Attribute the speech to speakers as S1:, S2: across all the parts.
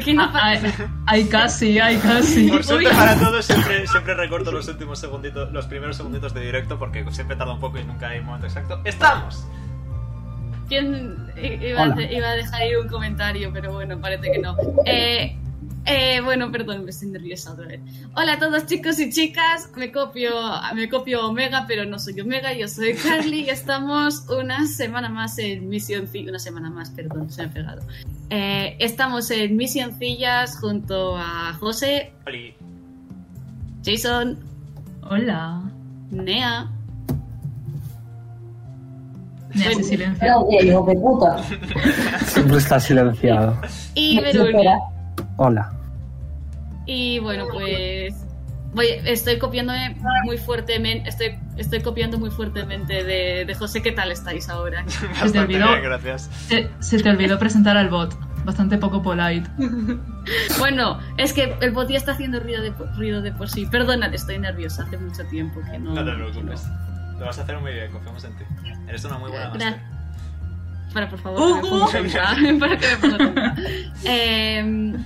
S1: ¿Qué no
S2: Ah, ay,
S1: eh,
S2: ay, casi, ay, casi.
S3: Por suerte
S2: Uy.
S3: para todos siempre, siempre recorto los últimos segunditos, los primeros segunditos de directo porque siempre tarda un poco y nunca hay un momento exacto. ¡Estamos!
S1: ¿Quién i- iba a,
S2: Hola.
S1: hacer- iba a dejar ir un comentario, pero bueno, parece que no. Eh, eh, bueno, perdón, me estoy nerviosa otra vez. Hola a todos chicos y chicas, me copio, me copio Omega, pero no soy Omega, yo soy Carly y estamos una semana más en Misioncillas, una semana más, perdón, se me ha pegado. Eh, estamos en Misioncillas junto a José,
S3: Oli,
S1: Jason,
S2: Hola.
S1: Nea,
S2: Me hace
S1: Soy-
S2: silencio.
S4: Pero, oye, eh, hijo de puta.
S5: Siempre está silenciado.
S1: y Veruni.
S4: Espera.
S5: Hola.
S1: Y bueno, pues voy, estoy copiándome muy fuertemente, estoy, estoy copiando muy fuertemente de, de José. ¿Qué tal estáis ahora?
S3: bastante
S2: olvidó.
S3: bien, gracias.
S2: Se, se te olvidó presentar al bot. Bastante poco polite.
S1: Bueno, es que el bot ya está haciendo ruido de, por- ruido de por sí. Perdonad, estoy nerviosa. Hace mucho tiempo que no.
S3: No te preocupes. Lo vas a hacer muy bien, confiamos en ti. Eres una muy buena
S1: Gracias.
S3: master.
S1: Para, por favor, que me ponga tonta. para que me ponga tonta. Em,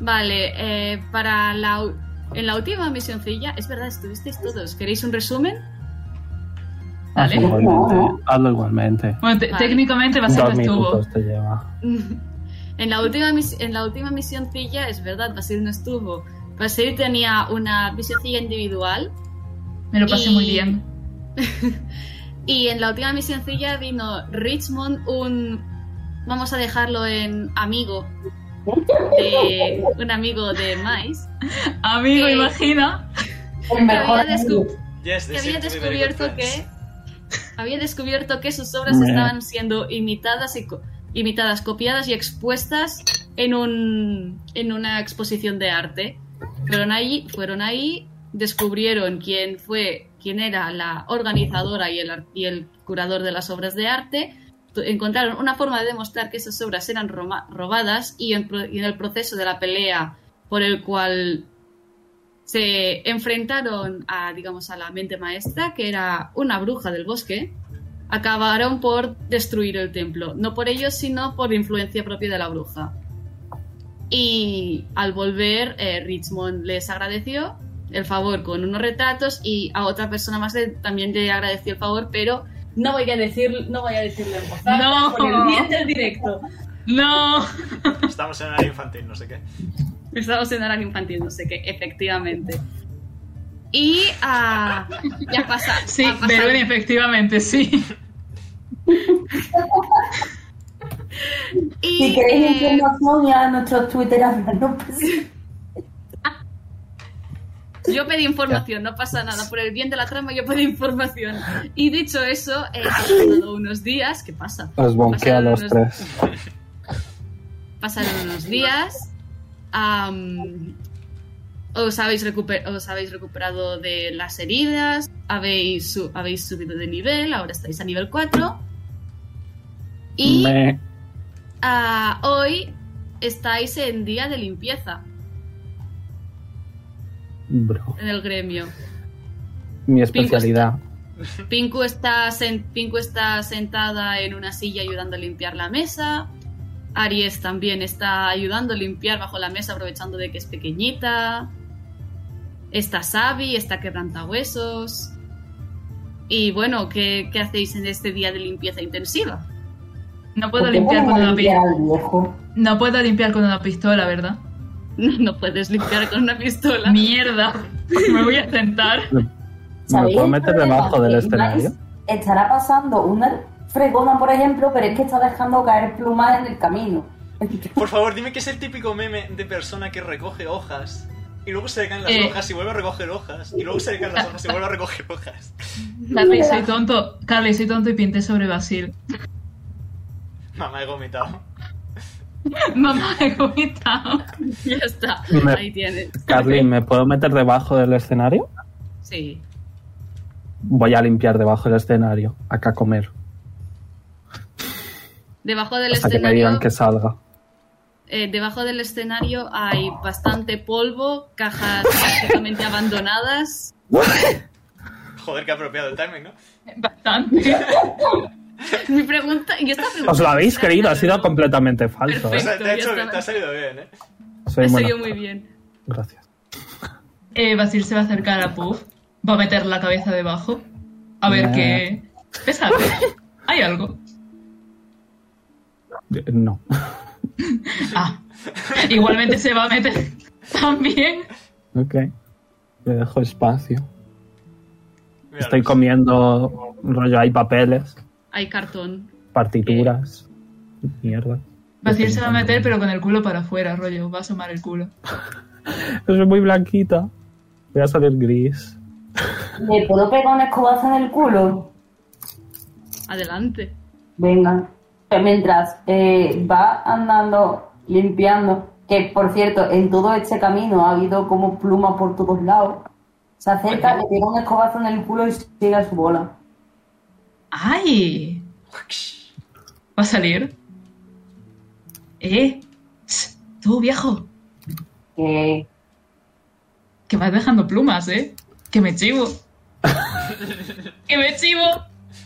S1: Vale, eh, para la, u- en la última misioncilla, es verdad, estuvisteis todos. ¿Queréis un resumen?
S2: Vale.
S5: Hazlo igualmente. Hazlo igualmente.
S2: Bueno, te-
S1: Vale.
S2: técnicamente va a ser
S5: Dos
S2: que estuvo.
S5: minutos te lleva.
S1: En la última, mis- en la última misioncilla, es verdad, Basil no estuvo. Basil tenía una misioncilla individual
S2: Me lo pasé
S1: Y-
S2: muy bien.
S1: y en la última misioncilla vino Richmond, un. Vamos a dejarlo en amigo. de- un amigo de Mais.
S2: Amigo,
S1: Sí.
S2: imagina.
S4: El mejor
S1: había descu-
S4: amigo.
S3: Yes,
S1: Que
S3: they
S1: había
S3: seem to be very good
S1: descubierto que.
S3: friends.
S1: Había descubierto que sus obras
S5: Meh.
S1: estaban siendo imitadas y co- imitadas, copiadas y expuestas en un en una exposición de arte. Fueron ahí, fueron ahí, descubrieron quién fue, quién era la organizadora y el ar- y el curador de las obras de arte. tu- Encontraron una forma de demostrar que esas obras eran roma- robadas y en, pro- y en el proceso de la pelea por el cual se enfrentaron a, digamos, a la mente maestra, que era una bruja del bosque, acabaron por destruir el templo. No por ellos, sino por influencia propia de la bruja. Y al volver, eh, Richmond les agradeció el favor con unos retratos y a otra persona más le- también le agradeció el favor, pero no voy a decir, no voy a decirlo en voz alta
S2: No.
S1: por el bien del directo.
S2: No.
S3: Estamos en área infantil, no sé qué.
S1: Estamos en horario infantil, no sé qué, efectivamente. Y ah, ya pasa.
S2: Sí,
S1: ha pasado.
S2: Verón, efectivamente, sí.
S1: Y,
S4: Si queréis
S1: eh,
S4: información, ya nuestros Twitter hablan. Pues,
S1: yo pedí información, no pasa nada. Por el bien de la trama, yo pedí información. Y dicho eso, eh, han pasado unos días. ¿Qué pasa?
S5: Os bonquea a
S1: Pasaron
S5: los
S1: unos-
S5: tres.
S1: Pasaron unos días. am, os, habéis recuper- os habéis recuperado de las heridas. Habéis, su- habéis subido de nivel. Ahora estáis a nivel 4. Y.
S5: Me-
S1: Ah, hoy estáis en día de limpieza
S5: Bro.
S1: en el gremio.
S5: Mi especialidad.
S1: este- Pinku está, sen- Pinku está sentada en una silla ayudando a limpiar la mesa. Aries también está ayudando a limpiar bajo la mesa aprovechando de que es pequeñita. Está Sabi, está quebrantahuesos. Y bueno, ¿qué, qué hacéis en este día de limpieza intensiva?
S2: No puedo
S4: ¿por qué
S2: limpiar
S4: no
S2: con
S4: van a
S2: una
S4: limpiar
S2: pistola.
S4: al viejo?
S2: No puedo limpiar con una pistola, ¿verdad?
S1: No puedes limpiar con una pistola.
S2: Mierda. Me voy a sentar.
S5: ¿Me lo
S4: ¿Sabéis
S5: puedo
S4: el
S5: meter
S4: problema?
S5: debajo del
S4: Que
S5: escenario?
S4: Max Estará pasando una fregona, por ejemplo, pero es que está dejando caer plumas en el camino.
S3: Por favor, dime que es el típico meme de persona que recoge hojas y luego se le caen las
S2: Eh.
S3: hojas y vuelve a recoger hojas y luego se le caen las hojas y vuelve a recoger hojas.
S2: Carly, soy tonto. Carly, soy tonto y pinté sobre Basil.
S3: Mamá, he vomitado.
S2: Mamá, he vomitado.
S1: Ya está.
S5: Me-
S1: Ahí tienes.
S5: Carly, ¿me puedo meter debajo del escenario?
S1: Sí.
S5: Voy a limpiar debajo del escenario. Acá a comer.
S1: Debajo del
S5: Hasta que me
S1: escenario.
S5: digan que salga.
S1: Eh, debajo del escenario hay bastante polvo, cajas prácticamente abandonadas.
S3: Joder, qué apropiado el timing, ¿no?
S2: Bastante.
S1: Mi pregunta. Y esta pregunta
S5: Os lo habéis
S1: era
S5: creído,
S1: una
S5: ha sido
S1: pregunta-
S5: completamente falso.
S3: O
S5: ¿eh?
S1: Perfecto.
S3: sea, te, ha
S1: ya
S3: hecho-
S1: está.
S3: te ha salido bien, ¿eh?
S5: Soy
S1: Ha
S5: buena.
S1: salido muy bien.
S5: Gracias.
S2: Eh, Basir se va a acercar a Puff. Va a meter la cabeza debajo. A ver
S5: Nah.
S2: qué. ¿Ves algo? Hay algo.
S5: Eh, No.
S2: Ah. Igualmente se va a meter también.
S5: Ok. Le dejo espacio.
S3: Mira,
S5: Estoy
S3: los-
S5: comiendo rollo, hay papeles,
S1: Hay cartón.
S5: partituras. Mierda.
S2: Basir se va a meter, pero con el culo para afuera, rollo. Va a asomar el culo.
S5: Soy muy blanquita. Voy a salir gris.
S4: ¿Le puedo pegar un escobazo en el culo?
S1: Adelante.
S4: Venga. Pues mientras eh, va andando, limpiando, que por cierto, en todo este camino ha habido como plumas por todos lados, se acerca, le pega un escobazo en el culo y sigue a su bola.
S2: ¡Ay! ¿Va a salir? ¡Eh! Ch, Tú, viejo.
S4: Que
S2: Que vas dejando plumas, ¿eh? Que me chivo. que me chivo.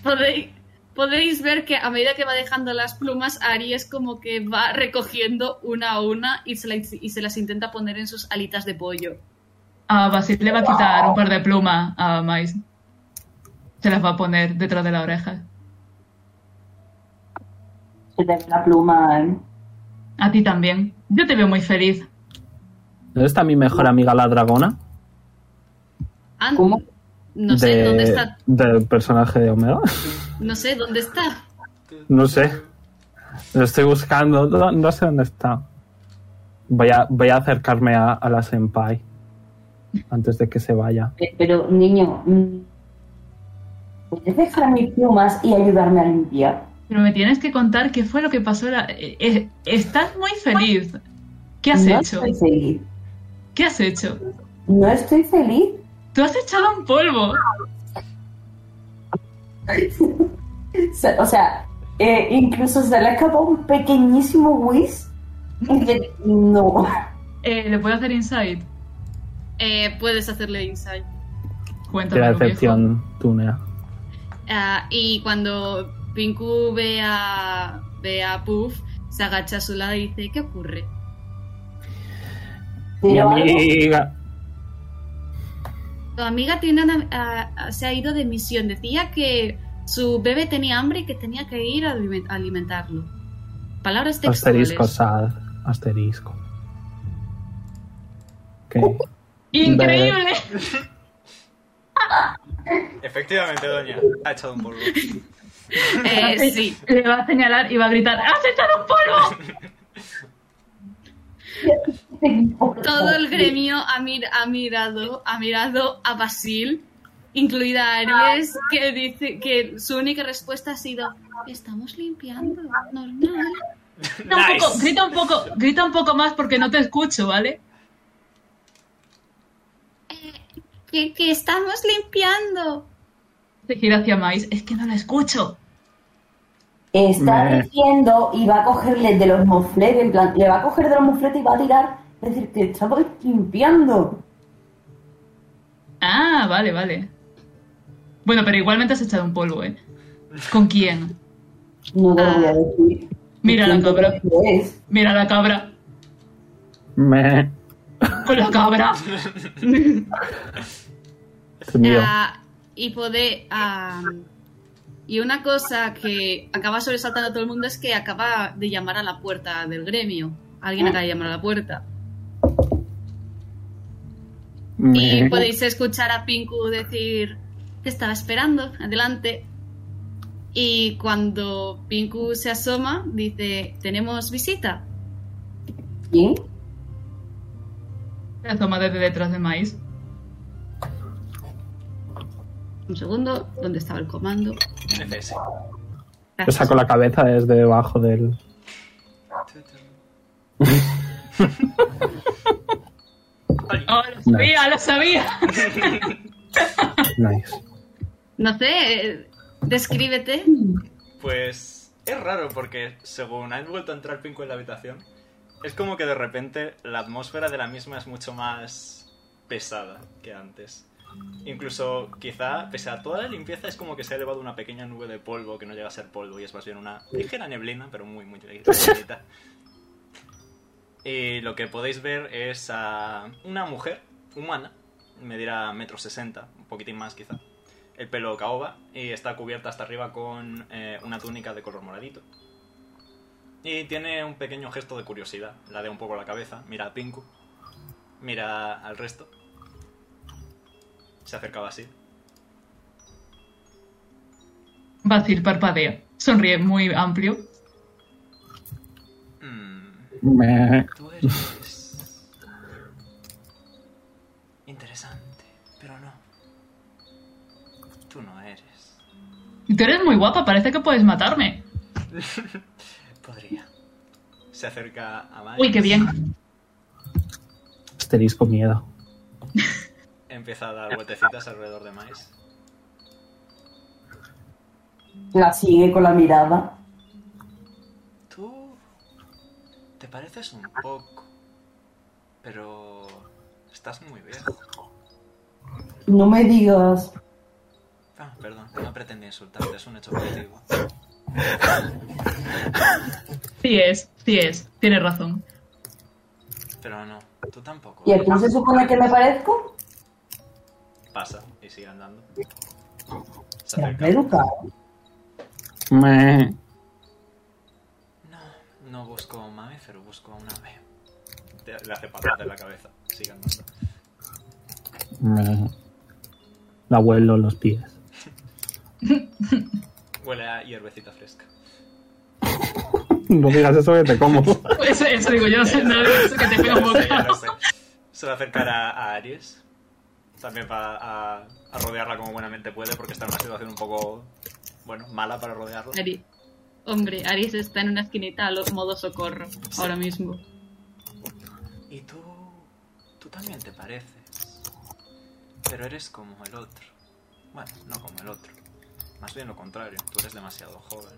S1: Podéis, podéis ver que a medida que va dejando las plumas, Ari es como que va recogiendo una a una y se, la- y se las intenta poner en sus alitas de pollo.
S2: A Basil le Ah, va a quitar un par de plumas a Mais. Se las va a poner detrás de la oreja.
S4: se te ve la pluma, ¿eh?
S2: A ti también. Yo te veo muy feliz.
S5: ¿Dónde está mi mejor amiga la dragona?
S1: Ah,
S4: ¿Cómo?
S1: No sé
S5: De-
S1: dónde está.
S5: Del personaje de Omega.
S1: No sé dónde está.
S5: No sé. Lo estoy buscando. No, no sé dónde está. Voy a, voy a acercarme a, a la senpai. Antes de que se vaya.
S4: Eh, Pero, niño, mm, ¿puedes dejar mis plumas y ayudarme a limpiar?
S2: Pero me tienes que contar qué fue lo que pasó. la- eh, eh, estás muy feliz. ¿Qué has
S4: no
S2: hecho?
S4: estoy feliz.
S2: ¿Qué has hecho?
S4: No estoy feliz.
S2: Tú has echado un polvo.
S4: Se- O sea, eh, incluso se le ha escapado un pequeñísimo whiz. Y de- No.
S2: Eh, ¿Le puedo hacer insight?
S1: Eh, puedes hacerle insight.
S5: Qué
S2: Cuéntame.
S5: decepción, Tunea.
S1: Ah, y cuando Pinku ve a, ve a Puff, se agacha a su lado y dice, ¿qué ocurre?
S5: Mi
S4: Pero algo-
S5: amiga.
S1: Tu amiga tiene una- ah, ah, se ha ido de misión. Decía que su bebé tenía hambre y que tenía que ir a aliment- a alimentarlo. Palabras textuales.
S5: Asterisco, sad. Asterisco. Ok.
S2: ¡Increíble!
S3: Efectivamente, doña. Ha echado un polvo.
S1: Eh, sí.
S2: Le va a señalar y va a gritar: ¡Has echado un polvo!
S4: te importa.
S1: Todo el gremio ha, mir- ha mirado, ha mirado a Basil, incluida Aries, que dice que su única respuesta ha sido estamos limpiando, normal.
S2: Grita un poco, grita un poco, grita un poco más porque no te escucho, ¿vale?
S1: Que, que estamos limpiando.
S2: Se gira hacia Mais. Es que no la escucho.
S4: Está
S5: Meh.
S4: diciendo y va a cogerle de los mofletes, en plan, le va a coger de los mofletes y va a tirar. Es decir, que estamos limpiando.
S2: Ah, vale, vale. Bueno, pero igualmente has echado un polvo, ¿eh? ¿Con quién?
S4: No te lo
S1: Ah.
S4: voy a decir.
S2: Mira la
S4: Siento
S2: cabra.
S4: que lo es.
S2: Mira la cabra.
S5: Me.
S2: Con la cabra.
S5: Es mío.
S1: Ah, y poder. ah, y una cosa que acaba sobresaltando a todo el mundo es que acaba de llamar a la puerta del gremio. Alguien acaba de llamar a la puerta. Y
S5: Me.
S1: podéis escuchar a Pinku decir, te estaba esperando, adelante. Y cuando Pinku se asoma, dice, tenemos visita.
S4: ¿Quién?
S2: La toma desde detrás de maíz.
S1: Un segundo, ¿dónde estaba el comando?
S3: FS.
S5: Yo saco la cabeza desde debajo del.
S2: ¡Oh, lo sabía, lo sabía!
S5: Nice.
S1: No sé, eh, descríbete.
S3: Pues es raro porque según han vuelto a entrar Pinko en la habitación, es como que de repente la atmósfera de la misma es mucho más pesada que antes. Incluso, quizá, pese a toda la limpieza, es como que se ha elevado una pequeña nube de polvo que no llega a ser polvo y es más bien una ligera neblina, pero muy, muy ligerita. Y lo que podéis ver es a una mujer humana, medirá metro sesenta, un poquitín más quizá, el pelo caoba y está cubierta hasta arriba con eh, una túnica de color moradito. Y tiene un pequeño gesto de curiosidad, la de un poco la cabeza, mira a Pinku, mira al resto. Se acercaba así.
S2: Basil parpadea. Sonríe muy amplio.
S3: Mm,
S5: Me-
S3: Tú eres. Interesante, pero no. Tú no eres.
S2: Tú eres muy guapa, parece que puedes matarme.
S3: Podría. Se acerca a Miles.
S2: Uy, qué bien.
S5: Asterisco miedo.
S3: Empieza a dar vueltecitas alrededor de Miles.
S4: La sigue con la mirada.
S3: Tú. Te pareces un poco. Pero. Estás muy viejo.
S4: No me digas.
S3: Ah, perdón, no pretendí insultarte, es un hecho positivo.
S2: Sí es, sí es. Tienes razón.
S3: Pero no, tú tampoco.
S4: ¿Y a quién se supone que me parezco?
S3: Pasa y sigue andando. Se
S4: Se
S3: acerca.
S4: ha educado.
S5: Me...
S3: No, no busco un mamífero, busco una ave. Te- Le hace patadas en la cabeza. Sigue andando.
S5: me... La vuelo en los pies.
S3: Huele a hierbecita fresca.
S5: No digas eso que te como.
S2: Eso, Pues eso digo yo, no sé nada de eso que te pega un
S3: Ya sé, ya lo
S2: bocado.
S3: sé. Se va a acercar a, a Aries. También va a, a rodearla como buenamente puede, porque está en una situación un poco, bueno, mala para rodearla.
S2: Eh.
S1: Ari- Hombre, Aries está en una esquinita a lo- modo socorro ahora mismo.
S3: Y tú, tú también te pareces. Pero eres como el otro. Bueno, no como el otro. Más bien lo contrario, tú eres demasiado joven.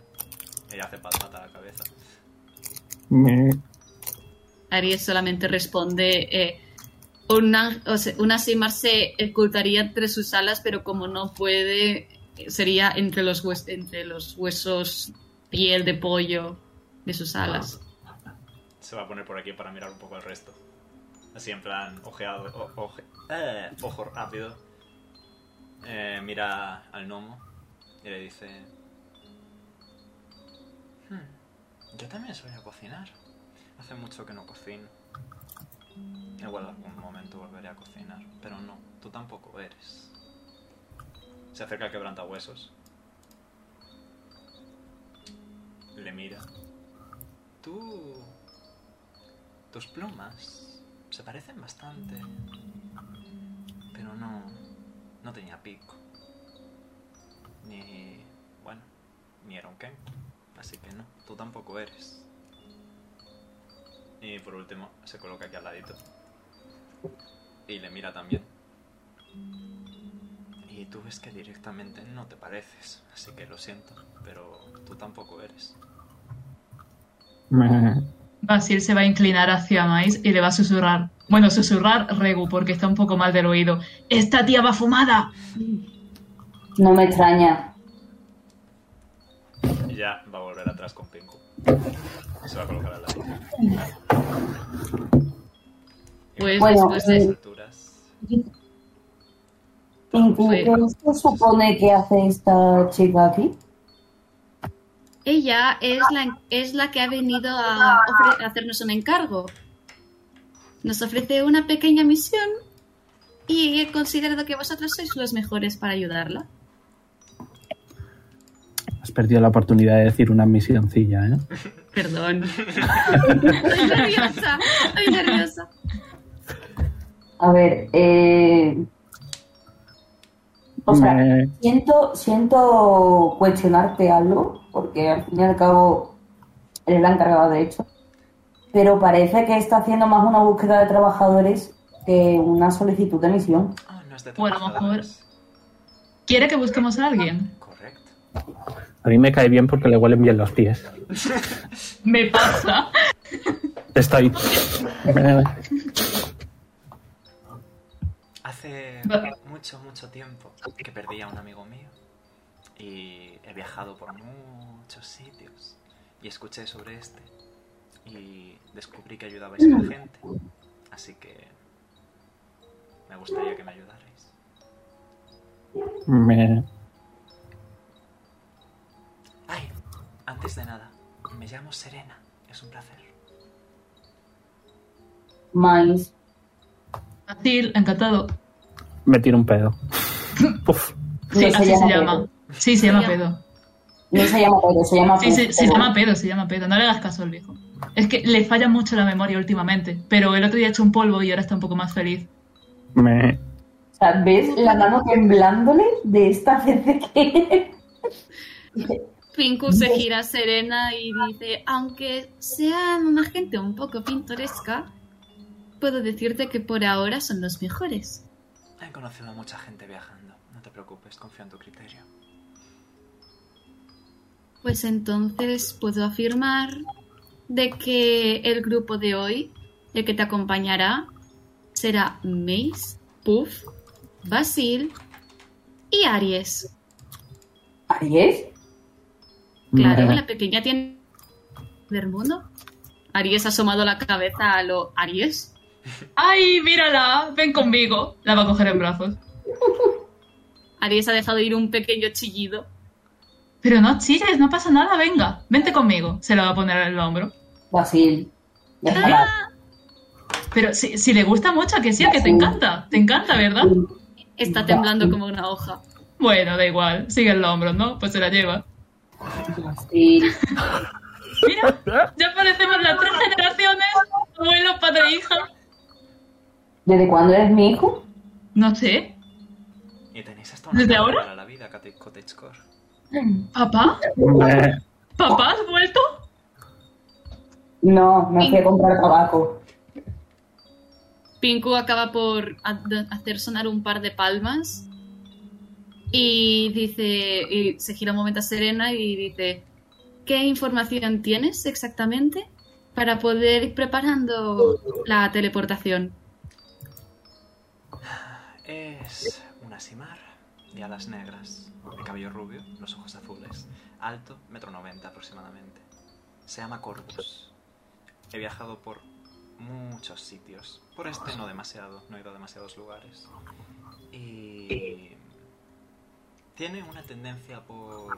S3: Ella hace patata a la cabeza.
S5: Me...
S1: Aries solamente responde eh, un ángel- o sea, una simar se ocultaría entre sus alas, pero como no puede, eh, sería entre los, hues- entre los huesos piel de pollo de sus alas.
S3: se va a poner por aquí para mirar un poco el resto. Así en plan, ojeado, o- oje- eh, ojo rápido. Eh, mira al gnomo y le dice... "Hmm, yo también soy a cocinar. Hace mucho que no cocino. Igual algún momento volveré a cocinar, pero no, tú tampoco eres. Se acerca al quebrantahuesos. Le mira. Tú tus plumas se parecen bastante. Pero no. No tenía pico. Ni. Bueno, ni era un Ken. Así que no, tú tampoco eres. Y por último, se coloca aquí al ladito. Y le mira también. Y tú ves que directamente no te pareces. Así que lo siento, pero tú tampoco eres.
S5: Me...
S2: Basil se va a inclinar hacia Mais y le va a susurrar. Bueno, susurrar Regu, porque está un poco mal del oído. ¡Esta tía va fumada!
S4: No me extraña.
S3: Y ya va a volver atrás con Pinku. Se va a colocar al lado.
S1: Pues
S4: Bueno,
S1: después
S3: A
S1: de
S4: eh,
S3: estas alturas.
S4: Incu,
S1: Sí.
S4: ¿Qué se supone que hace esta chica aquí?
S1: Ella es la, es la que ha venido a, ofre- a hacernos un encargo. Nos ofrece una pequeña misión y he considerado que vosotros sois los mejores para ayudarla.
S5: Has perdido la oportunidad de decir una misioncilla, ¿eh?
S1: Perdón. Estoy nerviosa, estoy nerviosa.
S4: A ver, eh... O sea,
S5: Me-
S4: siento, siento cuestionarte algo, porque al fin y al cabo eres la encargada de hecho, pero parece que está haciendo más una búsqueda de trabajadores que una solicitud de misión.
S3: Ah, no es de
S2: Bueno, a lo mejor-
S3: trabajadores.
S2: ¿Quiere que busquemos a alguien?
S3: Correcto.
S5: A mí me cae bien porque le huelen bien los pies.
S2: Me pasa.
S5: Estoy... Me-
S3: Haz Hace
S2: Va-
S3: mucho, mucho tiempo que perdí a un amigo mío y he viajado por muchos sitios y escuché sobre este y descubrí que ayudabais a la gente. Así que me gustaría que me ayudarais.
S5: Me-
S3: Ay, antes de nada, me llamo Serena. Es un placer.
S4: Miles.
S2: Atil, encantado.
S5: me tiro un pedo. Puf.
S4: No
S2: Sí,
S4: se
S2: así se
S4: llama
S2: llama. Sí, se llama
S1: Se llama-
S2: pedo.
S4: No se llama Pedro, se llama
S2: Sí,
S4: Pedro.
S2: se, se llama pedo, se llama pedo. No le hagas caso al viejo. Es que le falla mucho la memoria últimamente, pero el otro día echó un polvo y ahora está un poco más feliz.
S5: Me,
S4: O sea, ¿ves la mano temblándole de esta gente que...
S1: Pinku se gira serena y dice, aunque sea una gente un poco pintoresca, puedo decirte que por ahora son los mejores.
S3: He conocido a mucha gente viajando. No te preocupes, confío en tu criterio.
S1: Pues entonces puedo afirmar de que el grupo de hoy, el que te acompañará, será Mace, Puff, Basil y Aries.
S4: ¿Aries?
S1: Claro,
S5: me-
S1: la pequeña tiene del mundo. Aries ha asomado la cabeza a lo Aries.
S2: ¡Ay, mírala! Ven conmigo. La va a coger en brazos.
S1: Aries ha dejado ir un pequeño chillido.
S2: Pero no chilles, no pasa nada, venga. Vente conmigo. Se la va a poner en el hombro.
S4: Basil. Déjala.
S2: Pero si, si le gusta mucho, que sí, ¿A que te encanta. Te encanta, ¿verdad?
S1: Está temblando como una hoja.
S2: Bueno, da igual. Sigue en los hombros, ¿no? Pues se la lleva.
S4: Basil.
S2: Mira, ya parecemos las tres generaciones. Abuelo, padre, e hija.
S4: ¿Desde cuándo eres mi hijo?
S2: No sé.
S3: Y tenéis hasta una
S2: ¿Desde
S3: cama
S2: ahora?
S3: para la vida, Cate- Cottagecore.
S2: ¿Papá?
S5: me-
S2: ¿Papá has vuelto?
S4: No, me fui a comprar tabaco.
S1: Pinku acaba por ha- hacer sonar un par de palmas y dice y se gira un momento a Serena y dice ¿qué información tienes exactamente para poder ir preparando la teleportación?
S3: Es una simar de alas negras, de cabello rubio, los ojos azules, alto, metro noventa aproximadamente. Se llama Corvus. He viajado por muchos sitios. Por este no demasiado, no he ido a demasiados lugares. Y... Tiene una tendencia por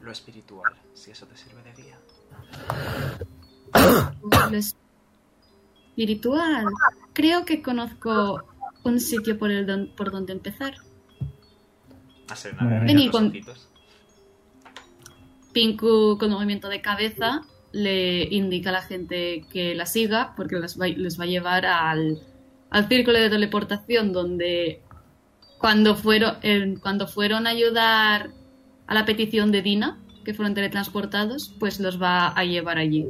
S3: lo espiritual, si eso te sirve de guía.
S1: Lo espiritual. Creo que conozco un sitio por, el don- por donde empezar.
S3: A ser
S5: Bueno.
S3: nada,
S1: Ven y con- Pinku, con movimiento de cabeza, le indica a la gente que la siga porque las va- les va a llevar al, al círculo de teleportación donde cuando fueron, en- cuando fueron a ayudar a la petición de Dina, que fueron teletransportados, pues los va a llevar allí.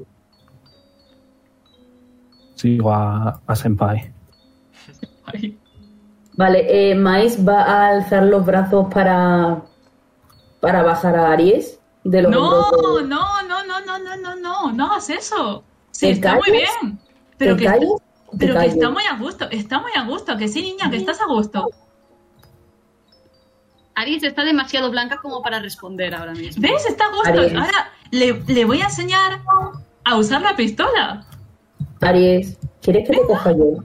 S5: sigo a, a Senpai.
S2: Ay,
S6: Vale, eh, Mais va a alzar los brazos para, para bajar a Aries de los hombros
S2: No,
S6: de-
S2: no, no, no, no, no, no, no. No hagas eso. Sí,
S6: ¿Te
S2: está muy
S6: callas?
S2: bien. Pero
S6: ¿Te
S2: que,
S6: callas? ¿Te
S2: pero que
S6: callas?
S2: está muy a gusto. Está muy a gusto. Que sí, niña, que estás a gusto.
S1: Aries está demasiado blanca como para responder ahora mismo.
S2: ¿Ves? Está a gusto.
S6: Ariel.
S2: Ahora le, le voy a enseñar a usar la pistola.
S6: Aries, ¿quieres que te coja yo?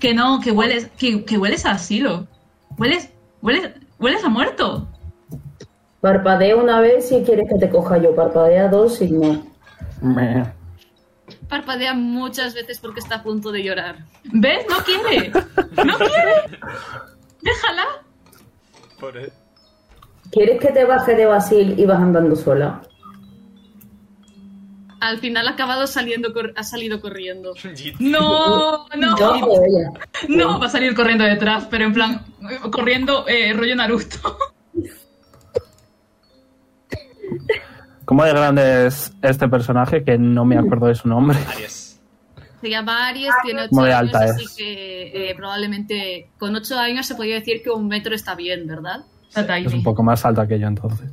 S2: Que no, que hueles, que, que hueles a asilo. Hueles, hueles, hueles a muerto.
S6: Parpadea una vez si quieres que te coja yo, parpadea dos si no.
S5: Me,
S1: Parpadea muchas veces porque está a punto de llorar.
S2: ¿Ves? No quiere. No quiere. Déjala.
S3: Por
S6: ¿Quieres que te baje de Basil y vas andando sola?
S1: Al final ha acabado saliendo, cor- ha salido corriendo.
S2: No, no.
S6: Yo, ella.
S2: No, va a salir corriendo detrás, pero en plan, eh, corriendo eh, rollo Naruto.
S5: ¿Cómo de grande es este personaje que no me acuerdo de su nombre?
S3: Aries.
S1: Se llama Aries, tiene 8
S5: Muy
S1: años,
S5: alta
S1: así
S5: es.
S1: que eh, probablemente con 8 años se podría decir que un metro está bien, ¿verdad?
S2: Está tiny.
S5: Es un poco más alta que yo entonces.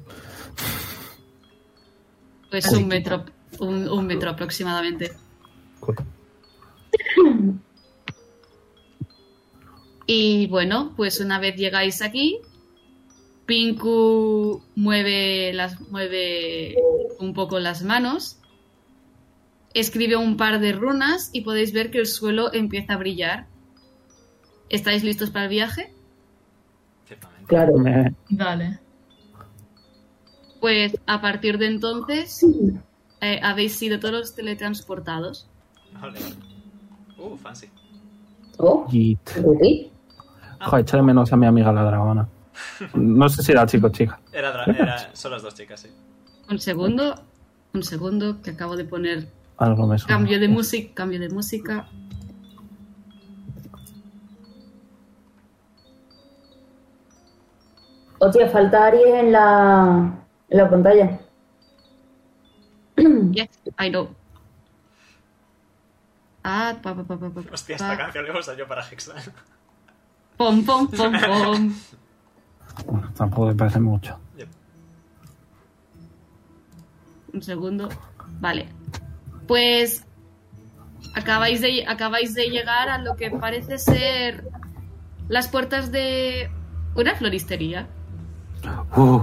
S1: Pues un metro, un, un metro aproximadamente.
S5: Cool.
S1: Y bueno, pues una vez llegáis aquí, Pinku mueve, las, mueve un poco las manos, escribe un par de runas y podéis ver que el suelo empieza a brillar. ¿Estáis listos para el viaje?
S3: Ciertamente.
S6: Claro.
S5: Me-
S2: Dale.
S1: Pues a partir de entonces eh, habéis sido todos teletransportados.
S3: Vale. Uh, fancy.
S6: Oh,
S5: Yeet.
S6: ¿sí?
S5: Joder, echa de menos a mi amiga la dragona. No sé si era chico o chica.
S3: Era, dra- era- son las dos chicas, sí.
S1: Un segundo, un segundo, que acabo de poner
S5: Algo me suena.
S1: cambio de música, cambio de música.
S6: Hostia, falta Aries en la, en la pantalla.
S1: Yes, I know. Ah, pa, pa, pa, pa, pa, pa.
S3: Hostia, esta canción le hemos yo para Hexan.
S1: Pom, pom, pom, pom.
S5: Bueno, tampoco me parece mucho.
S1: Un segundo. Vale. Pues acabáis de, acabáis de llegar a lo que parece ser las puertas de una floristería.
S5: Uh.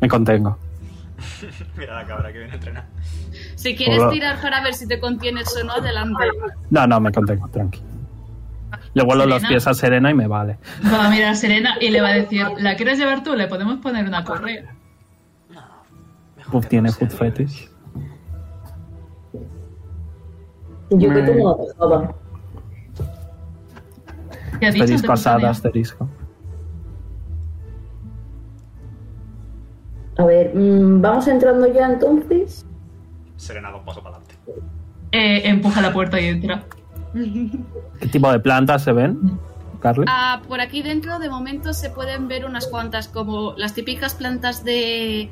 S5: Me contengo.
S3: Mira la cabra que viene entrenada.
S1: Si quieres
S5: Hola.
S1: tirar para ver si te contienes o no, adelante.
S5: No, no, me contengo, tranqui. Le vuelo los
S2: Serena.
S5: pies a Serena y me vale.
S2: Va a mirar a Serena y le va a decir, ¿la quieres llevar tú? Le podemos poner una correa.
S5: Puff tiene food fetish.
S6: Yo que tú
S5: Me-
S6: no atajaba.
S2: ¿Qué ha dicho?
S5: Asterisco asada,
S2: Antonio?
S5: asterisco.
S6: A ver, mm, vamos entrando ya entonces.
S3: Serena, dos pasos para adelante.
S2: Eh, empuja la puerta y entra.
S5: ¿Qué tipo de plantas se ven, Carly?
S1: Ah, por aquí dentro, de momento, se pueden ver unas cuantas, como las típicas plantas de.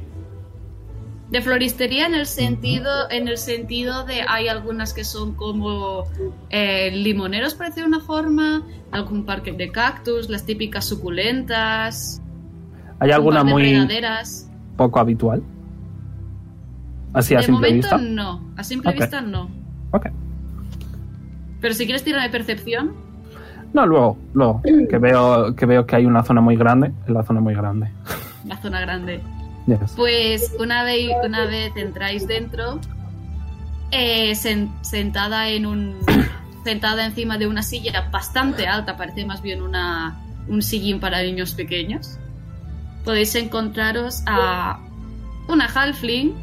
S1: De floristería en el sentido, en el sentido de hay algunas que son como eh, limoneros, parece una forma, algún parque de cactus, las típicas suculentas,
S5: ¿Hay alguna
S1: un par de
S5: muy
S1: regaderas.
S5: poco habitual? Así a
S1: De
S5: simple
S1: momento
S5: vista.
S1: no, a simple
S5: Ok.
S1: vista no.
S5: Ok.
S1: Pero si quieres tirar de percepción,
S5: No, luego, luego. Que veo, que veo que hay una zona muy grande. Es la zona muy grande.
S1: la zona grande.
S5: Yes.
S1: Pues una vez, una vez entráis dentro, eh, sen- sentada en un sentada encima de una silla bastante alta, parece más bien una, un sillín para niños pequeños, podéis encontraros a una halfling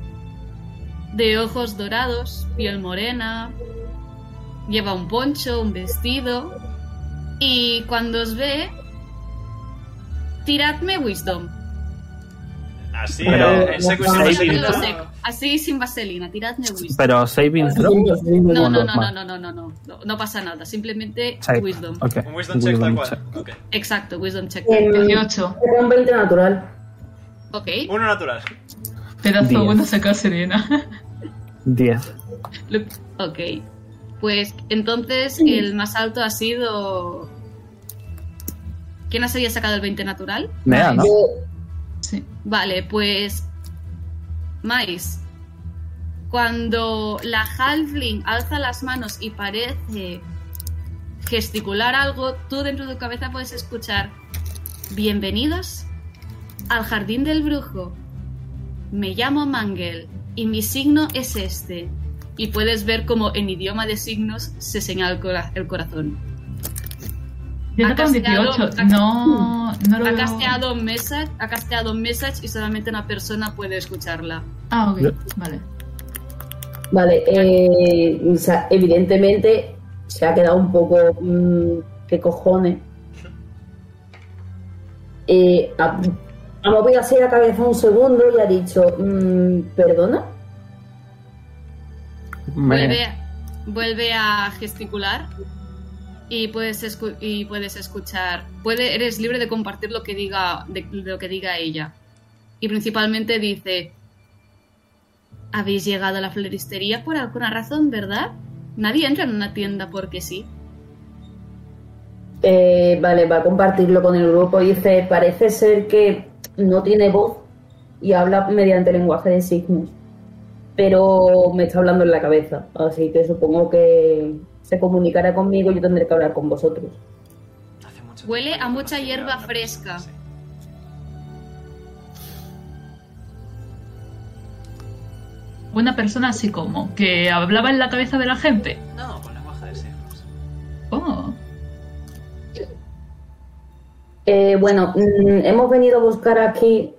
S1: de ojos dorados, piel morena, lleva un poncho, un vestido y cuando os ve, tiradme wisdom.
S3: Así,
S5: Pero-
S3: eh, el seco y sin
S1: Así,
S5: Sí,
S1: lo
S3: vaselina.
S1: sé. Así sin vaselina, tiradme wisdom.
S5: Pero saving throw.
S1: Pues, No, no, no, no,
S5: normal.
S1: no, no, no, no, no, no pasa nada, simplemente
S5: Save.
S1: wisdom.
S5: Ok.
S3: Un wisdom check tal
S5: check.
S3: cual. Ok.
S1: Exacto, wisdom check.
S6: Eh,
S2: 18.
S6: Era un 20 natural.
S1: Ok,
S3: Uno natural.
S2: Pedazo
S5: Diez.
S2: bueno saca Serena.
S5: 10.
S2: Le-
S1: ok. Pues entonces el más alto ha sido... ¿Quién se había sacado el 20 natural?
S5: Nea,
S1: Pues,
S5: ¿no?
S2: Nice.
S6: Yo,
S2: sí.
S1: Vale, pues. Mais. Cuando la Halfling alza las manos y parece gesticular algo, tú dentro de tu cabeza puedes escuchar: Bienvenidos al jardín del brujo. Me llamo Mangel y mi signo es este. Y puedes ver como en idioma de signos se señala el, cora- el corazón.
S2: Yo
S1: Ha
S2: toco un
S1: casteado-
S2: 18.
S1: ha-
S2: No, no lo
S1: Ha
S2: veo.
S1: casteado un message, ha casteado un message y solamente una persona puede escucharla.
S2: Ah, ok.
S5: Yo-
S2: Vale.
S6: vale, eh, o sea, evidentemente se ha quedado un poco. mm, ¿Qué cojones? Eh, ha, ha movido así la cabeza un segundo y ha dicho: mm, ¿Perdona?
S5: Me,
S1: pues, Vuelve, vuelve a gesticular y puedes, escu- y puedes escuchar. Puede, eres libre de compartir lo que diga, de, lo que diga ella. Y principalmente dice: Habéis llegado a la floristería por alguna razón, ¿verdad? Nadie entra en una tienda porque sí.
S6: Eh, vale, va a compartirlo con el grupo. Dice, parece ser que no tiene voz y habla mediante lenguaje de signos. Pero me está hablando en la cabeza, así que supongo que
S4: se comunicará conmigo y yo tendré que hablar con vosotros.
S3: Hace mucho
S1: Huele
S3: tiempo
S1: a
S3: que
S1: mucha
S3: no se
S1: hierba
S3: habla.
S1: fresca.
S3: Sí.
S2: Una persona así como, que hablaba en la cabeza de la gente.
S3: No, con la baja de cerros.
S2: Oh,
S4: Eh, bueno, mm, hemos venido a buscar aquí.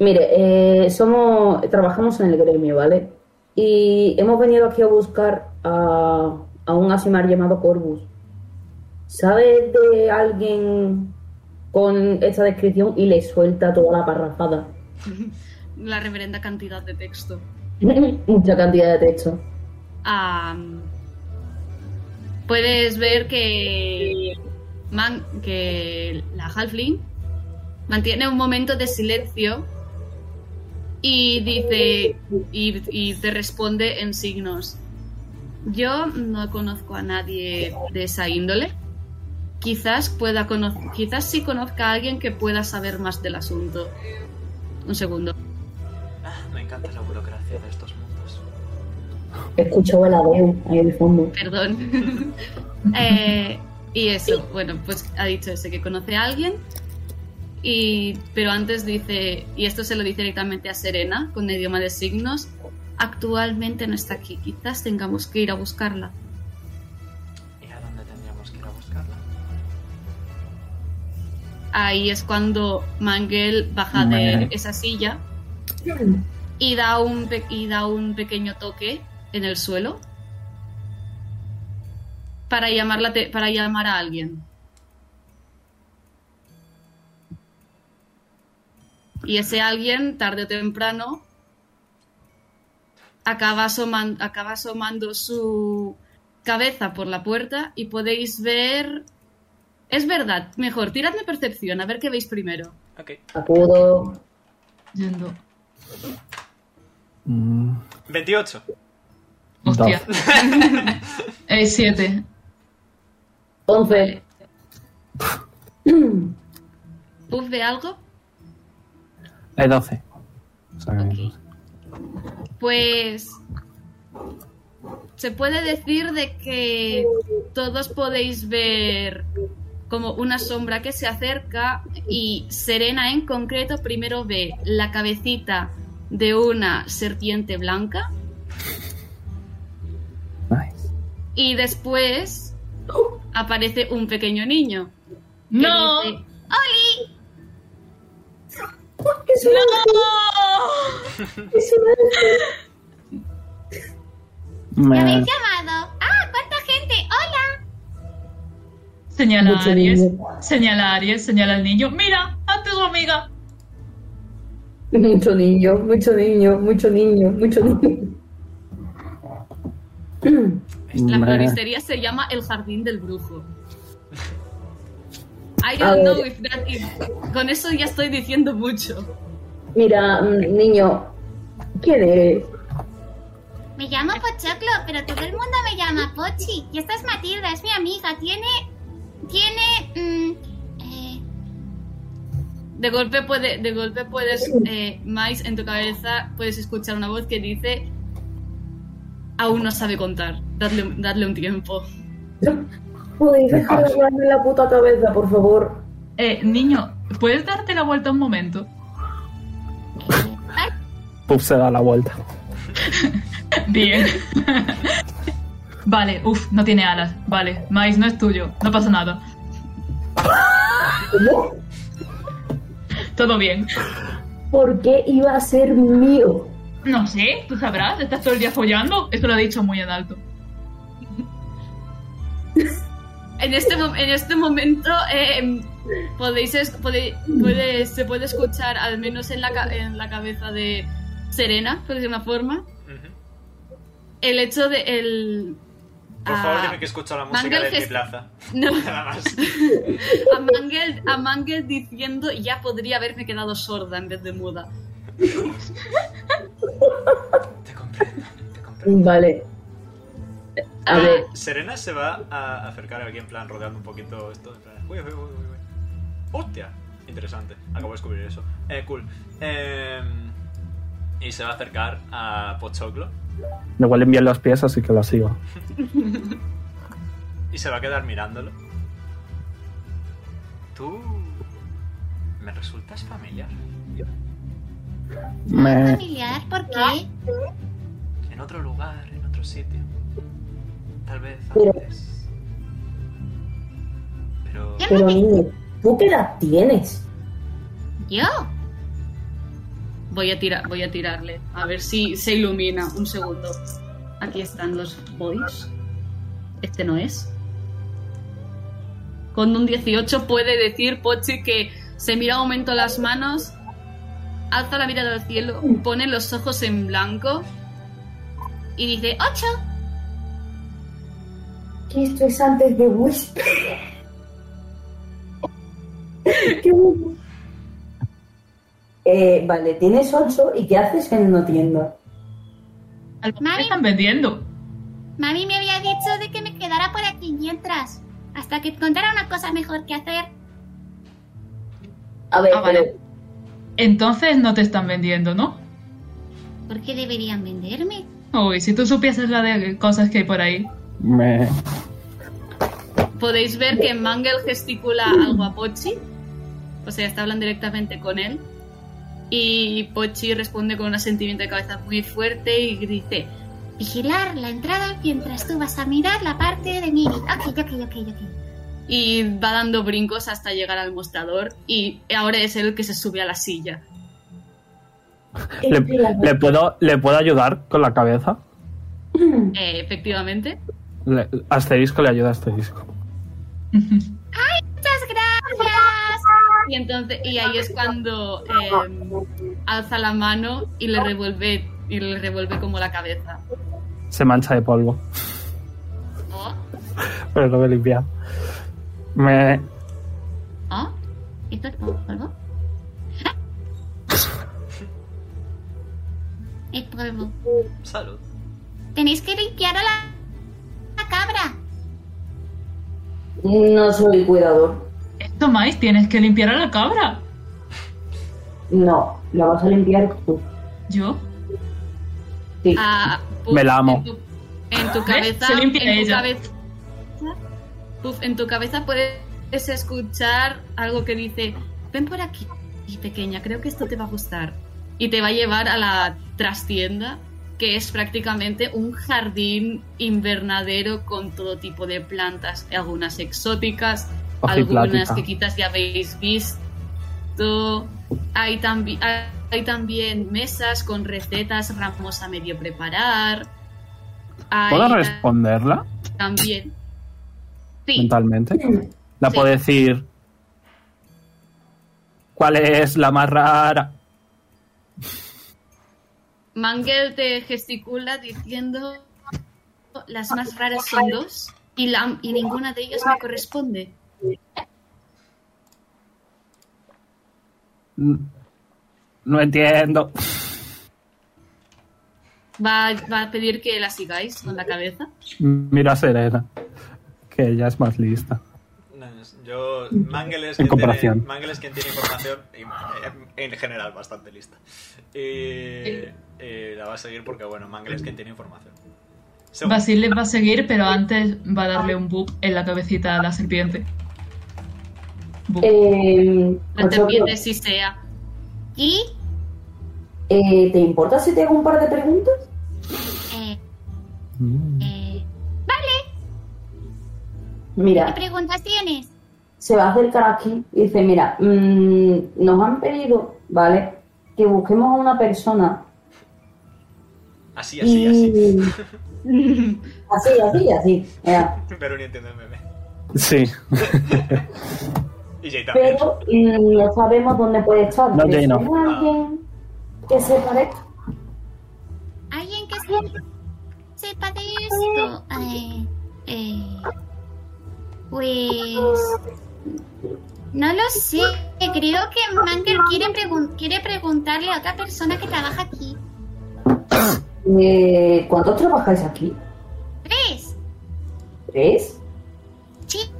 S4: Mire, eh, somos, trabajamos en el gremio, ¿vale? Y hemos venido aquí a buscar a, a un asimar llamado Corvus. ¿Sabes de alguien con esta descripción? Y le suelta toda la parrafada.
S1: La reverenda cantidad de texto.
S4: Mucha cantidad de texto.
S1: Am, puedes ver que, man- que la Halfling mantiene un momento de silencio y dice y, y te responde en signos. Yo no conozco a nadie de esa índole. Quizás pueda conocer, quizás sí conozca a alguien que pueda saber más del asunto. Un segundo.
S3: Ah, me encanta la burocracia de estos mundos.
S4: Escucho el adeo ahí en el fondo.
S1: perdón. Eh, y eso, bueno, pues ha dicho ese que conoce a alguien. Y, pero antes dice, y esto se lo dice directamente a Serena, con el idioma de signos, actualmente no está aquí, quizás tengamos que ir a buscarla.
S3: ¿Y a dónde tendríamos que ir a buscarla?
S1: Ahí es cuando Mangel baja de
S5: Vale.
S1: esa silla y da un, pe- y da un pequeño toque en el suelo para, llamar la te- para llamar a alguien. Y ese alguien, tarde o temprano, acaba, asoman- acaba asomando su cabeza por la puerta y podéis ver... Es verdad, mejor, tiradme percepción, a ver qué veis primero.
S3: Ok.
S4: Acudo.
S2: yendo.
S5: Mm,
S3: 28.
S2: Hostia. Eh, siete.
S4: 11.
S1: ¿Puff ve algo?
S5: eh, 12. O sea que
S1: Ok. Pues se puede decir de que todos podéis ver como una sombra que se acerca y Serena en concreto primero ve la cabecita de una serpiente blanca
S5: Nice.
S1: y después aparece un pequeño niño. que
S2: ¡No!
S1: dice,
S2: ¡No!
S7: ¿Me
S5: Me-
S7: habéis llamado? ¡Ah, cuánta gente! ¡Hola!
S2: Señala a
S4: Mucho
S2: Aries.
S4: niño.
S2: Señala a Aries, señala al niño. Mira, hazte su amiga.
S4: Mucho niño, mucho niño, mucho niño, mucho niño.
S1: La
S5: me-
S1: floristería se llama el jardín del brujo. I
S4: A
S1: don't
S4: ver.
S1: know if that is- Con eso ya estoy diciendo mucho.
S4: Mira, mm, niño, ¿quién eres?
S7: Me llamo Pochoclo, pero todo el mundo me llama Pochi. Y esta es Matilda, es mi amiga. Tiene. Tiene. mm, eh,
S1: De golpe, puede, de golpe puedes, eh, Mais, en tu cabeza puedes escuchar una voz que dice: Aún no sabe contar, dadle, dadle un tiempo.
S4: ¿Podéis dejar de hablarme la puta cabeza, por favor?
S2: Eh, niño, ¿puedes darte la vuelta un momento?
S5: Puff se da la vuelta.
S2: Bien. vale, uff, no tiene alas. Vale, maíz no es tuyo, no pasa nada. Todo bien.
S4: ¿Por qué iba a ser mío?
S2: No sé, tú sabrás, estás todo el día follando. Eso lo ha dicho muy en alto.
S1: En este, mo- en este momento eh, podéis es- pode- puede- se puede escuchar, al menos en la, ca- en la cabeza de Serena, por decir una forma,
S3: Ujú.
S1: el hecho de. El,
S3: Por
S1: Ah.
S3: favor, dime que escucho la música
S1: Mangel
S3: de mi
S1: gest-
S3: plaza.
S1: no,
S3: Nada más.
S1: a, Mangel, a Mangel diciendo: Ya podría haberme quedado sorda en vez de muda.
S3: Te comprendo, te comprendo.
S4: Vale. A ver,
S3: Serena se va a acercar aquí en plan rodeando un poquito esto. En plan, uy, uy, uy, uy, uy. ¡Hostia! Interesante. Acabo de descubrir eso. Eh, cool. Em, y se va a acercar a Pochoclo.
S5: Me huelen bien los pies, así que lo sigo.
S3: y se va a quedar mirándolo. Tú... ¿Me resultas familiar?
S5: Me...
S7: Familiar, ¿por qué?
S3: En otro lugar, en otro sitio. Tal vez
S6: Pero-
S3: antes. Pero...
S6: Pero niño, ¿tú qué edad tienes?
S7: Yo.
S1: Voy a, tirar, voy a tirarle, a ver si se ilumina. Un segundo. Aquí están los boys. Este no es. Con un 18 puede decir Pochi que se mira un momento las manos, alza la mirada al cielo, pone los ojos en blanco y dice ¡Ocho!
S6: Que esto es antes de Wisp. Qué bueno.
S4: Eh, vale, tienes ocho y ¿qué haces en una tienda?
S2: A lo mejor
S7: Mami.
S2: están vendiendo.
S7: Mami me había dicho de que me quedara por aquí mientras. Hasta que encontrara una cosa mejor que hacer.
S6: A ver,
S2: Ah,
S4: Eh,
S2: vale. Entonces no te están vendiendo, ¿no?
S7: ¿Por qué deberían venderme?
S2: Uy, si tú supieses la de cosas que hay por ahí.
S5: Me...
S1: Podéis ver que Mangel gesticula algo a Pochi. O sea, está hablando directamente con él. Y Pochi responde con un asentimiento de cabeza muy fuerte y dice:
S7: Vigilar la entrada mientras tú vas a mirar la parte de Miri. Ok, ok, ok, ok.
S1: Y va dando brincos hasta llegar al mostrador. Y ahora es él el que se sube a la silla.
S5: Le, le puedo, ¿Le puedo ayudar con la cabeza?
S1: Eh, efectivamente.
S5: Le- asterisco le ayuda a este asterisco.
S7: ¡Muchas gracias!
S1: Y, entonces, y ahí es cuando eh, alza la mano y le revuelve, y le revuelve como la cabeza.
S5: Se mancha de polvo,
S1: Oh,
S5: pero lo voy a limpiar. Me...
S1: oh,
S7: ¿Esto es polvo? ¿Ah? Es polvo.
S3: Salud.
S7: Tenéis que limpiar a la, la cabra.
S4: No soy cuidador.
S2: Esto, Mais, tienes que limpiar a la cabra.
S4: No, la vas a limpiar tú.
S2: Yo.
S4: Sí.
S1: Ah,
S5: Me la amo.
S1: En tu, en tu
S2: ¿Ves?
S1: cabeza.
S2: Se limpia
S1: en tu
S2: ella.
S1: cabeza- Puff, en tu cabeza puedes escuchar algo que dice: Ven por aquí, pequeña, creo que esto te va a gustar. Y te va a llevar a la trastienda, que es prácticamente un jardín invernadero con todo tipo de plantas, algunas exóticas, algunas
S5: Ojiplática.
S1: que quizás ya habéis visto. Hay, tambi- hay- hay también mesas con recetas, ramos a medio preparar. Hay
S5: ¿Puedo
S1: ta-
S5: responderla
S1: también. Sí,
S5: mentalmente? La
S1: Sí.
S5: puedo decir... ¿Cuál es la más rara?
S1: Mangel te gesticula diciendo las más raras son dos y, la- y ninguna de ellas me corresponde.
S5: No entiendo.
S1: Va, va a pedir que la sigáis con la cabeza.
S5: Mira a Serena, que ella es más lista.
S3: No, es- Yo, Mangel es, quien
S5: comparación.
S3: Tiene, Mangel es quien tiene información y, eh, en general bastante lista. Y eh, la va a seguir porque, bueno, Mangel es quien tiene información. Según-
S2: Basil les va a seguir, pero antes va a darle un boop en la cabecita a la serpiente. Boop.
S4: Eh,
S1: La
S4: Ochoa,
S1: serpiente si sea.
S7: ¿Y?
S4: eh, ¿Te importa si te hago un par de preguntas?
S7: Eh,
S5: Mm.
S7: eh, ¿Qué
S4: Mira,
S7: preguntas tienes?
S4: se va a acercar aquí y dice, mira, mm, nos han pedido, ¿vale? Que busquemos a una persona.
S3: Así, así, así.
S4: y... así. así, así, ya.
S3: Pero ni entiendo el meme.
S5: Sí,
S3: Y Jay también.
S4: Pero mm, no sabemos dónde puede estar.
S5: No,
S4: ¿Crees
S5: Jay, no.
S4: que hay alguien que se parezca?
S7: ¿Alguien que se- sepa de esto? Eh, eh, pues... No lo sé. Creo que Mangel quiere, pregun- quiere preguntarle a otra persona que trabaja aquí.
S4: Eh, ¿Cuántos trabajáis aquí?
S7: ¿Tres?
S4: ¿Tres?
S7: Sí.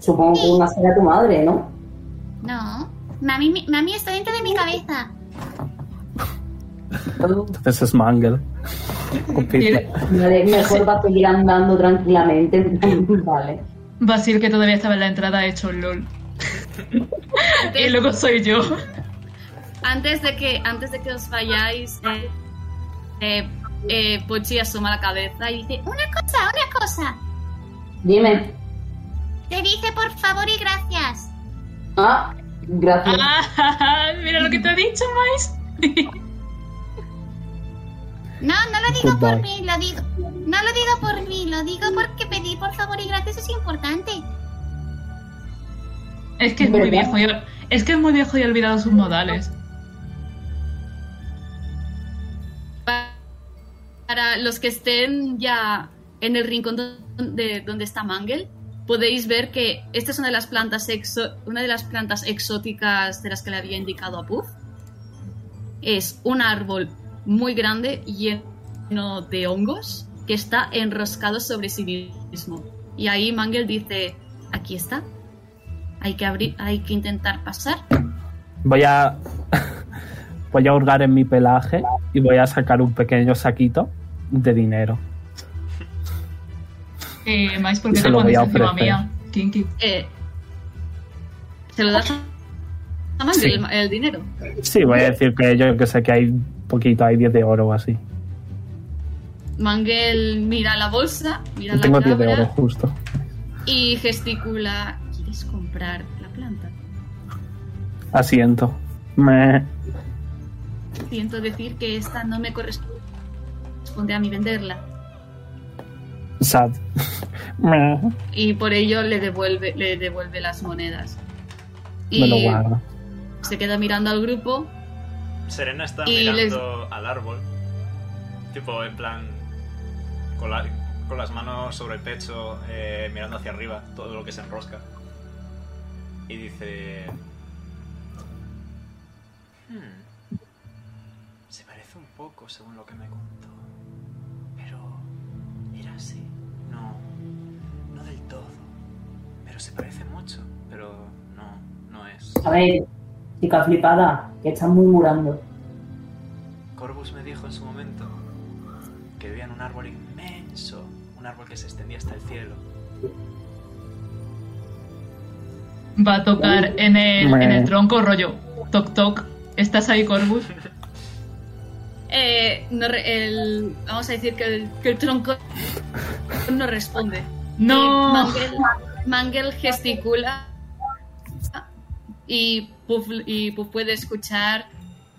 S4: Supongo que una será tu madre, ¿no?
S7: No. Mami, mi- mami está dentro de mi cabeza.
S5: entonces es Mangle. Con
S2: Tiene-
S5: pizza.
S4: Vale, mejor va a seguir andando tranquilamente. vale.
S2: Basil, que todavía estaba en la entrada, ha hecho LOL. y luego soy yo.
S1: Antes de que, antes de que os vayáis, eh, eh, eh, Pochi asoma la cabeza y dice:
S7: Una cosa, una cosa.
S4: Dime.
S7: Te dice por favor y gracias.
S4: Ah, gracias.
S2: Ah, mira lo que te ha dicho, Mais.
S7: No, no lo digo por
S5: Goodbye.
S7: mí, lo digo. No lo digo por mí, lo digo porque pedir por favor y gracias es importante.
S2: es que es muy
S4: ¿Verdad?
S2: viejo. Y, es que es muy viejo y ha olvidado sus modales.
S1: Pa- Para los que estén ya en el rincón do- de donde está Mangel, podéis ver que esta es una de las plantas exo- una de las plantas exóticas de las que le había indicado a Puff. Es un árbol muy grande lleno de hongos que está enroscado sobre sí mismo. Y ahí Mangel dice, aquí está. Hay que abrir, hay que intentar pasar.
S5: Voy a. voy a hurgar en mi pelaje y voy a sacar un pequeño saquito de dinero.
S2: Eh, Mais, ¿por qué
S5: Se
S2: te
S5: lo voy
S2: pones
S5: a
S2: encima
S5: ofrecer.
S2: mía? Kinky.
S1: Eh, ¿Se lo das a a Mangel
S5: Sí.
S1: el, el dinero?
S5: Sí, voy a decir que yo que sé que hay poquito, hay 10 de oro o así.
S1: Mangel mira la bolsa, mira
S5: Yo
S1: la
S5: tengo 10 de oro
S1: cabra
S5: justo.
S1: y gesticula. ¿Quieres comprar la planta?
S5: Asiento. Me.
S1: Siento decir que esta no me corresponde a mí venderla.
S5: Sad. Me.
S1: Y por ello le devuelve, le devuelve las monedas.
S5: Me lo
S1: Y
S5: guardo.
S1: se queda mirando al grupo.
S3: Serena está
S1: Y
S3: mirando al árbol. Tipo, en plan. Con, la- con las manos sobre el pecho, eh, mirando hacia arriba, todo lo que se enrosca. Y dice. "Hmm, se parece un poco según lo que me contó. Pero. Era así. No. No del todo. Pero se parece mucho. Pero no, no es.
S4: A ver, chica flipada, que estás murmurando.
S3: Corvus me dijo en su momento que vivía en un árbol inmenso, un árbol que se extendía hasta el cielo.
S2: Va a tocar en el, en el tronco rollo. Toc, toc. ¿Estás ahí, Corvus?
S1: eh, no re- el- vamos a decir que el, que el tronco no responde. Y
S2: ¡No!
S1: Mangel, Mangel gesticula y Puff, y Puff puede escuchar.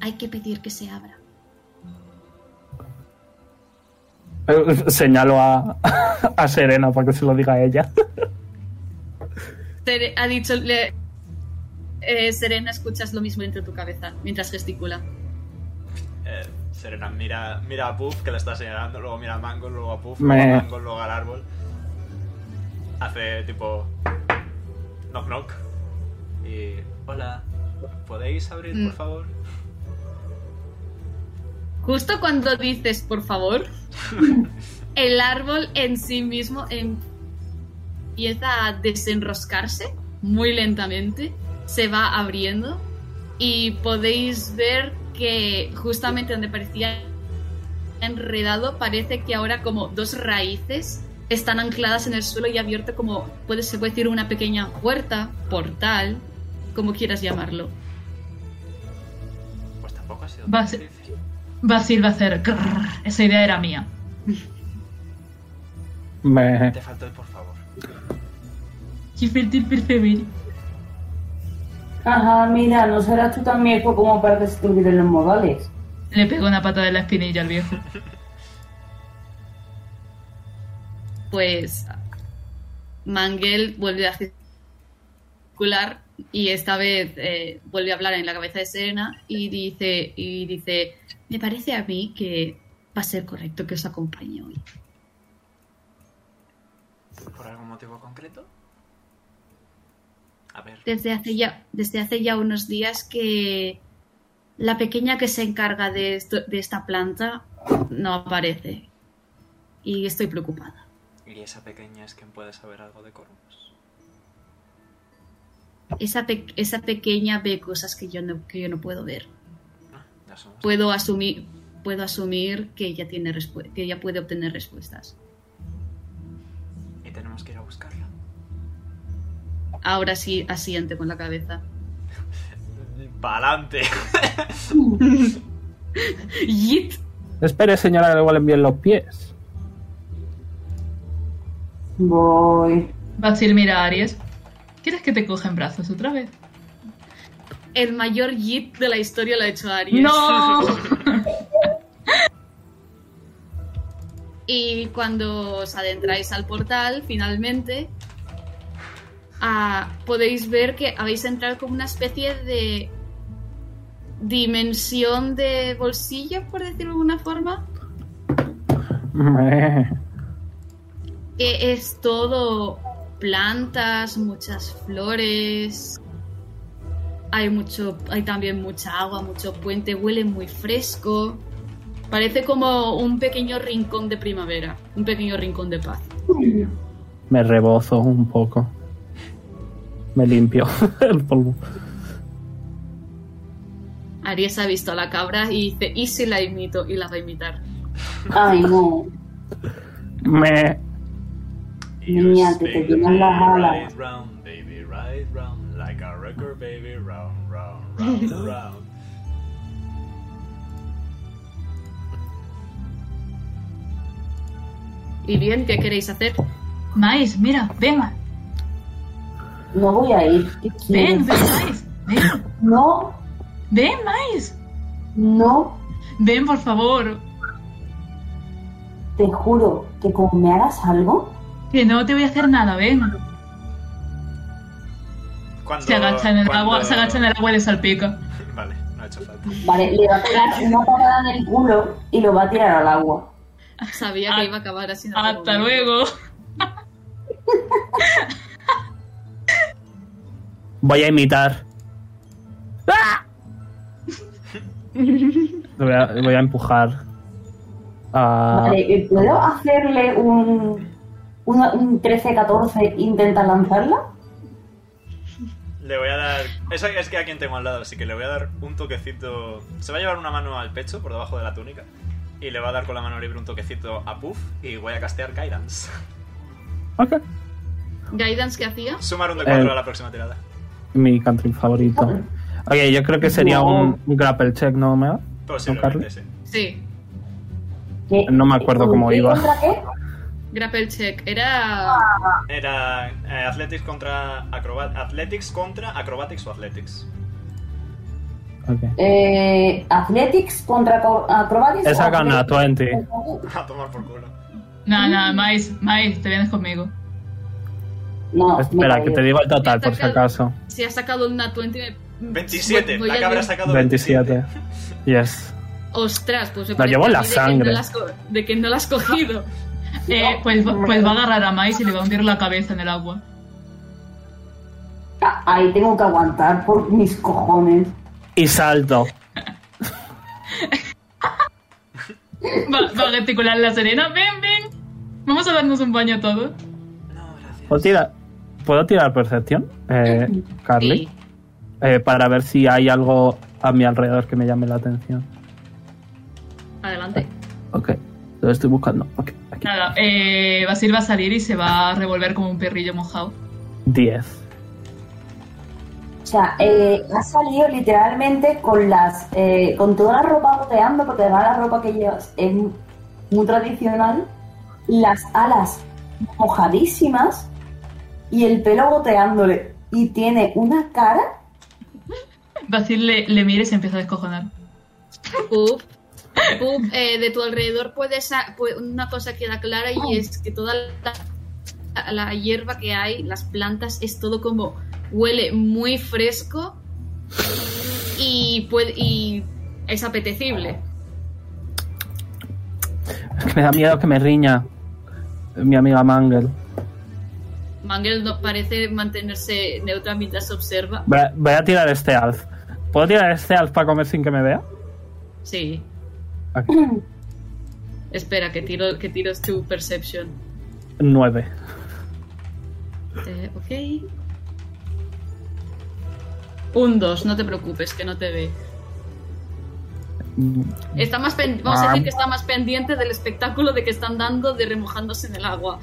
S1: Hay que pedir que se abra.
S5: Eh, Señalo a, a Serena para que se lo diga a ella.
S1: Sere- ha dicho. le- eh, Serena, escuchas lo mismo dentro de tu cabeza mientras gesticula.
S3: Eh, Serena mira, mira a Puff, que la está señalando, luego mira a Mango, luego a Puff,
S5: Me-
S3: luego a Mango, luego al árbol. Hace tipo. knock knock. Y. Hola, ¿podéis abrir,
S1: Mm.
S3: por favor?
S1: Justo cuando dices, por favor, el árbol en sí mismo em- empieza a desenroscarse muy lentamente, se va abriendo y podéis ver que justamente donde parecía enredado parece que ahora como dos raíces están ancladas en el suelo y abierto como puede, se puede decir una pequeña puerta, portal, como quieras llamarlo.
S3: Pues tampoco ha sido
S2: Va
S3: tan
S2: a ser-
S3: difícil.
S2: Basil va a hacer. grrr. Esa idea era mía.
S5: Me.
S3: Te faltó el por favor.
S2: Chifertil percebir.
S4: Ajá, mira, ¿no serás tú también Pues, viejo como para que se te olviden los modales?
S2: Le pegó una patada en la espinilla al viejo.
S1: pues Mangel vuelve a circular y esta vez eh, vuelve a hablar en la cabeza de Serena y dice, y dice, me parece a mí que va a ser correcto que os acompañe hoy.
S3: ¿Por algún motivo concreto? A ver.
S1: Desde hace ya, desde hace ya unos días que la pequeña que se encarga de, esto- de esta planta no aparece y estoy preocupada.
S3: ¿Y esa pequeña es quien puede saber algo de Corvus?
S1: Esa, pe- esa pequeña ve cosas que yo no, que yo no puedo ver.
S3: Ah, ya somos
S1: puedo asumir puedo asumir que ella tiene respu- que ella puede obtener respuestas
S3: Y tenemos que ir a buscarla.
S1: Ahora sí asiente con la cabeza.
S3: Pa'lante.
S1: Yit.
S5: Espere, señora, que le huelen bien los pies.
S4: Voy.
S2: Basil mira a Aries. ¿Quieres que te coja en brazos otra vez?
S1: El mayor yit de la historia lo ha hecho Aries.
S2: ¡No!
S1: Y cuando os adentráis al portal, finalmente, ah, podéis ver que habéis entrado como una especie de dimensión de bolsillo, por decirlo de alguna forma,
S5: Meh.
S1: que es todo plantas, muchas flores. Hay mucho, hay también mucha agua, mucho puente, huele muy fresco. Parece como un pequeño rincón de primavera, un pequeño rincón de paz.
S5: Me rebozo un poco. Me limpio el polvo.
S1: Aries ha visto a la cabra y dice, ¿y si la imito? Y la va a imitar.
S4: Ay, no.
S5: Me.
S4: Mía, que te tienen las alas.
S3: Ride round, baby, ride round, like a record, baby, round, round, round, round.
S1: Y bien, ¿qué queréis hacer?
S2: Mais, mira, venga.
S4: No voy a ir. ¿Qué
S2: Ven,
S4: quieres?
S2: ven, Mais. Ven,
S4: No,
S2: ven, Mais.
S4: no,
S2: Ven, por favor.
S4: te juro que como me hagas algo,
S2: Que no te voy a hacer nada, ven.
S3: Cuando-
S2: Se agacha en el
S3: cuando-
S2: agua, se agacha en el agua y le salpica.
S3: Vale, no ha hecho falta.
S4: vale, le va a pegar una patada en el culo y lo va a tirar al agua.
S1: Sabía que iba a acabar así. en algún
S2: Ah, Hasta
S1: momento.
S2: luego.
S5: Voy a imitar. ¡Ah! Lo voy, a, voy a empujar. a-
S4: Vale, ¿eh, ¿puedo hacerle un, una- un 13-14 intenta lanzarla?
S3: Le voy a dar. Es, es que a quien tengo al lado, así que le voy a dar un toquecito. Se va a llevar una mano al pecho, por debajo de la túnica. Y le va a dar con la mano libre un toquecito a Puff. Y voy a castear Guidance.
S5: Ok.
S1: ¿Guidance qué hacía?
S3: Sumar un de 4
S5: Eh.
S3: a la próxima tirada.
S5: Mi country favorito. Ok, yo creo que sería un grapple check, ¿no, me da?
S3: Posiblemente, sí.
S1: Sí,
S4: ¿Qué-
S5: No me acuerdo cómo
S4: ¿qué
S5: iba.
S4: contra qué?
S1: grapple check. Era...
S3: Era eh, Athletics contra Acrobat Athletics contra Acrobatics o Athletics.
S5: Ok.
S4: Eh, Athletics contra acro- Acrobatics.
S5: Esa gana,
S4: Athletics.
S5: 20.
S3: A tomar por culo.
S2: Nada, nada, Mais, Mais, te vienes conmigo.
S4: No,
S5: Espera, que te digo el total, por si acaso.
S1: Si ha sacado una 20... me-
S3: 27.
S1: voy
S3: la
S1: a-
S3: cabra ha sacado
S5: 27. Yes.
S1: Ostras, pues me
S5: La
S1: parece
S5: llevo en
S1: a
S5: la
S1: mí de que no
S5: sangre.
S1: la has co- De que no la has cogido.
S2: Eh, pues, pues va a agarrar a Mais y le va a hundir la cabeza en el agua.
S4: Ah, Ahí tengo que aguantar por mis cojones.
S5: Y salto.
S2: Va, va a gesticular la serena. Ven, ven. Vamos a darnos un baño todos.
S3: No, gracias.
S5: ¿Puedo tirar, ¿puedo tirar percepción, eh, Carly?
S1: Sí.
S5: Eh, para ver si hay algo a mi alrededor que me llame la atención.
S1: Adelante.
S5: Ok, lo estoy buscando. Ok, aquí.
S2: Nada, eh, Basil va a salir y se va a revolver como un perrillo mojado.
S5: 10.
S4: O sea, eh, ha salido literalmente con las, eh, con toda la ropa goteando, porque además la ropa que llevas es mu- muy tradicional, las alas mojadísimas y el pelo goteándole. Y tiene una cara.
S2: Basil le, le mira y se empieza a descojonar.
S1: Pup. Pup, eh, de tu alrededor puedes... sa- pu- Una cosa queda clara y es que toda la, la hierba que hay, las plantas, es todo como... Huele muy fresco y, puede, y es apetecible.
S5: Es que me da miedo que me riña mi amiga Mangle.
S1: Mangel no parece mantenerse neutra mientras observa.
S5: Voy a, voy a tirar este alf. ¿Puedo tirar este alf para comer sin que me vea?
S1: Sí.
S5: Ok.
S1: Espera, que tiro que tiros tu perception.
S5: 9.
S1: Eh, ok. Un 2, no te preocupes, que no te ve. Está más pen- Vamos a
S2: Ah.
S1: decir que está más pendiente del espectáculo de que están dando de remojándose en el agua.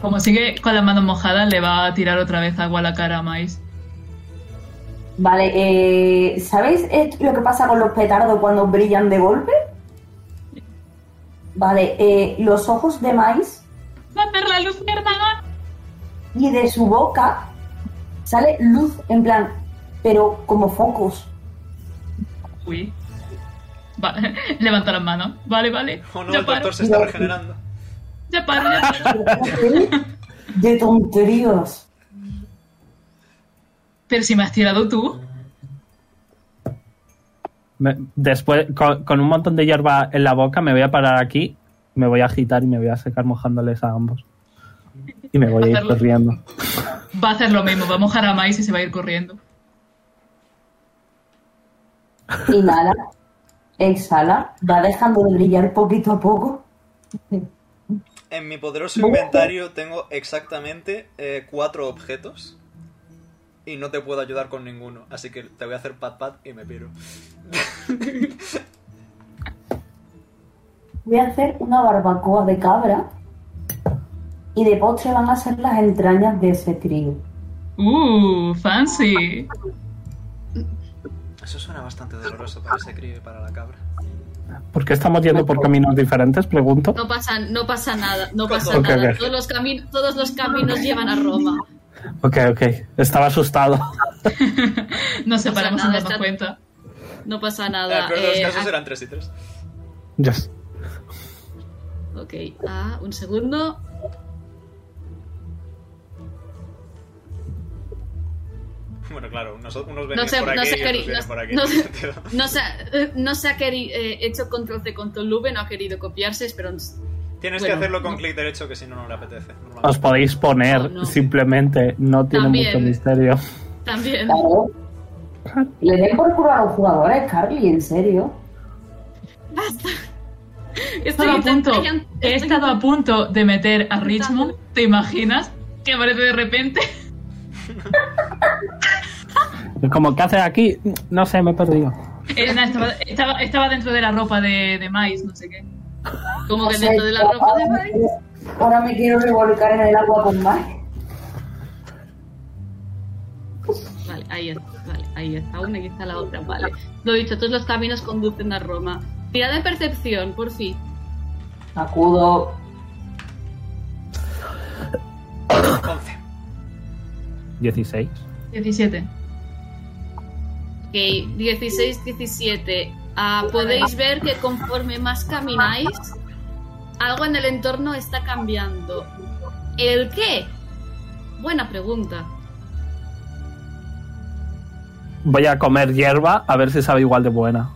S2: Como sigue con las manos mojadas, le va a tirar otra vez agua a la cara a Mais.
S4: Vale, eh, ¿sabéis esto- lo que pasa con los petardos cuando brillan de golpe? Vale, eh, los ojos de maíz
S2: ¡La perla luciérnaga!
S4: y de su boca sale luz, en plan, pero como focos.
S2: Uy. Vale, levanta las manos. Vale, vale.
S3: Oh no,
S2: ya,
S3: el
S2: paro,
S3: doctor se está
S4: No.
S3: regenerando.
S2: ya paro, ya paro.
S4: De tonterías.
S2: Pero si me has tirado tú.
S5: Me- después, con, con un montón de hierba en la boca, me voy a parar aquí, me voy a agitar y me voy a secar mojándoles a ambos. Y me voy a ir
S2: Hacerlo.
S5: corriendo.
S2: Va a hacer lo mismo, va a mojar a Mais y se va a ir corriendo.
S4: Inhala, exhala, va dejando de brillar poquito a poco.
S3: En mi poderoso inventario tengo exactamente eh, cuatro objetos. Y no te puedo ayudar con ninguno. Así que te voy a hacer pat pat y me piro.
S4: Voy a hacer una barbacoa de cabra y de postre van a ser las entrañas de ese trigo.
S2: Uh, fancy.
S3: Eso suena bastante doloroso para ese crío y para la cabra.
S5: ¿Por qué estamos yendo por caminos diferentes? Pregunto.
S1: No pasa, no pasa nada, no pasa
S5: Ok,
S1: nada.
S5: ok.
S1: Todos los, caminos, todos los caminos llevan a Roma.
S5: Ok, ok. Estaba asustado.
S2: Nos separamos
S1: nada,
S2: sin darnos
S1: está-
S2: cuenta.
S1: No pasa
S3: Eh,
S1: nada.
S3: pero los
S1: Eh,
S3: casos
S1: ac-
S3: eran tres y tres.
S5: Yes.
S1: Ok, ah, un segundo.
S3: Bueno, claro, unos, unos
S1: No
S3: venían
S1: sé,
S3: por aquí
S1: no sé,
S3: y
S1: queri- no-
S3: otros venían por aquí.
S1: no sé.
S3: Tío.
S1: No se, ha- eh, no se ha querido, hecho control C, control V, no ha querido copiarse, pero
S3: Tienes
S1: Bueno,
S3: que hacerlo con
S1: no.
S3: clic derecho, que si no, no le apetece. normalmente.
S5: Os podéis poner,
S1: No, no.
S5: simplemente. No tiene
S1: También.
S5: mucho misterio.
S1: también.
S4: Claro. Le den por culo a los jugadores, Carly, en serio.
S1: Estoy
S2: Estaba a punto,
S1: intentando-
S2: he
S1: estoy-
S2: estado a punto de meter a Richmond, ¿te imaginas? Que aparece de repente.
S5: Como, ¿qué haces aquí? No sé, me he perdido.
S2: Elena Eh, estaba, estaba, estaba dentro de la ropa de, de Mais, no sé qué.
S1: Como que
S4: O sea,
S1: dentro de la
S4: yo
S1: ropa de
S4: ahora me
S1: Mike.
S4: quiero- Ahora me quiero revolcar en el agua con Mike.
S1: Vale, ahí está, vale, ahí está una y está la otra, vale. Lo dicho, todos los caminos conducen a Roma. Tirada de percepción, por fin.
S4: Acudo.
S3: Once.
S5: 16.
S2: 17.
S1: Ok, 16, 17. Ah, podéis ver que conforme más camináis, algo en el entorno está cambiando. ¿El qué? Buena pregunta.
S5: Voy a comer hierba a ver si sabe igual de buena.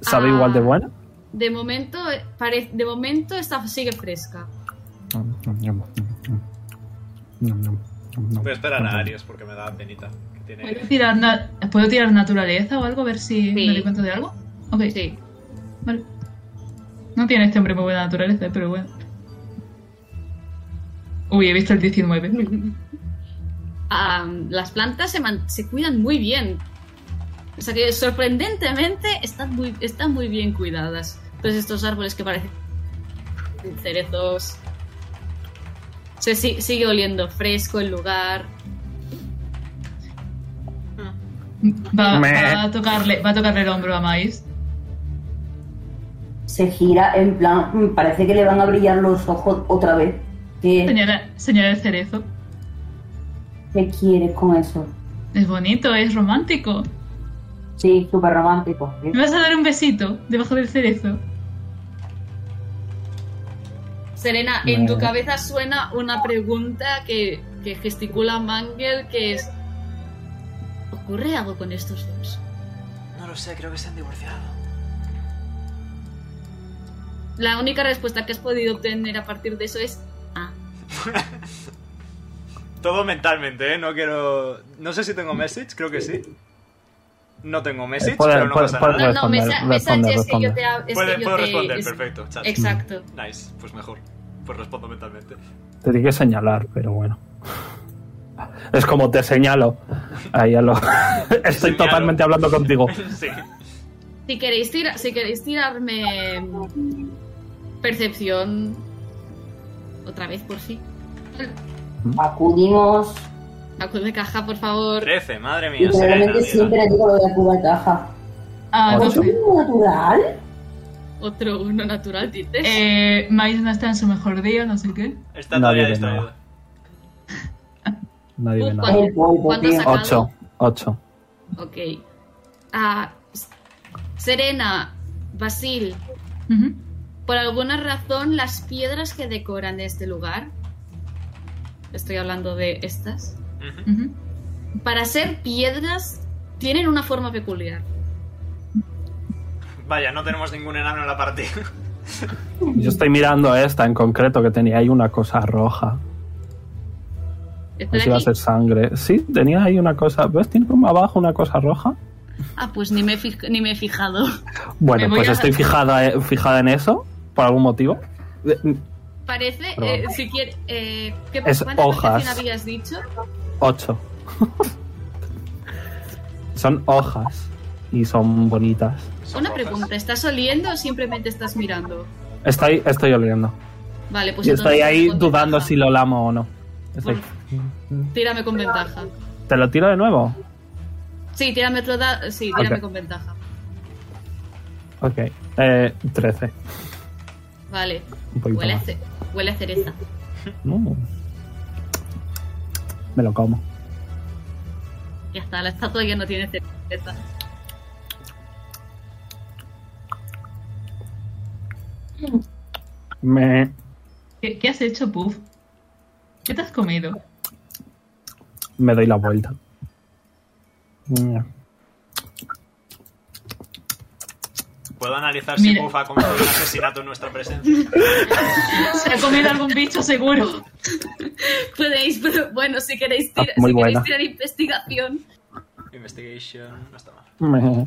S5: ¿Sabe
S1: Ah.
S5: igual de buena?
S1: De momento, eh, pare- de momento está, sigue fresca.
S3: Voy a esperar a Aries porque me da penita. Que
S2: ¿Puedo
S3: tiene...
S2: tirar, na- ¿puedo tirar naturaleza o algo? A ver si
S1: Sí.
S2: me doy cuenta de algo. Ok,
S1: Sí.
S2: vale. No tiene este hombre muy buena naturaleza, pero bueno. Uy, he visto el 19.
S1: Ah, las plantas se, man- se cuidan muy bien. O sea que sorprendentemente están muy, están muy bien cuidadas. Entonces estos árboles que parecen cerezos... Se si- sigue oliendo fresco el lugar.
S2: Va,
S5: Me-
S2: va a tocarle, va a tocarle el hombro a Mais.
S4: Se gira en plan. mm, Parece que le van a brillar los ojos otra vez. ¿Qué,
S2: Señala, señala el cerezo.
S4: qué quieres con eso?
S2: Es bonito, es romántico.
S4: Sí, súper romántico. ¿eh?
S1: Mm.
S2: ¿Me vas a dar un besito debajo del cerezo?
S1: Serena, en tu
S5: Vale.
S1: cabeza suena una pregunta que, que gesticula Mangel, que es... ¿Ocurre algo con estos dos?
S3: No lo sé, creo que se han divorciado.
S1: La única respuesta que has podido obtener a partir de eso es... Ah.
S3: Todo mentalmente, ¿eh? No quiero... No sé si tengo message, creo que sí. No tengo message,
S5: Eh, puede-
S3: pero no
S5: puede-
S3: pasa
S5: puede-
S3: nada.
S1: No, no,
S5: Responder,
S1: mesa- mensaje es
S5: responder,
S1: que
S5: responder.
S1: yo te... ha- es que
S3: Puede-
S1: yo
S3: puedo
S1: te-
S3: responder,
S1: es-
S3: perfecto. Chat.
S1: Exacto.
S3: Nice, pues mejor. Pues respondo mentalmente.
S5: Te di que señalar, pero bueno. Es como te señalo. Ahí a lo... Estoy
S3: señalo.
S5: totalmente hablando contigo.
S3: sí.
S1: Si queréis, tira- si queréis tirarme mm, percepción, Otra vez, por fin.
S4: Acudimos.
S1: Acude de caja, por favor.
S3: 13, madre mía, Serena.
S4: Literalmente
S3: mira.
S4: siempre digo lo de acudir a caja.
S2: Ah,
S4: ¿Es
S2: 12.
S4: un natural?
S1: Otro uno natural, dices.
S2: Eh, Miles no está en su mejor día, no sé qué.
S3: Está todavía
S5: Nadie ve
S3: distraída.
S5: nada. Nadie ve
S1: Uf,
S5: nada.
S1: ¿cuánto?
S4: Es el polvo,
S1: ¿Cuánto
S4: tío.
S1: uh, saca?
S5: Ocho, ocho.
S1: Ok. Ah, S- Serena, Basil,
S2: Ujú.
S1: por alguna razón las piedras que decoran este lugar, estoy hablando de estas,
S3: Ujú.
S2: Ujú.
S1: para ser piedras tienen una forma peculiar.
S3: Vaya, no tenemos ningún enano en la partida.
S5: Yo estoy mirando esta en concreto que tenía ahí una cosa roja.
S1: Espera
S5: No sé si iba a
S1: aquí.
S5: ser sangre. Sí, tenía ahí una cosa. ¿Ves? Tiene como abajo una cosa roja.
S1: Ah, pues ni me, he fij- ni me he fijado.
S5: Bueno,
S2: Me voy
S5: pues
S2: a-
S5: estoy fijada, eh, fijada en eso por algún motivo. Eh,
S1: Parece,
S5: Pero
S1: eh,
S5: vamos.
S1: si quiere, eh, ¿qué
S5: Es
S1: cuánta
S5: hojas.
S1: puntuación habías dicho?
S5: Ocho. son hojas y son bonitas.
S3: Son
S1: Una
S3: rojas.
S1: pregunta, ¿estás oliendo o simplemente estás mirando?
S5: Estoy, estoy oliendo.
S1: Vale, pues
S5: y estoy
S1: entonces
S5: ahí
S1: con
S5: dudando
S1: ventaja.
S5: si lo lamo o no. Estoy-
S1: Tírame con ventaja.
S5: ¿Te lo tiro de nuevo?
S1: Sí, tírame, otro da- sí, tírame
S5: Ok.
S1: con ventaja.
S5: Ok. Eh, 13.
S1: Vale.
S5: Un poquito
S1: Huele a,
S5: más.
S1: ce- huele a cereza.
S5: Mm. Me lo como.
S1: Ya está, la estatua ya no tiene cereza.
S5: Me...
S2: ¿Qué, qué has hecho, Puff? ¿Qué te has comido?
S5: me doy la vuelta. Mm.
S3: Puedo analizar si
S2: Mira.
S3: Puff ha cometido un asesinato en nuestra presencia.
S2: Se ha comido algún bicho seguro.
S1: Podéis, pero bueno, si queréis,
S5: Ah,
S1: tira-
S5: muy
S1: si
S5: buena.
S1: queréis tirar investigación.
S3: Investigation. No está mal.
S5: Me-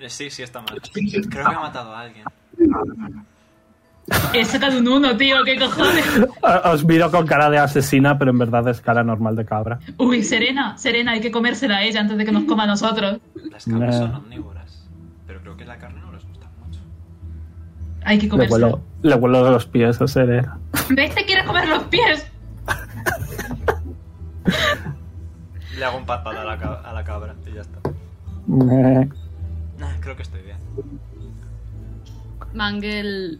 S3: Eh, Sí, sí está mal. Creo que ha matado a alguien.
S2: He sacado Eh, un uno, tío, qué cojones.
S5: Os miro con cara de asesina, pero en verdad es cara normal de cabra.
S2: Uy, Serena, Serena, hay que comérsela a ella antes de que nos coma a nosotros.
S3: Las cabras
S5: Nah.
S3: son omnívoras. Pero creo que la carne no les gusta mucho.
S2: Hay que
S5: Le
S2: comérsela.
S5: vuelo, le vuelo de los pies a Serena.
S2: ¿Ves? Te quiere comer los pies.
S3: Le hago un patada a la, ca- a la cabra y ya está.
S5: Me-
S3: Nah, creo que estoy bien.
S1: Mangel,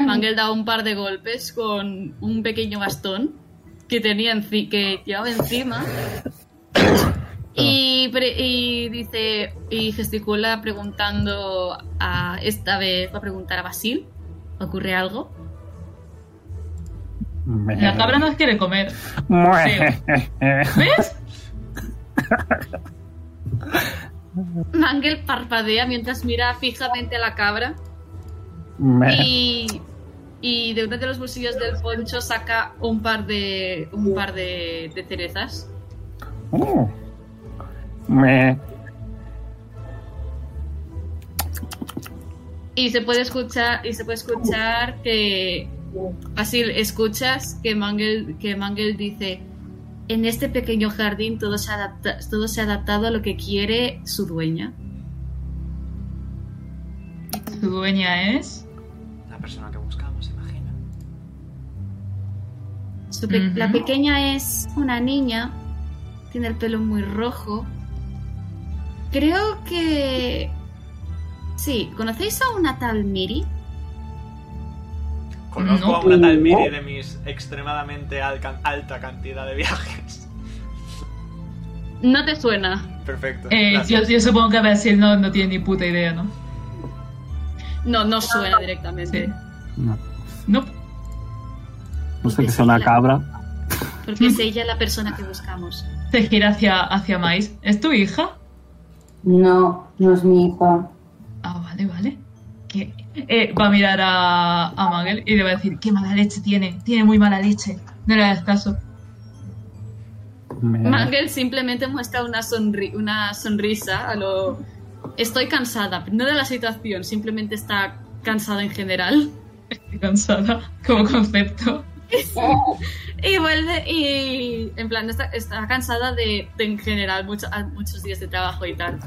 S1: Mangel da un par de golpes con un pequeño bastón que tenía enci- que llevaba encima y, pre- y dice y gesticula preguntando a esta vez va a preguntar a Basil ¿ocurre algo?
S5: me-
S2: La cabra nos quiere comer.
S5: Mue-
S2: ¿Ves?
S1: Mangel parpadea mientras mira fijamente a la cabra
S5: me-
S1: y, y de uno de los bolsillos del poncho saca un par de un par de, de cerezas
S5: Uh. Me-
S1: Y se puede escuchar, y se puede escuchar que así escuchas que Mangel, que Mangel dice en este pequeño jardín todo se, adapta, todo se ha adaptado a lo que quiere su dueña.
S2: Su dueña es.
S3: La persona que buscamos, imagino.
S1: Su pe-
S2: Ujú.
S1: La pequeña es una niña, tiene el pelo muy rojo. Creo que... Sí, ¿conocéis a una tal Miri?
S3: Conozco
S2: No.
S3: a una tal Miri de mis extremadamente alca- alta cantidad de viajes.
S1: No te suena.
S3: Perfecto.
S2: Eh, yo,
S3: gracias.
S2: yo supongo que Basil no, no tiene ni puta idea, ¿no?
S1: No, no suena
S2: Sí.
S1: directamente.
S5: No,
S2: No.
S5: no sé que sea una cabra.
S1: Porque es ella la persona que buscamos.
S2: Se gira hacia, hacia Mais. ¿Es tu hija?
S4: No, no es mi hija.
S2: Ah, vale, vale. ¿Qué? Eh, va a mirar a, a Magel y le va a decir: Qué mala leche tiene, tiene muy mala leche. No le hagas caso.
S5: Me-
S1: Mangel simplemente muestra una, sonri- una sonrisa a lo... Estoy cansada, no de la situación, simplemente está cansada en general.
S2: Estoy cansada como concepto.
S1: Y vuelve y... En plan, está, está cansada de, de en general mucho- a- muchos días de trabajo y tal.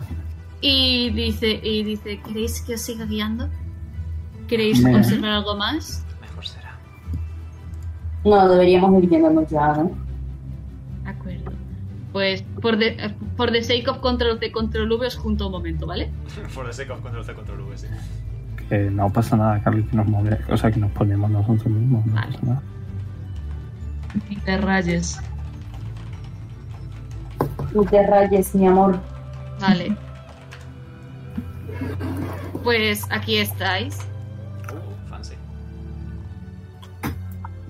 S1: Y dice, y dice, ¿queréis que os siga guiando? ¿Queréis
S5: Me-
S1: observar algo más?
S4: No, deberíamos ir yéndonos ya, ¿no?
S2: De acuerdo.
S1: Pues por the, por the sake of control de control V os junto un momento, ¿vale?
S3: For the sake of control C, control V, sí.
S5: Que no pasa nada, Carly, que nos move, o sea, que nos ponemos nosotros mismos. No
S1: Vale.
S5: pasa nada.
S2: Ni te rayes.
S4: No te rayes, mi amor.
S1: Vale. Pues aquí estáis.
S3: Uh, fancy.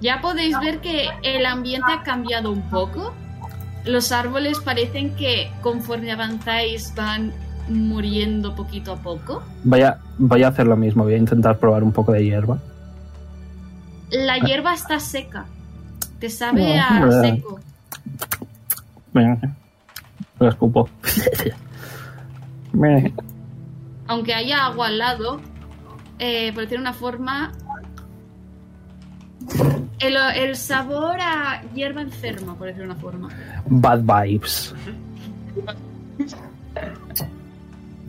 S1: Ya podéis ver que el ambiente ha cambiado un poco. Los árboles parecen que conforme avanzáis van muriendo poquito a poco.
S5: Voy a, voy a hacer lo mismo, voy a intentar probar un poco de hierba.
S1: La hierba está seca. Te sabe
S5: No,
S1: a
S5: verdad.
S1: seco.
S5: Venga, Lo escupo. Venga.
S1: Aunque haya agua al lado, eh, pero tiene una forma... El, el sabor a hierba enferma, por decir una forma.
S5: Bad vibes.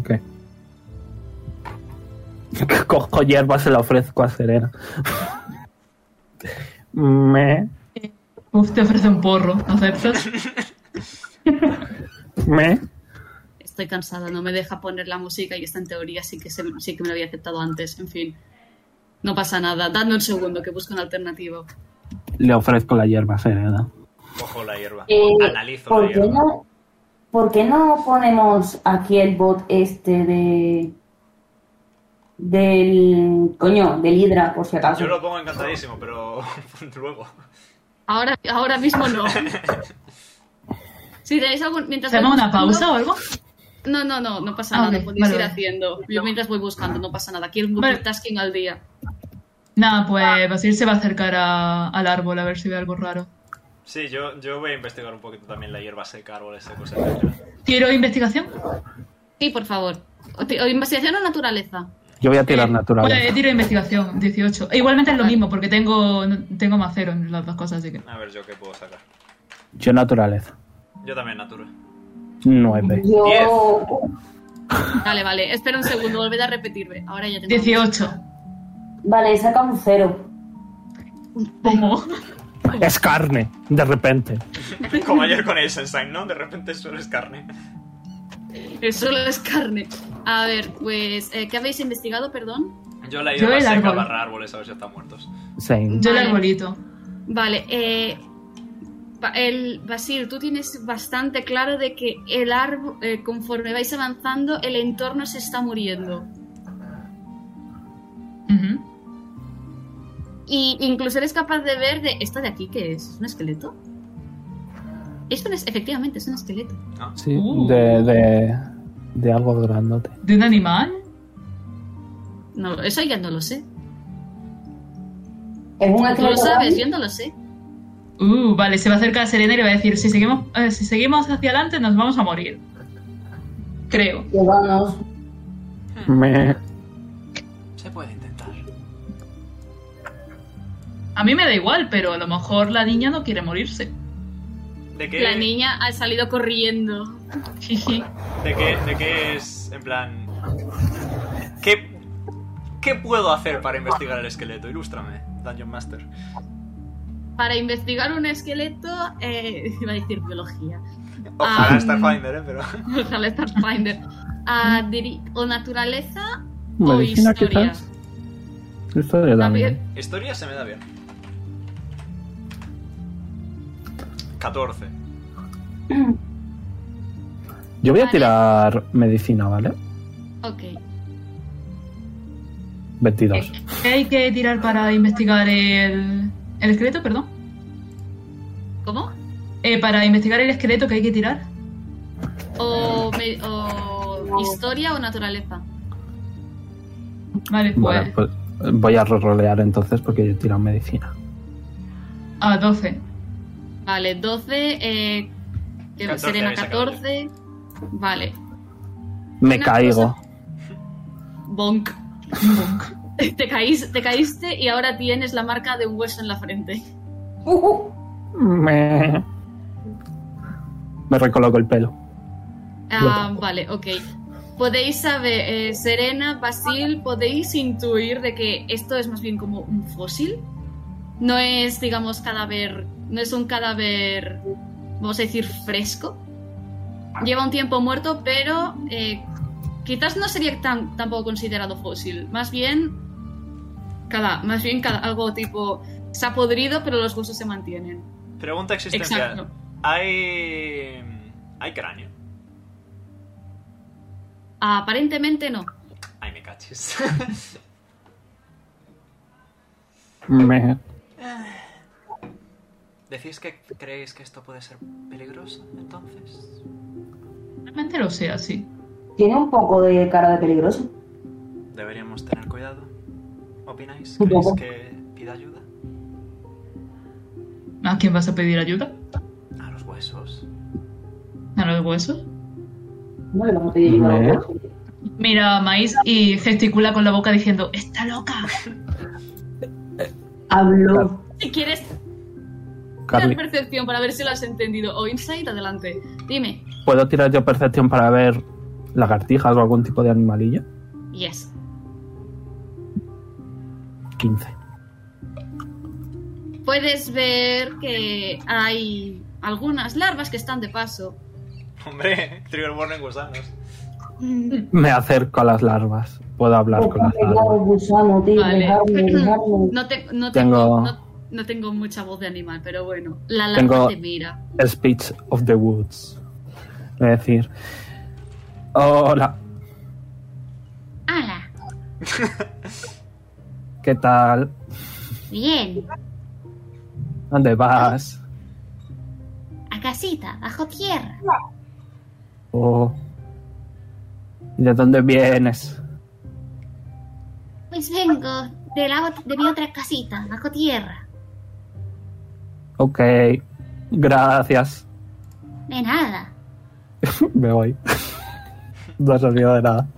S5: Ok. Cojo hierba, se la ofrezco a Serena. me,
S2: Uf, te ofrece un porro. ¿Aceptas?
S5: me.
S1: Estoy cansada, no me deja poner la música y esta en teoría sí que, se- sí que me lo había aceptado antes. En fin, no pasa nada. Dadme un segundo que busco una alternativa.
S5: Le ofrezco la hierba a Serena.
S3: Cojo la hierba.
S4: Eh,
S3: Analizo la
S4: ¿por, qué
S3: hierba.
S4: no, ¿Por qué no ponemos aquí el bot este de. del. coño, del Hydra, por si acaso?
S3: Yo lo pongo encantadísimo, pero luego.
S1: Ahora, ahora mismo no. Si tenéis algún. Mientras
S2: ¿Se
S1: voy
S2: llama una
S1: buscando-
S2: pausa o algo?
S1: No, no, no, no pasa
S2: Ah,
S1: nada.
S2: ok,
S1: Podéis
S2: vale,
S1: ir
S2: vale.
S1: haciendo. Yo mientras voy buscando, no pasa nada. Quiero
S2: Vale.
S1: multitasking al día.
S2: Nada, pues Basil se va a acercar a- al árbol a ver si ve algo raro.
S3: Sí, yo, yo voy a investigar un poquito también la hierba seca, árboles secos, etc.
S2: ¿Tiro investigación?
S1: Sí, por favor. O, ti- o investigación o naturaleza.
S5: Yo voy a tirar
S2: Eh,
S5: natural.
S2: Bueno, eh, tiro investigación, 18. E igualmente es lo
S1: Vale.
S2: mismo, porque tengo, tengo más cero en las dos cosas, así que.
S3: A ver, yo qué puedo sacar.
S5: Yo naturaleza.
S3: Yo también, Natura.
S5: Nueve.
S4: Yo.
S3: Diez.
S1: Vale, vale. Espera un segundo, volved a repetirme. Ahora ya tengo.
S2: 18.
S4: Vale, saca un cero.
S2: ¿Cómo?
S5: Es carne, de repente.
S3: Como ayer con el Sunshine, ¿no? De repente solo es carne.
S1: El solo es carne. A ver, pues. eh, ¿Qué habéis investigado, perdón?
S3: Yo la
S2: Yo
S3: hierba
S2: el
S3: seca
S2: árbol.
S3: barra árboles, a ver si están muertos.
S5: Same.
S2: Yo el
S1: Vale.
S2: arbolito.
S1: Vale, eh, ba- el Basil, tú tienes bastante claro de que el árbol, eh, conforme vais avanzando, el entorno se está muriendo.
S2: Ujú.
S1: Y incluso eres capaz de ver de esto de aquí que es, ¿Es un esqueleto. Esto no es, efectivamente, es un esqueleto.
S5: Sí,
S2: Uh.
S5: de, de, de algo grandote.
S2: ¿De un animal?
S1: No, eso ya no lo sé.
S4: Es un
S1: Tú lo
S4: esqueleto
S1: sabes, yo
S4: grande.
S1: no lo sé.
S2: Uh, vale, se va a acercar a Serena y le va a decir: si seguimos, eh, si seguimos hacia adelante, nos vamos a morir. Creo.
S4: Llévanos.
S5: Me,
S3: Se puede intentar.
S2: A mí me da igual, pero a lo mejor la niña no quiere morirse.
S3: ¿De qué,
S1: La niña ha salido corriendo.
S2: Jiji.
S3: de qué, de qué es, en plan... ¿Qué, ¿Qué puedo hacer para investigar el esqueleto? Ilústrame, Dungeon Master.
S1: Para investigar un esqueleto, eh, iba a decir biología.
S3: Ojalá
S1: Ah,
S3: Starfinder, ¿eh? Pero...
S1: Ojalá Starfinder. Ah, diri- o naturaleza o
S5: medicina,
S1: Oh, historia.
S5: quizás. Historia también.
S1: También.
S3: Historia se me da bien. 14.
S5: Yo voy a
S1: Vale.
S5: tirar medicina, ¿vale?
S1: Ok.
S5: 22.
S2: ¿Qué hay que tirar para investigar el. el esqueleto, perdón?
S1: ¿Cómo?
S2: Eh, para investigar el esqueleto, ¿qué hay que tirar?
S1: O, me- o historia o naturaleza.
S2: Vale, pues.
S5: Vale, pues eh, voy a rolear entonces porque yo he tirado medicina.
S2: A 12.
S1: Vale, 12, eh, que
S3: 14,
S1: Serena
S3: habéis sacado
S1: 14. Vale,
S5: Me
S1: Una
S5: caigo.
S1: bonk. Te, caís, te caíste y ahora tienes la marca de un hueso en la frente.
S5: Me... me recoloco el pelo.
S1: Ah, vale, ok. Podéis saber, eh, Serena, Basil, podéis intuir de que esto es más bien como un fósil. No es, digamos, cadáver. No es un cadáver, vamos a decir, fresco. Lleva un tiempo muerto, pero eh, quizás no sería tan, tampoco considerado fósil. Más bien, cada, más bien cada, algo tipo. Se ha podrido, pero los huesos se mantienen.
S3: Pregunta existencial.
S1: Exacto.
S3: ¿Hay. ¿Hay cráneo?
S1: Aparentemente no.
S3: Ay, me caches.
S5: Me-
S3: ¿Decís que creéis que esto puede ser peligroso, entonces?
S2: Realmente lo sé así.
S4: Tiene un poco de cara de peligroso.
S3: Deberíamos tener cuidado. ¿Opináis?
S4: Un
S3: ¿Creéis
S4: poco.
S3: que pida ayuda?
S2: ¿A quién vas a pedir ayuda?
S3: A los huesos.
S2: ¿A los huesos?
S4: No le vamos a pedir ayuda a
S5: Bueno.
S4: los huesos.
S2: Mira a Maíz y gesticula con la boca diciendo, ¡Está loca!
S4: Habló.
S1: Si quieres
S5: Carly,
S1: tirar percepción para ver si lo has entendido o insight, adelante. Dime.
S5: ¿puedo tirar yo percepción para ver lagartijas o algún tipo de animalillo?
S1: Yes.
S5: 15.
S1: Puedes ver que hay algunas larvas que están de paso.
S3: Hombre, trigger warning gusanos.
S5: Me acerco a las larvas. Puedo hablar con las
S4: pegado
S5: larvas.
S4: gusano, tío.
S2: Vale.
S4: Dejarme, dejarme.
S1: No, te- no
S5: Tengo-
S1: tengo, no, no tengo mucha voz de animal, pero bueno. La larva
S5: Tengo-
S1: te mira.
S5: Speech of the Woods. Es decir, hola,
S7: ¡Hala!
S5: ¿qué tal?
S7: Bien.
S5: ¿Dónde vas?
S7: A casita, bajo tierra.
S5: Oh. ¿Y ¿De dónde vienes?
S7: Pues vengo de, la ot- de mi otra casita, bajo tierra.
S5: Ok, gracias.
S7: De nada.
S5: Me voy. No ha servido de nada.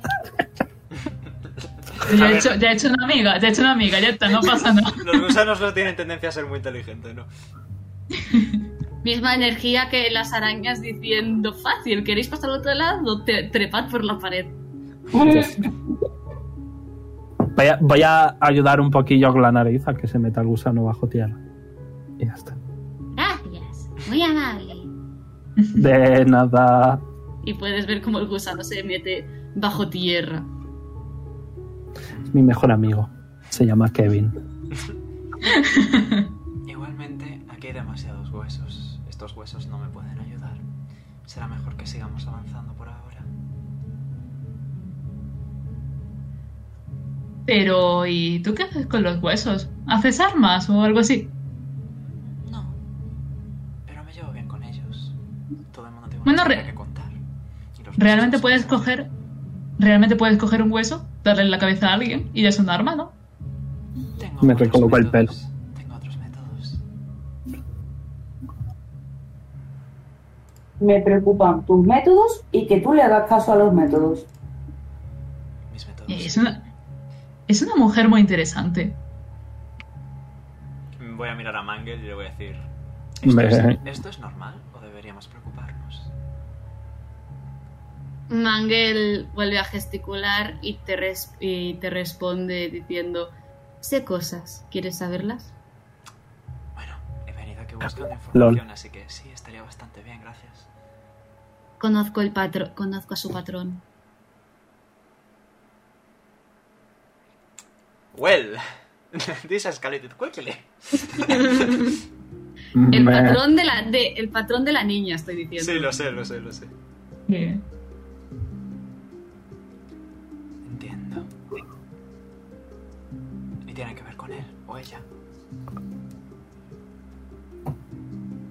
S2: Ya he, hecho, ya he hecho una amiga, ya he hecho una amiga, ya está, no pasa nada.
S3: Los gusanos no tienen tendencia a ser muy inteligentes, ¿no?
S1: Misma energía que las arañas diciendo fácil, ¿queréis pasar al otro lado? Te- trepad por la pared.
S5: Voy a, voy a ayudar un poquillo con la nariz a que se meta el gusano bajo tierra. Y ya está.
S7: Gracias. Muy amable.
S5: De nada.
S1: Y puedes ver cómo el gusano se mete bajo tierra.
S5: Mi mejor amigo. Se llama Kevin.
S3: Igualmente, aquí hay demasiados huesos. Estos huesos no me pueden ayudar. Será mejor que sigamos avanzando por ahora.
S2: Pero, ¿y tú qué haces con los huesos? ¿Haces armas o algo así?
S3: No. Pero me llevo bien con ellos. Todo el mundo tiene una
S2: Bueno,
S3: historia
S2: re-
S3: que contar. Y los
S2: Realmente
S3: huesos
S2: puedes
S3: son-
S2: coger. Realmente puedes coger un hueso, darle en la cabeza a alguien y ya es un arma, ¿no?
S3: Tengo
S5: Me
S3: otros
S5: recolocó el
S3: métodos. Tengo otros métodos.
S4: Me preocupan tus métodos y que tú le hagas caso a los métodos.
S3: Mis métodos.
S2: Es una. Es una mujer muy interesante.
S3: Voy a mirar a Mangel y le voy a decir...
S5: ¿esto es-
S3: ¿Esto es normal o deberíamos preocuparnos?
S1: Mangel vuelve a gesticular y te, res- y te responde diciendo, sé cosas, ¿quieres saberlas?
S3: Bueno, he venido aquí buscando
S5: Lol.
S3: información, así que sí, estaría bastante bien, gracias.
S1: Conozco, el patro- conozco a su patrón.
S3: Well, this escalated quickly.
S1: El
S5: Me-
S1: patrón de la, de, el patrón de la niña, estoy diciendo.
S3: Sí, lo sé, lo sé, lo sé.
S2: Que-
S3: Entiendo. Y tiene que ver con él o ella.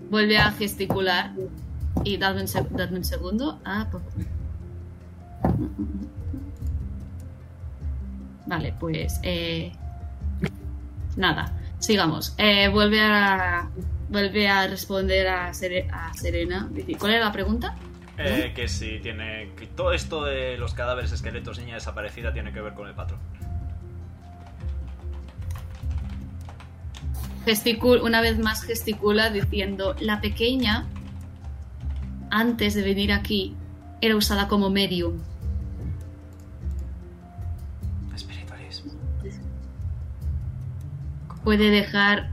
S1: Vuelve a gesticular y dadme un, seg- dadme un segundo. Ah, por favor. Vale, pues... eh, nada, sigamos. Eh, vuelve a... Vuelve a responder a, Sere- a Serena. Dice, ¿Cuál era la pregunta?
S3: Eh, que si tiene. Que todo esto de los cadáveres, esqueletos, niña desaparecida tiene que ver con el patrón.
S1: Gesticul- una vez más gesticula diciendo, la pequeña, antes de venir aquí, era usada como medium.
S3: Espiritualismo.
S1: puede dejar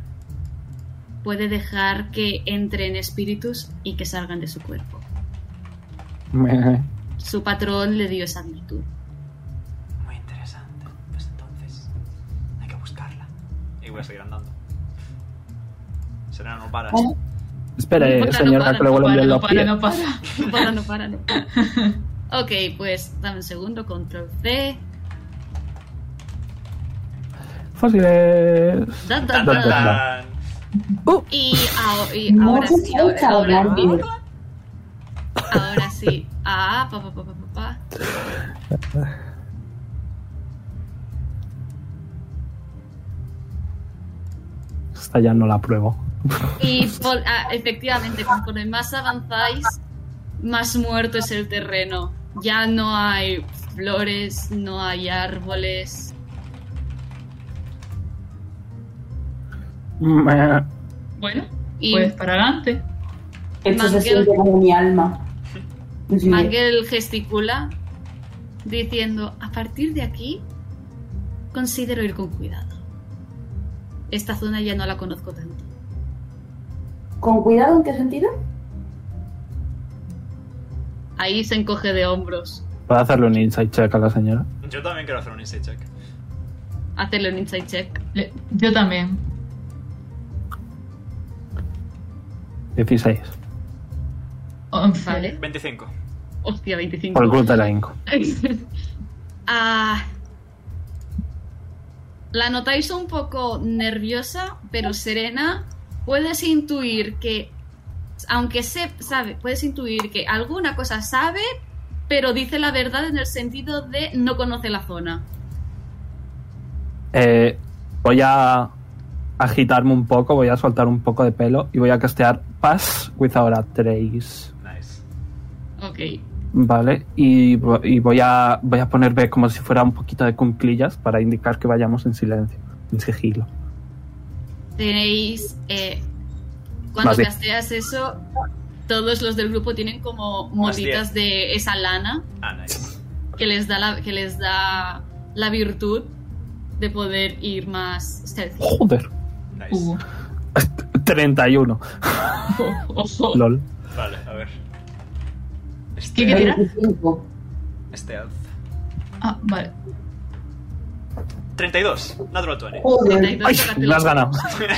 S1: puede dejar que entren espíritus y que salgan de su cuerpo.
S5: Me-
S1: Su patrón le dio esa actitud.
S3: Muy interesante. Pues entonces, hay que buscarla. Y voy a seguir andando. Serena no para.
S1: Ah,
S5: Oh. Espere,
S2: No para, no
S5: señora,
S2: para,
S5: que luego
S2: no
S5: le
S2: para,
S5: envían
S2: no
S5: los
S2: para,
S5: pies.
S2: no para.
S1: No para, no para, no para. Ok, pues dame un segundo, control C.
S5: Fósiles.
S1: Dan, dan,
S3: Tan,
S1: dan.
S5: Da,
S3: tan,
S5: da, da.
S3: tan.
S1: Y, ao- y
S4: No
S1: ahora
S4: te
S1: sí, ahora,
S4: escucha
S1: ahora-
S4: hablar bien.
S1: ahora sí. Ah, pa, pa, pa, pa, pa, pa.
S5: Esta ya no la pruebo.
S1: Y por- ah, efectivamente, conforme más avanzáis, más muerto es el terreno. Ya no hay flores, no hay árboles.
S5: Me-
S2: Bueno,
S1: Y
S2: pues para adelante.
S4: Esto se
S1: Mangel.
S4: siente como mi alma. Sí.
S1: Mangel gesticula diciendo, a partir de aquí, considero ir con cuidado. Esta zona ya no la conozco tanto.
S4: ¿Con cuidado en qué sentido?
S1: Ahí se encoge de hombros.
S5: ¿Puedo hacerle un insight check a la señora?
S3: Yo también quiero hacer un insight check.
S1: Hacele un insight check.
S2: Le- yo también.
S5: 16.
S2: Once.
S1: Vale.
S3: 25.
S1: Hostia, 25.
S5: Por el club de la Inco.
S1: Ah. la notáis un poco nerviosa, pero serena. Puedes intuir que, aunque se sabe, puedes intuir que alguna cosa sabe, pero dice la verdad en el sentido de no conoce la zona.
S5: Eh, voy a agitarme un poco, voy a soltar un poco de pelo y voy a castear Pass with ahora 3.
S3: Nice.
S1: Ok.
S5: Vale, y, vo- y voy, a, voy a ponerme como si fuera un poquito de cunclillas para indicar que vayamos en silencio, en sigilo.
S1: Tenéis. eh, cuando
S5: Vale.
S1: casteas eso, todos los del grupo tienen como
S3: Más
S1: motitas de esa lana.
S3: Ah, nice.
S1: que les da la, que les da la virtud de poder ir más stealthy.
S5: Joder,
S3: Nice.
S1: Uh.
S2: Hugo.
S5: 31.
S2: Ojo.
S5: LOL.
S3: Vale, a ver.
S2: ¿Qué quería?
S4: 25.
S3: Este alf.
S2: Ah, vale.
S3: 32. Natural 20.
S4: Joder.
S1: 32,
S5: ¡Ay!
S1: tócate
S5: Me has
S1: los-
S5: ganado.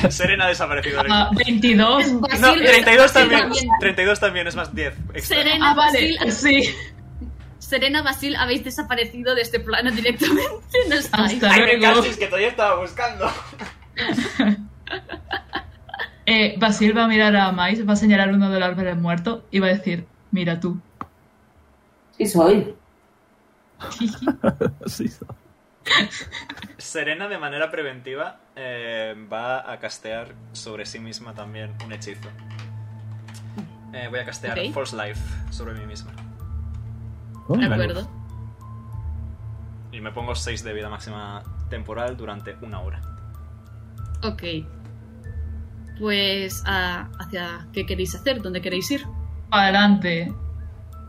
S3: Serena ha desaparecido.
S2: Ah, 22.
S1: Basil,
S3: No,
S1: ¿verdad?
S3: 32
S1: Sí,
S3: también. 32 también, es más 10. extra.
S1: Serena,
S2: Ah, vale.
S1: Basil,
S2: Sí.
S1: Serena, Basil, habéis desaparecido de este plano directamente.
S5: Ah,
S1: No estáis.
S2: Hasta
S3: Ay, me
S2: luego.
S3: cachis, que todavía estaba buscando.
S2: Eh, Basil va a mirar a Mais, va a señalar uno de los árboles muertos y va a decir, mira tú.
S4: Sí soy.
S5: Sí, sí.
S3: Serena, de manera preventiva, eh, va a castear sobre sí misma también un hechizo. Eh, voy a castear
S1: Ok.
S3: False Life sobre mí misma. Oh,
S1: De acuerdo.
S3: Y me pongo 6 de vida máxima temporal durante una hora.
S1: Ok. Pues, ah, ¿hacia qué queréis hacer? ¿Dónde queréis ir?
S2: Para adelante.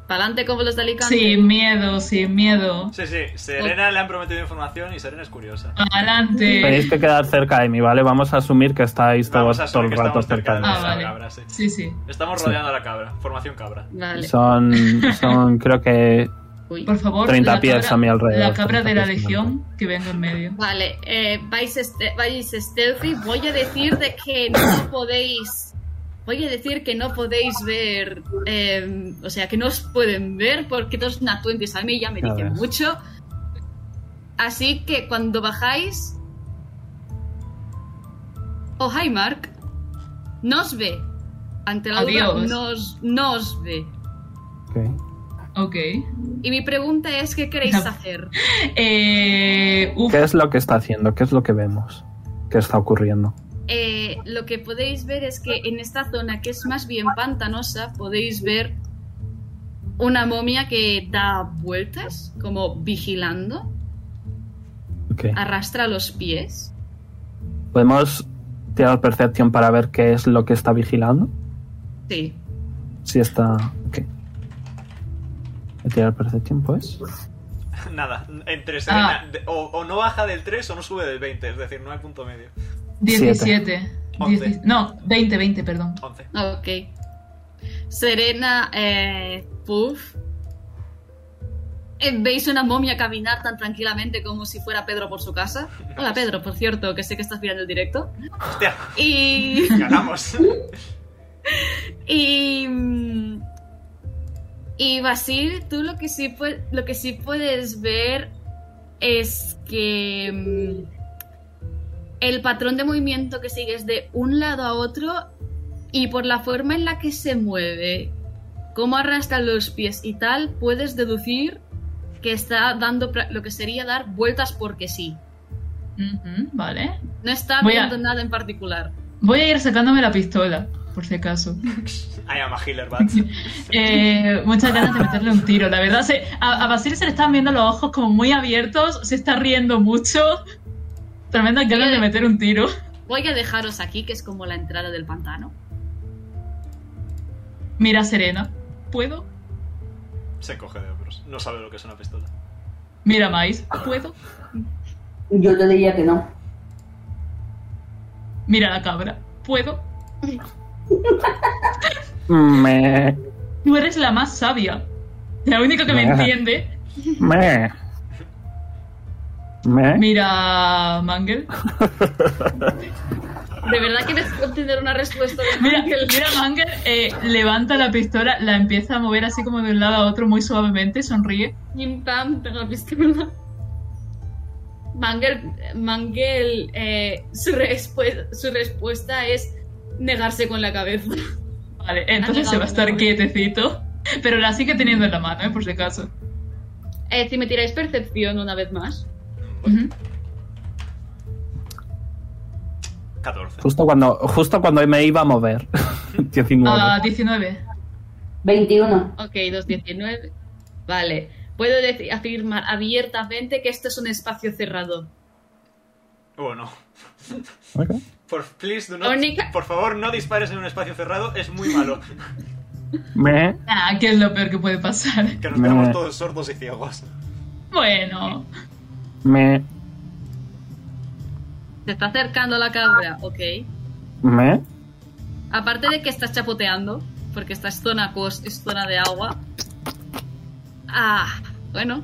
S1: ¿Para adelante como los de Alicante?
S2: Sin miedo, sin miedo.
S3: Sí, sí, Serena le han prometido información y Serena es curiosa.
S2: Para adelante.
S5: Tenéis que quedar cerca de mí, ¿vale? Vamos a asumir que estáis
S3: Vamos
S5: todos
S3: a
S5: todo
S3: asumir
S5: el
S3: que
S5: rato
S3: estamos cerca
S5: cerca
S3: de
S5: de
S2: Ah,
S5: mí.
S3: nuestra
S2: vale.
S3: cabra, sí.
S2: Sí, sí.
S3: Estamos rodeando a la cabra, formación cabra.
S1: Ah, Vale.
S5: Son, son creo que
S1: Uy.
S2: Por favor,
S5: 30
S2: la
S5: pies
S2: cabra-
S5: a mi alrededor,
S2: La cabra
S5: 30
S2: de la
S5: pies a mi
S2: legión que venga en medio.
S1: Vale, eh, vais, este- vais stealthy. Voy a decir de que no podéis. Voy a decir que no podéis ver. eh, o sea, que no os pueden ver porque dos natuentes a mí ya me
S5: Ya
S1: dicen
S5: ves.
S1: mucho. Así que cuando bajáis. Oh, hi, Mark. No os ve. Ante la duda,
S2: Adiós.
S1: no os, no os ve.
S5: Ok.
S2: Ok.
S1: Y mi pregunta es: ¿qué queréis
S2: No.
S1: hacer?
S2: Eh, uf,
S5: ¿Qué es lo que está haciendo? ¿Qué es lo que vemos? ¿Qué está ocurriendo?
S1: Eh, lo que podéis ver es que en esta zona que es más bien pantanosa podéis ver una momia que da vueltas como vigilando,
S5: Ok.
S1: arrastra los pies.
S5: ¿Podemos tirar percepción para ver qué es lo que está vigilando?
S1: Sí.
S5: Si está... Ok. Voy a tirar percepción, pues.
S3: Nada, entre
S2: Ah.
S3: Serena. de- o, o no baja del 3 o no sube del 20, es decir, no hay punto medio.
S2: 17.
S3: Once.
S2: Dieci- no, 20, 20, perdón.
S3: 11.
S1: Ok. Serena, eh, Puff. Eh, ¿Veis una momia caminar tan tranquilamente como si fuera Pedro por su casa? Hola Pedro, por cierto, que sé que estás mirando el directo.
S3: Hostia,
S1: Y...
S3: ganamos.
S1: Y. mm, Y Basil, tú lo que sí, pue- lo que sí puedes ver es que. mm, El patrón de movimiento que sigues de un lado a otro y por la forma en la que se mueve, cómo arrastra los pies y tal, puedes deducir que está dando pra- lo que sería dar vueltas porque sí.
S2: Ujú, vale.
S1: No está
S2: Voy a-
S1: viendo nada en particular.
S2: Voy a ir sacándome la pistola, por si acaso.
S3: I am a healer, Bats.
S2: Eh, muchas ganas de meterle un tiro. La verdad, se- a, a Basil se le están viendo los ojos como muy abiertos, se está riendo mucho. Tremendas ganas de meter un tiro.
S1: Voy a dejaros aquí, que es como la entrada del pantano.
S2: Mira, Serena, ¿puedo?
S3: Se coge de hombros. No sabe lo que es una pistola.
S2: Mira, Mais, ¿puedo?
S4: Yo te diría que no.
S2: Mira la cabra, ¿puedo?
S5: Me.
S2: Tú eres la más sabia. La única que me
S5: Ajá.
S2: entiende.
S5: Me. Me.
S2: Mira, Mangel.
S1: De verdad que necesito obtener una respuesta. de
S2: Mira,
S1: Ángel.
S2: mira Manger eh, levanta la pistola, la empieza a mover así como de un lado a otro muy suavemente, sonríe.
S1: Pim pam, tengo la pistola. Mangel, Mangel eh, su, respue- su respuesta es negarse con la cabeza.
S2: Vale, entonces
S1: Ha llegado
S2: se va a estar
S1: el
S2: quietecito, pero la sigue teniendo en la mano, eh, por si acaso.
S1: Eh, si me tiráis percepción una vez más.
S2: Ujú.
S3: 14.
S5: Justo cuando, justo cuando me iba a mover. 19.
S2: Ah, 19.
S4: 21.
S1: Ok, 219. Vale. Puedo deci- afirmar abiertamente que esto es un espacio cerrado.
S3: Oh, no.
S5: Ok.
S3: Por, please, do not-
S1: Única-
S3: por favor, no dispares en un espacio cerrado. Es muy malo.
S5: Me.
S2: Ah, ¿qué es lo peor que puede pasar?
S3: Que nos quedamos
S5: Me-
S3: todos sordos y ciegos.
S2: Bueno,
S5: Me.
S1: Se está acercando la cabra, ok.
S5: Me.
S1: Aparte de que estás chapoteando, porque esta es zona cos, es zona de agua. Ah, bueno,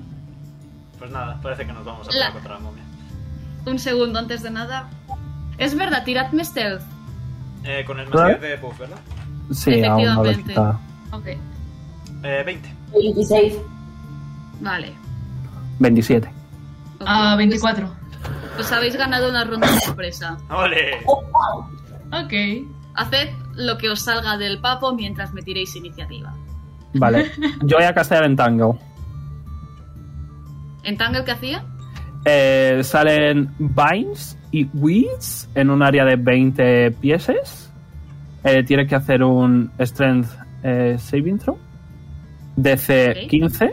S3: Pues nada, parece que nos vamos a
S1: La-
S3: poner contra la momia.
S1: Un segundo antes de nada. Es verdad, tiradme stealth.
S3: Eh, con el más 10 de Puff, ¿verdad?
S5: Sí, aún no lo he
S1: Efectivamente.
S5: quitado.
S1: Ok.
S3: Eh, 20.
S4: 26.
S1: Vale.
S5: 27.
S1: ok.
S2: a 24.
S1: Pues, pues habéis ganado una ronda de sorpresa.
S3: ¡Ole!
S2: Oh. Ok.
S1: Haced lo que os salga del papo mientras me tiréis iniciativa.
S5: Vale. Yo voy a castear en tango.
S1: ¿Entangle qué hacía?
S5: Eh, salen Vines y Weeds en un área de 20 piezas. Eh, tiene que hacer un Strength eh, Saving Throw. DC
S1: Ok.
S5: 15.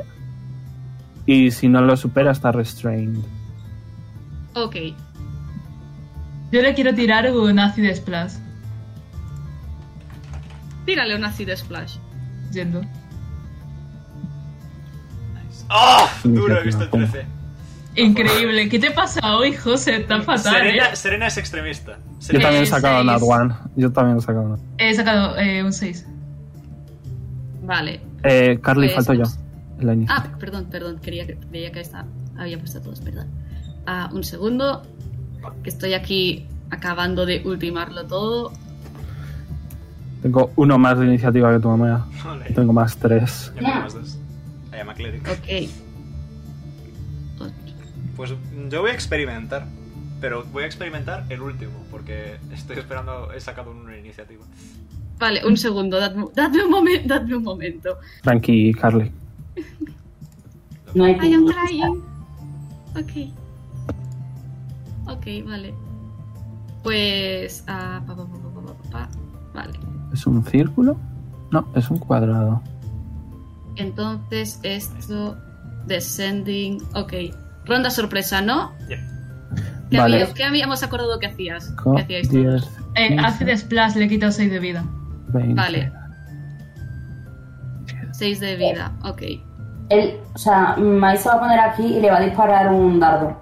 S5: Y si no lo supera, está restrained.
S1: Ok.
S2: Yo le quiero tirar un ácido splash.
S1: Tírale un ácido splash.
S2: Yendo.
S3: ¡Oh! Duro,
S5: Iniciativa,
S3: he visto el
S5: pum.
S3: 13.
S2: Increíble. ¿Qué te pasa hoy, José? Está fatal. ¿eh?
S3: Serena, Serena es extremista.
S5: Yo
S3: Serena-
S5: también he
S2: Eh,
S5: sacado
S2: seis.
S5: una one. Yo también he sacado una.
S2: He sacado eh, un 6.
S1: Vale.
S5: Eh, Carly,
S1: Pues,
S5: falto yo. en la inicia-
S1: Ah, perdón, perdón. Quería que, veía que esta- había puesto a todos, perdón. Ah, un segundo. Que estoy aquí acabando de ultimarlo todo.
S5: Tengo uno más de iniciativa que tu mamá.
S3: Ole.
S5: Tengo más tres.
S3: Ya tengo más dos. Ah, I am a cleric.
S1: Ok.
S3: Pues yo voy a experimentar. Pero voy a experimentar el último, porque estoy esperando. He sacado una iniciativa.
S1: Vale, un segundo, dadme, dadme un momento, dadme un momento.
S5: Tranqui, Carly.
S4: No hay
S7: I am
S4: tiempo.
S7: crying.
S1: Ok. Ok, vale. Pues... ah, pa, pa, pa, pa, pa, pa, pa. Vale.
S5: ¿Es un círculo? No, es un cuadrado.
S1: Entonces esto... Descending... Ok. Ronda sorpresa, ¿no?
S3: Yep.
S1: ¿Qué,
S5: Vale.
S1: había- qué habíamos acordado que hacías?
S5: Co-
S1: ¿Qué hacíais todos?
S5: 10,
S2: Eh,
S5: 15,
S2: ácido splash le he quitado 6 de vida.
S5: 20.
S1: Vale. 6 de vida, ok.
S4: Él, o sea, Mai se va a poner aquí y le va a disparar un dardo.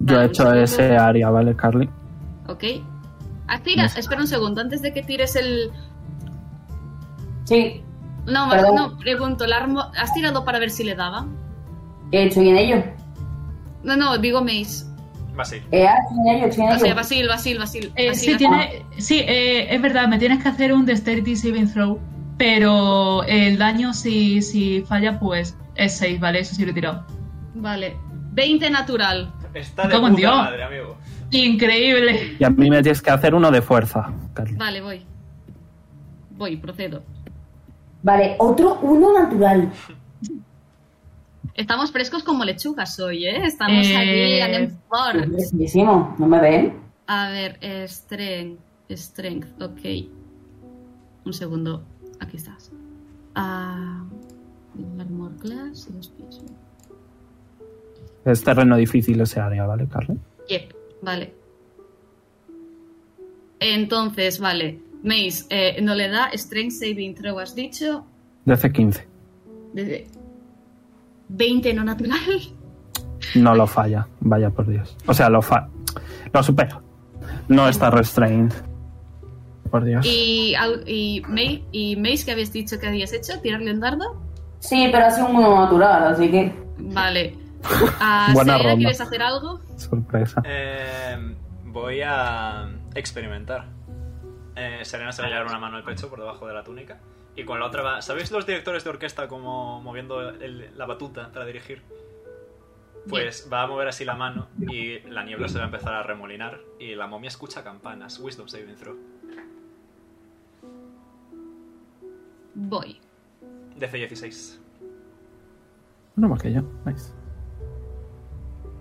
S5: Yo
S1: Vale,
S5: he
S1: un
S5: hecho
S1: segundo.
S5: ese área, ¿vale, Carly?
S1: ¿Ok? Akira,
S5: Yes.
S1: espera un segundo, antes de que tires el...
S4: Sí,
S1: No, Mar-
S4: Perdón.
S1: no, pregunto, ¿la armo- ¿has tirado para ver si le daba?
S4: eh, estoy en ello.
S1: No, no, digo Mace.
S3: Basil.
S4: Eh, ah, estoy en ello, estoy en
S1: O sea,
S4: ello.
S1: Basil, Basil, Basil.
S2: Eh,
S1: Basil,
S2: sí,
S1: Basil.
S2: tiene, sí eh, es verdad, me tienes que hacer un Dexterity Saving Throw, pero el daño si, si falla, pues es 6, ¿vale? Eso sí lo he tirado.
S1: Vale. 20 natural.
S3: Está de
S2: Cago
S3: puta
S2: en Dios.
S3: madre, amigo.
S2: Increíble.
S5: Y a mí me tienes que hacer uno de fuerza, Carly.
S1: Vale, voy. Voy, procedo.
S4: Vale, otro uno natural.
S1: Estamos frescos como lechugas hoy, ¿eh? Estamos
S2: Eh,
S1: aquí en por.
S4: Fresquísimo, ¿no me ven?
S1: A ver, eh, strength, strength, ok. Un segundo, aquí estás. Ah, armor class y dos pies.
S5: Es terreno difícil ese área, ¿vale, Carly?
S1: Yep, vale. Entonces, vale. Mace, eh, no le da strength saving throw, has dicho.
S5: DC 15.
S1: De- 20 no natural.
S5: No lo falla, vaya por Dios. O sea, lo fa lo supera. No está restrained. Por Dios.
S1: Y, au- y, Mace, y Mace, que habías dicho que habías hecho? ¿Tirarle un dardo?
S4: Sí, pero hace un uno natural, así que.
S1: Vale. Ah,
S5: Buena
S1: Saira,
S5: ronda.
S1: ¿quieres hacer algo?
S5: Sorpresa.
S3: Eh, voy a experimentar. Eh, Serena se va a llevar una mano al pecho por debajo de la túnica. Y con la otra va. ¿Sabéis los directores de orquesta como moviendo el- la batuta para dirigir? Pues va a mover así la mano y la niebla se va a empezar a remolinar. Y la momia escucha campanas. Wisdom saving throw.
S1: Voy.
S3: DC 16.
S5: No más que yo. Nice.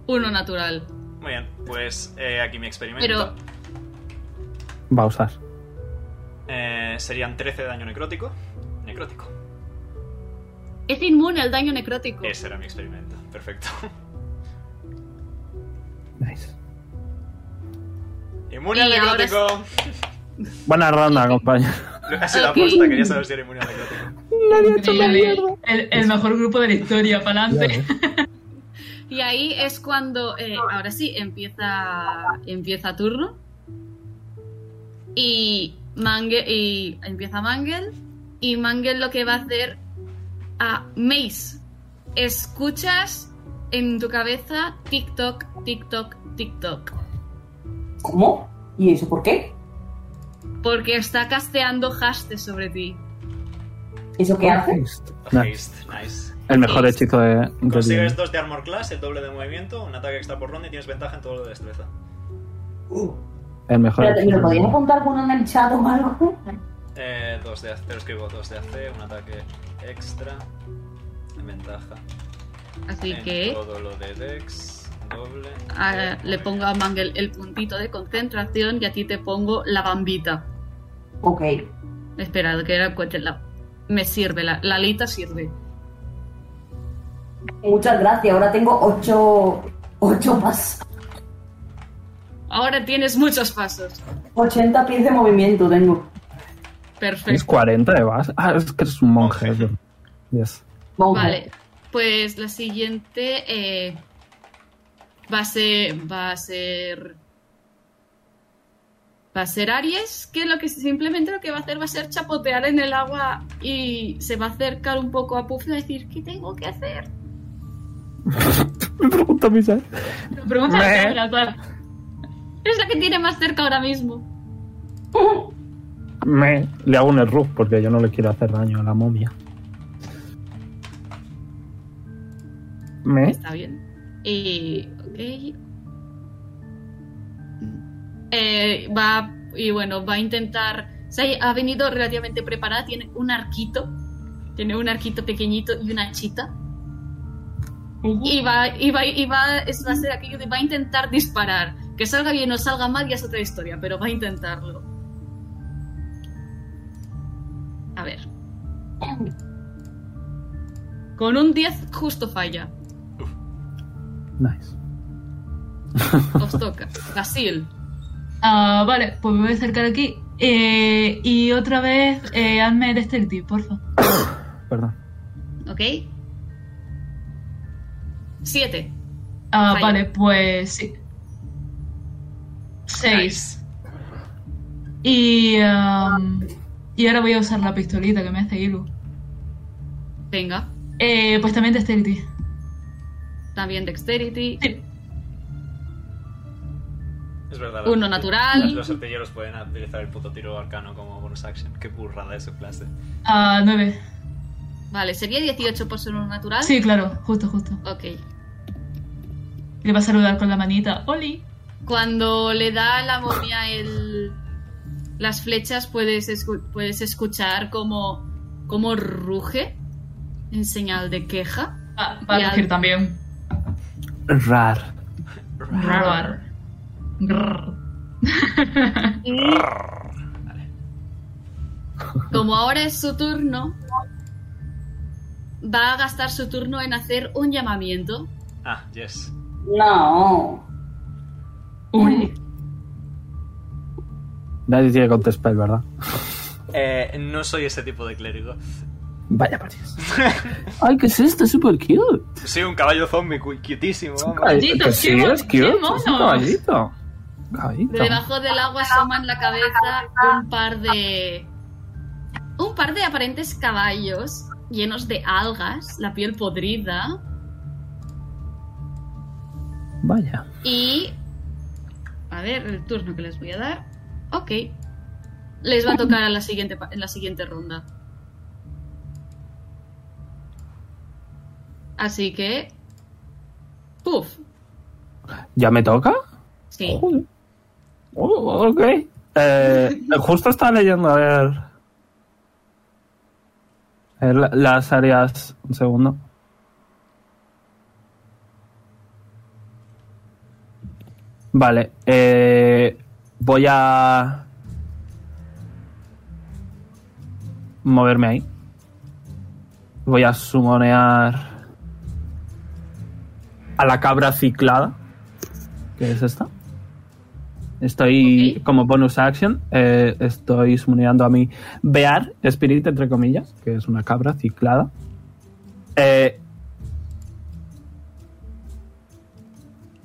S1: Uno natural.
S3: Muy bien, pues eh, aquí mi experimento.
S1: Pero
S5: Va a usar.
S3: Eh, serían 13 de daño necrótico. Necrótico.
S1: es inmune al daño necrótico.
S3: Ese era mi experimento. Perfecto.
S5: Nice.
S3: Inmune
S1: Y
S3: al
S1: ahora
S3: necrótico.
S5: Buena ronda, compañero.
S3: Ha sido la apuesta, quería saber si era inmune al necrótico.
S2: Increíble. El, el mejor grupo de la historia, para adelante.
S1: Y ahí es cuando, eh, ahora sí, empieza, empieza turno. Y, Mange, y empieza Mangel. Y Mangel lo que va a hacer a Mace. Escuchas en tu cabeza TikTok, TikTok, TikTok.
S4: ¿Cómo? ¿Y eso por qué?
S1: Porque está casteando haste sobre ti.
S4: ¿Eso qué hace?
S5: Nice.
S3: Haste, nice.
S5: El mejor hechizo de, de
S3: Consigues 2 de armor class, el doble de movimiento, un ataque extra por ronda y tienes ventaja en todo lo de destreza.
S5: El mejor
S4: Espérate, ¿Me
S5: hechizo.
S4: lo podías apuntar con en el chat o algo?
S3: Eh, 2 de AC, te lo escribo, 2 de AC, un ataque extra, ventaja.
S1: Así
S3: en
S1: que
S3: Todo lo de Dex, doble.
S1: ah,
S3: de
S1: le pongo a
S3: movimiento.
S1: Mangel el puntito de concentración y a ti te pongo la bambita.
S4: Ok.
S1: Espera, que era encuentre la. Me sirve, la, la alita sirve.
S4: Muchas gracias, ahora tengo ocho. ocho más.
S1: Ahora tienes muchos pasos.
S4: 80 pies de movimiento tengo.
S5: Es
S1: Perfecto.
S5: 40 de base. Ah, es que es un monje. es verdad. Yes.
S4: Monje.
S1: Vale. Pues la siguiente eh, va a ser. Va a ser. Va a ser Aries, que lo que simplemente lo que va a hacer va a ser chapotear en el agua y se va a acercar un poco a Puff y va a decir, ¿qué tengo que hacer?
S5: Me pregunta Misael.
S2: Pregunta
S5: Meh.
S2: a Carla, claro.
S1: Es la que tiene más cerca ahora mismo.
S5: Me, le hago un error porque yo no le quiero hacer daño a la momia. Me.
S1: Está bien. Y. Ok. Eh, va. Y bueno, va a intentar. se ha ha venido relativamente preparada. Tiene un arquito. Tiene un arquito pequeñito y una chita. Y va, y va, y va, es, va a ser aquello de va a intentar disparar. Que salga bien o salga mal ya es otra historia, pero va a intentarlo. A ver. Con un 10 justo falla.
S5: Nice.
S1: Os toca. Basil.
S2: Ah, vale, pues me voy a acercar aquí. Eh, y otra vez, eh, hazme Dexterity, porfa.
S5: Perdón.
S1: ¿Ok? Siete.
S2: Ah,
S1: Vale.
S2: vale, pues sí. Seis. Y, um, y ahora voy a usar la pistolita que me hace Ilu.
S1: Venga.
S2: Eh, pues también Dexterity.
S1: También Dexterity.
S2: Sí.
S3: Es verdad.
S1: Uno
S3: los-
S1: natural.
S3: Los artilleros pueden utilizar el puto tiro arcano como bonus action. Qué burrada ese clase.
S2: Ah, nueve.
S1: Vale, sería 18 por ser uno natural.
S2: Sí, claro, justo, justo.
S1: Ok.
S2: Y Le va a saludar con la manita. ¡Oli!
S1: Cuando le da a la momia el, las flechas, puedes, escu- puedes escuchar como, como ruge en señal de queja.
S2: Ah, va
S1: Ya.
S2: a coger también.
S5: Rar.
S2: Rar. Grrr.
S1: Como ahora es su turno, va a gastar su turno en hacer un llamamiento.
S3: Ah, yes.
S4: No.
S2: Uy.
S5: Nadie tiene contestar, ¿verdad?
S3: Eh, no soy ese tipo de clérigo.
S5: Vaya pares. Ay, ¿qué es esto? Super cute.
S3: Soy un caballo zombie cu- cutísimo. vamos.
S5: Ay,
S2: Caballito,
S5: que
S2: qué
S5: sí,
S2: mo-
S5: es cute.
S2: qué
S5: Es un
S2: mono.
S5: caballito. Caballito.
S1: De debajo del agua asoman la cabeza un par de. Un par de aparentes caballos llenos de algas, la piel podrida.
S5: Vaya.
S1: Y. A ver, el turno que les voy a dar. Ok. Les va a tocar en la siguiente, pa- en la siguiente ronda. Así que. ¡Puf!
S5: ¿Ya me toca?
S1: Sí.
S5: Joder. Oh, ok. Eh, justo estaba leyendo, a ver. A ver, la- las áreas. Un segundo. Vale. eh, voy a. Moverme ahí. Voy a sumonear. A la cabra ciclada. Que es esta. Estoy
S1: Ok.
S5: como bonus action, eh, estoy sumonando a mi Bear Spirit, entre comillas, que es una cabra ciclada. Eh,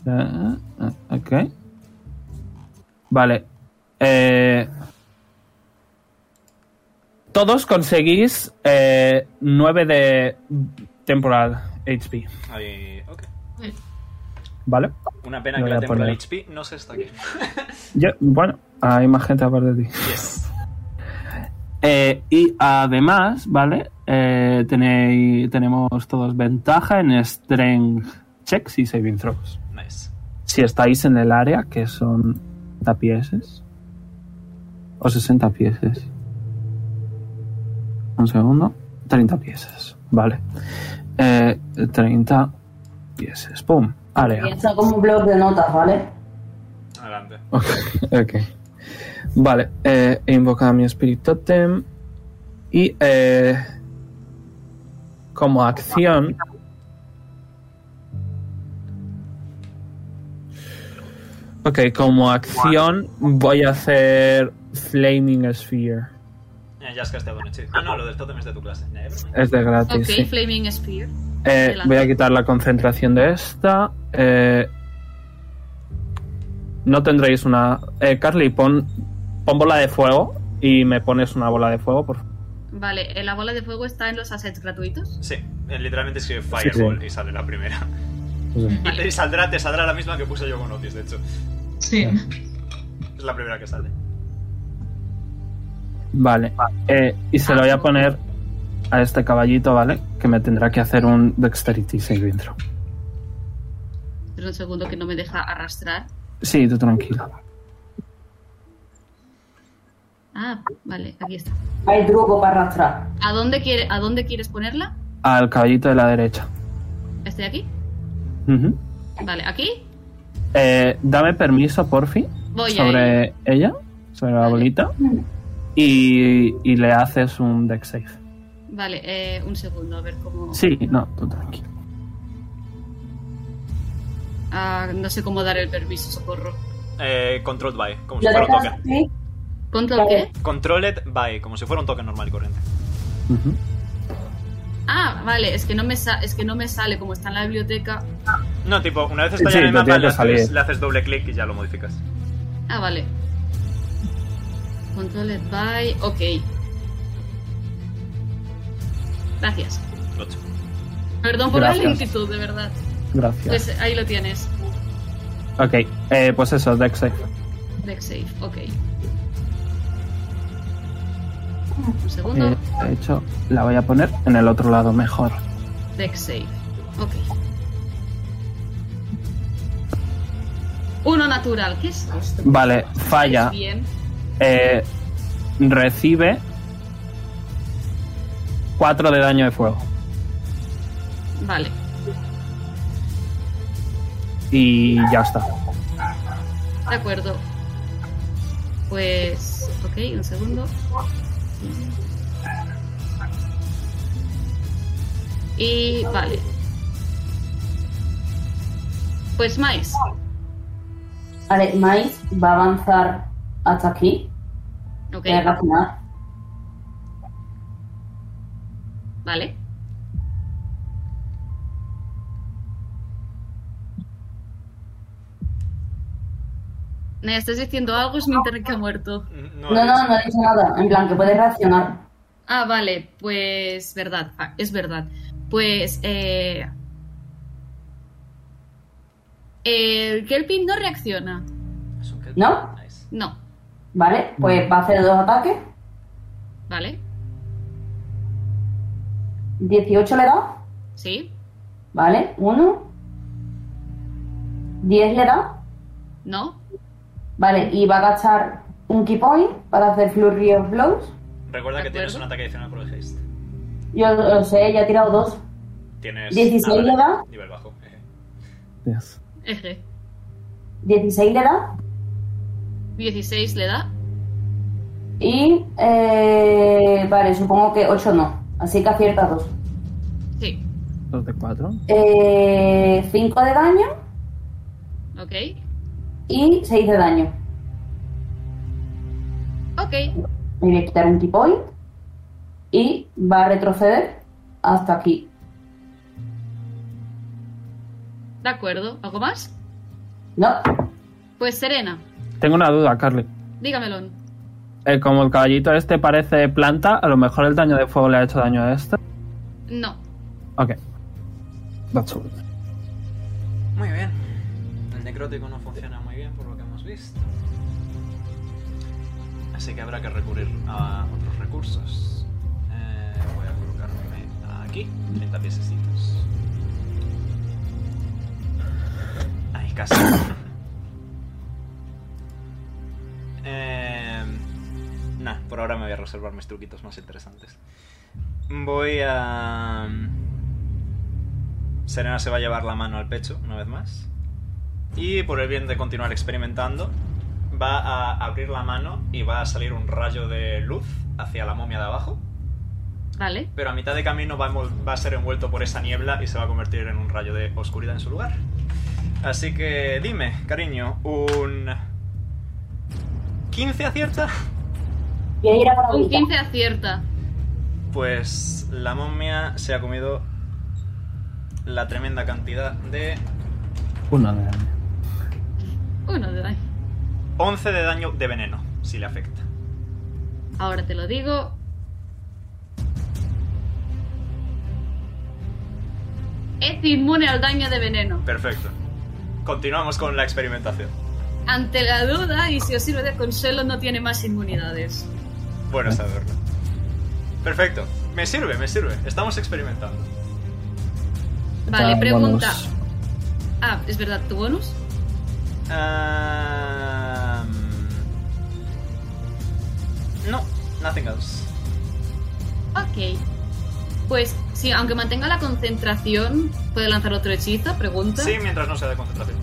S5: eh, eh, ok. Vale. Eh, todos conseguís 9 de temporal HP,
S3: Ay, ok.
S5: ¿vale?
S3: Una pena
S5: Lo
S3: que
S5: voy
S3: la
S5: a
S3: temporada
S5: poner.
S3: HP no se está aquí.
S5: Ya, bueno, hay más gente aparte de ti.
S3: Yes.
S5: Eh, y además, ¿vale? Eh, tenéis, tenemos todos ventaja en strength checks y saving throws.
S3: Nice.
S5: Si estáis en el área, que son 60 pieses. O 60 pieses. Un segundo. 30 pieses. Vale. Eh, 30 pieses. ¡Pum! Área.
S4: Piensa como un blog de notas, ¿vale?
S3: Adelante.
S5: Ok, ok. Vale, eh, he invocado a mi Spirit Totem. Y eh, como acción. Ok, como acción voy a hacer Flaming Sphere.
S3: Eh, ya has casteado un hechizo. Ah, no, lo del totem es de tu clase. Eh,
S5: Es de gratis.
S1: Ok,
S5: sí.
S1: Flaming Spear.
S5: Eh,
S1: Adelante.
S5: voy a quitar la concentración de esta. eh, no tendréis una. eh, Carly, pon, pon bola de fuego y me pones una bola de fuego, por favor.
S1: Vale, eh, la bola de fuego está en los assets gratuitos.
S3: Sí, eh, literalmente escribe Fireball y sale la primera. Y saldrá, te saldrá la misma que puse yo con Otis, de hecho.
S2: Sí.
S3: Es la primera que sale.
S5: Vale. eh, y se lo voy a poner a este caballito, ¿vale? Que me tendrá que hacer un Dexterity save intro.
S1: Pero un segundo que no me deja arrastrar.
S5: Sí, tú tranquilo.
S1: Ah, vale, aquí está.
S4: Hay truco para arrastrar.
S1: ¿A dónde, quiere, ¿A dónde quieres ponerla?
S5: Al caballito de la derecha.
S1: ¿Este de aquí?
S5: Ujú.
S1: Vale, ¿aquí?
S5: Eh, dame permiso, por fin.
S1: Voy a ir.
S5: sobre ella, sobre la
S1: Vale.
S5: bolita, y, y le haces un deck save.
S1: Vale, eh, un segundo, a ver cómo...
S5: Sí, no, tú tranquilo.
S1: Ah, no sé cómo dar el permiso, socorro.
S3: Eh, controlled by, como si
S4: ¿Lo
S3: fuera un
S4: dejas
S3: token.
S4: así?
S1: ¿Control qué?
S3: Controlled by, como si fuera un token normal y corriente.
S5: Ujú.
S1: Ah, vale, es que no me, sa- es que no me sale como está en la biblioteca.
S3: No, tipo, una vez está
S5: Sí,
S3: ya en el
S5: lo
S3: mapa,
S5: tiene
S3: le
S5: que salir.
S3: haces, le haces doble clic y ya lo modificas.
S1: Ah, vale. Controlled by. Ok. Gracias.
S3: Ocho.
S1: Perdón por la
S5: Gracias.
S1: lentitud, de verdad.
S5: Gracias.
S1: Pues ahí lo tienes.
S5: Ok, eh, pues eso, Dex save.
S1: Deck safe, ok. Un segundo.
S5: Eh, de hecho, la voy a poner en el otro lado mejor.
S1: Deck save. Ok. Uno natural. ¿Qué es esto?
S5: Vale, falla.
S1: ¿Estáis Bien.
S5: Eh, recibe 4 de daño de fuego.
S1: Vale.
S5: Y ya está.
S1: De acuerdo. Pues, ok, un segundo. Y vale. Pues más.
S4: Vale, Mais va a avanzar hasta aquí.
S1: Ok,
S4: que es la final.
S1: vale. Me estás diciendo algo, es mi internet que ha muerto.
S3: No,
S4: No, no, no he dicho nada. En plan, que puedes reaccionar.
S1: Ah, vale, pues verdad, ah, es verdad. Pues eh, el Kelpin no reacciona.
S3: Es un cat-
S4: ¿No?
S3: Nice.
S1: No,
S4: Vale, pues va a hacer dos ataques.
S1: vale,
S4: 18 le da.
S1: sí,
S4: Vale, uno. 10 le da.
S1: no,
S4: Vale, y va a gastar un key point para hacer Flurry of Blows.
S3: Recuerda que
S1: ¿De
S3: tienes
S1: acuerdo?
S3: un ataque adicional por el haste.
S4: Yo lo sé, ya he tirado dos.
S3: Tienes. ah,
S4: 16
S3: vale,
S4: le da.
S3: Nivel bajo. eh.
S5: Yes.
S1: eje.
S4: 16 le da.
S1: 16 le da,
S4: Y, eh, vale, supongo que 8 no. Así que acierta 2.
S1: sí,
S5: 2 de 4.
S4: 5 Eh, de daño
S1: ok,
S4: y 6 de daño.
S1: ok,
S4: Me voy a quitar un key point y va a retroceder hasta aquí.
S1: de acuerdo. ¿Algo más?
S4: No,
S1: Pues Serena,
S5: Tengo una duda, Carly.
S1: dígamelo.
S5: Eh, como el caballito este parece planta, a lo mejor el daño de fuego le ha hecho daño a este.
S1: No,
S5: Ok. That's all.
S3: Muy bien. El necrótico no funciona muy bien por lo que hemos visto. Así que habrá que recurrir a otros recursos. Eh, voy a colocarme aquí, 30 piececitos. Ahí casi. Eh, nah, por ahora me voy a reservar mis truquitos más interesantes. Voy a... Serena se va a llevar la mano al pecho una vez más. Y por el bien de continuar experimentando, va a abrir la mano y va a salir un rayo de luz hacia la momia de abajo.
S1: vale,
S3: Pero a mitad de camino va a, envol- va a ser envuelto por esa niebla y se va a convertir en un rayo de oscuridad en su lugar. Así que dime, cariño, un... ¿15 acierta?
S4: voy a ir a por
S1: un
S4: ahorita.
S1: 15 acierta.
S3: Pues la momia se ha comido la tremenda cantidad de
S5: Uno de daño.
S1: Uno de daño.
S3: 11 de daño de veneno, si le afecta.
S1: Ahora te lo digo. Es inmune al daño de veneno.
S3: Perfecto. Continuamos con la experimentación.
S1: Ante la duda, y si os sirve de consuelo, no tiene más inmunidades.
S3: Bueno saberlo. Perfecto. Me sirve, me sirve. Estamos experimentando.
S1: Vale,
S5: Ah,
S1: pregunta.
S5: bonus.
S1: Ah, ¿es verdad tu bonus?
S3: Am, No, nothing else.
S1: Ok. Pues, sí, aunque mantenga la concentración, ¿puede lanzar otro hechizo? Pregunta.
S3: Sí, mientras no sea de concentración.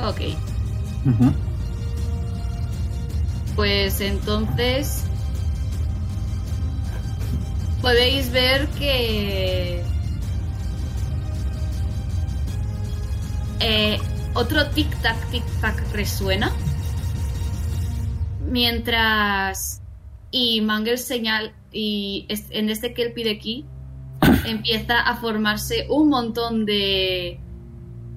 S1: Ok.
S5: Ujú.
S1: Pues entonces podéis ver que eh, otro tic tac tic tac resuena mientras y Mangel señal y es- en este que él pide aquí empieza a formarse un montón de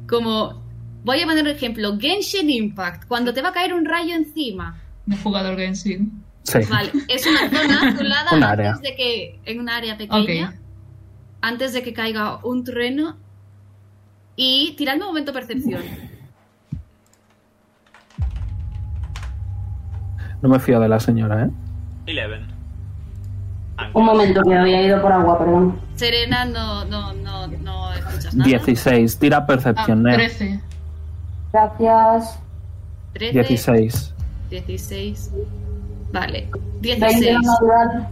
S1: como Voy a poner un ejemplo. Genshin Impact. Cuando te va a caer un rayo encima.
S2: de jugador Genshin.
S5: Sí.
S1: Vale, es una zona azulada
S5: Un
S1: antes
S5: área.
S1: de que. En un área pequeña.
S2: Ok.
S1: Antes de que caiga un trueno. Y tirando un momento percepción.
S5: No me fío de la señora, ¿eh?
S3: Eleven. Angry.
S4: Un momento, que había ido por agua, perdón.
S1: Serena, no, no, no, no escuchas nada.
S5: 16. Tira
S2: Ah,
S5: percepción, Ned.
S2: 13.
S4: Gracias.
S1: 13,
S5: 16.
S1: 16. Vale.
S4: 20
S1: 16.
S4: no natural.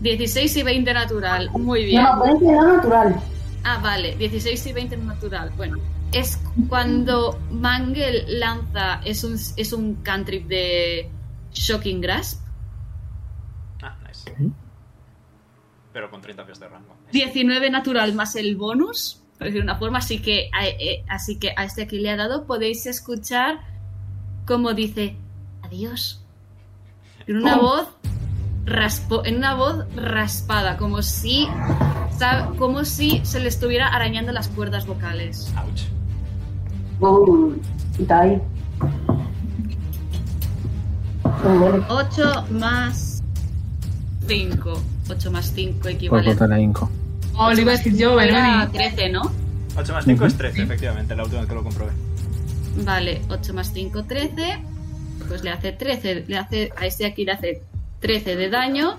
S1: 16 y 20 natural. Muy bien.
S4: No, pues. 20 no natural.
S1: Ah, vale, 16 y 20 natural. Bueno, es cuando Mangel lanza, es un, es un cantrip de Shocking Grasp.
S3: Ah, nice. Pero con 30 pies de rango.
S1: 19 natural más el bonus, por decir una forma, así que, a, eh, así que a este que le ha dado podéis escuchar como dice adiós. En una voz raspo- en una voz raspada, como si sa- como si se le estuviera arañando las cuerdas vocales.
S3: Ouch.
S4: Uh, está ahí. Pero bueno,
S1: 8 más 5. 8 más 5
S5: Por
S1: equivale
S5: Pues voto de ahínco.
S2: Oh, le iba a decir yo,
S1: a
S2: Beloni.
S1: 13, ¿no?
S3: 8 más 5 es 13, efectivamente, la última vez que lo comprobé.
S1: Vale, 8 más 5, 13. Pues le hace 13. Le hace, a este aquí le hace 13 de daño.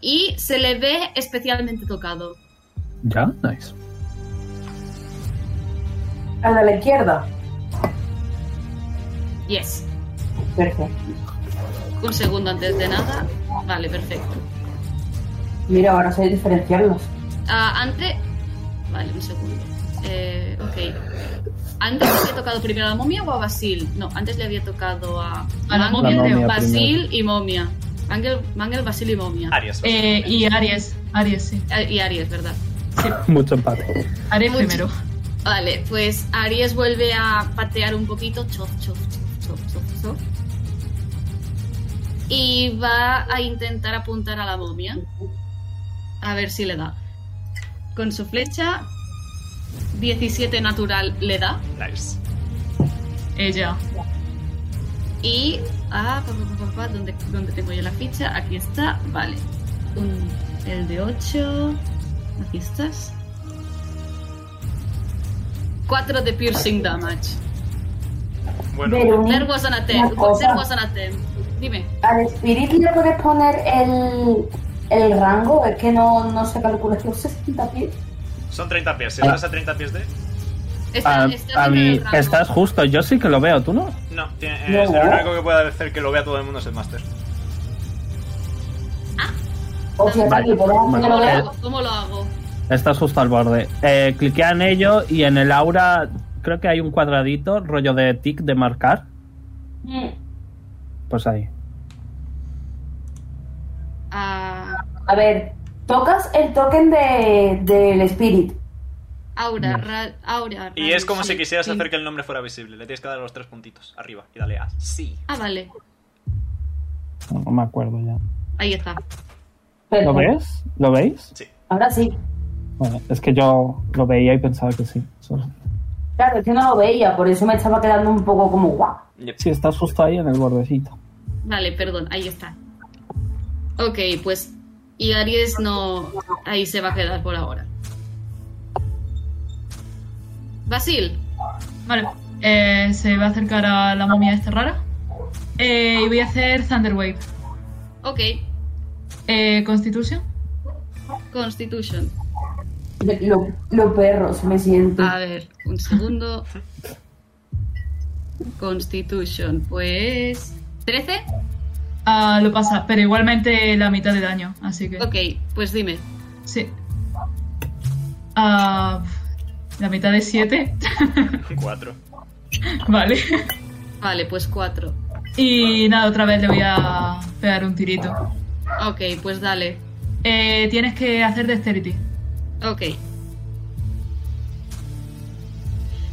S1: Y se le ve especialmente tocado.
S5: ¿Ya? Nice.
S4: al de la izquierda.
S1: Yes.
S4: Perfecto.
S1: Un segundo antes de nada. Vale, perfecto.
S4: Mira, ahora sé diferenciarlos.
S1: Ah, antes. Vale, un segundo. Eh, ok. ¿Antes le había tocado primero a la momia o a Basil? No, antes le había tocado a.
S2: A la
S1: Mangel,
S2: momia, La
S5: momia
S1: Basil y momia. Mangel, Mangel, Basil y momia.
S3: Arias.
S2: Eh, y Aries. Aries, sí.
S1: Ah, Y Aries, ¿verdad?
S5: Mucho empate.
S2: Aries
S1: Mucho.
S2: primero.
S1: Vale, pues Aries vuelve a patear un poquito. Chof, chof, chof, chof, chof, chof. Y va a intentar apuntar a la momia. A ver si le da. Con su flecha, 17 natural le da.
S3: Nice.
S2: Ella.
S1: Y. Ah, pa, pa, pa, pa, pa, ¿dónde, dónde tengo yo la ficha? Aquí está, vale. Un- el de 8. Aquí estás. 4 de piercing damage.
S3: Bueno,
S4: Pero-
S1: There was an attempt.
S4: Una cosa.
S1: There was an attempt. Dime.
S4: Al espíritu le puedes poner el, el rango, es que no, no se calcula, es que 60 pies.
S3: son 30 pies. Si estás a 30 pies de.
S1: Está-
S5: A,
S1: estás
S5: Ah, a
S1: dentro
S5: mí,
S1: del rango.
S5: estás justo. Yo sí que lo veo, ¿tú no?
S3: No, tiene, eh,
S4: No,
S3: es
S4: ¿verdad?
S3: el único que puede hacer que lo vea todo el mundo es el máster.
S4: O sea,
S5: Vale,
S4: aquí podemos
S5: vale.
S4: hacer
S1: ¿Cómo lo
S5: Eh,
S1: hago? ¿Cómo lo hago?
S5: Estás justo al borde. Eh, cliquea en ello y en el aura creo que hay un cuadradito, rollo de tic de marcar.
S4: mm,
S5: Pues ahí.
S1: Ah,
S4: A ver, tocas el token de, del espíritu.
S1: aura,
S5: No.
S1: ra- aura.
S3: Y
S1: ra-
S3: es como
S1: sí,
S3: si quisieras
S1: sí.
S3: hacer que el nombre fuera visible. Le tienes que dar los tres puntitos arriba y dale a sí.
S1: Ah, vale.
S5: No, no me acuerdo ya.
S1: Ahí está.
S5: ¿Lo ves? ¿Lo veis?
S3: Sí.
S4: Ahora sí.
S5: Bueno, es que yo lo veía y pensaba que sí. Solo-
S4: Claro, es que no lo veía, por eso me estaba quedando un poco como guau.
S5: Sí, estás justo ahí en el bordecito.
S1: Vale, perdón. Ahí está. Ok, pues. Y Aries no. Ahí se va a quedar por ahora. Basil.
S2: Vale. Eh, se va a acercar a la momia esta rara. Eh, y voy a hacer Thunder Wave.
S1: Ok.
S2: Eh, Constitution.
S1: Constitution.
S4: De- Lo, lo perro, se me siento.
S1: A ver, un segundo. Constitution, pues. ¿13?
S2: Ah, lo pasa, pero igualmente la mitad de daño, así que.
S1: Ok, pues dime.
S2: Sí. Ah, la mitad de 7.
S3: Cuatro.
S2: vale.
S1: Vale, pues 4.
S2: Y nada, otra vez le voy a pegar un tirito.
S1: Ok, pues dale.
S2: Eh, tienes que hacer dexterity.
S1: Ok.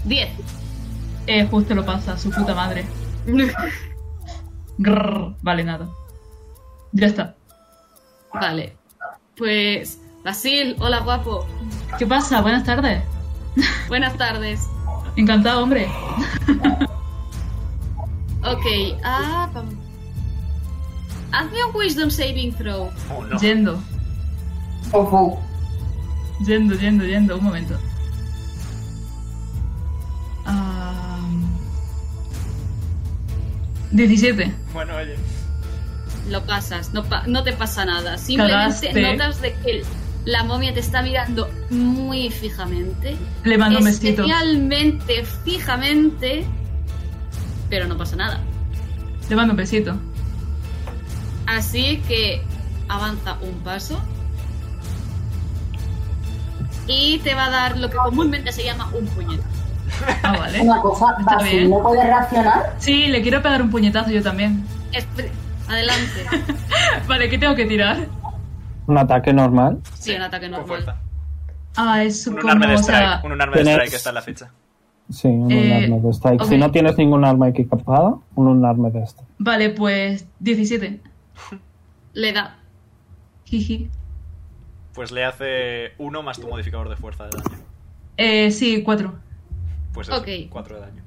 S1: 10.
S2: Eh, justo lo pasa, su puta madre. Grrr, vale, nada. Ya está.
S1: vale. Pues, Basil, hola guapo.
S2: ¿Qué pasa? Buenas tardes.
S1: Buenas tardes.
S2: Encantado, hombre.
S1: Ok, ah, pam. Hazme un Wisdom Saving Throw.
S3: Oh, no.
S2: Yendo,
S4: Ojo.
S2: yendo, yendo, yendo. Un momento. Ah, 17.
S3: Bueno, oye.
S1: Lo pasas, no, pa- no te pasa nada. Simplemente
S2: Cagaste.
S1: notas de que la momia te está mirando muy fijamente.
S2: Le mando un besito.
S1: especialmente fijamente, pero no pasa nada.
S2: Le mando un besito.
S1: Así que avanza un paso y te va a dar lo que comúnmente se llama un puñetazo.
S2: Ah, vale.
S4: Una cosa,
S2: Está
S4: Basil,
S2: bien.
S4: ¿no puedes reaccionar?
S2: Sí, le quiero pegar un puñetazo yo también.
S1: Espe- Adelante.
S2: Vale, ¿qué tengo que tirar?
S5: Un ataque normal.
S1: Sí, un ataque
S3: Con
S1: normal.
S3: fuerza.
S2: Ah, es
S3: Un
S2: como,
S3: unarme de
S2: o
S3: strike.
S2: sea,
S3: Un unarme de
S5: tenés-
S3: strike está en la ficha.
S5: Sí, un
S2: Eh,
S5: arma de strike.
S2: ok.
S5: Si no tienes ningún arma equipada, un arma de strike.
S2: Vale, pues 17.
S1: Le da.
S2: Jiji.
S3: Pues le hace uno más tu modificador de fuerza de daño.
S2: Eh, sí, 4.
S3: Pues eso,
S1: Ok.
S3: 4 de daño.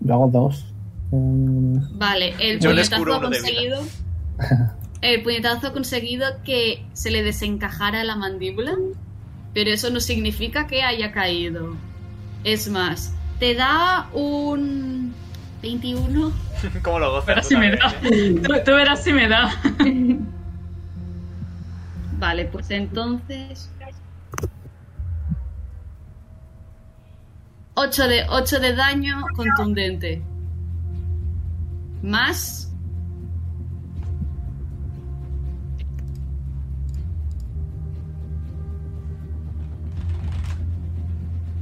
S5: Yo hago dos. Mm,
S1: Vale, el
S3: Yo le
S1: puñetazo
S3: curo
S1: ha
S3: uno de vida.
S1: conseguido. El puñetazo ha conseguido que se le desencajara la mandíbula, pero eso no significa que haya caído. Es más, te da un 21.
S3: ¿Cómo lo gozas?
S2: Verás
S3: tú
S2: si me da.
S3: también, eh?
S2: Tú, tú verás si me da.
S1: Vale, pues entonces. 8 de, 8 de daño contundente. Más.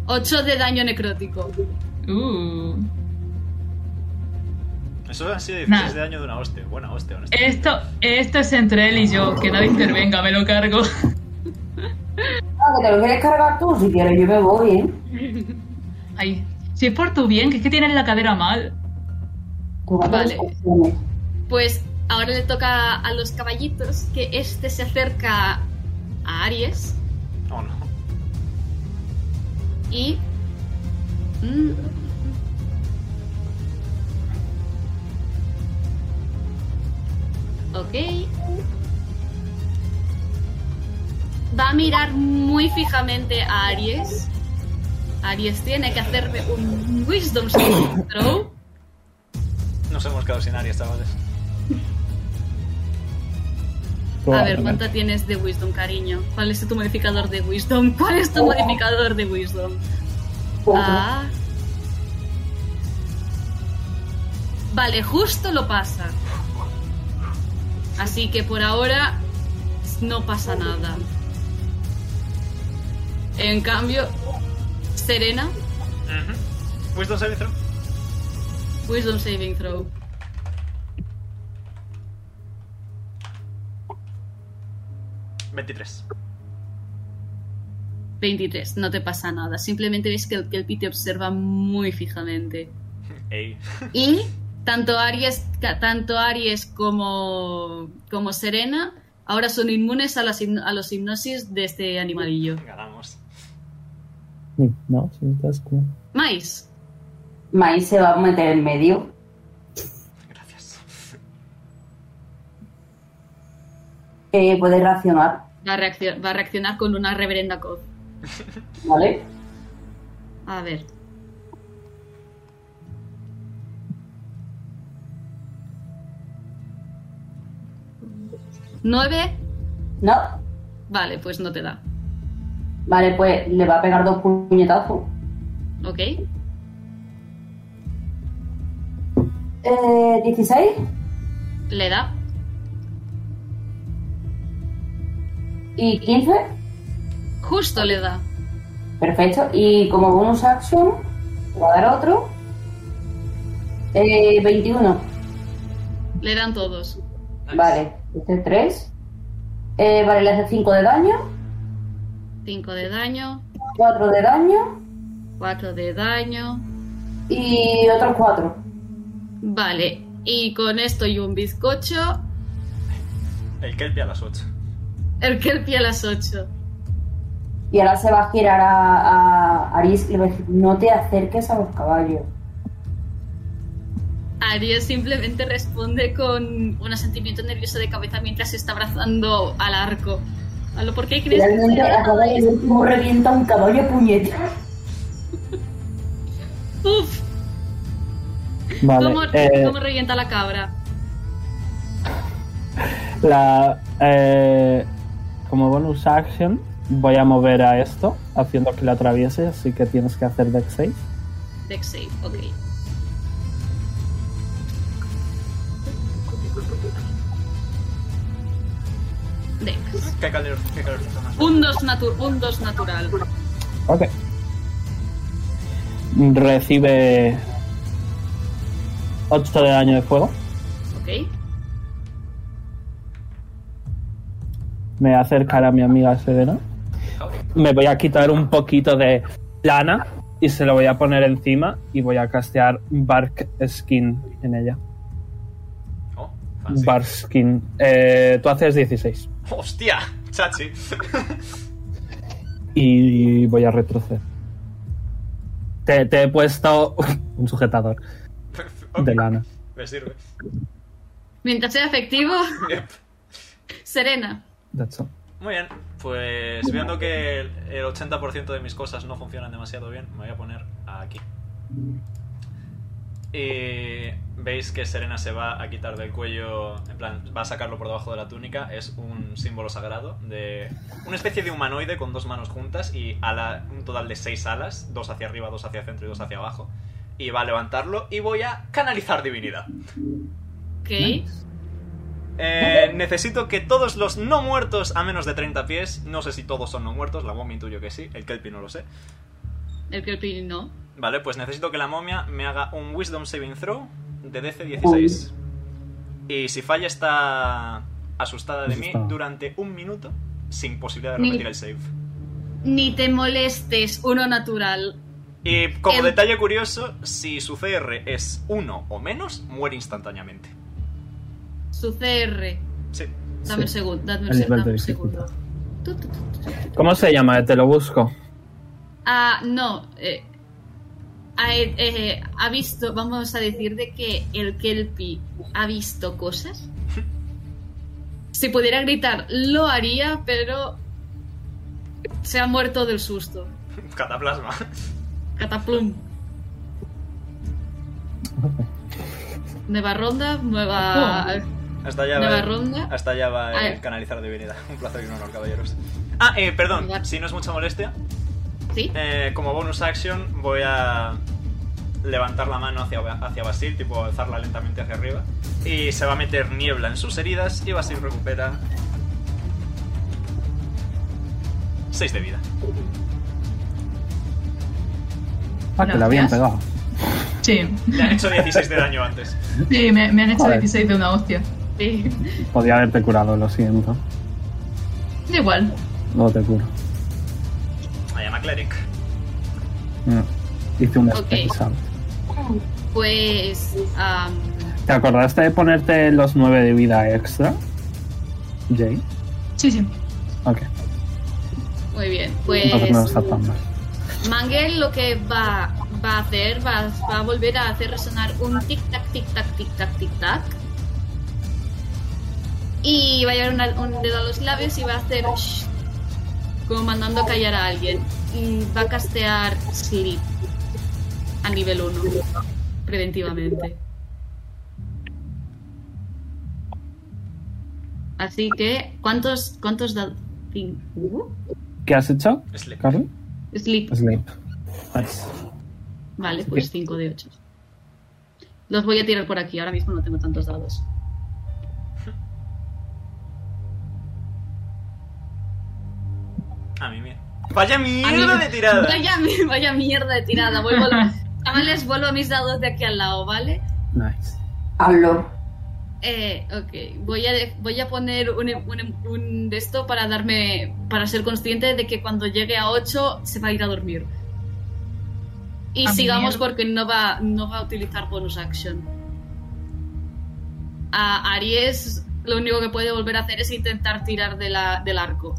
S1: Ocho de daño necrótico.
S2: Uh.
S3: Eso han sido 16
S2: Nah.
S3: de daño de una hostia. Buena hostia, honestamente.
S2: Esto, esto es entre él y yo, que nadie intervenga, me lo cargo.
S4: Ah, que te lo quieres cargar tú, si quieres, yo me voy, ¿eh?
S2: Ay, si es por tu bien, que es que tienes la cadera mal.
S4: Tú vas a
S1: Vale.
S4: las opciones.
S1: Pues ahora le toca a los caballitos que este se acerca a Aries.
S3: Oh, no.
S1: Y. mm, Ok. Va a mirar muy fijamente a Aries. Aries tiene que hacerme un Wisdom Saving Throw.
S3: Nos hemos quedado sin área,
S1: A
S3: chavales.
S5: probablemente.
S1: ver, ¿cuánto tienes de Wisdom, cariño? ¿Cuál es tu modificador de Wisdom? ¿Cuál es tu modificador de Wisdom? Ah. Vale, justo lo pasa. Así que por ahora no pasa nada. En cambio, Serena,
S3: Ujú. Wisdom saving throw.
S1: Wisdom Saving Throw.
S3: ¿23?
S1: 23, no te pasa nada. Simplemente ves que el, que el Pi te observa muy fijamente.
S3: Ey.
S1: Y tanto Aries, ca- tanto Aries como, como Serena ahora son inmunes a, las hipno- a los hipnosis de este animalillo.
S3: Ganamos.
S5: No, sí, estás como-
S1: Mais,
S4: Maíz se va a meter en medio.
S3: Gracias.
S4: Eh, puedes reaccionar,
S1: va a, reaccio- va a reaccionar con una reverenda coz.
S4: ¿vale?
S1: A ver. ¿Nueve?
S4: No.
S1: Vale, pues no te da.
S4: Vale, pues le va a pegar dos puñetazos.
S1: ¿Ok?
S4: Eh, 16
S1: Le da.
S4: y 15.
S1: Justo le da.
S4: Perfecto. Y como bonus action, le va a dar otro. Eh, 21.
S1: Le dan todos.
S3: Nice.
S4: Vale, este 3. Eh, vale, le hace 5 de daño,
S1: Cinco de daño.
S4: 4 de daño
S1: 4 de daño.
S4: y otros 4.
S1: Vale, y con esto y un bizcocho,
S3: El Kelpie a las 8.
S1: el Kelpie a las 8.
S4: Y ahora se va a girar a, a Aris y le va a decir, no te acerques a los caballos.
S1: Aries simplemente responde con un asentimiento nervioso de cabeza mientras se está abrazando al arco. A lo, ¿Por qué crees que
S4: Realmente
S1: sea?
S4: acaba de ver cómo revienta un caballo puñete.
S1: Uf,
S5: Vale.
S1: ¿cómo,
S5: eh,
S1: cómo revienta la cabra?
S5: la, eh, como bonus action, voy a mover a esto, haciendo que la atraviese, así que tienes que hacer deck 6.
S1: Dex save, ok. Dex.
S3: Qué calor, qué calor está más.
S1: Un 2 natu- un dos natural.
S5: Ok. Recibe 8 de daño de fuego.
S1: Ok.
S5: Me acercará a mi amiga Sedena. Me voy a quitar un poquito de lana y se lo voy a poner encima y voy a castear Bark Skin en ella.
S3: Oh, fancy.
S5: Bark Skin. Eh, tú haces 16.
S3: ¡Hostia! Chachi.
S5: y voy a retroceder. Te, te he puesto un sujetador
S3: Ok,
S5: de lana.
S3: Me sirve.
S1: Mientras sea efectivo,
S3: Yep.
S1: Serena.
S5: That's all.
S3: Muy bien, pues viendo que el el 80% de mis cosas no funcionan demasiado bien, me voy a poner aquí. Y veis que Serena se va a quitar del cuello, en plan, va a sacarlo por debajo de la túnica, es un símbolo sagrado de una especie de humanoide con dos manos juntas y ala, un total de seis alas, dos hacia arriba, dos hacia el centro y dos hacia abajo. Y va a levantarlo y voy a canalizar divinidad.
S1: Ok.
S3: Eh, necesito que todos los no muertos a menos de 30 pies, no sé si todos son no muertos, la momia intuyo que sí, el Kelpie no lo sé.
S1: El que el pin no.
S3: Vale, pues necesito que la momia me haga un Wisdom Saving Throw de DC 16. Y si falla está asustada de mí
S5: Asustada.
S3: durante un minuto sin posibilidad de
S1: Ni-
S3: repetir el save.
S1: Ni te molestes, uno natural.
S3: Y como
S1: Em-
S3: detalle curioso, si su CR es 1 o menos, muere instantáneamente.
S1: Su CR.
S3: Sí.
S1: Dame un
S5: Sí.
S1: segundo. Dame un,
S5: El
S1: se-
S5: nivel
S1: dame
S5: de
S1: un
S5: dificultad.
S1: segundo. Tu, tu, tu, tu.
S5: ¿Cómo se llama? Te lo busco.
S1: Ah, no. eh, ha, eh, ha visto, vamos a decir de que el Kelpie ha visto cosas. Si pudiera gritar, lo haría, pero se ha muerto del susto.
S3: Cataplasma.
S1: Cataplum. Nueva ronda, nueva.
S2: Oh.
S3: Hasta allá
S1: Nueva
S3: va el-
S1: ronda.
S3: Hasta allá va
S1: Ah,
S3: el
S1: eh.
S3: canalizar divinidad. Un placer y un honor, caballeros. Ah, eh, perdón,
S1: Lugar.
S3: si no es mucha molestia,
S1: ¿Sí?
S3: eh, como bonus action voy a levantar la mano hacia, hacia Basil, tipo alzarla lentamente hacia arriba. Y se va a meter niebla en sus heridas y Basil recupera 6 de vida.
S5: Ah, que la habían
S2: Gracias.
S5: pegado.
S2: Sí,
S3: Le han hecho 16 de daño antes.
S2: sí, me, me han hecho
S5: Joder.
S2: 16 de una hostia.
S1: Sí.
S5: Podía haberte curado, lo siento.
S2: Da igual.
S5: No te curo.
S3: Me llama Cleric.
S5: No. Mm. Hice un
S1: Ok.
S5: spell, ¿sabes?
S1: Pues. am,
S5: ¿Te acordaste de ponerte los 9 de vida extra? Jay.
S2: Sí, sí.
S5: Ok.
S1: muy bien.
S5: Entonces no
S1: Pues.
S5: está tan mal.
S1: Mangel lo que va, va a hacer, va, va a volver a hacer resonar un tic-tac, tic-tac, tic-tac, tic-tac. Y va a llevar una- un dedo a los labios y va a hacer. shh, como mandando a callar a alguien. Y va a castear Siri a nivel 1, preventivamente. Así que, ¿cuántos, cuántos dados?
S5: ¿Qué has hecho,
S3: Slip.
S5: Carly?
S1: Sleep.
S5: Sleep. Nice.
S1: Vale, pues 5 de 8. Los voy a tirar por aquí, ahora mismo no tengo tantos dados.
S3: A mí mierda. Vaya
S1: A
S3: mierda
S1: mí-
S3: de tirada.
S1: Vaya, mi- vaya mierda de tirada. Vuelvo, además les vuelvo a mis dados de aquí al lado, ¿vale?
S5: Nice.
S4: Hablo.
S1: Eh, ok, voy a, de- voy a poner un, un- un de esto para darme, para ser consciente de que cuando llegue a 8 se va a ir a dormir. Y
S2: A
S1: sigamos
S2: mierda.
S1: porque no va, no va a utilizar bonus action. A Aries lo único que puede volver a hacer es intentar tirar de la- del arco.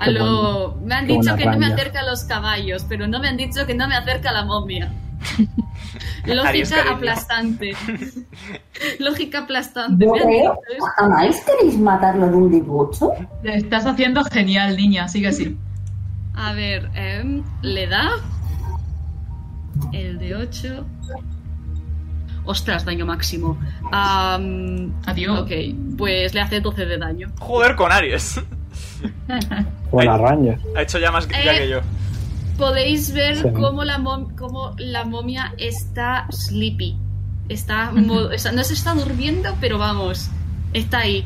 S1: A
S5: Qué
S1: lo... Me han
S5: Qué
S1: dicho
S5: buena
S1: que no me
S5: raya.
S1: acerca a los caballos, pero no me han dicho que no me acerca a la momia.
S3: Adiós,
S1: Lógica
S3: cariño.
S1: aplastante. Lógica aplastante.
S4: Yo
S1: Me han dicho
S4: creo.
S1: eso.
S4: ¿Jamás queréis matarlo de un dibujo?
S2: Lo estás haciendo genial, niña, sigue así.
S1: A ver, em, le da el de 8. Ostras, daño máximo. Am,
S2: Adiós.
S1: ok, pues le hace 12 de daño.
S3: Joder con Aries.
S5: Buena
S3: Ay.
S5: Ranger.
S3: Ha hecho ya más que, ya
S1: Eh.
S3: que yo.
S1: Podéis ver
S5: Sí.
S1: cómo, la mom- cómo la momia está sleepy. Está, mo- está- no se está durmiendo, pero vamos, está ahí.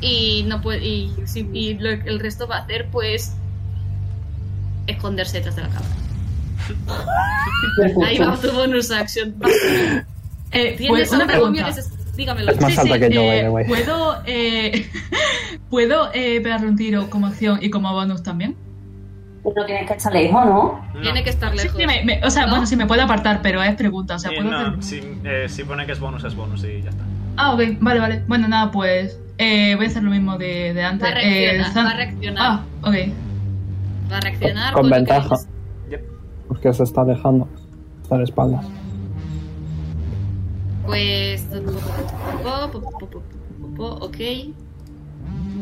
S1: Y no puede, y, sí, y lo- el resto va a hacer pues esconderse detrás de la cámara. Ahí va tu bonus action.
S2: Eh,
S1: Tienes
S2: pues, una
S1: otra momia
S2: pregunta.
S1: que se- dígamelo.
S5: Es más
S1: Sí,
S5: alta
S1: sí.
S5: que yo,
S2: Eh,
S5: by the way.
S2: ¿Puedo, eh, ¿puedo eh, pegarle un tiro como acción y como bonus también?
S4: Pero Pues tienes que estar lejos, ¿no?
S3: No.
S1: Tiene que estar
S2: Sí,
S1: lejos.
S2: sí, me- me- o sea,
S1: ¿No?
S2: bueno, sí, me puedo apartar, pero es pregunta. O sea,
S3: Sí,
S2: puedo
S3: no,
S2: hacer-
S3: si, eh, si pone que es bonus, es bonus y ya está.
S2: Ah, ok, vale, vale. Bueno, nada, pues eh, voy a hacer lo mismo de, de antes.
S1: Va a reaccionar,
S2: Eh, Zan-
S1: va a reaccionar.
S2: Ah, ok.
S1: Va a reaccionar
S5: Con
S1: lo que
S5: ventaja.
S1: dices.
S5: Porque se está dejando. Está de espaldas.
S1: Pues. po, po, po, po, po, po, po, Ok.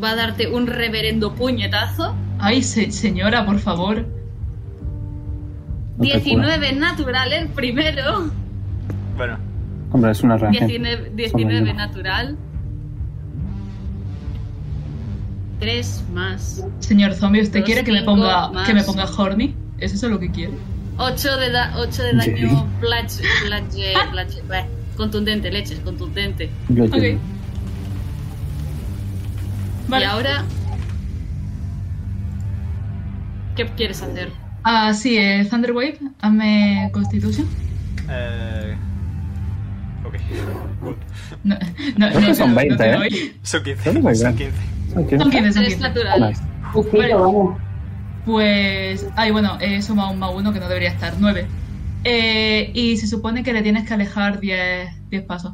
S1: Va a darte un reverendo puñetazo.
S2: Ay, se- señora, por favor.
S5: No te
S1: 19 natural el primero.
S3: Bueno,
S5: cura. Hombre, es una reacción.
S1: 19,
S5: Hombre,
S1: 19
S5: no.
S1: natural. 3 más.
S2: Señor zombie, ¿usted
S1: Dos,
S2: quiere que me
S1: cinco,
S2: ponga
S1: más.
S2: que me ponga horny? ¿Es eso lo que quiere?
S1: 8 de, da- ocho de
S5: Sí.
S1: daño plage, plage, plage- bleh. contundente, leches, contundente.
S5: Yo
S2: Ok.
S5: quiero.
S2: Vale.
S1: Y ahora. ¿Qué quieres hacer?
S2: Ah, sí, eh, Thunderwave, hazme Constitution.
S3: eh. Ok.
S2: No, no,
S5: Creo que son 20,
S2: te
S5: ¿eh?
S2: doy.
S3: Son
S5: No me
S3: 15. Son 15.
S5: Ok.
S2: Son 15, son
S1: 3
S2: 15.
S1: natural.
S5: Nice.
S4: Justito, vamos.
S2: Pues. Ay, bueno, eh, suma un más uno que no debería estar, 9. Eh, y se supone que le tienes que alejar 10, 10 pasos.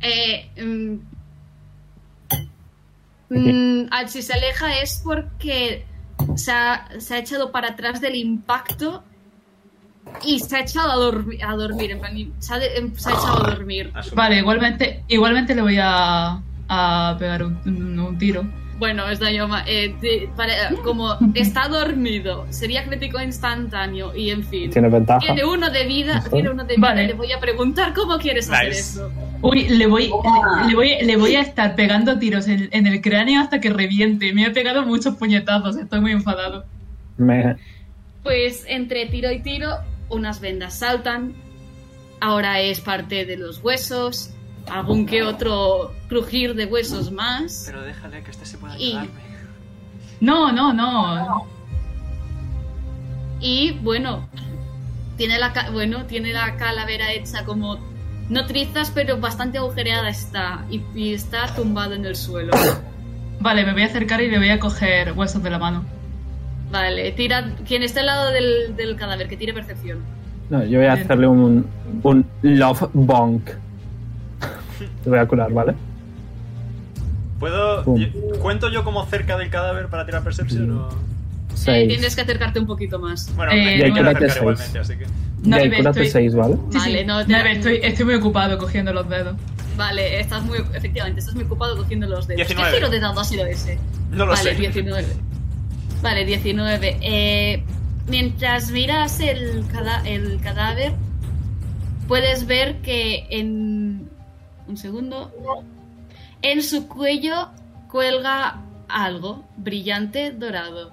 S1: Eh, mm, mm, al- si se aleja es porque se ha, se ha echado para atrás del impacto y se ha echado a, dormi- a dormir. en plan, y se, ha de- em, se ha echado a dormir.
S3: Asumo.
S2: Vale, igualmente, igualmente le voy a, a pegar un, un- un tiro.
S1: Bueno, es daño ma- eh, de- para- como está dormido, sería crítico instantáneo y en fin.
S5: Tiene ventaja.
S1: Tiene uno de vida,
S5: Ajá.
S1: tiene uno de vida.
S2: Vale.
S1: Le voy a preguntar cómo quieres hacer
S3: Nice.
S1: eso.
S2: Uy, le voy,
S4: Ah.
S2: le voy, le voy a estar pegando tiros en, en el cráneo hasta que reviente. Me ha pegado muchos puñetazos, estoy muy enfadado.
S5: Me...
S1: Pues entre tiro y tiro, unas vendas saltan. Ahora es parte de los huesos. Algún que otro crujir de huesos más.
S3: Pero déjale que este se pueda
S1: Y-
S3: ayudarme.
S2: No, no, no.
S1: Y bueno, tiene la, ca- bueno, tiene la calavera hecha como. No trizas, pero bastante agujereada está. Y, y está tumbado en el suelo.
S2: Vale, me voy a acercar y le voy a coger huesos de la mano.
S1: Vale, tira. Quien esté al lado del, del cadáver, que tire percepción.
S5: No, yo voy a
S2: Bien.
S5: hacerle un, un Love Bonk. Te voy a curar, ¿vale?
S3: ¿Puedo.
S5: Pum.
S3: yo- ¿Cuento yo como cerca del cadáver para tirar percepción o.?
S1: Eh,
S5: Seis.
S1: tienes que acercarte un poquito más.
S3: Bueno,
S2: Eh,
S3: me,
S2: Y
S3: me
S2: hay
S3: voy
S2: que
S3: a acercar
S5: meter seis.
S3: igualmente, así que.
S2: No,
S5: Ya, y
S2: Ibe,
S5: cúrate
S2: estoy-
S5: seis, ¿vale?
S2: Sí,
S1: Vale,
S2: sí.
S1: no, te-
S2: Ibe, estoy, estoy muy ocupado cogiendo los dedos.
S1: Vale, estás muy. Efectivamente, estás muy ocupado cogiendo los dedos.
S3: 19.
S1: ¿Qué giro de dado ha sido ese?
S3: No lo
S1: vale,
S3: sé.
S1: 19. Vale, 19. Eh, mientras miras el, cada- el cadáver, puedes ver que en. Un segundo. En su cuello cuelga algo brillante dorado.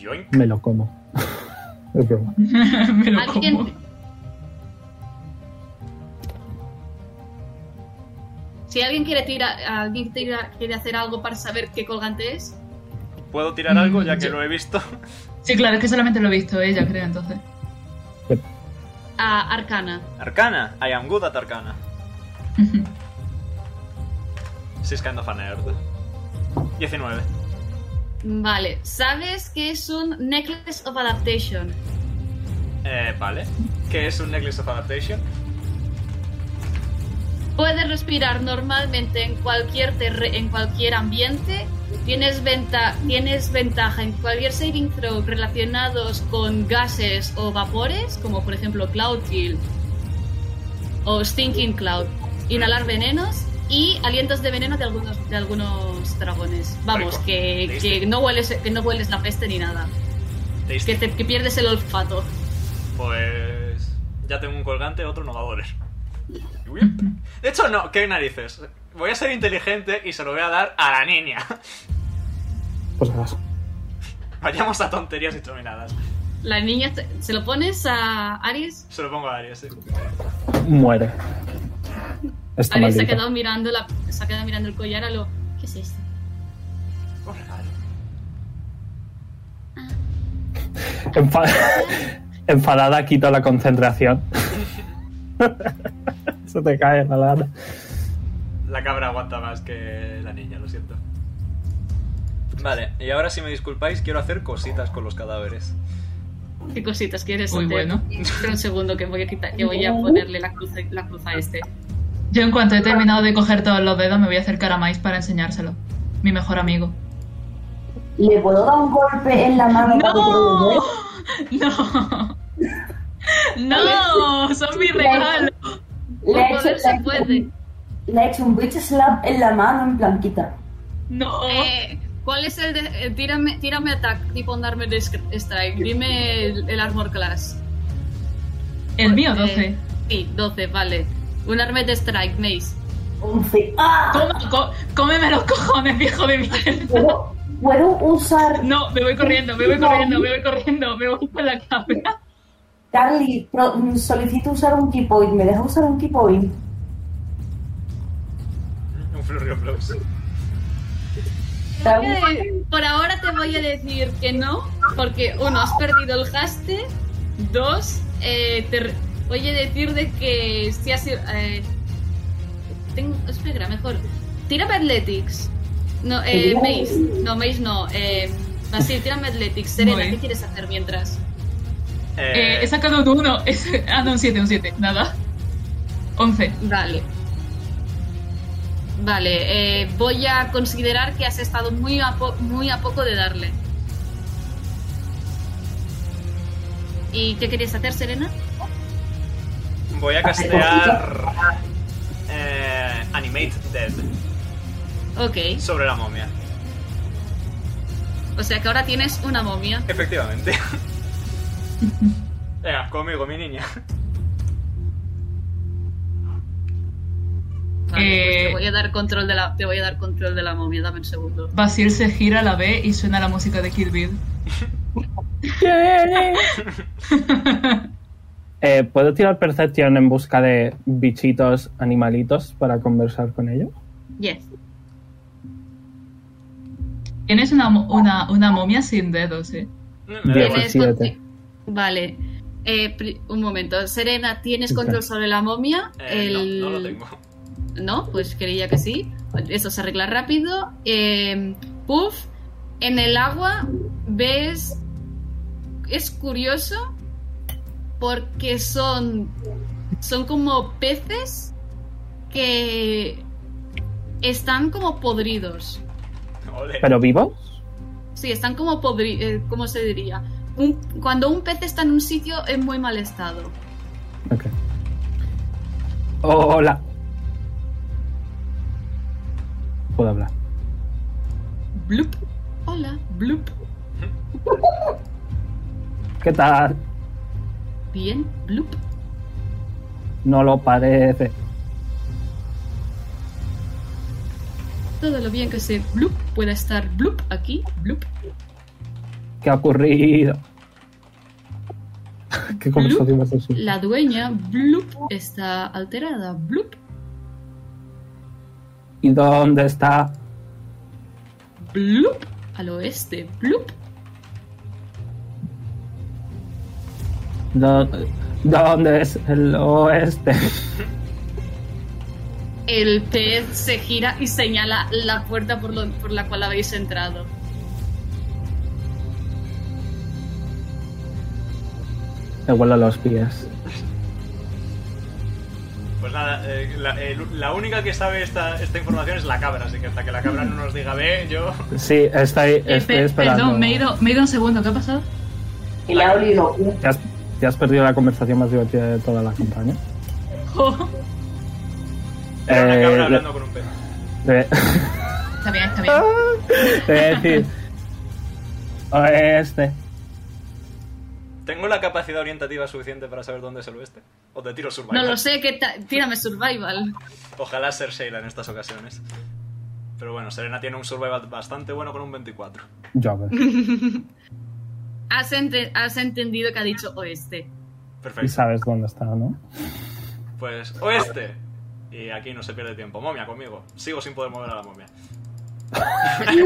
S3: Yoink.
S5: Me lo como. es broma.
S2: me lo como.
S1: Alguien. Si alguien quiere tirar, alguien tira- quiere hacer algo para saber qué colgante es,
S3: ¿Puedo tirar algo ya
S2: Mm,
S3: que
S2: yo-
S3: lo he visto?
S2: Sí, claro, es que solamente lo he visto ella, creo, entonces.
S1: a Arcana.
S3: Arcana. I am good at Arcana. She's kind of a nerd. 19.
S1: Vale, sabes que es un Necklace of Adaptation.
S3: Eh, vale. ¿Qué es un Necklace of Adaptation?
S1: Puedes respirar normalmente en cualquier terre- en cualquier ambiente. Tienes, venta- tienes ventaja en cualquier saving throw relacionados con gases o vapores, como por ejemplo Cloud Kill o Stinking Cloud. Inhalar venenos y alientos de veneno de algunos, de algunos dragones. Vamos,
S3: Rico.
S1: que,
S3: Tasty.
S1: que, no hueles, que no hueles la peste ni nada.
S3: Tasty.
S1: Que, te, que pierdes el olfato.
S3: Pues ya tengo un colgante, otro no va a doler. Uy. De hecho, no, qué narices. Voy a ser inteligente y se lo voy a dar a la niña.
S5: Pues acaso.
S3: Vayamos a tonterías y terminadas.
S1: La niña, te- ¿se lo pones a Aries?
S3: Se lo pongo a Aries, sí.
S5: Muere.
S1: Aries
S5: Está
S1: se ha
S5: maldito.
S1: quedado mirando la, se ha quedado mirando el collar a lo. ¿Qué es esto?
S3: Un regalo.
S5: Enfa- Enfadada quita la concentración. Se te cae la lana.
S3: La cabra aguanta más que la niña, lo siento. Vale, y ahora si me disculpáis, quiero hacer cositas con los cadáveres.
S1: ¿Qué cositas quieres
S2: Muy
S1: hacer?
S2: bueno.
S1: Espera un segundo que voy a quitar, que voy a ponerle la cruz, la cruz a este.
S2: Yo en cuanto he terminado de coger todos los dedos me voy a acercar a Mais para enseñárselo. Mi mejor amigo.
S4: ¿Le puedo dar un golpe en la mano? para que se lo
S2: ¡No!
S4: devuelva?
S2: ¡No! ¡No! ¡Son mi regalo!
S1: Con
S4: he hecho-
S1: poder se puede.
S4: le he hecho un bitch slap en la mano en planquita.
S2: ¡No!
S1: Eh, ¿Cuál es el de. eh, tírame, tírame attack, tipo un armor disc- strike. Dime el, el armor class.
S2: El mío, 12.
S1: Eh, sí, 12, vale. Un armor de strike, Mace.
S4: Once. ¡Ah!
S2: Toma, co- cómeme los cojones, viejo de mierda.
S4: ¿Puedo, puedo usar...
S2: No, me voy corriendo, me voy corriendo, me voy corriendo, me voy con la cabra.
S4: Carly, pro- mm, solicito usar un key point. ¿Me deja usar un key point?
S3: Un flurry of blows.
S4: Está bien.
S1: Eh, Por ahora te voy a decir que no, porque uno, has perdido el haste. Dos, eh, te re- voy a decir de que si has sido. eh, tengo- espera, mejor. Tírame Athletics. No, eh, Mace. No, Mace no. Eh, Basil, tírame Athletics. Serena,
S2: Muy.
S1: ¿qué quieres hacer mientras?
S2: Eh, he sacado un 1. Ah, no, un 7, un 7. Nada. 11.
S1: Vale. Vale, eh, voy a considerar que has estado muy a, po- muy a poco de darle. ¿Y qué querías hacer, Serena?
S3: Voy a castear. eh, Animate Dead
S1: Ok,
S3: sobre la momia.
S1: o sea que ahora tienes una momia.
S3: Efectivamente. Venga, conmigo, mi niña.
S1: Vale, pues
S2: Eh.
S1: te voy a dar control de la, te voy a dar control de la momia, dame un segundo.
S2: Basil se gira a la B y suena la música de Kill Bill.
S5: Eh, ¿Puedo tirar percepción en busca de bichitos, animalitos para conversar con ellos?
S1: Yes.
S2: Tienes una, mo- una, una momia sin dedos, ¿eh?
S3: Me da igual.
S1: Tienes con-
S5: 17.
S1: Vale. Eh, pri- un momento, Serena, ¿tienes
S5: Ok.
S1: control sobre la momia?
S3: Eh,
S1: El-
S3: No, no lo tengo.
S1: No, pues creía que sí. Eso se arregla rápido. Eh, puff, en el agua ves... Es curioso porque son... Son como peces que están como podridos.
S3: Ole.
S5: ¿Pero vivos?
S1: Sí, están como podridos. ¿Cómo se diría? Un- cuando un pez está en un sitio en muy mal estado.
S5: Ok. Oh, hola. Puedo hablar.
S2: Bloop,
S1: Hola,
S2: bloop.
S5: ¿Qué tal?
S1: bien, bloop.
S5: No lo parece.
S1: Todo lo bien que ese bloop pueda estar bloop aquí, bloop.
S5: ¿Qué ha ocurrido? ¿Qué conversación más absurda.
S1: La dueña, Bloop, está alterada. Bloop,
S5: ¿Y dónde está?
S1: Bloop, al oeste. Bloop,
S5: ¿Dó- ¿Dónde es el oeste?
S1: el pez se gira y señala la puerta por, lo- por la cual habéis entrado.
S5: Me vuelo los pies.
S3: Pues Nada, eh, la, el- la única que sabe esta, esta información es la cabra, así que hasta que la cabra no nos diga, ve, yo...
S5: Sí, está ahí,
S2: Eh,
S5: estoy
S2: pe-
S5: esperando.
S2: Perdón, me he, ido, me he ido un segundo, ¿qué ha pasado?
S4: Y la Oli lo
S5: Te has, te has perdido la conversación más divertida de toda la campaña.
S2: Oh.
S3: Era una
S5: Eh,
S3: cabra
S5: le-
S3: hablando con un pez.
S5: Te-
S2: está bien, está bien.
S5: te voy a decir. Este.
S3: ¿Tengo la capacidad orientativa suficiente para saber dónde es el oeste? ¿O te tiro survival?
S1: No lo sé, que ta- tírame survival.
S3: Ojalá ser Sheila en estas ocasiones. Pero bueno, Serena tiene un survival bastante bueno con un 24.
S5: Yo, pues, a ver.
S1: Has, ente- has entendido que ha dicho oeste.
S5: Y
S3: Perfecto.
S5: sabes dónde está, ¿no?
S3: Pues oeste. Y aquí no se pierde tiempo. Momia conmigo. Sigo sin poder mover a la momia.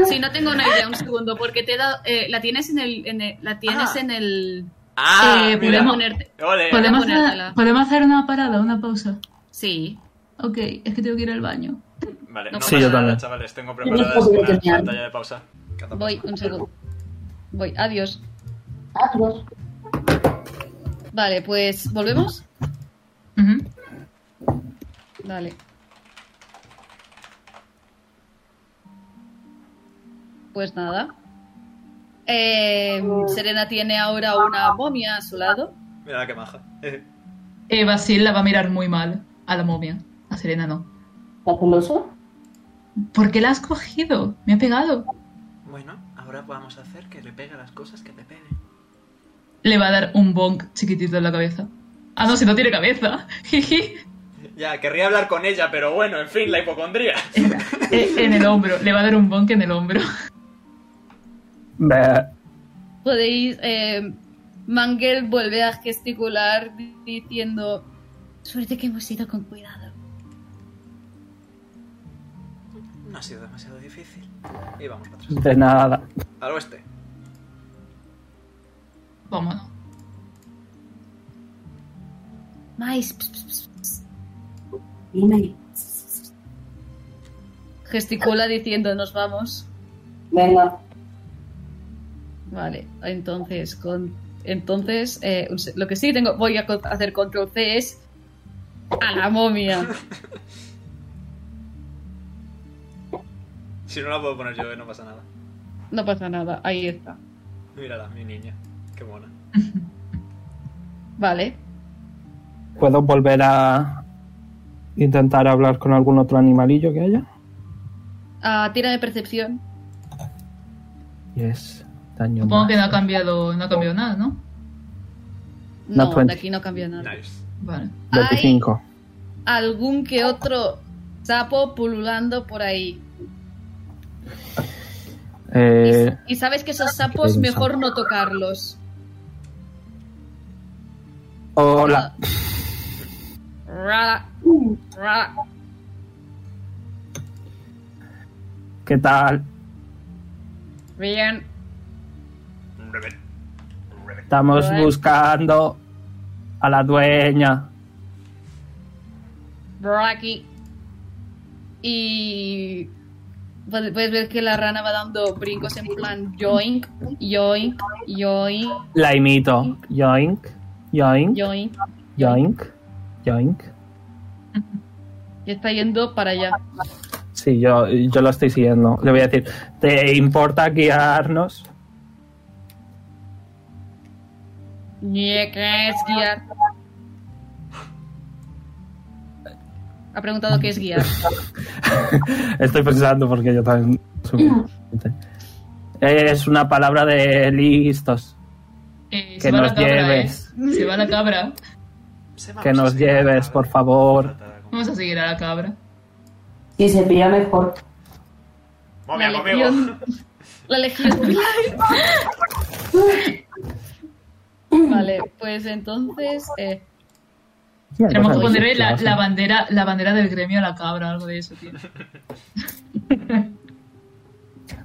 S1: Si no tengo una idea, un segundo, porque te he dado, eh, la tienes en el, en el- la tienes
S3: Ah.
S1: en el,
S3: ¡Ah!
S2: Eh,
S3: mira.
S1: para
S2: podemos-
S1: ponerte.
S3: Ole.
S2: ¿Podemos,
S1: voy a
S2: hacer,
S1: ponértela.
S2: podemos hacer una parada, una pausa.
S1: Sí.
S2: Ok, es que tengo que ir al baño.
S3: Vale,
S1: No
S3: no
S1: Sí,
S3: pasa
S5: yo
S3: nada,
S5: también.
S3: chavales. Tengo preparada
S4: Yo
S3: una
S4: creo que me
S3: pantalla de pausa.
S1: Voy, un segundo. Voy, adiós.
S4: Hazlo.
S1: Vale, pues volvemos.
S2: Ujú.
S1: Vale. Pues nada. Eh, Serena tiene ahora una momia a su lado.
S3: Mira la que maja.
S2: Eh, Basil la va a mirar muy mal a la momia. A Serena no.
S4: ¿Está celoso?
S2: ¿Por qué la has cogido? Me ha pegado.
S3: Bueno, ahora vamos a hacer que le pegue las cosas que te peguen.
S2: Le va a dar un bonk chiquitito en la cabeza. Ah, no, si no tiene cabeza. Jiji.
S3: Ya, querría hablar con ella, pero bueno, en fin, la hipocondría.
S2: Eh, en el hombro. Le va a dar un bonk en el hombro.
S5: Ve-
S1: Podéis. Eh, Mangel vuelve a gesticular di- diciendo: Suerte que hemos ido con cuidado.
S3: No ha sido demasiado difícil. Y vamos para atrás.
S5: De nada.
S3: Al oeste.
S2: Vámonos.
S1: Mais. ps, ps, ps, ps.
S4: Dime.
S1: Gesticula diciendo: Nos vamos.
S4: Venga.
S1: Vale, entonces, con, entonces eh, un se- lo que sí tengo, voy a co- hacer control C es a la momia.
S3: Si no la puedo poner yo, eh, no pasa nada.
S1: No pasa nada, ahí está.
S3: Mírala, mi niña. Qué mona.
S1: Vale,
S5: ¿Puedo volver a intentar hablar con algún otro animalillo que haya?
S1: ah, tira de percepción.
S5: Yes. Daño
S2: Supongo que no ha
S5: más.
S2: cambiado, no ha cambiado nada, ¿no?
S1: No,
S5: Not 20.
S1: de aquí no cambia nada.
S3: Nice.
S2: Vale.
S5: 25.
S1: Algún que otro sapo pululando por ahí. Y,
S5: Eh,
S1: y sabes que esos sapos
S5: Hay un
S1: mejor
S5: sapo.
S1: no tocarlos.
S5: hola.
S1: Ra, ra.
S5: ¿Qué tal?
S1: Bien.
S3: Rebel. Rebel.
S5: Estamos
S1: Hola.
S5: buscando a la dueña.
S1: por aquí. Y puedes puedes ver que la rana va dando brincos en plan yoink, yoink, yoink,
S5: La imito. Yoink. Yoink.
S1: yoink.
S5: Yoink. Yoink.
S1: Y está yendo para allá.
S5: Sí, yo, yo lo estoy siguiendo. Le voy a decir, ¿te importa guiarnos?
S1: Nie que es guiar. Ha preguntado qué es guiar.
S5: Estoy pensando porque yo también... soy un- Es una palabra de listos.
S2: Eh,
S5: Que nos lleves.
S2: eh. Se va la cabra.
S3: Se va,
S5: Que
S3: vamos a
S5: nos
S3: seguir a la
S5: lleves,
S3: cabra.
S5: por favor.
S2: Vamos a seguir a la cabra.
S4: Si se pilla mejor.
S3: Momia
S1: La
S3: conmigo.
S1: legión- La legión. vale, pues entonces. eh,
S2: Tenemos que
S5: Pues,
S2: ponerle
S5: ¿qué
S2: la,
S5: vas a
S2: la
S5: hacer?
S2: bandera, la bandera del gremio a la cabra, algo de eso, tío.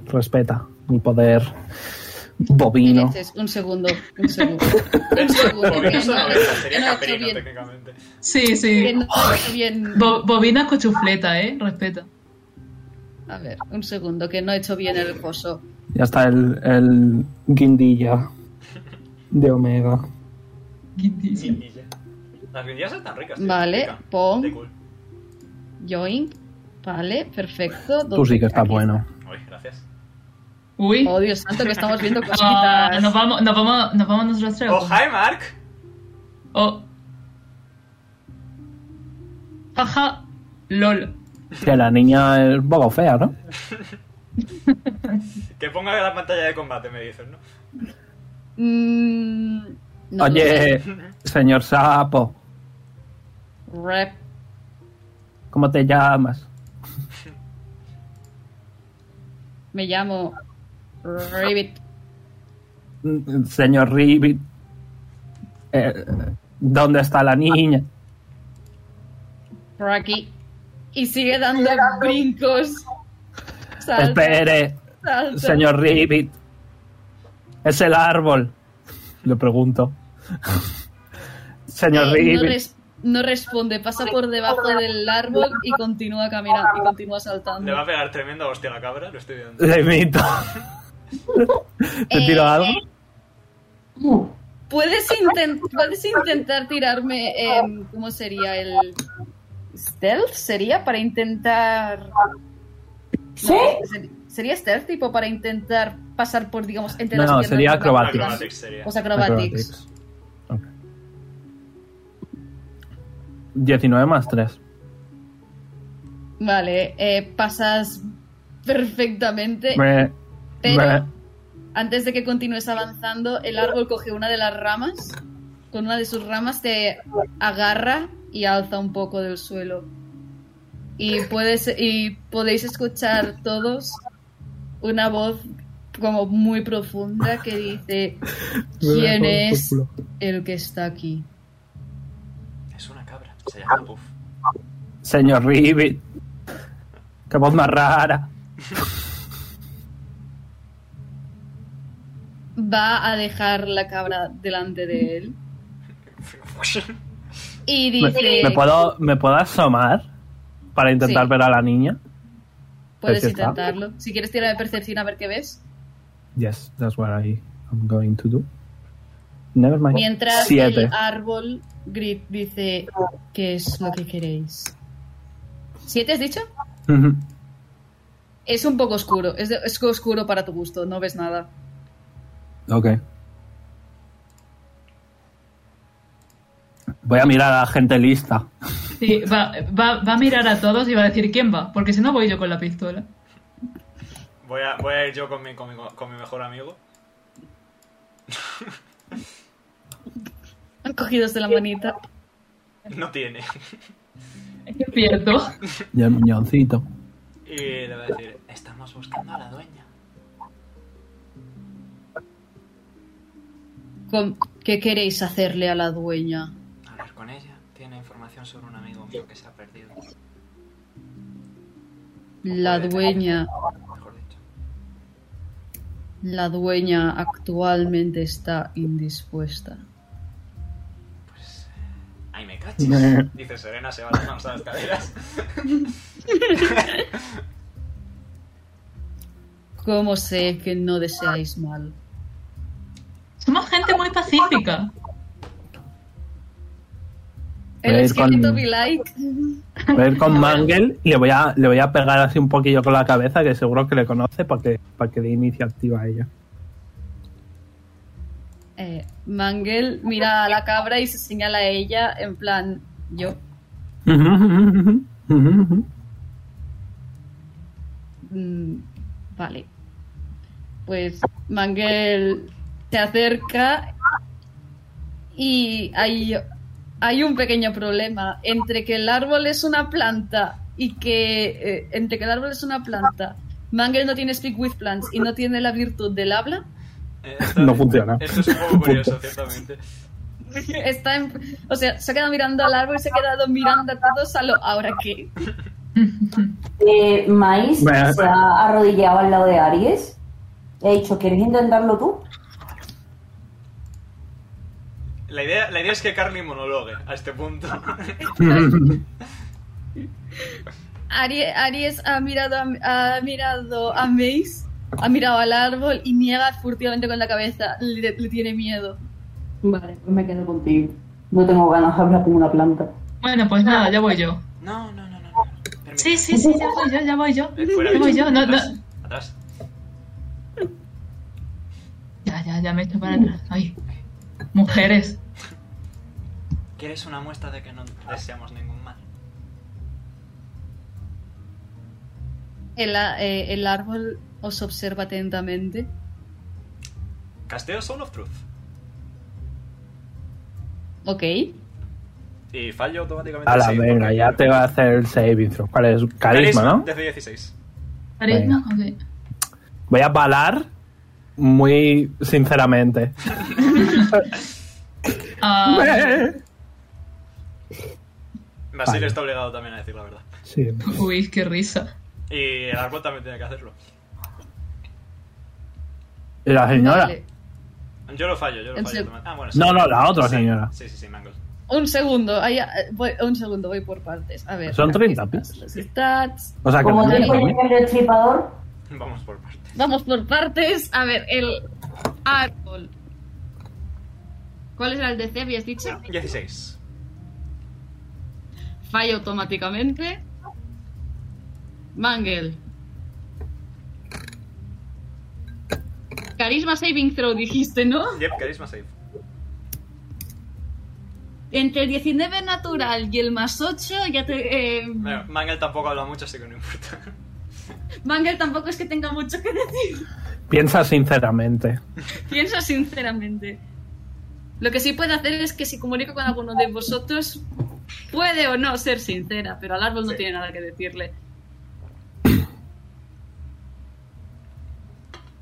S5: Respeta mi poder bovino.
S1: dices, un segundo, un segundo.
S3: De
S1: Un
S3: hecho,
S1: segundo.
S3: Momia
S1: que
S3: eso
S1: no
S3: no
S1: lo
S3: es,
S1: que
S3: sería
S1: no lo he hecho
S3: caprino,
S1: bien.
S3: técnicamente.
S2: Sí,
S1: que
S2: sí.
S1: no lo he hecho bien.
S2: Bo- bobina con chufleta, eh. Respeta.
S1: A ver, un segundo, que no he hecho bien el coso.
S5: Ya está el, el guindilla de Omega.
S2: Guindilla.
S3: Guindilla. Las guindillas están ricas. tío.
S1: Vale,
S3: Pican.
S1: pon.
S3: De cool.
S1: Yoink. Vale, perfecto.
S5: Tú sí que está
S1: Aquí.
S5: bueno.
S3: Oye, gracias.
S2: Uy.
S1: Oh, Dios santo, que estamos viendo
S2: Ah,
S1: cositas.
S2: nos vamos, nos vamos, nos vamos nosotros tres.
S3: ¡Oh, hi, Mark!
S2: Oh. Jaja. Lol.
S5: Que la niña es boba fea, ¿no?
S3: Que ponga la pantalla de combate, me dicen, ¿no?
S1: Mm, no lo sé.
S5: Oye, señor sapo,
S1: Rep.
S5: ¿cómo te llamas?
S1: Me llamo Ribbit.
S5: Mm, Señor Ribbit, eh, ¿dónde está la niña?
S1: por aquí. Y sigue dando brincos. Salta,
S5: Espere,
S1: salta.
S5: señor Ribbit. Es el árbol. Le pregunto.
S1: Eh,
S5: Señor
S1: no,
S5: Ribbit.
S1: res- no responde, pasa por debajo del árbol y continúa caminando y continúa
S3: Le va a
S1: saltando.
S3: pegar tremenda hostia a la cabra, lo estoy viendo.
S5: Le imito. ¿Te tiro
S7: Eh,
S5: algo?
S1: ¿Puedes, inten- puedes intentar tirarme, em, ¿cómo sería el stealth? ¿Sería para intentar...
S4: ¿Sí?
S1: ser- ¿Sería stealth tipo para intentar pasar por, digamos, entre
S5: No,
S1: las
S5: no,
S1: piernas
S5: sería
S1: de una
S5: acrobatics.
S1: tirana?
S3: Acrobatics sería.
S1: Pues acrobatics.
S5: Acrobatics. Ok. 19 más 3.
S1: Vale, eh, pasas perfectamente. Pero antes de que continúes avanzando, el árbol coge una de las ramas, con una de sus ramas te agarra y alza un poco del suelo. Y, puedes, y podéis escuchar todos una voz como muy profunda que dice, ¿quién es el que está aquí?
S3: Es una cabra, se llama Puff.
S5: Señor Ribbit. Qué voz más rara.
S1: Va a dejar la cabra delante de él y dice,
S5: ¿Me, me puedo, ¿Me puedo asomar para intentar
S1: Sí.
S5: ver a la niña?
S1: puedes
S5: si está?
S1: intentarlo. Si quieres tirar de percepción a ver qué ves.
S5: Yes, that's what I, I'm going to do. Never mind.
S1: Mientras
S5: Siete.
S1: el árbol grit dice qué es lo que queréis. ¿Siete has dicho?
S5: Ujú.
S1: Es un poco oscuro, es, de- es oscuro para tu gusto, no ves nada.
S5: Ok. Voy a mirar a la gente lista.
S2: Sí, va, va, va a mirar a todos y va a decir quién va, porque si no voy yo con la pistola.
S3: Voy a, voy a ir yo con mi, con, mi, con mi mejor amigo.
S1: Han cogido de la manita.
S3: No tiene.
S2: Es que pierdo.
S5: Y el muñoncito.
S3: Y le va a decir, estamos buscando a la dueña.
S1: Con- ¿Qué queréis hacerle a la dueña?
S3: Hablar con ella. Tiene información sobre un amigo mío que se ha perdido.
S1: La dueña,
S3: Mejor dicho.
S1: la dueña actualmente está indispuesta.
S3: Pues... ¡Ay, me cachis! Dice Serena, se va las manos a las caderas.
S1: ¿Cómo sé que no deseáis mal?
S2: Somos gente muy pacífica.
S5: Voy
S1: El
S5: a ir
S1: esqueleto
S5: con-
S1: be like.
S5: Voy a ir con Mangel y le voy a, le voy a pegar así un poquillo con la cabeza, que seguro que le conoce, para que, para que dé iniciativa a ella.
S1: Eh, Mangel mira a la cabra y se señala a ella en plan yo. Mm, vale. Pues Mangel se acerca y hay, hay un pequeño problema entre que el árbol es una planta y que eh, entre que el árbol es una planta. Mangel no tiene speak with plants y no tiene la virtud del habla.
S3: Eh, esto-
S5: No funciona.
S3: Esto es un poco curioso, ciertamente.
S1: Está en- o sea, se ha quedado mirando al árbol y se ha quedado mirando a todos a lo ahora qué.
S4: Eh, Maíz
S5: Bueno.
S4: se ha arrodillado al lado de Aries. He dicho, ¿quieres intentarlo tú?
S3: La idea, la idea es que Carly monologue a este punto.
S1: Aries, Aries ha mirado a, ha mirado a Mace, ha mirado al árbol y niega furtivamente con la cabeza. Le, le tiene miedo.
S4: Vale, pues me quedo contigo. No tengo ganas de hablar con una planta.
S2: Bueno, pues nada, ya voy yo.
S3: No, no, no, no. no. Hermita.
S2: Sí, sí, sí, ya voy yo, ya voy yo.
S3: Eh, fuera,
S2: Ya voy
S3: bicho.
S2: yo, no, no.
S3: atrás, atrás.
S2: Ya, ya, ya me echo para atrás. Ay, mujeres.
S3: ¿Quieres una muestra de que no deseamos ningún mal?
S1: El, a- eh, el árbol os observa atentamente.
S3: Casteo Soul of Truth.
S1: Ok.
S3: Y fallo automáticamente.
S5: A la
S3: sí,
S5: venga,
S3: porque-
S5: ya te va a hacer el saving throw. ¿Cuál es? Carisma, ¿no?
S3: Desde 16.
S2: Carisma, ok.
S5: Voy a balar muy sinceramente.
S2: Ah,
S3: Basil
S5: Vale.
S3: está obligado también a decir la verdad.
S5: Sí.
S2: uy, qué risa.
S3: Y el árbol también tiene que hacerlo.
S5: ¿Y la señora?
S1: Vale.
S3: Yo lo fallo, yo lo
S1: En
S3: fallo.
S1: sec-
S3: automáticamente. Ah, bueno,
S5: No, no, la otra
S3: Sí,
S5: señora.
S3: Sí, sí, sí, Mangos.
S1: Un segundo, ahí, eh, voy- un segundo, voy por partes. A ver.
S5: Son
S1: aquí
S5: 30
S1: están
S5: pies.
S1: Los stats.
S5: O sea, Ah, que
S4: Como
S5: la
S1: Vale.
S4: dijo el
S5: señora también.
S4: niño destripador,
S3: Vamos por partes.
S1: Vamos por partes. A ver, el árbol. ¿Cuál era el DC? ¿Habías dicho?
S3: 16.
S1: Falla automáticamente. Mangel. Carisma Saving Throw dijiste, ¿no?
S3: Yep, carisma save.
S1: Entre el 19 natural y el más 8, ya te. eh,
S3: Bueno, Mangel tampoco habla mucho, así que no importa.
S1: Mangel tampoco es que tenga mucho que decir.
S5: Piensa sinceramente.
S1: Piensa sinceramente. Lo que sí puede hacer es que si comunico con alguno de vosotros, puede o no ser sincera, pero al árbol no
S3: Sí.
S1: tiene nada que decirle.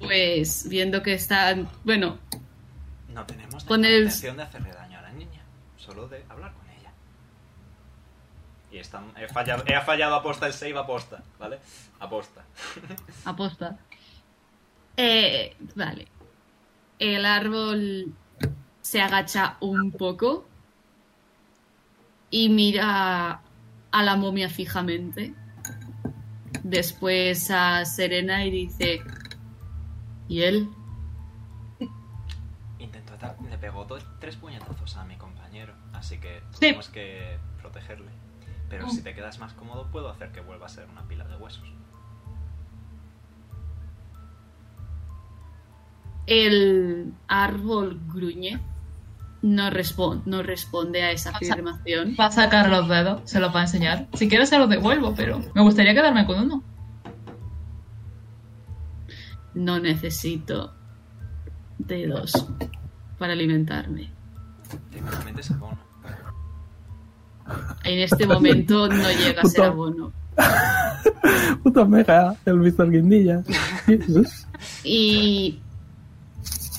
S1: Pues viendo que están. Bueno,
S3: No tenemos
S1: Con
S3: ninguna
S1: el-
S3: intención de hacerle daño a la niña, solo de hablar con ella. Y está, he, fallado, he fallado aposta el save aposta, ¿vale? Aposta.
S1: aposta. Eh, vale. El árbol se agacha un poco y mira a la momia fijamente. Después a Serena y dice... ¿Y él?
S3: Intentó atar- le pegó dos, tres puñetazos a mi compañero, así que
S2: Sí.
S3: tenemos que protegerle. Pero si te quedas más cómodo, puedo hacer que vuelva a ser una pila de huesos.
S1: El árbol gruñe. No, respon- no responde a esa
S2: O sea-
S1: afirmación.
S2: Va a sacar los dedos, se los va a enseñar. Si quieres se los devuelvo, pero me gustaría quedarme con uno.
S1: No necesito dedos para alimentarme.
S3: Técnicamente es abono.
S1: En este momento no llega a ser
S5: Puto.
S1: abono.
S5: Puta mega, el Mr. Guindilla. Jesús.
S1: Y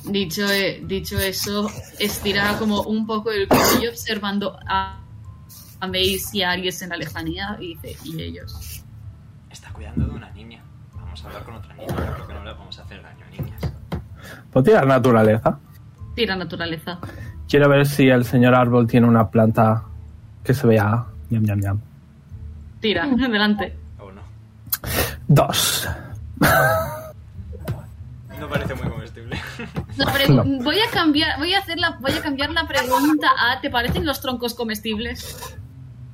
S1: dicho, eh, dicho eso, estira como un poco el cuello observando a, a Mace y a Aries en la lejanía y dice, y ellos.
S3: Está cuidando de una niña. Vamos a hablar con otra niña, yo creo que no le vamos a hacer daño a niñas.
S5: Pues tirar naturaleza.
S1: Tira naturaleza.
S5: Quiero ver si el señor árbol tiene una planta que se vea. Ñam, ñam, ñam.
S1: Tira, adelante.
S3: O no.
S5: Dos.
S3: No parece muy comestible.
S1: No, pero Voy a cambiar, voy a hacer la, voy a cambiar la pregunta a Ah, ¿te parecen los troncos comestibles?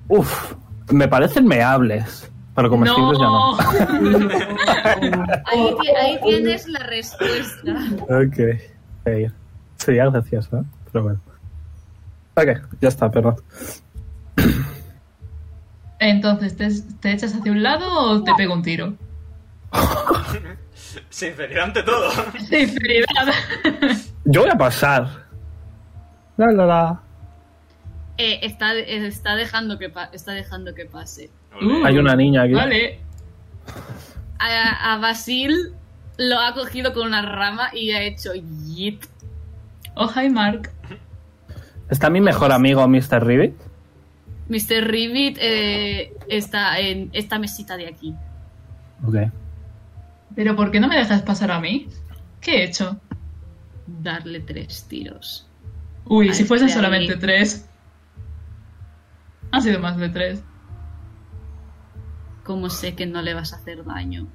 S5: Uf, me parecen meables. Pero comestibles
S2: no.
S5: ya
S1: Ahí, ti- ahí tienes la respuesta.
S5: no. Ok. Ok. Sería gracioso, ¿eh? pero bueno. Ok, ya está, perdón.
S2: Entonces, ¿te, te echas hacia un lado o te pego un tiro?
S3: Sinceridad ante todo.
S2: Sinceridad.
S5: Yo voy a pasar. La, la, la.
S1: Eh, está, eh, está, dejando que pa- está dejando que pase.
S2: Uh.
S5: Hay una niña aquí.
S2: Vale.
S1: A, a Basil lo ha cogido con una rama y ha hecho yit.
S2: Oh, hi, Mark.
S5: Está mi mejor amigo, Mr. Ribbit.
S1: Mr. Ribbit eh, está en esta mesita de aquí.
S5: Ok.
S2: ¿Pero por qué no me dejas pasar a mí? ¿Qué he hecho?
S1: Darle tres tiros.
S2: Uy,
S1: A
S2: si fuesen
S1: este ahí.
S2: solamente tres. Han sido más de tres.
S1: Como sé que no le vas a hacer daño.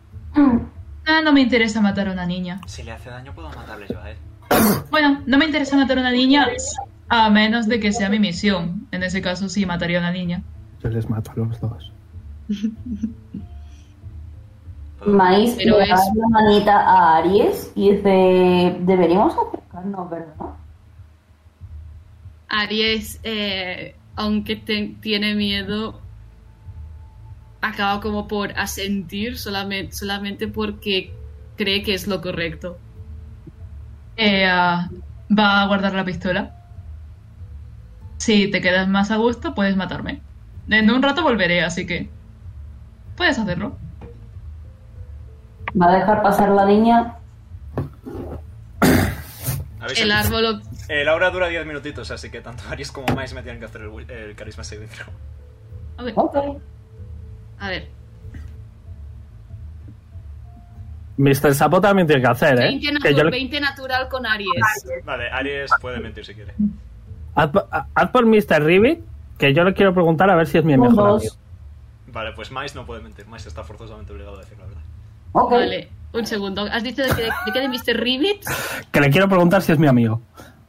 S2: Ah, no me interesa matar a una niña.
S3: Si le hace daño, puedo matarle yo a él.
S2: Bueno, no me interesa matar a una niña a menos de que sea mi misión. En ese caso sí mataría a una niña.
S5: Yo les mato a los dos.
S4: Maíz
S1: Pero
S4: le
S1: es-
S4: da la manita a Aries y dice, deberíamos acercarnos, ¿verdad?
S1: Aries, eh, aunque te- tiene miedo, acaba como por asentir solamente, solamente porque cree que es lo correcto.
S2: Eh, ah, va a guardar la pistola. Si te quedas más a gusto, puedes matarme. En un rato volveré, así que. Puedes hacerlo.
S4: Va a dejar pasar la niña.
S3: ¿Habéis
S1: El
S3: oído?
S1: árbol ob-
S3: Eh, la hora dura 10 minutitos, así que tanto Aries como Mais me tienen que hacer el, wi- el carisma saving throw.
S1: A ver,
S4: Ok.
S1: a ver.
S5: Mr. Sapo también tiene que hacer, ¿eh?
S1: 20,
S5: Que
S1: natu-
S5: yo le-
S1: 20 natural con Aries.
S3: Vale, Aries puede mentir si quiere.
S5: haz, por- haz por Mr. Ribbit, que yo le quiero preguntar a ver si es mi
S4: Un
S5: mejor
S4: dos.
S5: amigo.
S3: Vale, pues Mais no puede mentir. Mais está forzosamente obligado a decir la verdad.
S4: Ok.
S1: Vale, un segundo. ¿Has dicho de que de, que de Mr. Ribbit?
S5: Que le quiero preguntar si es mi amigo.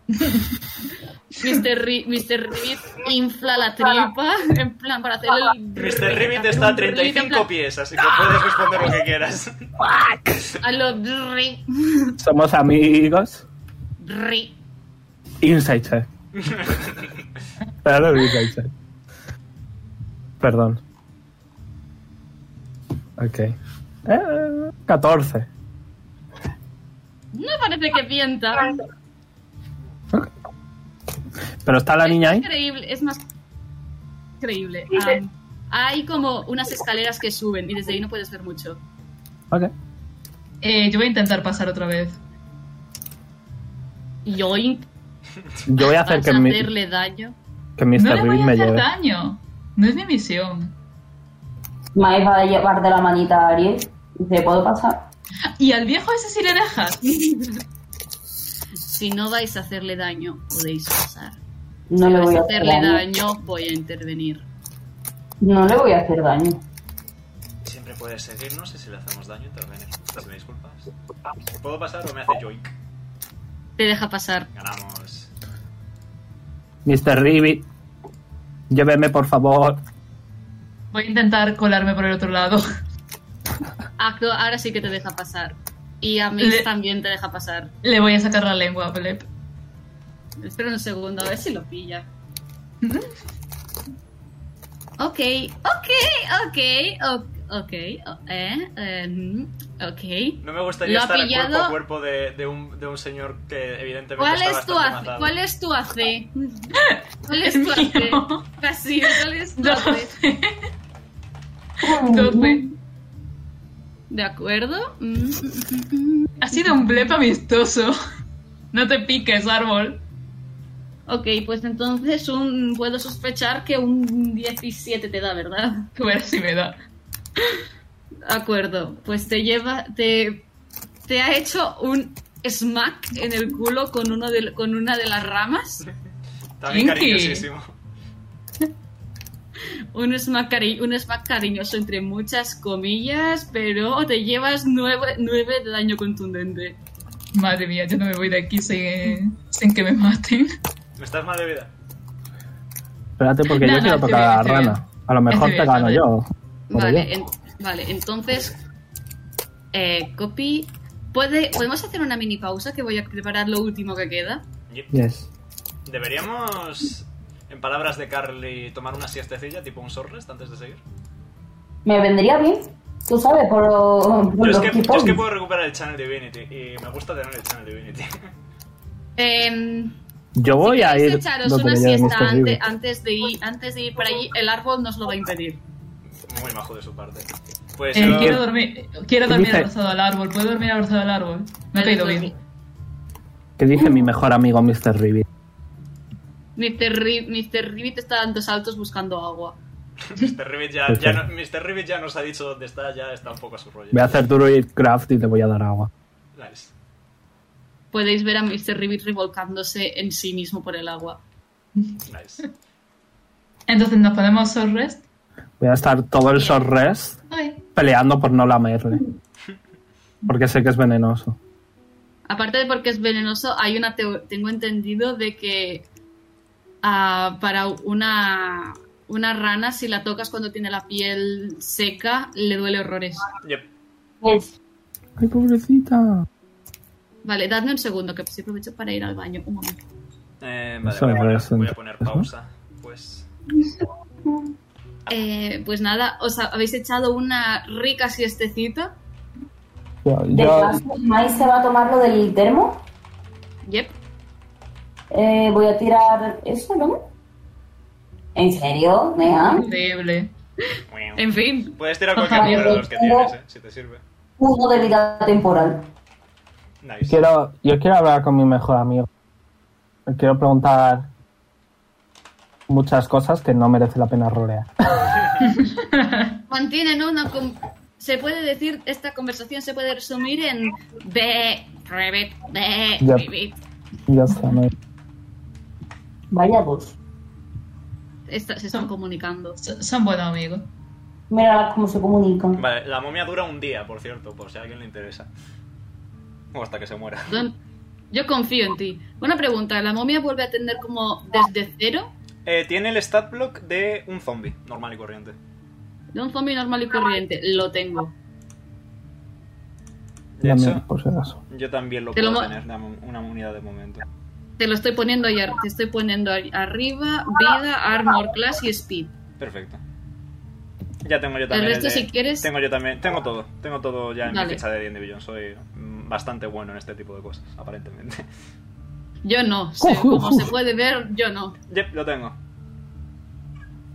S1: Mr. Ri- Mr. Ribbit infla la tripa en plan para hacer el...
S3: Mr. Ribbit está a 35 pies, así que puedes responder lo que quieras.
S1: A lo... Ri,
S5: Somos amigos.
S1: ri.
S5: Insight check. Claro, insight check. Perdón. Ok. Eh, 14.
S1: No parece que pienta.
S5: Pero está la niña ahí.
S1: Es más creíble, es más creíble. Am, hay como unas escaleras que suben y desde ahí no puedes ver mucho.
S5: Ok.
S2: Eh, yo voy a intentar pasar otra vez.
S1: Yoink,
S5: Yo voy a hacer
S1: vas
S5: que,
S1: a
S5: mi,
S1: hacerle daño.
S5: que
S2: No
S5: Mr.
S2: le voy
S5: Ribbit
S2: a
S5: me
S2: hacer
S5: lleve.
S2: daño. No es mi misión.
S4: Maíz va a llevar de la manita a Aries. Dice, ¿puedo pasar?
S2: Ah, Y al viejo ese sí le dejas.
S1: Si no vais a hacerle daño, podéis pasar.
S4: No
S1: Si
S4: le
S1: vais
S4: voy
S1: a
S4: a hacer
S1: hacerle
S4: daño.
S1: daño, voy a intervenir.
S4: No le voy a hacer daño.
S3: Siempre puedes seguirnos y si le hacemos daño intervenir. Si me disculpas. ¿Puedo pasar o me hace joink?
S1: Te deja pasar.
S3: Ganamos.
S5: Mr. Ribbit, lléveme por favor.
S2: Voy a intentar colarme por el otro lado.
S1: Acto, ahora sí que te deja pasar. Y a mí
S2: Le-
S1: también te deja pasar.
S2: Le voy a sacar la lengua a Blep.
S1: Espera un segundo, a ver si lo pilla. Ok, ok, ok, ok, ok, eh, eh, mm, ok.
S3: No me gustaría
S1: Lo ha
S3: estar cuerpo
S1: pillado.
S3: a cuerpo de, de un, de un señor que evidentemente
S1: ¿Cuál
S3: está
S1: es, tu
S3: bastante
S1: AC?
S3: matado.
S1: ¿Cuál es tu AC? ¿Cuál es tu
S2: Es mío.
S1: AC? Casi, ¿cuál es tu AC?
S2: 12.
S4: Mm,
S2: 12.
S1: ¿De acuerdo? Mm, mm, mm, mm.
S2: Ha sido un Blep amistoso. No te piques, árbol.
S1: Ok, pues entonces un, puedo sospechar que un 17 te da, ¿verdad?
S2: Que ver si me da.
S1: De acuerdo, pues te lleva, te, te ha hecho un smack en el culo con, uno de, con una de las ramas.
S3: También
S2: Jinky.
S3: cariñosísimo.
S1: Un smack, cari- un smack cariñoso entre muchas comillas, pero te llevas nueve, nueve de daño contundente.
S2: Madre mía, yo no me voy de aquí sin, sin que me maten.
S3: ¿Me estás mal de vida?
S5: Espérate porque
S2: No,
S5: yo
S2: no,
S5: quiero
S2: estoy
S5: tocar
S2: bien,
S5: a la
S2: estoy bien.
S5: rana. A lo mejor
S2: Estoy
S5: te
S2: bien,
S5: gano
S2: estoy
S5: yo. Por
S1: Vale,
S2: eh.
S5: Dios.
S1: en- vale, entonces, eh, copy. ¿Puede, ¿Podemos hacer una mini pausa que voy a preparar lo último que queda?
S3: Yep.
S5: Yes.
S3: Deberíamos, en palabras de Carly, tomar una siestecilla, tipo un short rest, antes de seguir.
S4: Me vendría bien, tú sabes, por, por
S3: Yo es,
S4: los
S3: que, yo es
S4: tifones.
S3: que puedo recuperar el Channel Divinity y me gusta tener el Channel Divinity.
S1: Eh,
S5: Yo voy a
S1: ¿queréis
S5: ir.
S1: echaros
S5: donde
S1: una
S5: me lleve
S1: siesta
S5: Mr.
S1: ante-
S5: Ribbit.
S1: antes de, ir, antes de ir para allí? El árbol nos lo va a impedir.
S3: Muy majo de su parte. Pues
S2: Eh,
S3: yo-
S2: quiero dormir,
S5: ¿Qué
S2: quiero dormir
S5: dice?
S2: abrazado al árbol. ¿Puedo dormir abrazado al árbol? Me ha
S1: Puedes
S2: caído bien.
S1: dormir.
S5: ¿Qué dice mi mejor amigo Mr. Ribbit?
S1: Mr. Rib- Mr. Ribbit está dando saltos buscando agua.
S3: Mr. Ribbit ya, ya no- Mr. Ribbit ya nos ha dicho dónde está, ya está un poco a su rollo.
S5: Voy a hacer Druidcraft y te voy a dar agua.
S3: Nice.
S1: Podéis ver a Mr. Ribbit revolcándose en sí mismo por el agua.
S3: Nice.
S2: Entonces, ¿nos podemos short rest?
S5: Voy a estar todo el short rest
S2: Ay.
S5: peleando por no lamerle. Porque sé que es venenoso.
S1: Aparte de porque es venenoso, hay una teo- tengo entendido de que ah, para una Una rana, si la tocas cuando tiene la piel seca, le duele horrores.
S3: Yep.
S4: Yes.
S5: ¡Ay, pobrecita!
S1: Vale, dadme un segundo, que si aprovecho para ir al baño. Un momento.
S3: Eh,
S5: No
S3: vale,
S5: sabe
S3: voy a,
S5: eso,
S3: voy a poner
S5: ¿no?
S3: pausa. Pues.
S1: Eh, pues nada, os ha- habéis echado una rica siestecita.
S5: Yo-
S4: De
S5: yo-
S4: paso, Mai se va a tomar lo del termo.
S1: Yep.
S4: Eh, voy a tirar eso, ¿no? ¿En serio? Nea?
S2: Increíble.
S1: En fin,
S3: Puedes tirar cualquier
S2: Ajá,
S3: número de los que tienes, eh, si te sirve.
S4: Uno de vida temporal.
S3: Nice.
S5: quiero, yo quiero hablar con mi mejor amigo. Le quiero preguntar muchas cosas que no merece la pena rolear.
S1: mantienen una... com- se puede decir, esta conversación se puede resumir en... Be, rabbit, be,
S5: Yep.
S1: rabbit.
S5: Ya está, no hay-
S4: Vaya dos.
S1: Esta- se están comunicando.
S2: S- son buenos amigos.
S4: Mira cómo se comunican.
S3: Vale, la momia dura un día, por cierto, por si a alguien le interesa. O hasta que se muera.
S1: Don- Yo confío en ti. Una pregunta, ¿la momia vuelve a tener como desde cero?
S3: Eh, tiene el stat block de un zombie, normal y corriente.
S1: De un zombie normal y corriente. Lo tengo.
S3: De
S5: ya me-
S3: hecho,
S5: por si acaso.
S3: yo también lo
S1: Te lo
S3: puedo
S1: mo-
S3: tener, dame un- una unidad de momento.
S1: Te lo estoy poniendo ahí, ar- te estoy poniendo ahí arriba, vida, armor, class y speed.
S3: Perfecto. Ya tengo yo
S1: El
S3: también.
S1: resto
S3: de-
S1: si quieres...
S3: Tengo yo también, tengo todo, tengo todo ya en
S1: Vale.
S3: mi ficha de D&D Beyond, soy mm, bastante bueno en este tipo de cosas, aparentemente.
S1: Yo no. sé,
S5: Ujú,
S1: como
S5: ujú.
S1: se puede ver, yo no.
S3: Yep, lo tengo.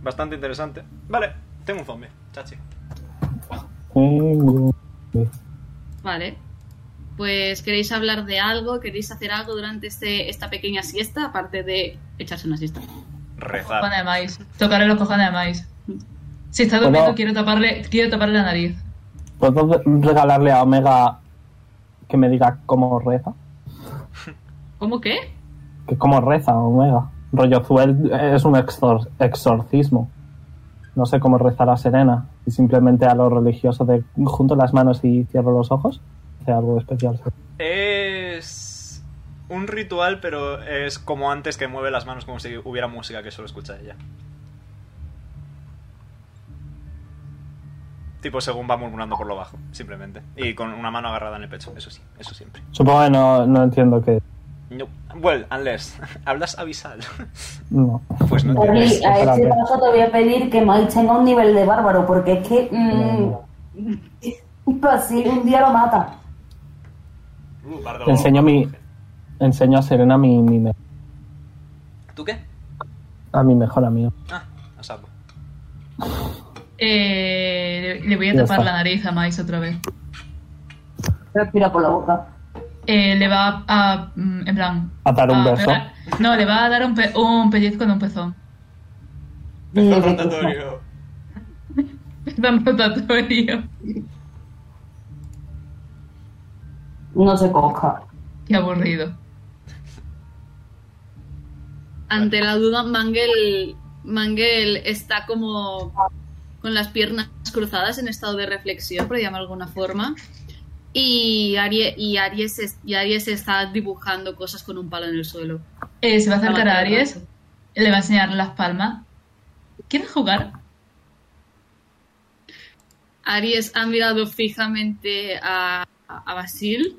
S3: Bastante interesante. Vale, tengo un zombie, chachi.
S5: Tengo-
S1: Vale. Pues queréis hablar de algo, queréis hacer algo durante este, esta pequeña siesta, aparte de echarse una siesta.
S3: Rezar.
S2: Cojones de maíz. Tocaré los cojones de maíz. Si está durmiendo,
S5: Bueno.
S2: quiero taparle, quiero taparle la nariz.
S5: ¿Puedo re- regalarle a Omega que me diga cómo reza?
S1: ¿Cómo qué?
S5: Que cómo reza Omega. Rollo Zuel eh, es un exor- exorcismo. No sé cómo rezar a Serena. Y simplemente a lo religioso de junto las manos y cierro los ojos. Hace algo especial.
S3: Es un ritual, pero es como antes que mueve las manos como si hubiera música que solo escucha ella. Tipo según va murmurando por lo bajo, simplemente. Y con una mano agarrada en el pecho, eso sí, eso siempre.
S5: Supongo que no, no entiendo que...
S3: No. Well, unless. Hablas abisal.
S5: No.
S3: Pues no.
S5: Pero
S4: Orly,
S5: es-
S4: a este
S5: espera, espera.
S4: paso te voy a pedir que Mai tenga un nivel de bárbaro, porque es que. mm, así un día lo mata.
S3: Uh,
S2: eh,
S3: bardo.
S5: Te enseño mi- Enseño a Serena mi, mi me-
S3: ¿Tú qué?
S5: a mi mejor amigo.
S3: Ah, a sapo.
S2: Eh, le, le voy a
S5: Ya
S2: tapar
S5: está.
S2: la nariz a maíz otra vez.
S4: Respira por la boca.
S2: Eh, le va a, mm, En plan.
S5: A dar un
S2: a
S5: beso.
S2: pegar- No, le va a dar un, pe- un pellizco en un pezón.
S4: Ni de cosa.
S3: rotatorio.
S2: Pezón rotatorio.
S4: No se coja.
S2: Qué aburrido.
S1: Ante la duda, Mangel, Mangel está como con las piernas cruzadas en estado de reflexión, por llamar de alguna forma. Y Aries, y, Aries es- y Aries está dibujando cosas con un palo en el suelo.
S2: Eh, se va a acercar a
S1: Vamos,
S2: Aries. Le va a enseñar las palmas. ¿Quieres jugar?
S1: Aries ha mirado fijamente a, a Basil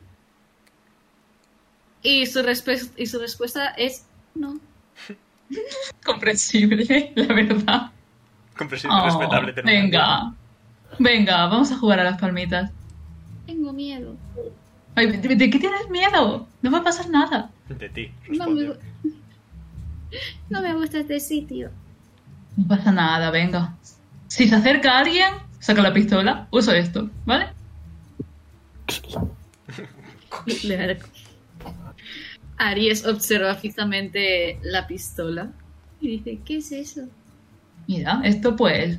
S1: y su, respe- y su respuesta es no.
S2: Comprensible, la verdad.
S3: Comprensible,
S2: Oh,
S3: respetable. tener una tía.
S2: venga. Venga, vamos a jugar a las palmitas.
S1: Tengo miedo.
S2: Ay, ¿de, de qué tienes miedo? No va a pasar nada.
S3: De ti.
S1: No
S3: respondió.
S1: me- No me gusta este sitio.
S2: No pasa nada, venga. Si se acerca alguien, saca la pistola, uso esto, ¿vale?
S1: Le da la- Aries observa fijamente la pistola y dice, ¿qué es eso?
S2: Mira, esto pues...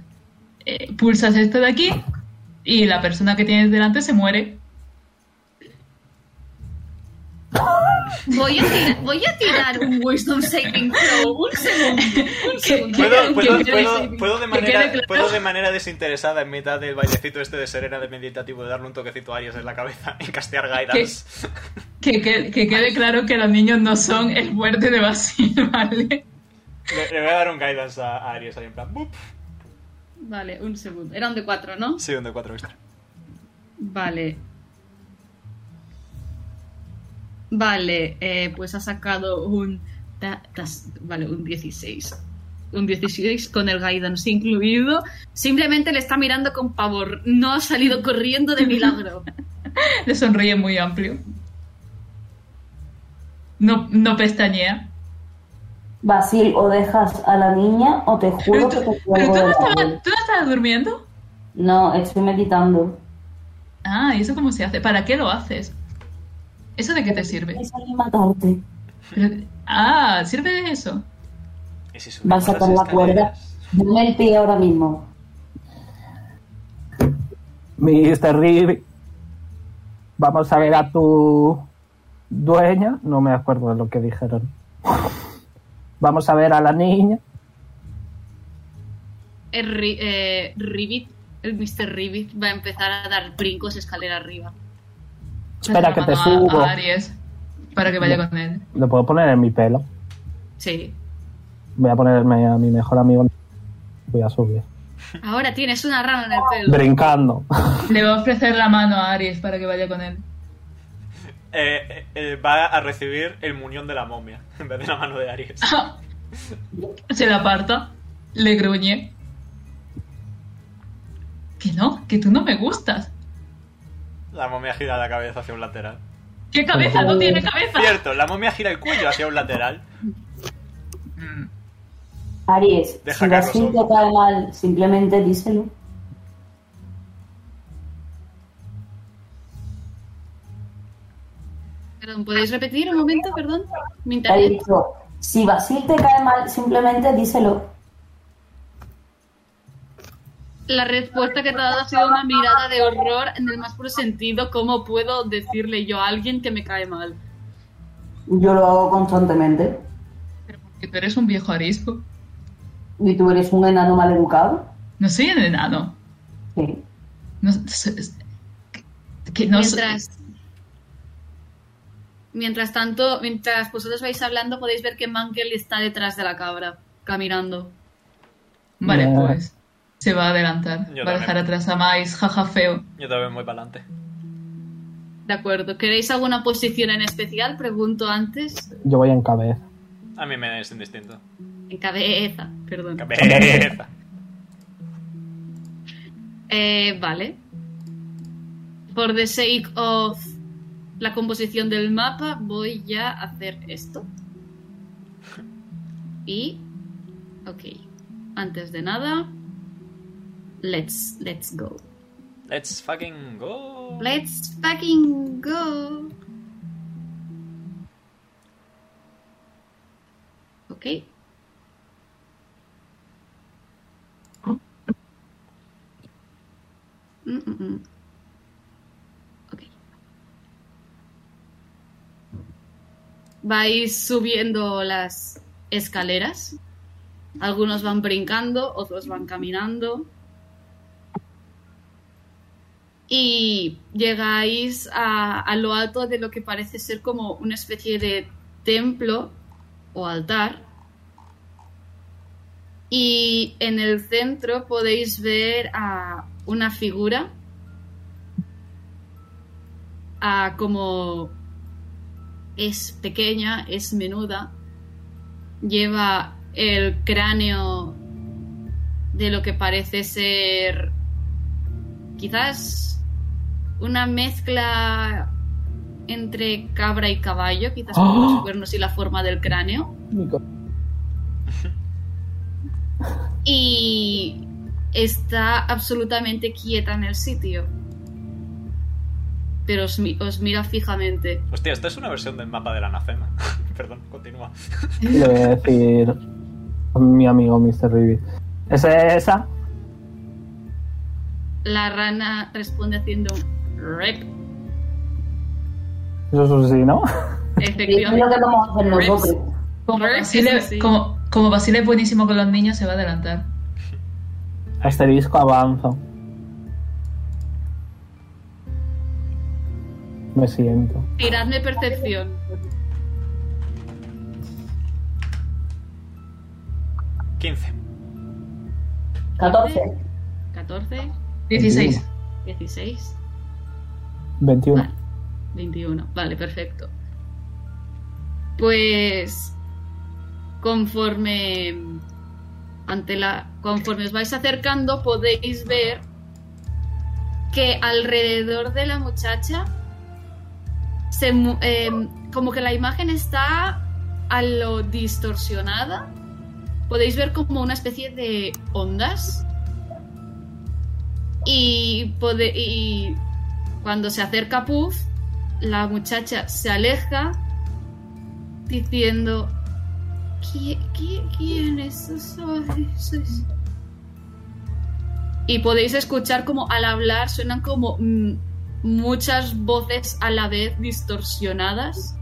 S2: eh, pulsas esto de aquí y la persona que tienes delante se muere.
S1: Voy a, tira- voy a tirar un Wisdom Saving Throw. Un segundo. Un segundo.
S3: ¿Puedo,
S2: Que-
S3: puedo,
S2: que-
S3: puedo, puedo de
S2: que
S3: manera,
S2: quede claro.
S3: puedo de manera desinteresada en mitad del bailecito este de Serena de meditativo de darle un toquecito a Arias en la cabeza y castear Guidance.
S2: Que, que- que quede claro que los niños no son el fuerte de Basil, ¿vale?
S3: Le, le voy a dar un guidance a, a Aries ahí en plan. ¡bup!
S1: Vale, un segundo. Era un de 4, ¿no?
S3: Sí, un de 4 extra.
S1: Vale. Vale, eh, pues ha sacado un. ta- tas- vale, un 16. Un 16 con el guidance incluido. Simplemente le está mirando con pavor. No ha salido corriendo de milagro.
S2: Le sonríe muy amplio. No, no pestañea.
S4: Basil, o dejas a la niña o te juro
S2: ¿Pero
S4: que
S2: tú,
S4: te
S2: pero
S4: cuelgo
S2: tú no
S4: de
S2: estabas,
S4: la
S2: tú
S4: pared.
S2: no estabas durmiendo?
S4: No, estoy meditando.
S2: Ah, ¿y eso cómo se hace? ¿Para qué lo haces? ¿Eso de qué te sirve?
S4: Es a matarte.
S2: Pero- ah, ¿sirve de eso?
S3: ¿Y si
S4: Va a
S3: subimos
S4: sacar
S3: las
S4: la cuerda.
S3: escaleras?
S4: Dame el pie ahora mismo.
S5: Mr. Reed, vamos a ver a tu dueña. No me acuerdo de lo que dijeron. Vamos a ver a la niña.
S1: El, ri- eh, Ribbit, el Mr. Ribbit va a empezar a dar brincos escalera arriba.
S5: Espera que te
S2: Estás llamando
S5: subo.
S2: a- a Aries para que vaya con él.
S5: Lo puedo poner en mi pelo.
S1: Sí.
S5: Voy a ponerme a mi mejor amigo. Voy a subir.
S1: Ahora tienes una rama en el pelo.
S5: Brincando.
S2: Le va a ofrecer la mano a Aries para que vaya con él.
S3: Eh, eh, eh, va a recibir el muñón de la momia en vez de la mano de Aries.
S2: Se la aparta, le gruñe. Que no, que tú no me gustas.
S3: La momia gira la cabeza hacia un lateral.
S2: ¿Qué cabeza? No tiene cabeza.
S3: Cierto, la momia gira el cuello hacia un lateral.
S2: Mm,
S4: Aries,
S3: Deja
S4: si
S3: que
S4: Basil
S3: Rosso-
S4: te cae mal, simplemente díselo.
S1: Perdón, ¿podéis repetir un momento, perdón? Mi
S4: Te ha
S1: internet.
S4: dicho, si Basil te cae mal, simplemente díselo.
S1: La respuesta que te ha dado ha sido una mirada de horror en el más puro sentido. ¿Cómo puedo decirle yo a alguien que me cae mal?
S4: Yo lo hago constantemente.
S2: Que tú eres un viejo arisco.
S4: ¿Y tú eres un enano maleducado?
S2: No soy un enano.
S4: Sí.
S2: No, s- s- que no soy-
S1: mientras, mientras tanto, mientras vosotros vais hablando, podéis ver que Mankel está detrás de la cabra, caminando.
S2: Vale,
S5: No.
S2: pues. Se va a adelantar.
S3: Yo
S2: va a
S3: también.
S2: dejar atrás a Mais. Jaja, feo.
S3: Yo también voy para adelante.
S1: De acuerdo. ¿Queréis alguna posición en especial? Pregunto antes.
S5: Yo voy en cabeza.
S3: A mí me es indistinto.
S1: En cabeza, perdón.
S3: Cabeza.
S1: Eh, vale. Por the sake of la composición del mapa, voy ya a hacer esto. Y. Ok. Antes de nada. Let's, let's go.
S3: Let's fucking go.
S1: Let's fucking go. Ok. Mm, mm, mm. Ok. Vais subiendo las escaleras. Algunos van brincando, otros van caminando. Y llegáis a, a lo alto de lo que parece ser como una especie de templo o altar. Y en el centro podéis ver a una figura. A como es pequeña, es menuda. Lleva el cráneo de lo que parece ser quizás una mezcla entre cabra y caballo, quizás con los cuernos y la forma del cráneo. Y está absolutamente quieta en el sitio. Pero os, mi- os mira fijamente.
S3: Hostia, esta es una versión del mapa de la anacema. Perdón, continúa.
S5: Y le voy a decir a mi amigo Mr. Reed. ¿Es esa?
S1: La rana responde haciendo un rep.
S5: Eso es un sí, ¿no?
S4: Y eso es lo
S1: Efectivamente.
S4: que vamos a hacer nosotros.
S2: Como
S1: Ver,
S2: Basile,
S1: eso sí.
S2: como, como Basile es buenísimo con los niños, se va a adelantar.
S5: A este disco avanzo. Me siento.
S1: Tiradme percepción.
S3: 15.
S4: 14.
S1: 14,
S2: 16.
S1: 16,
S5: 21.
S1: Vale. 21. Vale, perfecto. Pues conforme ante la conforme os vais acercando podéis ver que alrededor de la muchacha se mu- eh, como que la imagen está a lo distorsionada. Podéis ver como una especie de ondas y, pode- y cuando se acerca Puff, la muchacha se aleja diciendo "¿Qui- qui- ¿Quiénes sois? Y podéis escuchar como al hablar suenan como mm, muchas voces a la vez distorsionadas.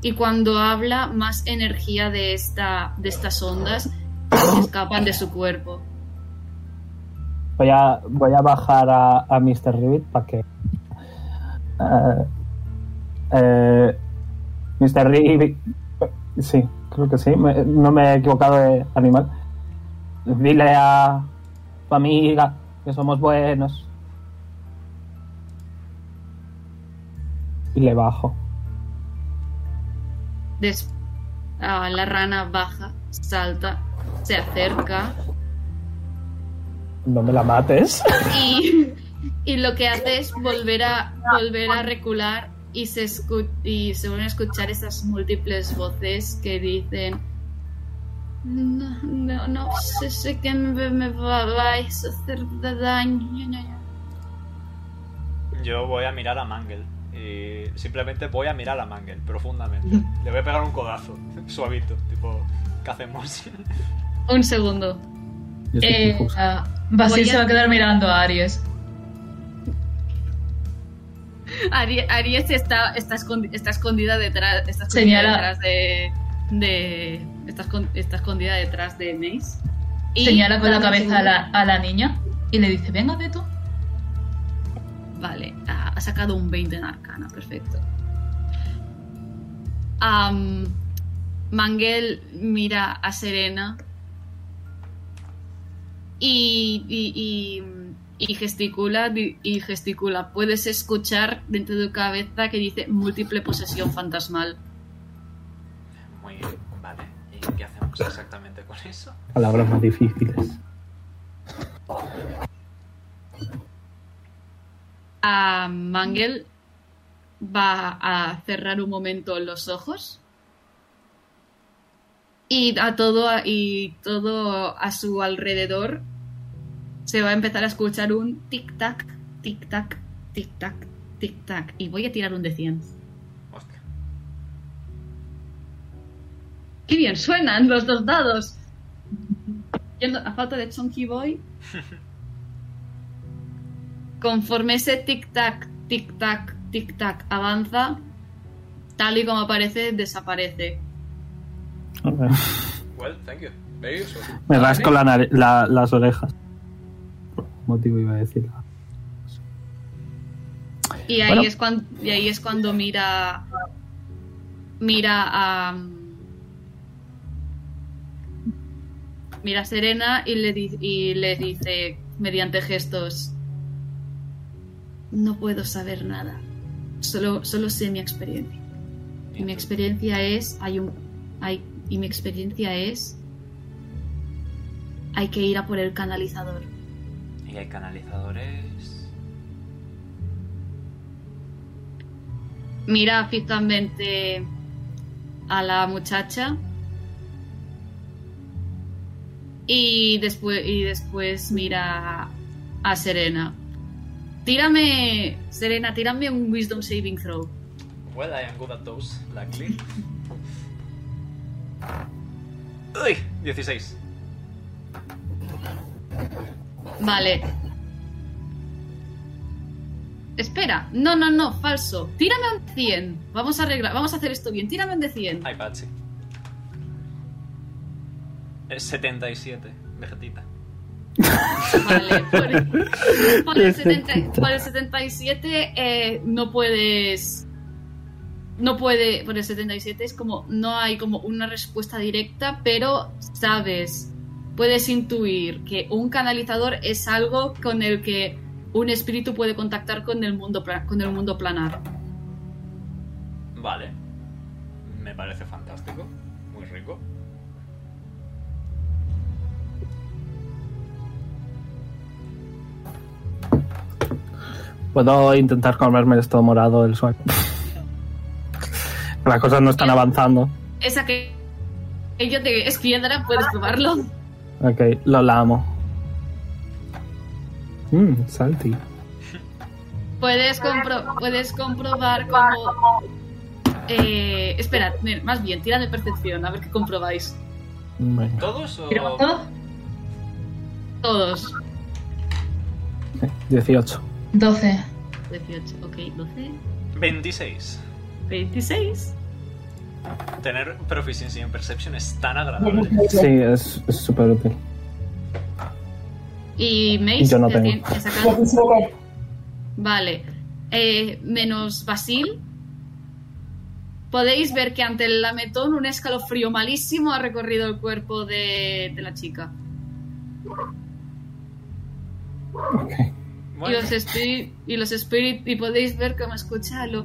S1: Y cuando habla, más energía de, esta, de estas ondas que escapan de su cuerpo.
S5: Voy a, voy a bajar a, a Mr. Ribbit para que. Eh, eh, Mr. Ribbit. Sí, creo que sí. me- no me he equivocado de animal. Dile a tu amiga que somos buenos. Y le bajo.
S1: Des- ah, la rana baja, salta, se acerca
S5: No me la mates.
S1: y, y lo que hace es volver a, volver a recular y se, escu- y se vuelven a escuchar esas múltiples voces que dicen no, no, no sé, sé que me, me va- vais a hacer daño.
S3: Yo voy a mirar a Mangel. Y simplemente voy a mirar a Mangel profundamente. Le voy a pegar un codazo, suavito. Tipo, ¿qué hacemos?
S1: Un segundo.
S5: Yo soy
S2: Eh,
S5: injusto.
S2: ah, Basil
S1: Voy a-
S2: se va a quedar mirando a Aries.
S1: Ari- Aries está, está, escondi- está escondida detrás, está escondida
S2: Señala.
S1: detrás de, de- está, escon- está escondida detrás de Mace. Y-
S2: Señala con la
S1: dame un
S2: cabeza a
S1: segundo.
S2: la, a la niña y le dice, venga, Beto.
S1: Vale, ha, ha sacado un 20 en arcana, perfecto. Am, Mangel mira a Serena y, y- y- y gesticula di- y gesticula. Puedes escuchar dentro de tu cabeza que dice múltiple posesión fantasmal.
S3: Muy bien, vale. ¿Y qué hacemos exactamente con eso?
S5: Palabras más difíciles.
S1: a Mangel va a cerrar un momento los ojos y a todo y todo a su alrededor se va a empezar a escuchar un tic tac tic tac tic tac tic tac y voy a tirar un de 100
S3: Hostia.
S1: qué bien suenan los dos dados Yo no- a falta de Chunky Boy conforme ese tic-tac, tic-tac, tic-tac avanza, tal y como aparece, desaparece.
S3: Well, thank you. Very useful.
S5: Me rasco la nare- la- las orejas. Por algún motivo iba a decir.
S1: Y ahí,
S5: Bueno.
S1: es, cuando, y ahí es cuando mira. Mira a. Mira a Serena y le, di- y le dice mediante gestos: No puedo saber nada. Solo, solo sé mi experiencia. Y mi experiencia es. Hay un. Hay, y mi experiencia es. Hay que ir a por el canalizador.
S3: Y hay canalizadores.
S1: Mira fijamente a la muchacha. Y después, y después mira a Serena. Tírame, Serena, tírame un Wisdom Saving Throw.
S3: Well, I am good at those, luckily. Uy, 16.
S1: Vale. Espera, no, no, no, falso. Tírame un 100. Vamos a arreglar, vamos a hacer esto bien. Tírame un de 100.
S3: Ay, Patsy. Es 77, vegetita.
S1: Vale, por el, por el 70 por el 77 eh, no puedes... No puede... Por el 77 es como... No hay como una respuesta directa, pero sabes puedes intuir que un canalizador es algo con el que un espíritu puede contactar con el mundo, pla- con el mundo planar.
S3: Vale. Me parece fantástico. Muy rico.
S5: Puedo intentar comerme esto morado del suelo. Las cosas no están avanzando.
S1: Esa que ella te es piedra, puedes probarlo.
S5: Ok, lo lamo. Mmm, salty.
S1: Puedes, compro- puedes comprobar como... Eh, esperad, nen, más bien, tirad de percepción, a ver qué comprobáis.
S5: Venga.
S3: ¿Todos o...?
S2: ¿Tiramos todos?
S1: Todos.
S5: 18.
S2: 12.
S1: 18, ok, 12.
S3: 26.
S1: 26.
S3: Tener proficiencia en Perception es tan agradable.
S5: Sí, es es súper útil.
S1: Y Mace
S5: Yo no
S1: te
S5: tengo.
S1: tiene que sacar-
S4: 17.
S1: Vale. Eh, menos Basil. Podéis ver que ante el lametón un escalofrío malísimo ha recorrido el cuerpo de, de la chica.
S5: Ok.
S1: Y los espíritus y los espíritus y podéis ver cómo escucharlo.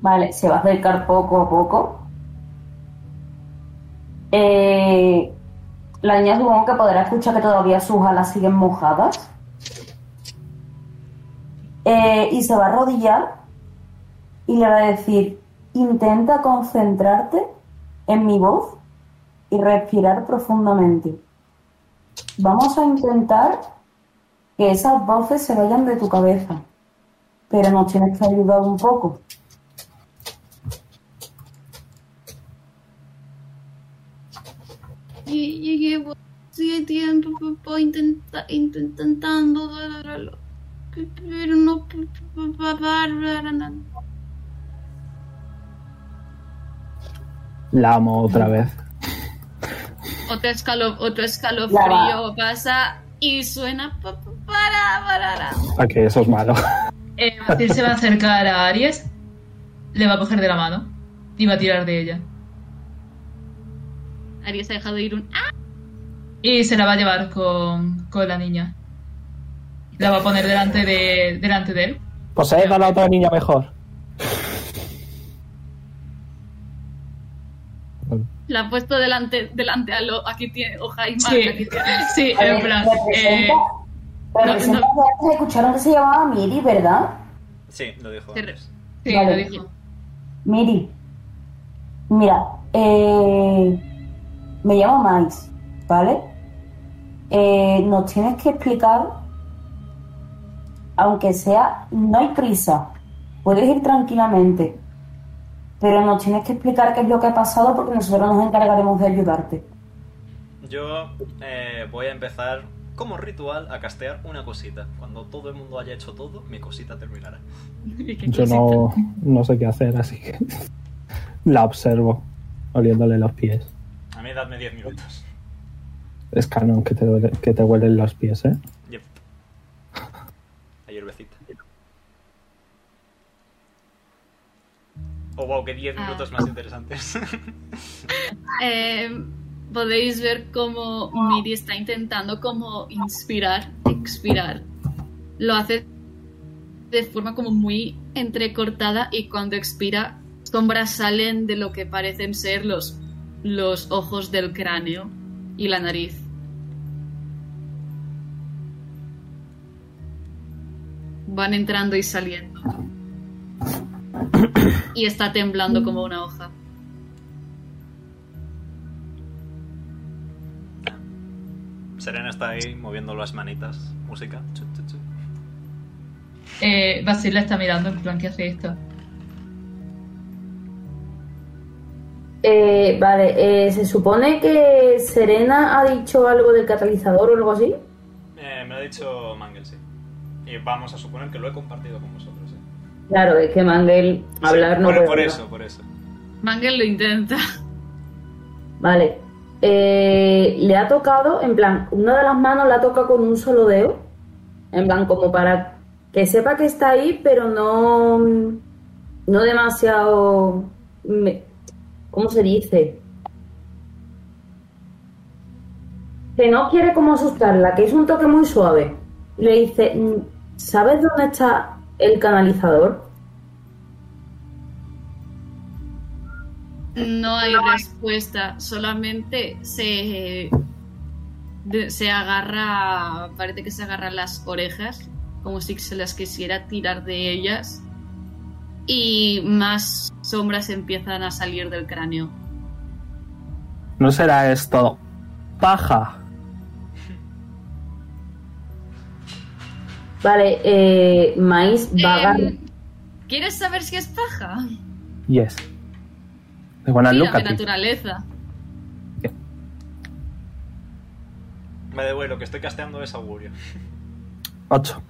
S4: Vale, se va a acercar poco a poco. Eh, la niña supongo que podrá escuchar que todavía sus alas siguen mojadas. Eh, y se va a arrodillar y le va a decir, intenta concentrarte en mi voz y respirar profundamente. Vamos a intentar que esas voces se vayan de tu cabeza, pero nos tienes que ayudar un poco.
S7: Lle- lle- Llevo sí, tiempo pa- pa- intenta- intent- intentando, bla, bla, bla, pe- pero no pa- pa- pa- Bárbara, na-
S5: La amo otra vez.
S1: Otro, escalo- otro escalofrío pasa y suena. pa- pa- Para, para, para.
S5: Ok, eso es malo.
S2: Eh, Basil se va a acercar a Aries, le va a coger de la mano y va a tirar de ella.
S1: Aries ha dejado ir un. ¡Ah!
S2: Y se la va a llevar con, con la niña. La va a poner delante de, delante de él.
S5: Poseed Pues a la otra niña mejor.
S1: La ha puesto delante, delante a lo. Aquí tiene. Oja y marca.
S2: Sí,
S1: Aquí Ah, tiene.
S2: sí, en plan. eh,
S4: Representa, representa
S2: no,
S4: que antes escucharon que se llamaba Miri, ¿verdad?
S3: Sí, lo dijo
S1: Te re-
S3: antes.
S2: sí,
S4: Vale.
S2: lo dijo.
S4: Miri. Mira, eh, me llamo Mais, ¿vale? Eh, nos tienes que explicar, aunque sea, no hay prisa, puedes ir tranquilamente, pero nos tienes que explicar qué es lo que ha pasado porque nosotros nos encargaremos de ayudarte.
S3: Yo eh, voy a empezar como ritual a castear una cosita. Cuando todo el mundo haya hecho todo, mi cosita terminará.
S1: Y qué
S5: Yo
S1: cosita.
S5: no, no sé qué hacer, así que la observo, oliéndole los pies.
S3: A mí dadme 10 minutos.
S5: Es canon que te, duele- que te huelen los pies, ¿eh?
S3: Yep. La hierbecita. Oh, wow, que 10
S1: Ah.
S3: minutos más interesantes.
S1: Eh, podéis ver cómo Miri está intentando como inspirar, expirar. Lo hace de forma como muy entrecortada y cuando expira, sombras salen de lo que parecen ser los, los ojos del cráneo y la nariz. Van entrando y saliendo. Y está temblando como una hoja.
S3: Serena está ahí moviendo las manitas. Música. Chu, chu, chu.
S2: Eh, Basil la está mirando en plan, ¿qué hace esto?
S4: Eh, vale, eh, ¿se supone que Serena ha dicho algo del catalizador o algo así?
S3: Eh, me lo ha dicho Mangel, sí. Y vamos a suponer que lo he compartido con vosotros. ¿eh?
S4: Claro, es que Mangel hablar
S3: Sí,
S4: no
S3: por,
S4: puede.
S3: por
S4: hablar.
S3: eso, por eso.
S1: Mangel lo intenta.
S4: Vale. Eh, le ha tocado, en plan, una de las manos la toca con un solo dedo. En plan, como para que sepa que está ahí, pero no. No demasiado. me- ¿Cómo se dice? Que no quiere como asustarla, que es un toque muy suave. Le dice: "Mm, ¿Sabes dónde está el canalizador?
S1: No hay respuesta, solamente se, de- se agarra, parece que se agarra las orejas, como si se las quisiera tirar de ellas, y más sombras empiezan a salir del cráneo.
S5: No será esto. Paja.
S4: Vale, eh, Maíz va a agarrar-
S1: Em, ¿Quieres saber si es paja?
S5: Yes. They wanna look
S1: Tírame
S5: at it.
S1: naturaleza.
S3: Me da igual, lo que estoy casteando es augurio.
S5: Ocho.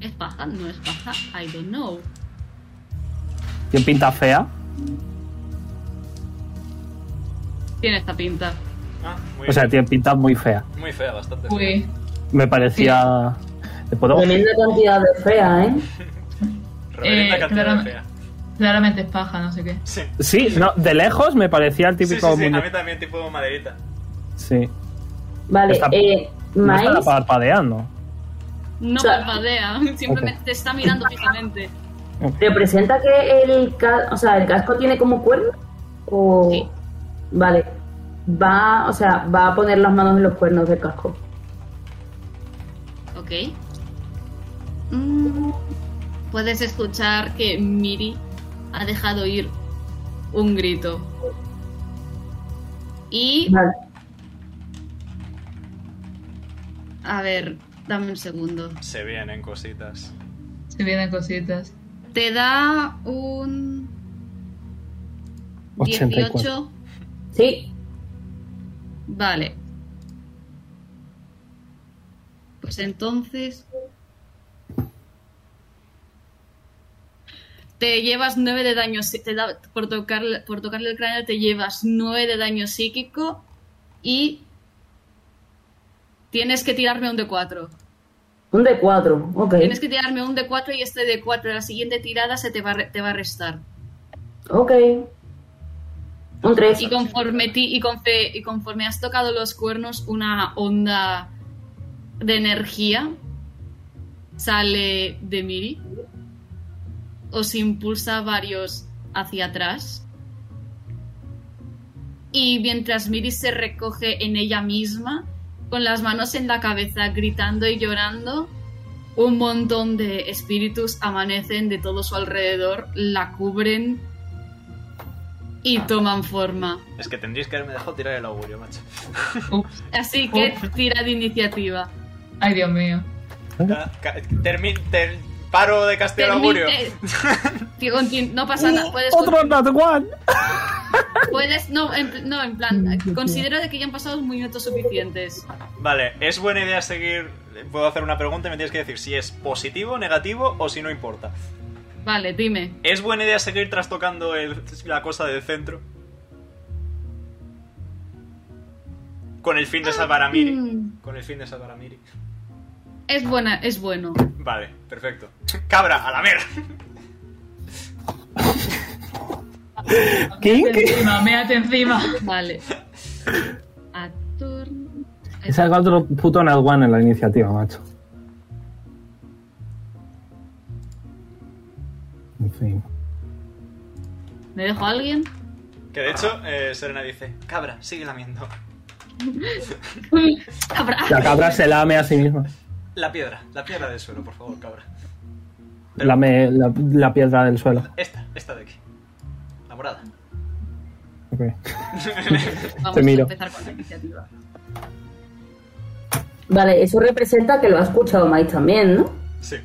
S1: ¿Es paja? No es paja. I don't know.
S5: ¿Quién pinta fea?
S1: Tiene esta pinta.
S3: Ah, muy,
S5: O sea, tiene pinta muy fea.
S3: muy fea, bastante fea.
S4: eh,
S2: Uy,
S5: Me parecía. ¿Le puedo?
S4: Tremenda cantidad de fea, ¿eh?
S3: Reverenda
S2: Eh,
S3: cantidad de
S2: claramente.
S3: fea.
S2: claramente es paja, no sé qué.
S3: Sí.
S5: Sí, no, de lejos me parecía el
S3: Sí, sí,
S5: típico
S3: sí, a
S5: muñe-
S3: mí también tipo maderita.
S5: Sí.
S4: Vale,
S5: Está-
S4: eh,
S5: No
S4: Maíz,
S5: estaba parpadeando.
S1: No
S4: O sea-
S1: parpadea, simplemente te está mirando fijamente.
S4: ¿representa que el, ca- o sea, el casco tiene como cuernos? O...
S1: Sí.
S4: Vale, va, o sea, va a poner las manos en los cuernos del casco.
S1: Ok. Mm, Puedes escuchar que Miri ha dejado ir un grito. Y,
S4: Vale,
S1: a ver, dame un segundo.
S3: Se vienen cositas.
S2: Se vienen cositas.
S1: Te da un
S5: 84.
S1: 18.
S4: sí,
S1: Vale. Pues entonces... Te llevas 9 de daño psí- te da- por, tocarle, por tocarle el cráneo te llevas 9 de daño psíquico y tienes que tirarme un D4.
S4: un D4, ok.
S1: Tienes que tirarme un D4 y este D4 de la siguiente tirada se te va, a re- te va a restar.
S4: Ok. Un 3.
S1: Y conforme, ti, y, confe- y conforme has tocado los cuernos, una onda de energía sale de Miri. Os impulsa varios hacia atrás. Y mientras Miri se recoge en ella misma, con las manos en la cabeza, gritando y llorando, un montón de espíritus amanecen de todo su alrededor, la cubren y toman forma.
S3: Es que tendríais que haberme dejado tirar el augurio, macho.
S2: Ups.
S1: Así que tira de iniciativa.
S2: Ay, Dios mío.
S3: Ah, ca- termi- ter- paro de castear augurio.
S1: Permite- Que contin- no pasa nada. Puedes,
S5: Otro Nat One.
S1: puedes- no, en, pl- no, en plan, considero de que ya han pasado minutos suficientes.
S3: Vale, ¿es buena idea seguir? Puedo hacer una pregunta y me tienes que decir si es positivo, negativo o si no importa.
S1: Vale, dime.
S3: ¿Es buena idea seguir trastocando el- la cosa del centro? Con el fin de salvar a Miri.
S1: Mm,
S3: Con el fin de salvar a Miri.
S1: Es buena, es bueno.
S3: Vale, perfecto. Cabra, a la mera.
S5: King.
S2: Encima, méate encima.
S1: Vale. A turn-
S5: He sacado otro puto Nat One en la iniciativa, macho. En fin.
S1: ¿Me dejo a alguien?
S3: Que de hecho, eh, Serena dice, cabra, sigue lamiendo.
S1: Habrá-
S5: La cabra se lame a sí misma.
S3: La piedra, la piedra del suelo, por favor, cabra.
S5: Lame la, la piedra del suelo.
S3: Esta, esta de aquí. La morada.
S5: Ok.
S1: Vamos
S5: Te miro.
S1: a empezar con la iniciativa.
S4: Vale, eso representa que lo ha escuchado Maíz también, ¿no?
S3: Sí.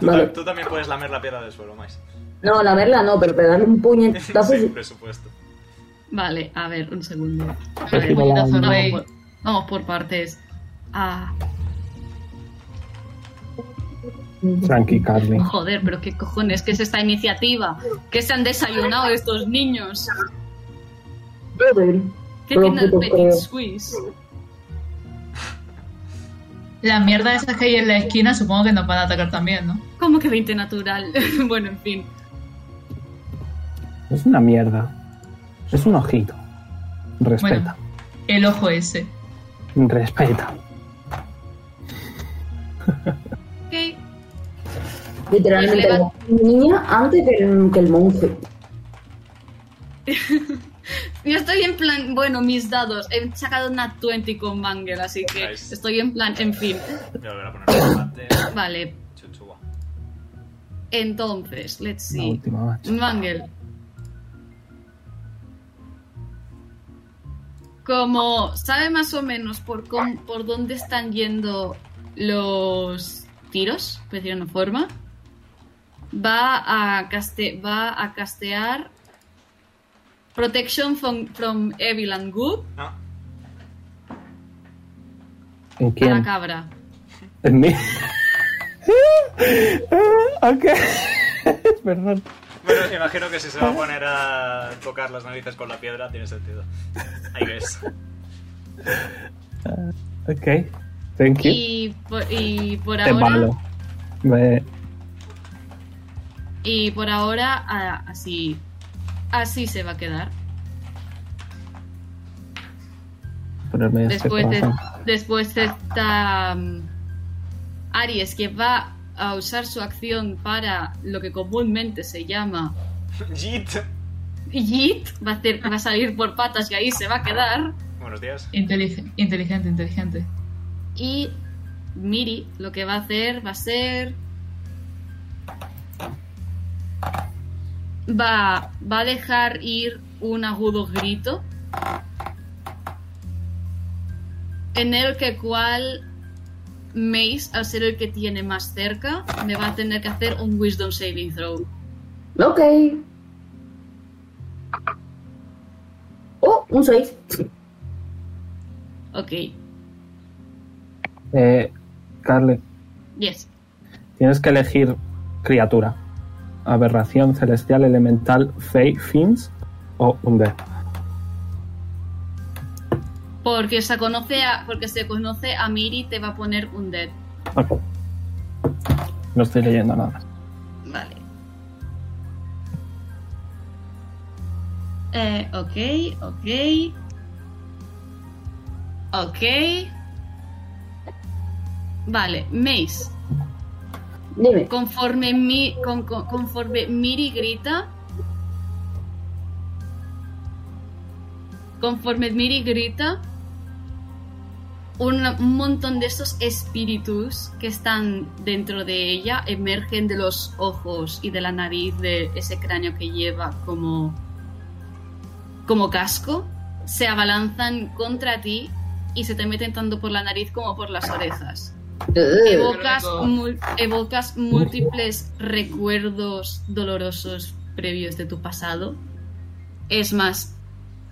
S3: Tú,
S4: Vale.
S3: ta- tú también puedes lamer la piedra del suelo, Mais.
S6: No, la verla no, pero pegarle un puñetazo.
S3: Sí, presupuesto.
S1: Vale, a ver, un segundo. A
S5: Pero
S1: ver,
S5: que me la-
S1: puñetazo, vamos,
S2: Rey.
S1: por, vamos por partes. Ah,
S5: Tranqui, Carly.
S1: joder, pero qué cojones, ¿qué es esta iniciativa? ¿Qué se han desayunado estos niños? ¿Qué
S6: Pero
S1: tiene el
S6: puto
S1: Petit
S6: feo.
S1: Suisse?
S2: La mierda esa que hay en la esquina supongo que nos van a atacar también, ¿no?
S1: ¿Cómo que 20 natural? bueno, en fin.
S5: Es una mierda. Es un ojito. Respeta.
S2: El ojo ese.
S5: Respeta.
S1: Ok,
S6: Literalmente,
S1: Pues
S6: la niña antes que el, que el monje.
S1: Yo estoy en plan, bueno, mis dados. He sacado una 20 con Manger, así que
S3: Nice.
S1: estoy en plan, en fin.
S3: Voy a volver a poner el combate.
S1: Vale,
S3: Chuchua.
S1: entonces, let's
S5: La
S1: see.
S5: última, macho.
S1: Mangel. Como sabe más o menos por, cómo- por dónde están yendo los tiros, por decirlo de una forma, va a, caste- va a castear Protection from, from Evil and Good
S3: No,
S5: ¿En
S1: a la
S5: quién?
S1: cabra.
S5: En mí. ok. Perdón.
S3: Bueno, imagino que si se va a poner a tocar las narices con la piedra, tiene sentido. Ahí ves.
S5: Ok. Thank you.
S1: Y por, y por
S5: Te
S1: ahora,
S5: malo. Me-
S1: y por ahora a- así, así se va a quedar.
S5: ponerme este
S1: después de,
S5: corazón.
S1: después está mm, Aries que va a usar su acción para lo que comúnmente se llama
S3: Jeet.
S1: Yeet, va a, hacer- va a salir por patas y ahí se va a quedar
S3: Buenos días.
S2: Inteligen- inteligente, inteligente.
S1: y Miri lo que va a hacer va a ser va, va a dejar ir un agudo grito en el que cual Mace, al ser el que tiene más cerca, me va a tener que hacer un Wisdom Saving Throw.
S6: Ok. Oh, un 6.
S1: Ok,
S5: Eh, Carly,
S1: yes.
S5: tienes que elegir criatura. Aberración, celestial, elemental, fey, fins o un D.
S1: Porque se conoce a, porque se conoce a Miri, te va a poner un dead.
S5: Ok. No estoy leyendo nada.
S1: Vale. Eh, ok, ok. Ok. Vale, Mace.
S6: Dime.
S1: Conforme, mi, con- con- conforme Miri grita. Conforme Miri grita. Un, un montón de esos espíritus que están dentro de ella emergen de los ojos y de la nariz de ese cráneo que lleva como, como casco. Se abalanzan contra ti y se te meten tanto por la nariz como por las orejas evocas,
S2: Pero
S1: mul- evocas múltiples recuerdos dolorosos previos de tu pasado. Es más,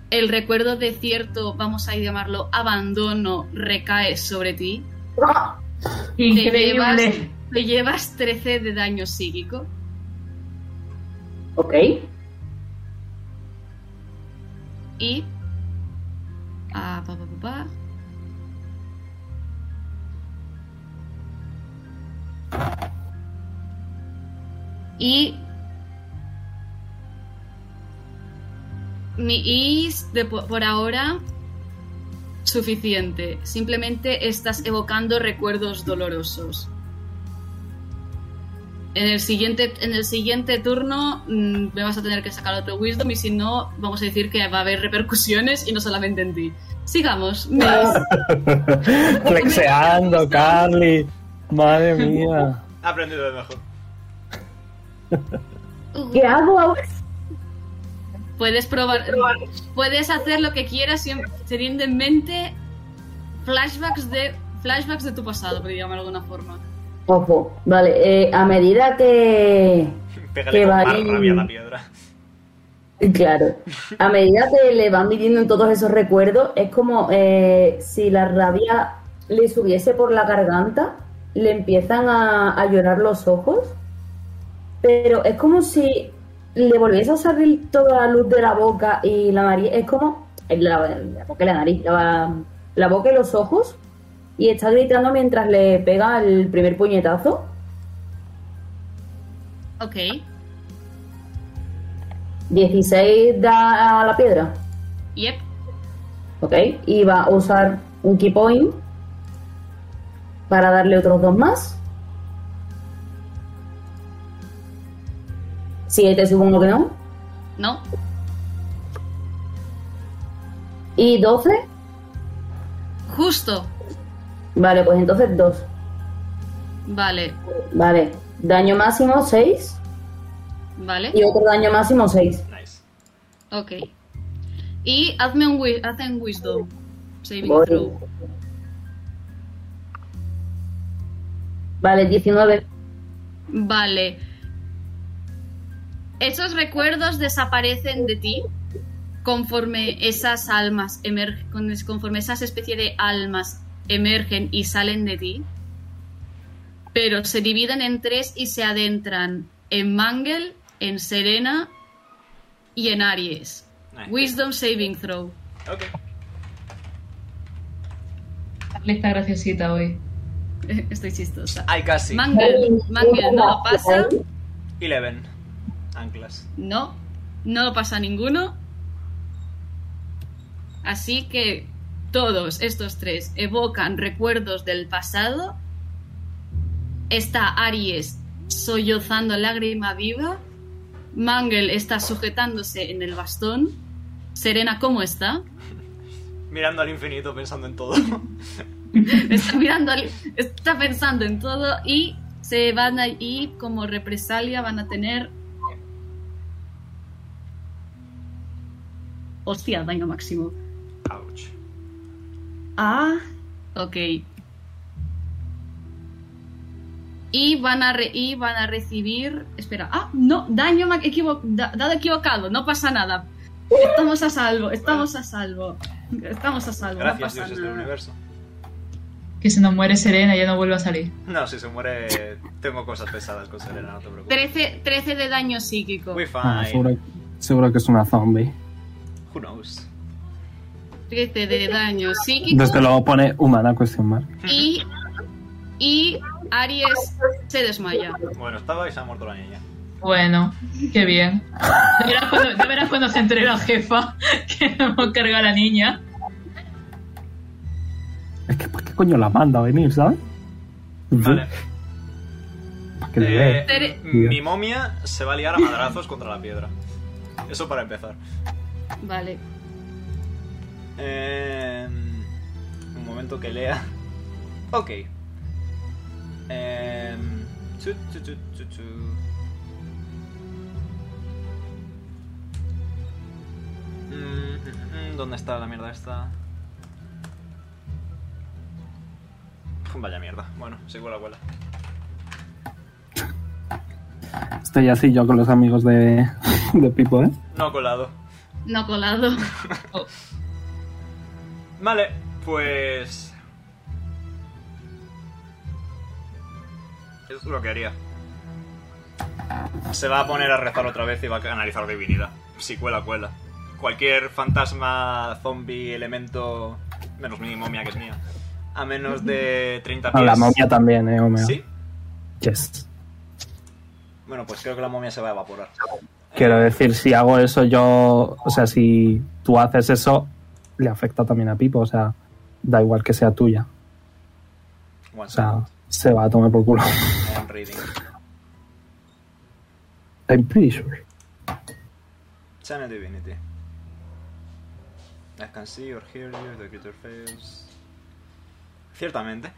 S1: el recuerdo de cierto, vamos a llamarlo, abandono recae sobre ti. Te llevas,
S2: Increíble.
S1: te llevas 13 de daño psíquico.
S6: Ok.
S1: Y. Ah, pa, pa, pa, pa. Y. Mi is de po- por ahora suficiente. Simplemente estás evocando recuerdos dolorosos. En el siguiente, en el siguiente turno mm, me vas a tener que sacar otro Wisdom y si no, vamos a decir que va a haber repercusiones y no solamente en ti. Sigamos. Mace.
S5: Flexeando, Carly. Madre mía.
S3: Ha aprendido de mejor.
S6: ¿Qué hago ahora?
S1: Puedes probar, Puedes hacer lo que quieras siempre teniendo en mente flashbacks de flashbacks de tu pasado, por llamarlo de alguna forma.
S6: Ojo. Vale, eh, a medida que,
S3: Pégale
S4: Que
S3: con
S4: va
S3: más
S4: ahí.
S3: rabia a la piedra.
S4: Claro. A medida que le van midiendo en todos esos recuerdos, es como eh, si la rabia le subiese por la garganta, le empiezan a, a llorar los ojos, pero es como si le volviese a salir toda la luz de la boca y la nariz, es como la, la boca y la nariz, la, la boca y los ojos, y está gritando mientras le pega el primer puñetazo.
S1: Ok.
S4: 16 da a la piedra.
S1: Yep.
S4: ¿ok? Y va a usar un key point para darle otros dos más. Siete supongo que no.
S1: No.
S4: Y 12.
S1: Justo.
S4: Vale, pues entonces dos.
S1: Vale.
S4: Vale. Daño máximo 6
S1: Vale.
S4: y otro daño máximo 6.
S3: Nice.
S1: Ok. Y hazme un, wi- hazme un wisdom. Saving
S4: Voy.
S1: throw.
S4: Vale, 19.
S1: Vale. Esos recuerdos desaparecen de ti conforme esas almas emergen, conforme esas especies de almas emergen y salen de ti, pero se dividen en tres y se adentran en Mangel, en Serena y en Aries.
S3: Nice.
S1: Wisdom saving throw.
S3: Ok.
S2: Carly está graciosita hoy.
S1: Estoy chistosa.
S3: Ay, casi.
S1: Mangel, Mangel no lo pasa.
S3: 11. Anclas.
S1: No, no lo pasa ninguno. Así que todos estos tres evocan recuerdos del pasado. Está Aries sollozando lágrima viva. Mangel está sujetándose en el bastón. Serena, ¿cómo está?
S3: Mirando al infinito, pensando en todo.
S1: Está mirando, al- está pensando en todo y se van a, y como represalia van a tener. Hostia, daño máximo.
S3: Ouch.
S1: Ah, ok. Y van a, re- y van a recibir. Espera, ah, no, daño ma- equivo- da- dado equivocado, no pasa nada. Estamos a salvo, estamos a salvo. Estamos a salvo, no
S3: Gracias,
S1: pasa
S3: dioses del
S1: nada.
S3: universo.
S2: Que si nos muere Serena ya no vuelve a salir.
S3: No, si se muere, tengo cosas pesadas con Serena, no te preocupes.
S1: 13, 13 de daño psíquico.
S3: We
S5: Ah, seguro,
S3: fine.
S5: seguro que es una zombie.
S3: Who knows?
S1: 13 de daño psíquico.
S5: Desde luego pone humana, cuestión mark.
S1: Y, y Aries se desmaya.
S3: Bueno, estaba y se ha muerto la niña.
S2: Bueno, qué bien. Ya verás cuando, ya verás cuando se entere la jefa que hemos cargado a la niña.
S5: Es que, ¿para qué coño la manda a venir, sabes?
S3: Vale.
S5: ¿Para qué le
S3: Eh,
S5: dé?
S1: Tere-
S3: mi momia se va a liar a madrazos contra la piedra. Eso para empezar.
S1: Vale.
S3: Eh, un momento que lea. Ok. Eh, chu, chu, chu, chu, chu. Mm, mm, mm, ¿Dónde está la mierda esta? Vaya mierda. Bueno, sigo la abuela.
S5: Estoy así yo con los amigos de, de Pipo, ¿eh?
S3: No colado.
S1: No colado.
S3: Vale, pues. Es lo que haría. Se va a poner a rezar otra vez y va a canalizar divinidad. Si cuela, cuela. Cualquier fantasma, zombie, elemento. Menos mi momia que es mía. A menos de 30
S5: A
S3: pies.
S5: Ah, la momia también, ¿eh, Homeo?
S3: ¿Sí?
S5: Yes.
S3: Bueno, pues creo que la momia se va a evaporar.
S5: Quiero decir, si hago eso yo, o sea, si tú haces eso, le afecta también a Pipo, o sea, da igual que sea tuya.
S3: One
S5: O sea,
S3: second.
S5: se va a tomar por culo.
S3: I'm reading.
S5: I'm pretty sure.
S3: Channel Divinity. I can see or hear you, the creature fails. Ciertamente.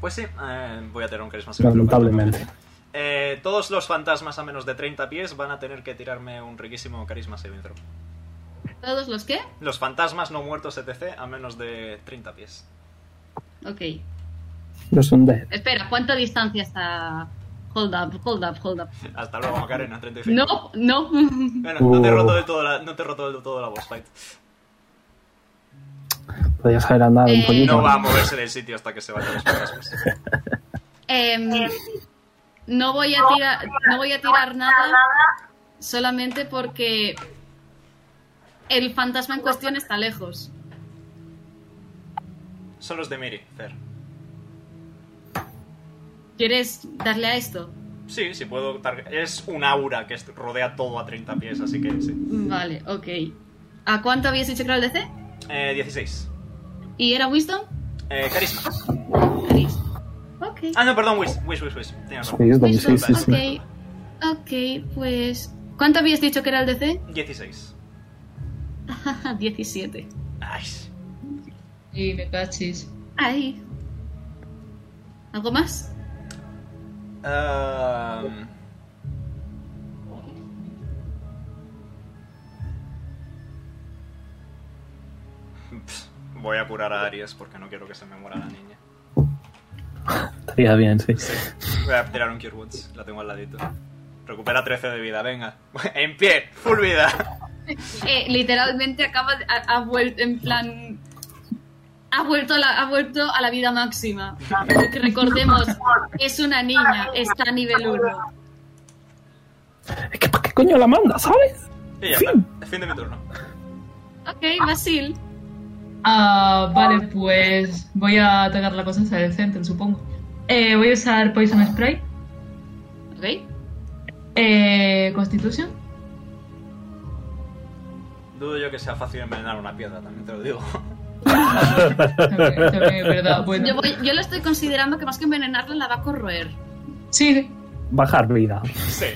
S3: Pues sí, eh, voy a tener un carisma seguro.
S5: Lamentablemente.
S3: Eh, todos los fantasmas a menos de 30 pies van a tener que tirarme un riquísimo carisma saving throw.
S1: ¿Todos los qué?
S3: Los fantasmas no muertos etc. a menos de 30 pies.
S1: Ok.
S5: Yo soy un dead.
S1: Espera, ¿cuánta distancia está Hold up, hold up, hold up.
S3: Hasta luego, Macarena, 35.
S1: No, no.
S3: Bueno, no te he
S5: Uh.
S3: roto del todo la, no te he roto del todo la boss fight.
S5: Podrías haber andado un
S1: Eh,
S5: poquito.
S3: No va a moverse del sitio hasta que se vayan los fantasmas.
S1: Em, no voy a tirar, no voy a tirar nada solamente porque el fantasma en cuestión está lejos.
S3: Son los de Miri, Fer.
S1: ¿Quieres darle a esto?
S3: Sí, sí puedo. tar- Es un aura que est- rodea todo a 30 pies, así que sí.
S1: Vale, ok. ¿A cuánto habías dicho que era el DC?
S3: Eh, 16.
S1: ¿Y era Wisdom?
S3: Eh, carisma.
S1: Caris. Ok.
S3: Ah, no, perdón, Wish, Wish, Wish, Wish. Tienes razón.
S5: Wisdom,
S1: Wisdom,
S5: sí, sí, sí.
S1: ok. Ok, pues. ¿Cuánto habías dicho que era el DC?
S3: 16.
S1: 17.
S3: Nice.
S2: Y me cachis.
S1: Ay. ¿Algo más?
S3: Um, Pff, Voy a curar a Aries porque no quiero que se me muera la niña.
S5: Estaría bien, sí.
S3: Sí. Voy a tirar un Cure Wounds, la tengo al ladito. Recupera 13 de vida, venga. En pie, full vida.
S1: Eh, literalmente acaba de- ha, ha vuelto en plan ha vuelto a la, ha vuelto a la vida máxima porque recordemos es una niña está a nivel 1
S5: Es que ¿para qué coño la manda, sabes?
S3: Y ya está. Fin de mi turno.
S1: ok Basil
S2: Ah, vale, pues voy a atacar la cosa hacia el centro, supongo. Eh, voy a usar Poison Spray.
S1: ok
S2: Eh, Constitution.
S3: Dudo yo que sea fácil envenenar una piedra, también te lo digo.
S2: Ok, ok, verdad, bueno.
S1: yo, voy- yo lo estoy considerando que más que envenenarla la va a corroer
S2: Sí,
S5: Bajar vida.
S3: Sí.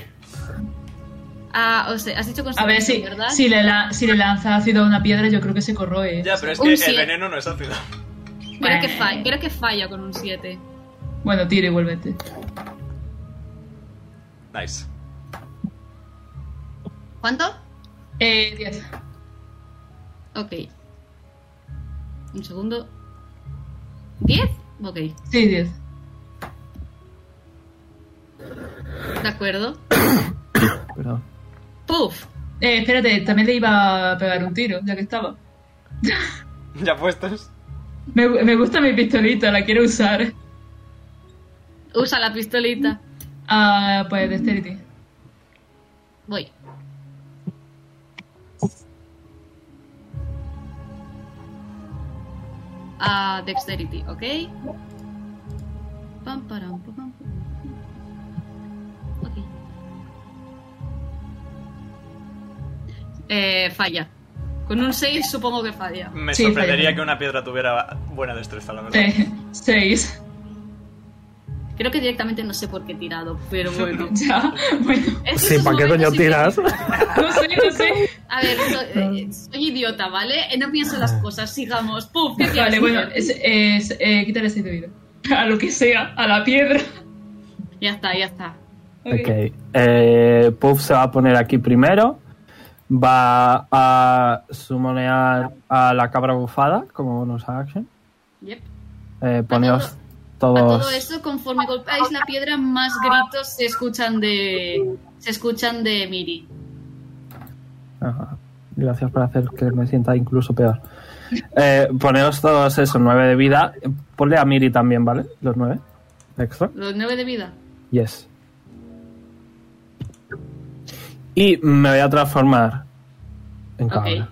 S1: ah, o sea, has dicho
S2: a ver, si,
S1: considerando, ¿verdad?
S2: si, le, la- si le lanza ácido a una piedra, yo creo que se corroe. ¿eh?
S3: Ya, pero es
S1: Un
S3: que el
S1: siete.
S3: veneno no es ácido.
S1: creo, que falla, creo que falla con un 7
S2: Bueno, tiro y vuélvete.
S3: Nice.
S1: ¿cuánto?
S2: Eh, 10.
S1: ok un segundo ¿10? ok
S2: Sí, 10.
S1: de acuerdo
S5: Perdón.
S1: puff
S2: Eh, espérate, también le iba a pegar un tiro, ya que estaba.
S3: ¿Ya puestos?
S2: Me, me gusta mi pistolita, la quiero usar.
S1: usa la pistolita
S2: Ah, pues Dexterity.
S1: Voy. Ah, dexterity, ok. Pam, param, pam, pam, pam. Ok. Eh, falla. Con un 6 supongo que falla.
S3: Me
S2: Sí,
S3: sorprendería
S2: falla.
S3: que una piedra tuviera buena destreza, la verdad.
S2: Eh, 6.
S1: Creo que directamente no sé por qué he tirado, pero bueno.
S2: Ya, bueno.
S1: Es que
S5: Sí,
S1: esos
S5: ¿para qué coño
S1: momentos
S5: tiras?
S2: No sé, no sé.
S1: A ver, so- eh, soy idiota, ¿vale? Eh, No pienso en las
S5: Ah.
S1: cosas, sigamos. ¡Puf! ¿qué quieres
S2: Vale, bueno,
S1: hacer?
S2: es, es, eh, quítale 6 de vida. A lo que sea, a la piedra.
S1: Ya está, ya está.
S5: Ok. Eh, Puff se va a poner aquí primero. Va a sumonear a la cabra bufada como bonus action.
S1: Yep.
S5: Eh, poneos
S1: A
S5: todos.
S1: todo esto, conforme golpeáis la piedra, más gritos se escuchan de. se escuchan de Miri.
S5: Ajá. Gracias por hacer que me sienta incluso peor. Eh, poneos todos eso, nueve de vida. Ponle a Miri también, ¿vale? Los nueve. Extra.
S1: Los nueve de vida.
S5: Yes. Y me voy a transformar en
S1: Ok.
S5: cabra.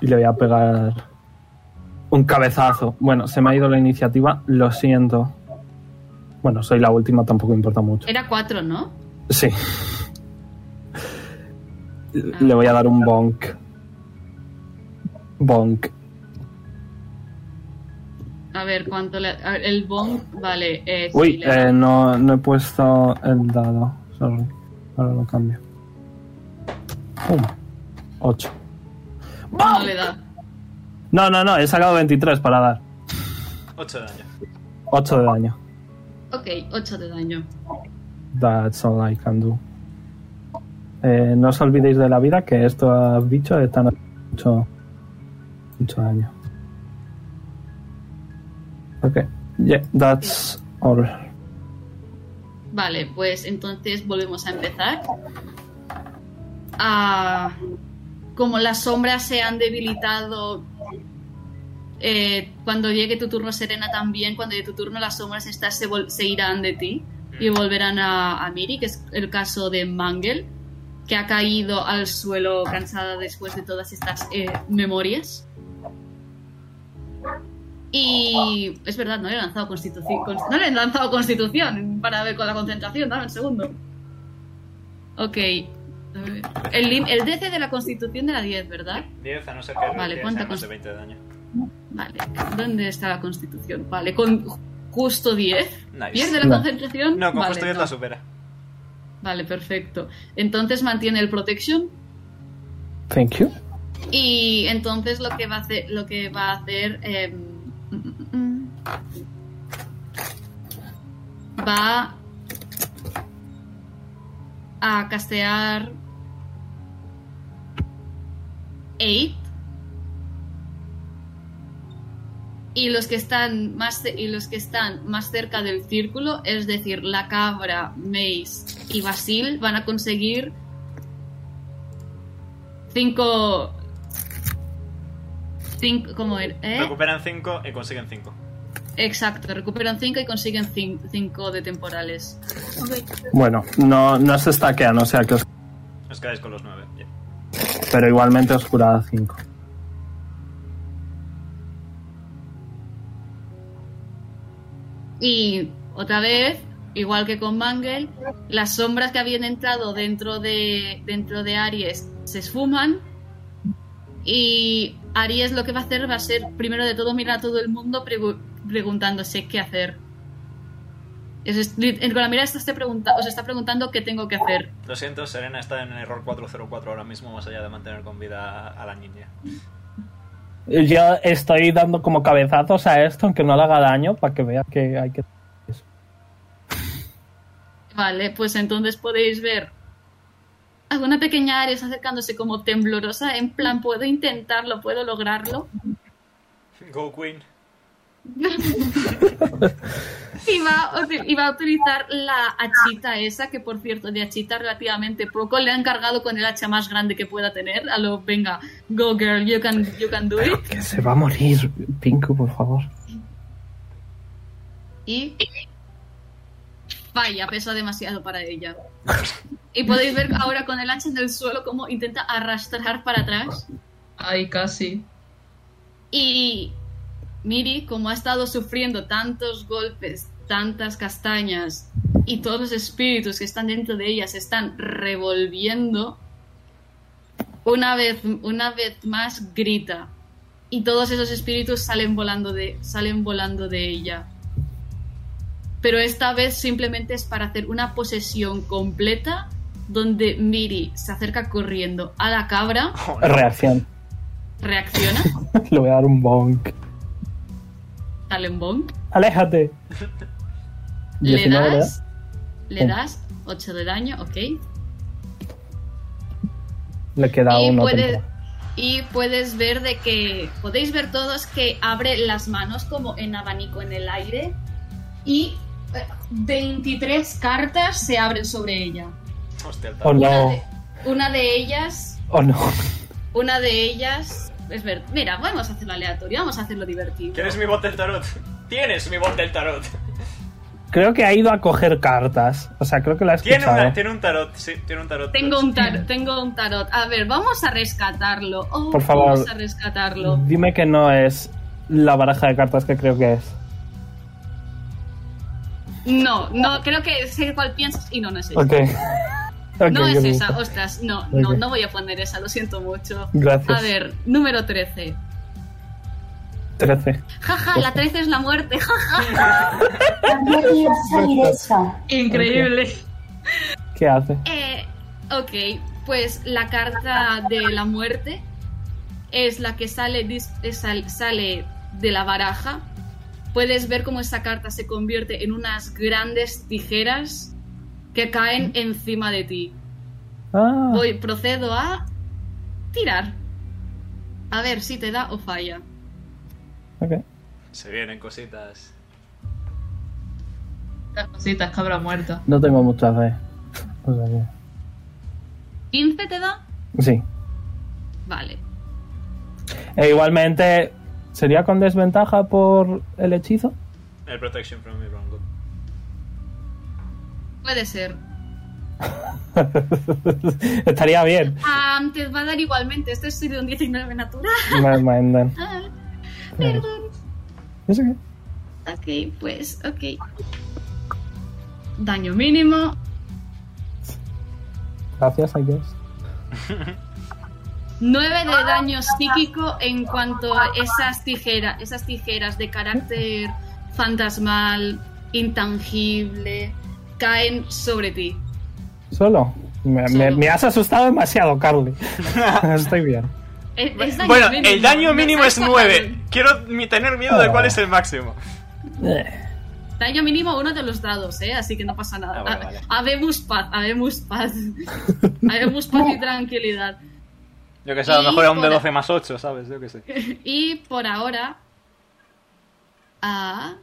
S5: Y le voy a pegar un cabezazo. Bueno, se me ha ido la iniciativa, lo siento. Bueno, soy la última, tampoco importa mucho.
S1: Era cuatro, ¿no?
S5: Sí. Le voy a dar un bonk. Bonk.
S1: A ver cuánto le. a ver, el bomb. Vale. Eh, sí,
S5: Uy,
S1: le-
S5: eh, no, no he puesto el dado. Sorry. Ahora lo cambio. Pum. 8.
S1: no le da.
S5: No, no, no, he sacado 23 para dar.
S3: 8 de daño.
S5: 8 de daño.
S1: Ok, ocho de daño.
S5: That's all I can do. Eh, no os olvidéis de la vida, que estos bichos están haciendo mucho, mucho daño. Ok, yeah, that's all.
S1: Vale, pues entonces volvemos a empezar. Ah, como las sombras se han debilitado, eh, cuando llegue tu turno Serena también, cuando llegue tu turno las sombras estas se, vol- se irán de ti y volverán a, a Miri, que es el caso de Mangel, que ha caído al suelo cansada después de todas estas eh, memorias. Y es verdad, no le he lanzado constitución. No le he lanzado constitución para ver con la concentración. Dame un segundo. Ok. El, lim- el DC de la constitución de la 10, ¿verdad?
S3: 10, a no ser que
S1: Vale,
S3: vale,
S1: ¿cuánta
S3: más
S1: cons-
S3: de 20 de daño.
S1: Vale. ¿Dónde está la constitución? Vale, con justo 10.
S3: Nice.
S1: ¿Pierde la
S5: No.
S1: concentración?
S3: No, con
S1: Vale,
S3: justo 10
S1: no.
S3: la supera.
S1: Vale, perfecto. Entonces mantiene el protection
S5: Thank you.
S1: Y entonces lo que va a hacer, lo que va a hacer eh, mm, mm, mm, va a castear 8 y los que están más ce- y los que están más cerca del círculo, es decir, la cabra, Mace y Basil van a conseguir 5 5 como era, ¿eh?
S3: Recuperan 5 y consiguen 5.
S1: Exacto, recuperan 5 y consiguen 5 de temporales.
S5: Bueno, no, no se stackean, o sea que os-
S3: Os quedáis con los 9.
S5: pero igualmente os curada 5.
S1: Y otra vez, igual que con Mangel, las sombras que habían entrado dentro de, dentro de Aries se esfuman. Y Aries lo que va a hacer va a ser, primero de todo, mirar a todo el mundo pregu- preguntándose qué hacer. Es- es- con la mirada se está pregunta- os está preguntando qué tengo que hacer.
S3: Lo siento, Serena está en el error 404 ahora mismo, más allá de mantener con vida a la niña.
S5: Yo estoy dando como cabezazos a esto, aunque no le haga daño, para que vea que hay que...
S1: Vale, pues entonces podéis ver a una pequeña Aries acercándose como temblorosa, en plan, puedo intentarlo, puedo lograrlo.
S3: Go Queen.
S1: Y va, a uti- y va a utilizar la hachita esa, que por cierto, de hachita relativamente poco, le han cargado con el hacha más grande que pueda tener, a lo, venga, go girl, you can, you can do it.
S5: Que se va a morir, Pinku, por favor.
S1: y vaya, pesa demasiado para ella. Y podéis ver ahora con el hacha en el suelo cómo intenta arrastrar para atrás.
S2: Ay, casi.
S1: Y Miri, como ha estado sufriendo tantos golpes, tantas castañas y todos los espíritus que están dentro de ella se están revolviendo, una vez, una vez más grita y todos esos espíritus salen volando de, salen volando de ella. Pero esta vez simplemente es para hacer una posesión completa donde Miri se acerca corriendo a la cabra,
S3: Oh, no.
S5: Reacción.
S1: reacciona,
S5: Le voy a dar un bonk.
S1: salen bonk,
S5: ¡Aléjate!
S1: Le
S5: 19,
S1: das, le
S5: Sí.
S1: das 8 de daño, ok.
S5: Le queda
S1: y,
S5: uno.
S1: puede-
S5: temporal.
S1: y puedes ver de que, podéis ver todos que abre las manos como en abanico en el aire y eh, 23 cartas se abren sobre ella.
S3: Hostia, el
S5: Oh
S3: tal.
S1: Una,
S5: no,
S1: de, una de ellas,
S5: oh no.
S1: una de ellas, es ver, mira, vamos a hacerlo aleatorio, vamos a hacerlo divertido.
S3: ¿Quieres mi bot del tarot? ¡Tienes mi bot del tarot!
S5: Creo que ha ido a coger cartas. O sea, creo que la ha
S3: Tiene,
S5: escuchado.
S3: una, tiene un tarot, sí, tiene un tarot.
S1: Tengo un, tarot, tengo un tarot. A ver, vamos a rescatarlo. Oh,
S5: Por favor.
S1: Vamos a rescatarlo.
S5: Dime que no es la baraja de cartas que creo que es.
S1: No, no, creo que sé cuál piensas y no, no es esa.
S5: Ok. Ok,
S1: no es
S5: qué
S1: esa,
S5: bonito.
S1: ostras, no, no,
S5: Ok.
S1: no voy a poner esa, lo siento mucho.
S5: Gracias.
S1: A ver, número 13.
S5: 13.
S1: Jaja, la 13 es la muerte, jaja.
S4: También iba a salir esa.
S2: Increíble.
S5: ¿Qué hace?
S1: Eh, ok, pues la carta de la muerte es la que sale, dis- eh, sal- sale de la baraja. Puedes ver cómo esa carta se convierte en unas grandes tijeras que caen encima de ti.
S5: Ah,
S1: Voy, procedo a tirar. A ver si te da o falla.
S5: ok.
S3: Se vienen cositas.
S2: Estas cositas, cabra muerta.
S5: No tengo muchas de. o sea que-
S1: 15 te da.
S5: Sí.
S1: Vale.
S5: E igualmente, ¿sería con desventaja por el hechizo?
S3: El Protection from Evil and Good.
S1: Puede ser.
S5: Estaría bien.
S1: Am, Ah, te va a dar igualmente. Este es de un 19 natural.
S5: Never mind then.
S1: Ah, perdón.
S5: Yo sé que-
S1: Ok, pues, ok. Daño mínimo.
S5: Gracias, I guess.
S1: 9 de daño psíquico en cuanto a esas tijeras, esas tijeras de carácter fantasmal, intangible, caen sobre ti.
S5: Solo. Me,
S1: Solo.
S5: me- me has asustado demasiado, Carly. Estoy bien.
S1: Es- es daño
S3: Bueno,
S1: mínimo,
S3: el daño
S1: no
S3: mínimo
S1: estás
S3: es 9.
S1: atacando.
S3: Quiero mi- tener miedo de cuál es el máximo.
S1: Eh. Daño mínimo uno de los dados, ¿eh? Así que no pasa nada.
S3: Ah, vale, vale.
S1: Ha- Habemos paz, habemos paz. habemos paz
S3: Uh.
S1: y tranquilidad.
S3: Yo que sé, a lo
S1: Y
S3: mejor era un de
S1: por-
S3: 12 más 8, ¿sabes? Yo que sé.
S1: Y por ahora... ah,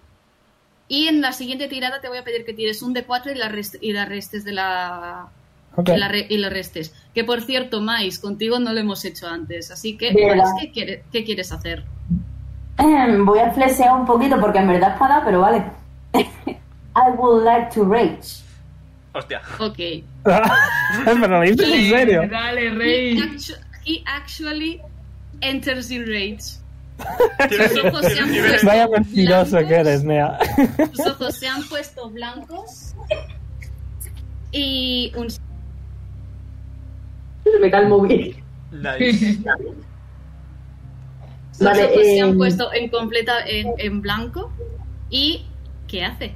S1: Y en la siguiente tirada te voy a pedir que tires un D4 y la, rest- y la restes de la...
S5: Ok.
S1: Y, la re- y lo restes. Que por cierto, Mais, contigo no lo hemos hecho antes. Así que,
S8: Bien.
S1: Max, ¿qué, quiere- qué quieres hacer?
S8: Voy a flesear un poquito porque en verdad es para, pero vale. I would like to rage.
S3: Hostia.
S1: Ok.
S5: Pero lo dices en serio.
S2: Dale,
S1: He,
S2: rey.
S1: actu- he actually enters in rage.
S3: Tienes-
S1: Sus ojos se han
S3: tienes-
S1: puesto-
S5: Vaya mentiroso que eres, Nea.
S1: Sus ojos se han puesto blancos. Y un
S4: Me calmo bien.
S3: Nice.
S1: Sus
S4: Vale,
S1: ojos se
S4: em,
S1: han puesto en completa en, en blanco. ¿Y qué hace?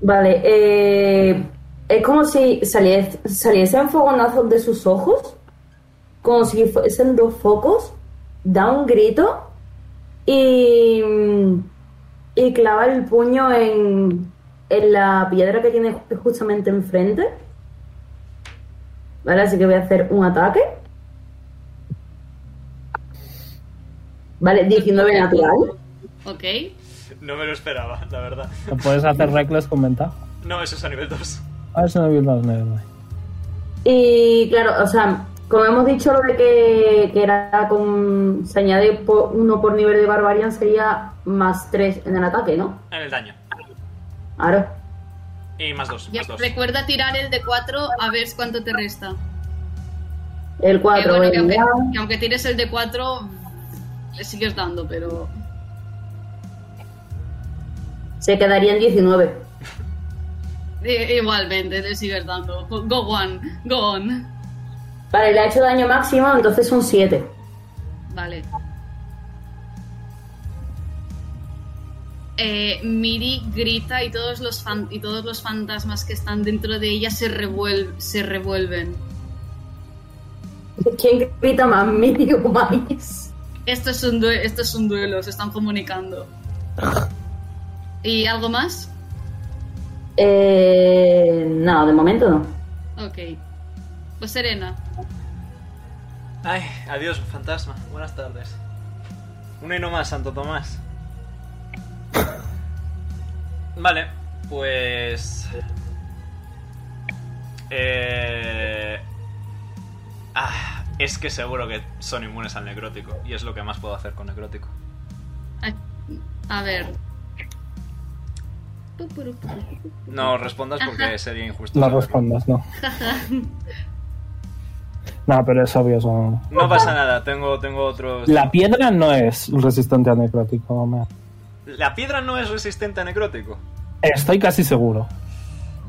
S4: Vale, eh, es como si salies- saliesen fogonazos de sus ojos, como si fuesen dos focos, da un grito y, y clava el puño en, en la piedra que tiene ju- justamente enfrente. Vale, así que voy a hacer un ataque. Vale, 19 natural.
S1: Ok.
S3: No me lo esperaba, la verdad.
S5: Lo puedes hacer reckless con ventaja.
S3: No, eso es a nivel 2.
S5: A ver si no vi los never mind.
S4: Y claro, o sea, como hemos dicho lo de que, que era con... Se añade po- uno por nivel de barbarian sería más tres en el ataque, ¿no?
S3: En el daño.
S4: Claro.
S3: Y más 2,
S1: Ya,
S3: más 2.
S1: recuerda tirar el de 4 a ver cuánto te resta.
S4: El
S1: Que
S4: 4
S1: bueno, que aunque, que aunque tires el de 4, le sigues dando, pero.
S4: se quedaría en 19.
S1: i- Igualmente, le sigues dando. Go on, go on.
S4: Vale, le ha hecho daño máximo, entonces son 7.
S1: Vale. Eh, Miri grita y todos, los fan- y todos los fantasmas que están dentro de ella se, revuel- se revuelven.
S4: ¿Quién grita más, Miri o Miles?
S1: Esto es, un due- esto es un duelo, se están comunicando. ¿Y algo más?
S4: Eh, no, de momento no.
S1: Ok. Pues Serena.
S3: Ay, adiós, fantasma. Buenas tardes. Uno y no más, Santo Tomás. Vale, pues. Eh. Ah, es que seguro que son inmunes al necrótico. Y es lo que más puedo hacer con necrótico.
S1: A ver.
S3: No respondas porque sería injusto.
S5: No
S3: saberlo.
S5: respondas, no. No, pero es obvio. Son...
S3: No pasa nada, tengo, tengo otros.
S5: La piedra no es resistente a necrótico. Nea.
S3: La piedra no es resistente a necrótico.
S5: Estoy casi seguro.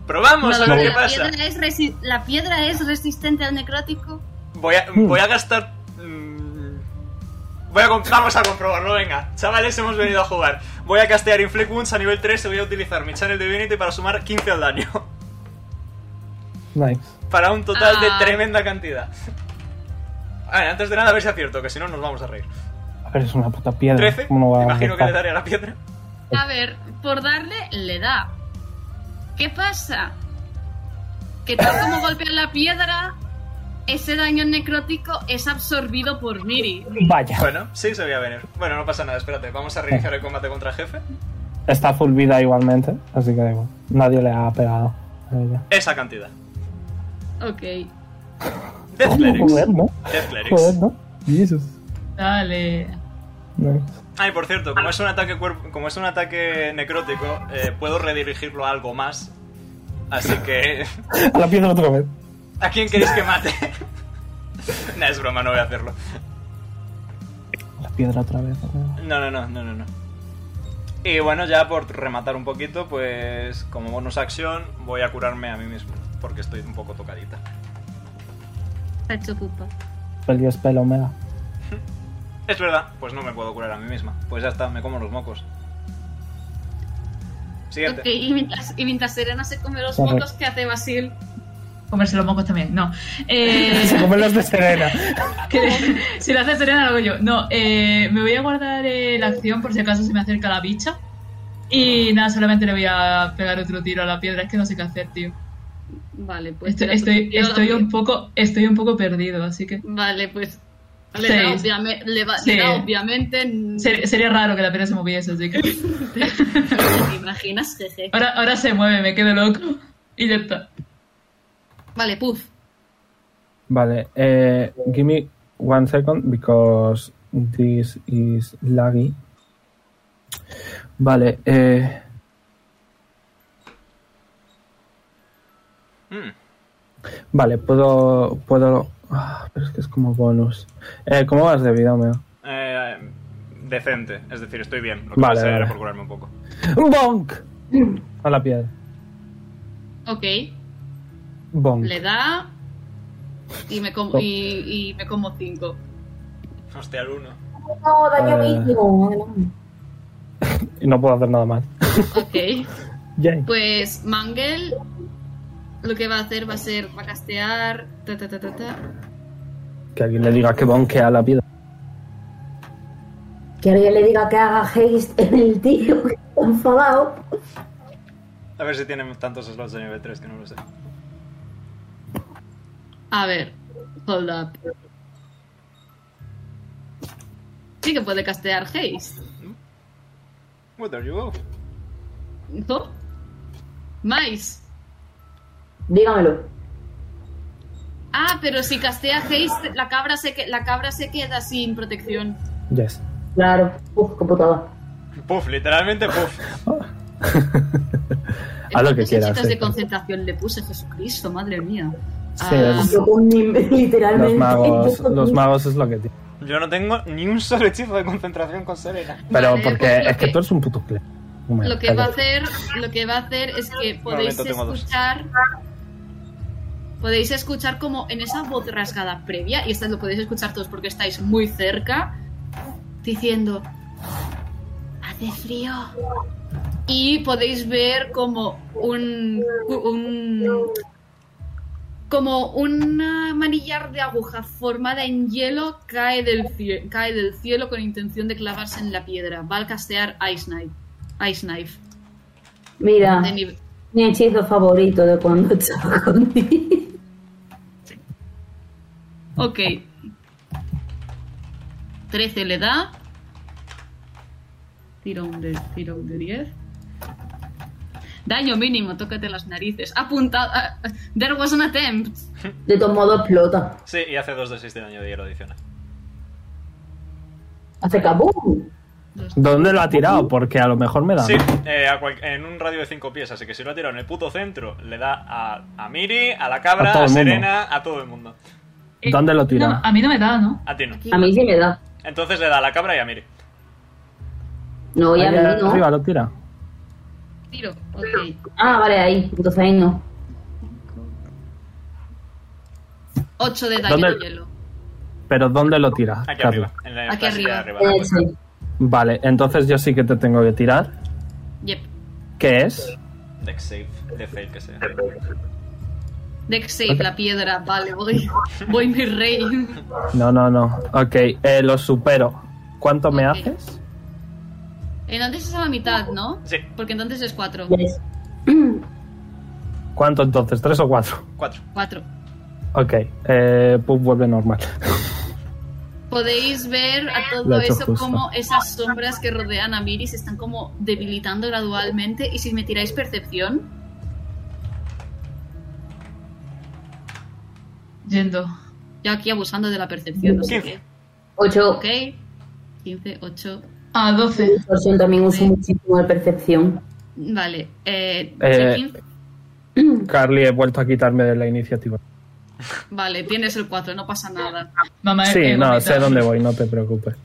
S3: Probamos a
S1: No,
S3: ver qué
S1: la,
S3: pasa.
S1: piedra es resi- la piedra es resistente al necrótico.
S3: Voy a, voy a gastar. mm, Voy a, comp- vamos a comprobarlo, venga. Chavales, hemos venido a jugar. Voy a castear Inflict Wounds a nivel 3 y voy a utilizar mi Channel Divinity para sumar 15 al daño.
S5: Nice.
S3: Para un total
S1: Ah.
S3: de tremenda cantidad. A ver, antes de nada, a ver si acierto, que si no nos vamos a reír.
S5: A ver, es una puta piedra.
S3: 13,
S5: Eh, ¿Cómo no va a
S3: imagino que le
S5: afectar?
S3: daré a la piedra.
S1: A ver, por darle, le da. ¿Qué pasa? Que tal como golpea la piedra, ese daño necrótico es absorbido por Miri.
S5: Vaya.
S3: Bueno, sí, se voy a venir. Bueno, no pasa nada, espérate. Vamos a reiniciar el combate contra el jefe.
S5: Está full vida igualmente, así que da igual. Nadie le ha pegado a ella.
S3: Esa cantidad.
S1: Ok.
S3: Death Clerics.
S5: Oh, Joder, ¿no?
S3: Death Clerics.
S5: Joder, ¿no? Jesus.
S2: Dale.
S5: Nice.
S3: Ay, por cierto, como es un ataque, cuerp- como es un ataque necrótico, eh, puedo redirigirlo a algo más. Así que.
S5: A la piedra otra vez.
S3: ¿A quién queréis que mate? nah, es broma, no voy a hacerlo.
S5: A la piedra otra vez.
S3: No, no, no, no, no, no. Y bueno, ya por rematar un poquito, pues como bonus acción voy a curarme a mí mismo, porque estoy un poco tocadita.
S1: Está hecho pupa.
S5: Peli es pelo, omega.
S3: Es verdad, pues no me puedo curar a mí misma. Pues ya está, me como los mocos. Siguiente.
S1: Ok, y mientras, y mientras Serena se come los
S5: Correcto.
S1: mocos, ¿qué hace Basil?
S2: Comerse los mocos también. No. Eh,
S5: Se comen los de Serena.
S2: que- si lo hace Serena, lo hago yo. No, eh, me voy a guardar eh, la acción por si acaso se me acerca la bicha. Y nada, solamente le voy a pegar otro tiro a la piedra. Es que no sé qué hacer, tío.
S1: Vale, pues.
S2: Estoy,
S1: tira tu
S2: estoy,
S1: tiro
S2: estoy
S1: también.
S2: un poco, estoy un poco perdido, así que.
S1: Vale, pues. Le
S2: Sí.
S1: da, obviame- le va- le
S2: Sí.
S1: da obviamente. n-
S2: Ser- sería raro que la piedra se moviese, así que.
S1: ¿Te imaginas, jeje?
S2: Ahora, ahora se mueve, me quedo loco. Y ya está.
S1: Vale, puff.
S5: Vale, eh, give me one second because this is laggy. Vale, eh,
S3: Mm,
S5: vale, puedo, puedo, ah, pero es que es como bonus. Eh, ¿Cómo vas de vida, Omega?
S3: eh, decente, es decir, estoy bien. Lo que
S5: Vale,
S3: pasé era
S5: vale.
S3: por curarme un poco.
S5: Bonk. A la piedra.
S1: Ok.
S5: Bonk.
S1: Le da. Y me como, y, y me como cinco.
S3: Hostia, el uno.
S6: No, daño
S5: Eh.
S6: mínimo. adelante.
S5: Y no puedo hacer nada más.
S1: Ok.
S5: Yay.
S1: Pues Mangel lo que va a hacer va a ser, va a castear. Ta, ta, ta, ta, ta.
S5: Que alguien le diga que bonque a la piedra.
S6: Que alguien le diga que haga haste en el tío que está enfadado.
S3: A ver si tienen tantos slots de nivel 3 que no lo sé.
S1: A ver, hold up. Sí que puede castear Haze.
S3: Well, there you go.
S1: ¿No? Mais.
S6: Dígamelo.
S1: Ah, pero si castea Haze, la cabra se, que- la cabra se queda sin protección.
S5: Yes.
S6: Claro. Uf, qué putada.
S3: Puff, literalmente puff.
S5: Haz lo que
S1: Estas
S5: quieras, eh.
S1: Cositas
S5: sí.
S1: de concentración le puse, Jesucristo, madre mía.
S5: Sí,
S1: Ah,
S5: es-
S6: Yo con mi- literalmente.
S5: Los magos, los magos es lo que tiene.
S3: Yo no tengo ni un solo hechizo de concentración con Serena.
S5: Pero
S1: Vale,
S5: porque
S1: pues lo
S5: es que,
S1: que-
S5: tú eres un puto clé. Hombre,
S1: Lo que va a
S5: cállate.
S1: hacer, lo que va a hacer es que podéis
S3: momento, tengo dos.
S1: escuchar. Podéis escuchar como en esa voz rasgada previa, y esta lo podéis escuchar todos porque estáis muy cerca, diciendo hace frío. Y podéis ver como un, un como un manillar de aguja formada en hielo cae del, cie- cae del cielo con intención de clavarse en la piedra. Va a castear Ice Knife. Ice Knife.
S6: Mira,
S1: De nivel-
S6: mi hechizo favorito de cuando estaba contigo.
S1: Ok. 13 le da. Tira un de, tira un de 10. Daño mínimo, tócate las narices. Apuntado. ah, ah, there was an attempt.
S6: De todos modos explota.
S3: Sí, y hace 2 de 6 de daño de hielo adicional.
S6: Hace cabum.
S5: ¿Dónde lo ha tirado? Porque a lo mejor me da.
S3: Sí, eh, a cual- en un radio de 5 pies, así que si lo ha tirado en el puto centro, le da a, a Miri, a la cabra,
S5: A
S3: a,
S5: todo el mundo.
S3: Serena, a todo el mundo.
S5: ¿Dónde lo tira?
S2: No, a mí no me da, ¿no?
S3: A ti no.
S6: A mí sí me da.
S3: Entonces le da a la cabra y a Miri.
S6: No, ya
S5: Ahí
S6: me no.
S5: arriba lo tira.
S1: Tiro. Ok.
S6: Ah, vale, ahí. Entonces ahí no.
S1: 8 de daño
S5: ¿Dónde?
S1: de hielo.
S5: Pero ¿dónde lo tira?
S3: Aquí
S5: Carlos?
S3: arriba. En la
S1: Aquí
S3: casilla de
S1: arriba. Pues-
S3: arriba.
S6: Eh, sí.
S5: Vale, entonces yo sí que te tengo que tirar.
S1: Yep.
S5: ¿Qué es?
S3: Dex save, de fail que sea.
S1: Dex save, la piedra. Vale, voy. Voy mi rey.
S5: No, no, no. Ok, eh, lo supero. ¿Cuánto me
S1: Ok.
S5: haces?
S1: Entonces es a la mitad, ¿no?
S3: Sí,
S1: Porque entonces es 4.
S6: Yes.
S5: ¿Cuánto entonces? ¿Tres o cuatro?
S3: 4.
S1: 4.
S5: Ok, eh, pues vuelve normal.
S1: Podéis ver a todo
S5: Lo ha hecho
S1: eso
S5: justo.
S1: como esas sombras que rodean a Miri se están como debilitando gradualmente. Y si me tiráis percepción,
S2: Yendo.
S1: yo aquí abusando de la percepción, no sé qué.
S6: 8.
S1: Ok. 15, 8.
S2: A 12.
S6: Distorsión también uso muchísimo de percepción.
S1: Vale. Eh,
S5: Eh,
S1: 15.
S5: Carly, he vuelto a quitarme de la iniciativa.
S1: Vale, tienes el 4, no pasa nada.
S2: Mamá eh,
S5: Sí,
S2: es
S5: no,
S2: bonita.
S5: sé dónde voy, no te preocupes.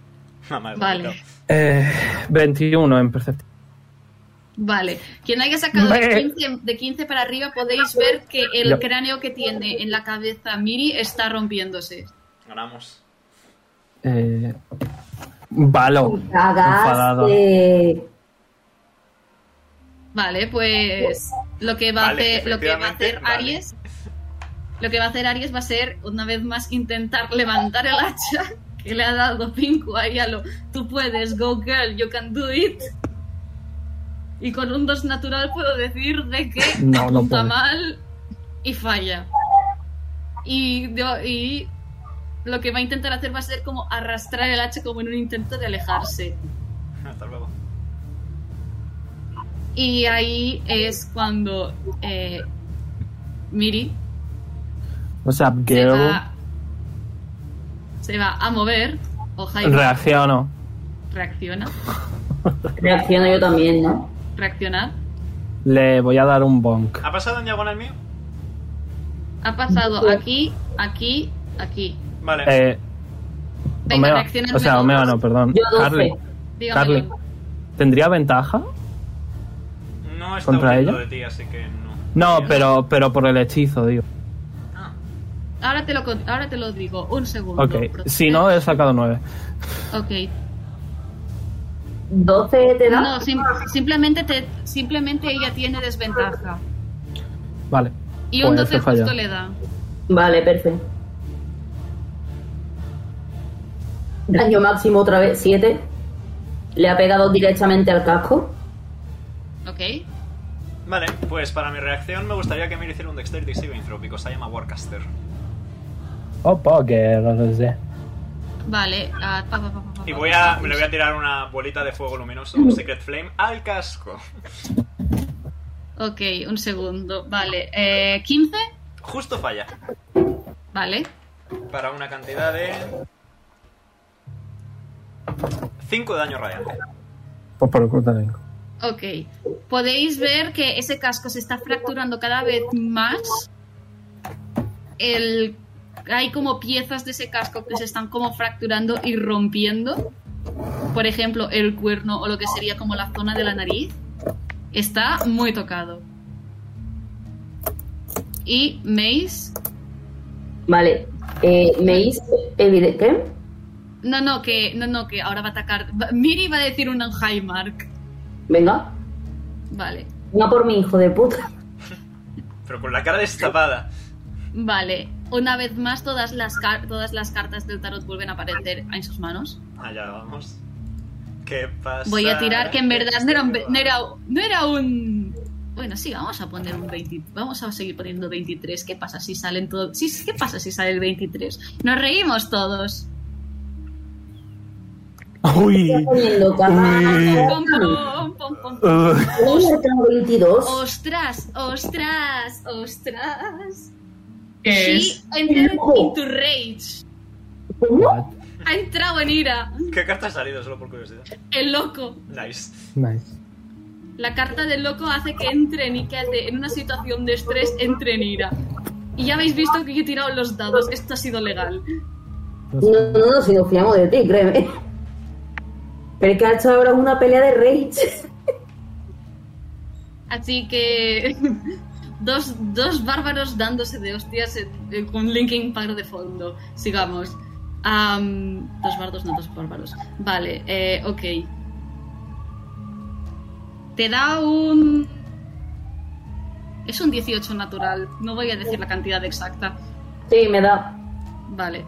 S3: Mamá, es
S1: Vale.
S3: bonito.
S5: Eh, 21 en percepción.
S1: Vale. Quien haya sacado de
S5: Me-
S1: 15, de 15 para arriba, podéis ver que el
S5: Ya.
S1: cráneo que tiene en la cabeza Miri está rompiéndose.
S3: Ganamos.
S5: Eh, Valo. Enfadado.
S6: Cagaste.
S1: Vale, pues lo que va
S3: Vale,
S1: a hacer, lo que va a hacer
S3: efectivamente, vale.
S1: Aries, lo que va a hacer Aries va a ser una vez más intentar levantar el hacha que le ha dado Pinku ahí a lo tú puedes, go girl, you can do it. Y con un 2 natural puedo decir de que
S5: No, no
S1: apunta
S5: puede.
S1: mal y falla. Y, de- y lo que va a intentar hacer va a ser como arrastrar el hacha como en un intento de alejarse.
S3: Hasta luego.
S1: Y ahí es cuando eh, Miri
S5: What's up,
S1: se
S5: girl?
S1: va, se va a mover. O Jaime
S5: Reacciono.
S1: reacciona.
S6: Reacciono yo también, ¿no?
S1: Reaccionar.
S5: Le voy a dar un bonk.
S3: ¿Ha pasado en diagonal mío?
S1: Ha pasado aquí, aquí, aquí.
S3: Vale.
S5: Eh,
S1: Venga,
S5: Omega-
S1: reaccionar.
S5: o sea, Omega no, perdón.
S6: Yo doce.
S5: Carly, Carly. ¿Tendría ventaja?
S3: no está
S5: ¿contra
S3: huyendo
S5: ella?
S3: de ti, así que no.
S5: No,
S3: Bien.
S5: pero, pero por el hechizo, digo.
S3: Ah,
S1: Ahora te, lo, con- ahora te lo digo, un segundo.
S5: Ok,
S1: Proceder.
S5: si no, he sacado 9.
S1: Ok.
S6: 12 te da.
S1: No, sim- simplemente, te, simplemente ella tiene desventaja.
S5: Vale.
S1: Y un
S5: Pues,
S1: 12
S5: he fallado.
S1: justo le da.
S6: Vale, perfecto. Daño máximo otra vez, 7. Le ha pegado directamente al casco.
S1: Ok.
S3: Vale, pues para mi reacción me gustaría que me hiciera un Dexterity Saving Throw, because I am a Warcaster.
S5: Opa, que Oh, no sé.
S1: Vale. ah, pa, pa, pa, pa, pa,
S3: Y
S1: pa,
S3: voy
S1: pa,
S3: a,
S1: pa.
S3: le voy a tirar una bolita de fuego luminoso, un Secret Flame, al casco.
S1: Ok, un segundo. Vale. Eh, 15.
S3: Justo falla.
S1: Vale.
S3: Para una cantidad de... 5 de daño radiante.
S5: Pues por el culo también.
S1: Ok. Podéis ver que ese casco se está fracturando cada vez más. El... Hay como piezas de ese casco que se están como fracturando y rompiendo. Por ejemplo, el cuerno o lo que sería como la zona de la nariz. Está muy tocado. Y Mace.
S6: Vale. Eh, me hice. evide- ¿Qué?
S1: No, no, que. No, no, que ahora va a atacar. va- Miri va a decir un Highmark.
S6: Venga.
S1: Vale.
S6: Venga por mi hijo de puta.
S3: Pero con la cara destapada.
S1: Vale, una vez más todas las, car- todas las cartas del tarot vuelven a aparecer en sus manos.
S3: Allá vamos. ¿Qué pasa?
S1: Voy a tirar, que en verdad no era un... ve- No era, no era un bueno, sí, vamos a poner un 20, vamos a seguir poniendo 23. ¿Qué pasa si salen todos? Sí, sí, ¿qué pasa si sale el 23? Nos reímos todos.
S5: Uy.
S6: Está poniendo cada-
S1: Pom, pom, pom, pom, pom.
S5: Uh,
S6: Uy, ha sacado 22.
S1: Ostras, ostras, ostras.
S2: Que
S1: She
S2: es.
S1: entered
S6: Ojo.
S1: into rage.
S5: what?
S1: Ha entrado en ira.
S3: ¿Qué carta ha salido? Solo por curiosidad.
S1: El loco.
S3: Nice.
S5: Nice.
S1: La carta del loco hace que entren y que hace en una situación de estrés entre en ira. Y ya habéis visto que he tirado los dados, esto ha sido legal.
S6: No, no, no, si nos fiamos de ti, créeme. Pero es que ha hecho ahora una pelea de rage.
S1: Así que dos, dos bárbaros dándose de hostias eh, eh, con Linkin Park de fondo. Sigamos. Am, dos bardos, no dos bárbaros. Vale, eh, ok. Te da un... Es un 18 natural, no voy a decir la cantidad exacta.
S6: Sí, me da.
S1: Vale.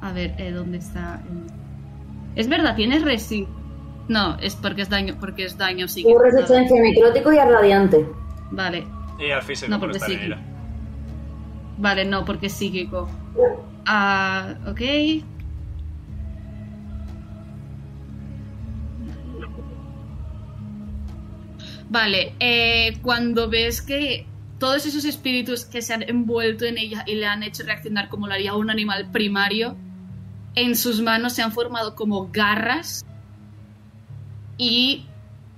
S1: A ver, eh, ¿dónde está? el- Es verdad, tienes resi. No, es porque es daño, porque es daño sí.
S6: Tengo resistencia a necrótico y a radiante.
S1: Vale,
S3: Y al físico
S1: No,
S3: por
S1: porque
S3: estar en
S1: sí.
S3: ira.
S1: vale, no, porque es psíquico. Ah, ok. Vale, eh, cuando ves que todos esos espíritus que se han envuelto en ella y le han hecho reaccionar como lo haría un animal primario, en sus manos se han formado como garras y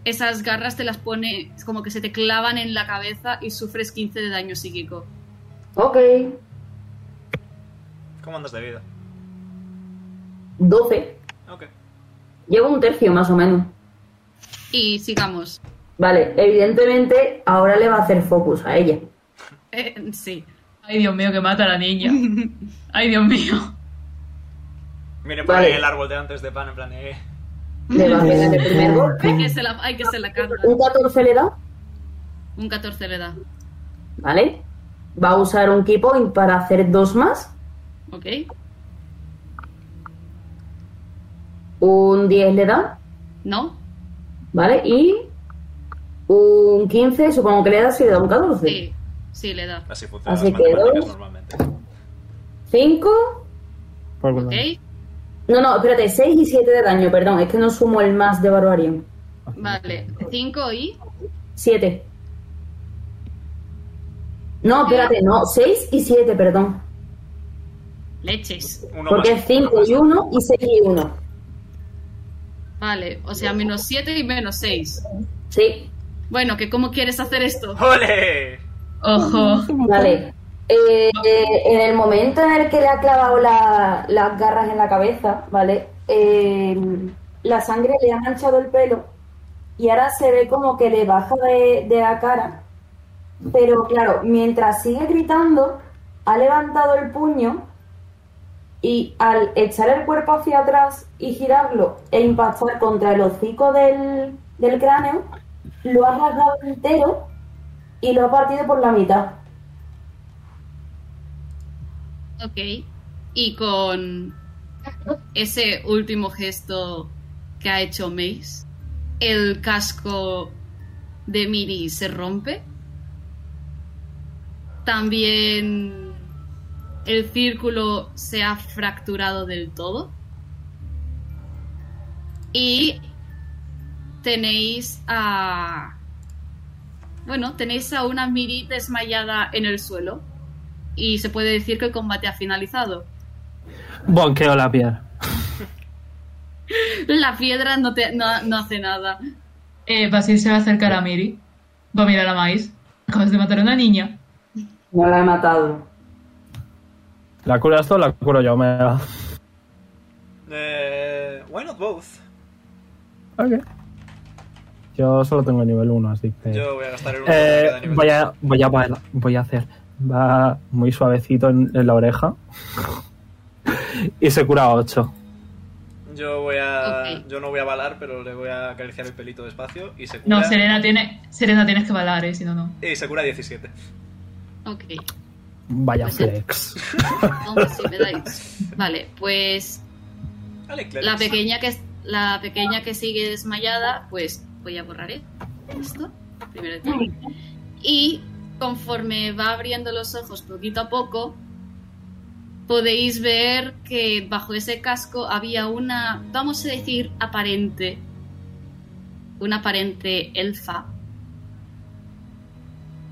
S1: esas garras te las pone como que se te clavan en la cabeza y sufres 15 de daño psíquico.
S4: Ok.
S3: ¿Cómo andas de vida?
S4: 12.
S3: Ok.
S4: Llevo un tercio más o menos.
S1: Y sigamos.
S4: Vale, evidentemente ahora le va a hacer focus a ella.
S1: Eh, sí.
S2: Ay, Dios mío, que mata a la niña. Ay, Dios mío.
S3: Miren por
S4: Vale.
S3: ahí el árbol de antes de pan, en plan, eh.
S4: Le va a pegar el primer
S1: Hay
S4: golpe.
S1: que se la, hay que se la carga.
S4: Un 14 le da,
S1: Un 14 le da.
S4: ¿vale? Va a usar un key point para hacer dos más.
S1: ¿Ok?
S4: Un 10 le da,
S1: ¿No?
S4: ¿vale? Y un 15, supongo que le da si le da un 14.
S1: Sí. Sí, le da.
S3: Así funcionan
S4: Así
S3: las
S4: que
S3: matemáticas
S4: dos.
S3: normalmente.
S4: 5.
S5: Por
S1: ¿Ok?
S5: culo.
S4: No, no, espérate, 6 y 7 de daño, perdón, es que no sumo el más de Barbarian.
S1: Vale. 5 y...
S4: 7. No, espérate, no, 6 y 7, perdón.
S1: Leches.
S3: Uno
S4: Porque
S3: más,
S4: es 5
S3: uno más.
S4: y 1 y 6 y 1.
S1: Vale. O sea, menos 7 y menos 6.
S4: Sí,
S1: Bueno, que ¿cómo quieres hacer esto?
S3: ¡Ole!
S2: Ojo.
S4: Vale. Eh, eh, en el momento en el que le ha clavado la- las garras en la cabeza, ¿vale? Eh, la sangre le ha manchado el pelo y ahora se ve como que le baja de, de la cara. Pero claro, mientras sigue gritando, ha levantado el puño y al echar el cuerpo hacia atrás y girarlo e impactar contra el hocico del, del cráneo, lo ha rasgado entero y lo ha partido por la mitad.
S1: Ok. Y con ese último gesto que ha hecho Mace, el casco de Miri se rompe. También el círculo se ha fracturado del todo. Y tenéis a... Bueno, tenéis a una Miri desmayada en el suelo y se puede decir que el combate ha finalizado.
S5: Bonqueo la piedra.
S1: La piedra no, te, no, no hace nada.
S2: Eh, Basil se va a acercar a Miri. Va a mirar a Mais. Acabas de matar a una niña.
S9: No la he matado.
S5: ¿La curas tú o la curo yo? Me da.
S3: Eh, why not both?
S5: Ok. Yo solo tengo nivel 1, así que.
S3: Yo voy a gastar el uno de
S5: Eh,
S3: cada nivel.
S5: voy, a, voy, a, poner- voy a hacer. Va muy suavecito en, en la oreja. y se cura 8.
S3: Yo voy a.
S1: Ok.
S3: Yo no voy a balar, pero le voy a acariciar el pelito despacio y se cura.
S2: No, Serena tiene. Serena tienes que balar, eh, si no, no.
S3: Y se cura 17.
S1: Ok.
S5: Vaya
S1: Pues-
S5: flex.
S1: Entonces, sí, me dais. Vale, pues
S3: Dale, Clarence.
S1: la pequeña, que, es- la pequeña que sigue desmayada, pues voy a borrar eh, esto. Primero de todo. Y conforme va abriendo los ojos poquito a poco, podéis ver que bajo ese casco había una, vamos a decir, aparente, una aparente elfa,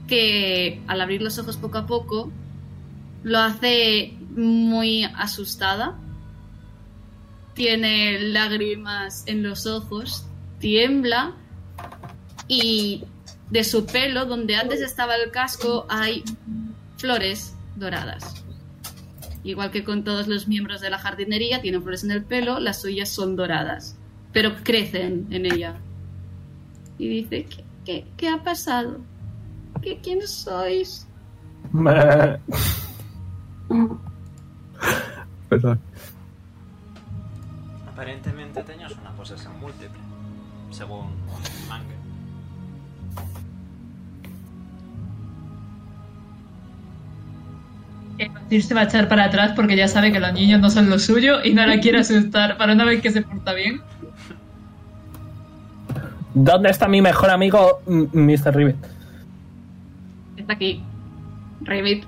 S1: que al abrir los ojos poco a poco, lo hace muy asustada, tiene lágrimas en los ojos, tiembla y de su pelo, donde antes estaba el casco, hay flores doradas. Igual que con todos los miembros de la jardinería, tienen flores en el pelo, las suyas son doradas, pero crecen en ella. Y dice, ¿qué, qué- qué ha pasado? ¿Qué, ¿Quién sois?
S5: Perdón.
S3: Aparentemente tenías una posesión múltiple. Según Mange.
S2: Eh, Basil se va a echar para atrás porque ya sabe que los niños no son lo suyo y no la quiere asustar para una vez que se porta bien.
S5: ¿Dónde está mi mejor amigo, m- Mr. Rivet?
S1: Está aquí. Revit.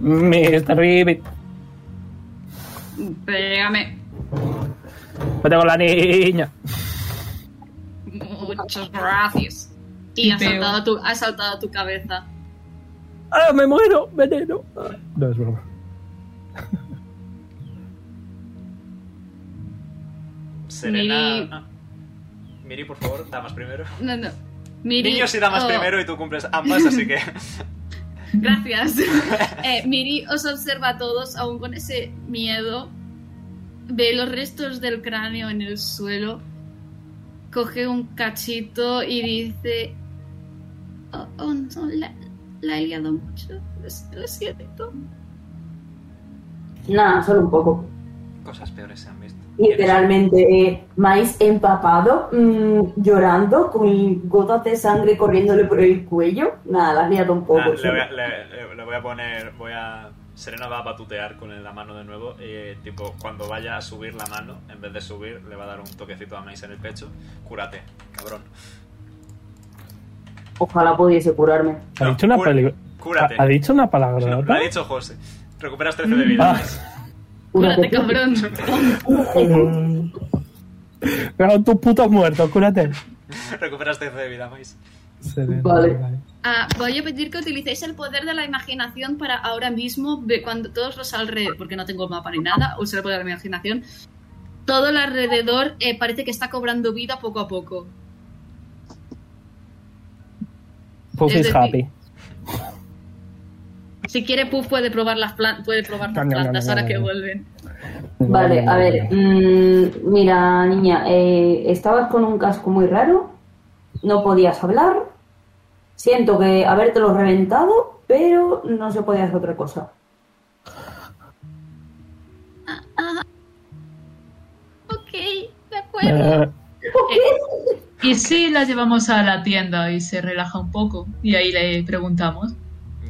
S5: Mr. Ribbit.
S1: Pégame.
S5: Vete con la niña.
S1: Muchas gracias. Y
S2: Y
S1: ha
S2: pego.
S1: saltado, tu, ha saltado tu cabeza.
S5: ¡Ah, me muero! ¡Veneno! No, es broma.
S3: Serena.
S1: Miri.
S3: ah. Miri, por favor, damas primero.
S1: No, no. Miri,
S3: Niños y damas
S1: oh,
S3: primero y tú cumples ambas, así que.
S1: Gracias. Eh, Miri os observa a todos, aún con ese miedo. Ve los restos del cráneo en el suelo. Coge un cachito y dice: Oh, oh, no, la, la he liado mucho. Lo, lo siento.
S4: Nada, solo un poco.
S3: Cosas peores se han visto.
S4: Literalmente, eh, maíz empapado, mm, llorando, con gotas de sangre corriéndole por el cuello. Nada, la has liado un poco.
S3: Ah, le,
S4: solo.
S3: voy a, le- le- le voy a poner. Voy a. Serena va a batutear con la mano de nuevo. Y, tipo, cuando vaya a subir la mano, en vez de subir, le va a dar un toquecito a Mace en el pecho. Cúrate, cabrón.
S4: Ojalá pudiese curarme.
S5: Ha
S3: No,
S5: dicho una
S3: cura-
S5: peli-
S3: Cúrate.
S5: Ha, ha dicho una palabra.
S3: No, lo
S5: ¿verdad?
S3: ha dicho José. Recuperas 13 de vida.
S5: Ah.
S3: Mace.
S1: Cúrate, cabrón.
S5: Pero tus putos muertos, cúrate.
S3: Recuperas 13 de vida, Mace.
S5: Serena,
S4: Vale.
S1: Ah, voy a pedir que utilicéis el poder de la imaginación para ahora mismo, ve- cuando todos los alrededor, porque no tengo mapa ni nada, usar el poder de la imaginación. Todo el alrededor eh, parece que está cobrando vida poco a poco.
S5: Puff
S1: Es
S5: is
S1: decir-
S5: happy.
S1: Si quiere, Puff puede probar las, plan- puede probar las
S5: Cambia,
S1: plantas
S5: cambia,
S1: ahora que
S5: cambia.
S1: vuelven.
S4: Vale, a ver. mm, mira, niña, eh, estabas con un casco muy raro, no podías hablar. Siento que habértelo reventado, pero no se podía hacer otra cosa.
S7: Ok, de acuerdo.
S5: Eh,
S2: ¿Y si la llevamos a la tienda y se relaja un poco? Y ahí le preguntamos.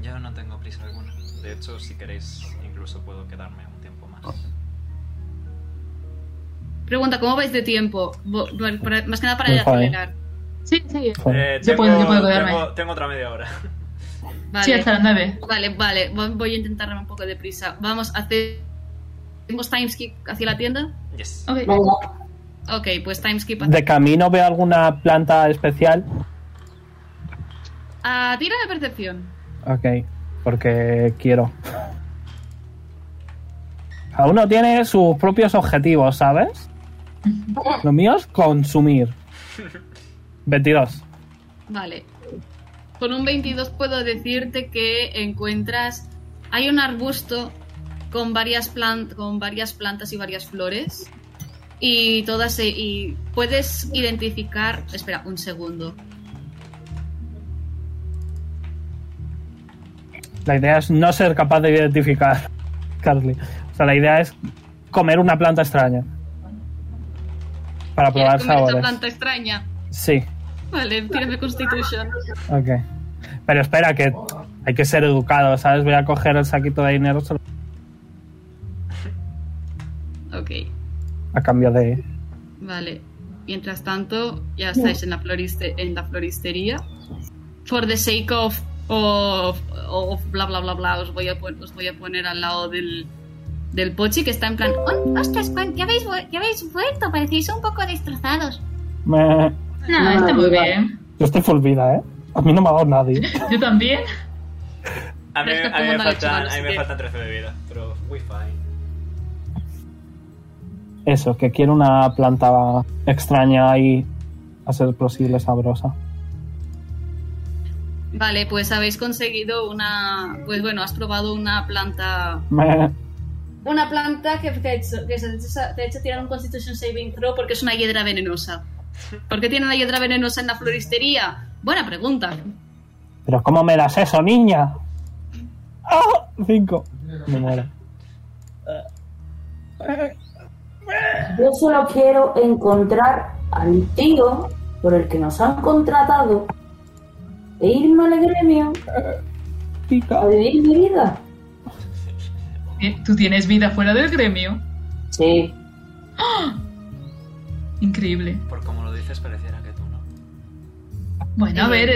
S3: Yo no tengo prisa alguna. De hecho, si queréis, incluso puedo quedarme un tiempo más.
S1: Pregunta, ¿cómo vais de tiempo? Bo- bo- para- más que nada para
S5: Muy
S1: acelerar.
S2: Sí, sí.
S5: joder.
S3: Eh,
S2: Yo
S3: tengo,
S2: puedo- yo puedo quedarme.
S3: tengo- tengo otra media hora.
S1: Vale.
S2: Sí, hasta las nueve.
S1: Vale, vale, vo- voy a intentar darme un poco de prisa. Vamos, hace- ¿hacemos timeskip hacia la tienda?
S3: Yes.
S2: Ok.
S4: Venga,
S1: Ok, pues timeskip hacia
S5: De camino veo alguna planta especial.
S1: Ah, tira de percepción.
S5: Ok, porque quiero. Cada uno tiene sus propios objetivos, ¿sabes? Lo mío es consumir. 22.
S1: Vale. Con un 22 puedo decirte que encuentras. Hay un arbusto con varias, plant- con varias plantas y varias flores. Y todas. se- Y puedes identificar. Espera, un segundo.
S5: La idea es no ser capaz de identificar, Carly. O sea, la idea es comer una planta extraña. Para probar
S1: ¿Quieres comer esta
S5: sabores.
S1: planta extraña?
S5: Sí,
S1: Vale, tírame Constitution.
S5: ok. Pero espera, que hay que ser educado, ¿sabes? Voy a coger el saquito de dinero se lo-
S1: Ok,
S5: a cambio de...
S1: vale. Mientras tanto, ya estáis en la, floriste- en la floristería. For the sake of, of, of bla bla bla bla, os voy a, pon- os voy a poner al lado del, del pochi que está en plan.
S7: On- Oh, ostras, Juan, ya habéis, vuel- ya habéis vuelto. Parecéis un poco destrozados.
S5: Me-
S2: No,
S1: Ah,
S4: No,
S2: está muy
S4: igual.
S2: bien.
S5: Yo estoy full vida, ¿eh? A mí no me ha dado nadie.
S2: Yo también.
S3: A mí,
S1: Pero es que
S3: a mí
S1: como no
S3: me,
S1: le
S3: faltan,
S1: echan,
S3: a mí
S1: así
S3: me
S1: que-
S3: faltan 13 de vida, pero we fine.
S5: Eso, que quiero una planta extraña y a ser posible sabrosa.
S1: Vale, pues habéis conseguido una. Pues bueno, has probado una planta.
S5: Me-
S1: Una planta que te ha hecho, que se te ha- te ha hecho tirar un Constitution Saving Throw porque es una hiedra venenosa. ¿Por qué tiene una hiedra venenosa en la floristería? Buena pregunta.
S5: Pero ¿cómo me das eso, niña? ¡Ah! Cinco. Me muero.
S4: Yo solo quiero encontrar al tío por el que nos han contratado e irme al gremio
S5: Pica.
S4: a vivir mi vida.
S2: Eh, Tú tienes vida fuera del gremio.
S4: Sí.
S2: Increíble.
S3: Por como lo dices, pareciera que tú no.
S2: Bueno, a ver,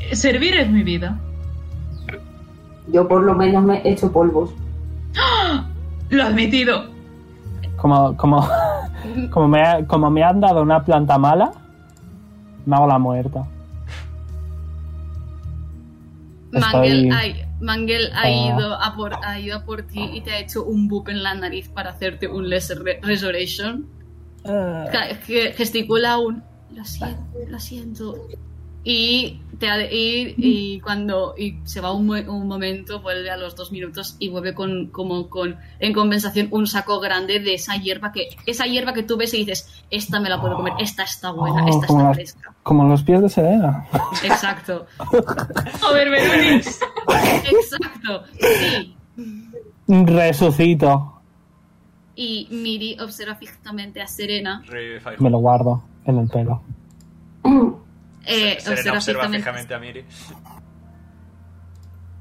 S2: eh, servir es mi vida.
S4: Yo por lo menos me he hecho polvos.
S2: Lo admitido.
S5: Como, como, como, me, como me han dado una planta mala, me hago la muerta.
S1: Mangel,
S5: Estoy-
S1: ha, Mangel ha,
S5: Ah.
S1: ido a por, ha ido a por ti y te ha hecho un boop en la nariz para hacerte un Lesser Re- Restoration. Ca- ge- Gesticula aún. Lo siento, lo siento. Y, te ha de- y, y cuando y se va un, mo- un momento, vuelve a los dos minutos y vuelve con, como con, en compensación, un saco grande de esa hierba que, esa hierba que tú ves y dices, esta me la puedo comer, esta está buena,
S5: Oh,
S1: esta
S5: como
S1: está
S5: las-
S1: fresca.
S5: Como los pies de Serena.
S1: Exacto.
S2: A ver, Verónica.
S1: Exacto, sí.
S5: Resucito.
S1: Y Miri observa fijamente a Serena.
S3: Revivify.
S5: Me lo guardo en el pelo.
S1: Eh,
S3: Serena observa
S1: fijamente-
S3: fijamente a Miri.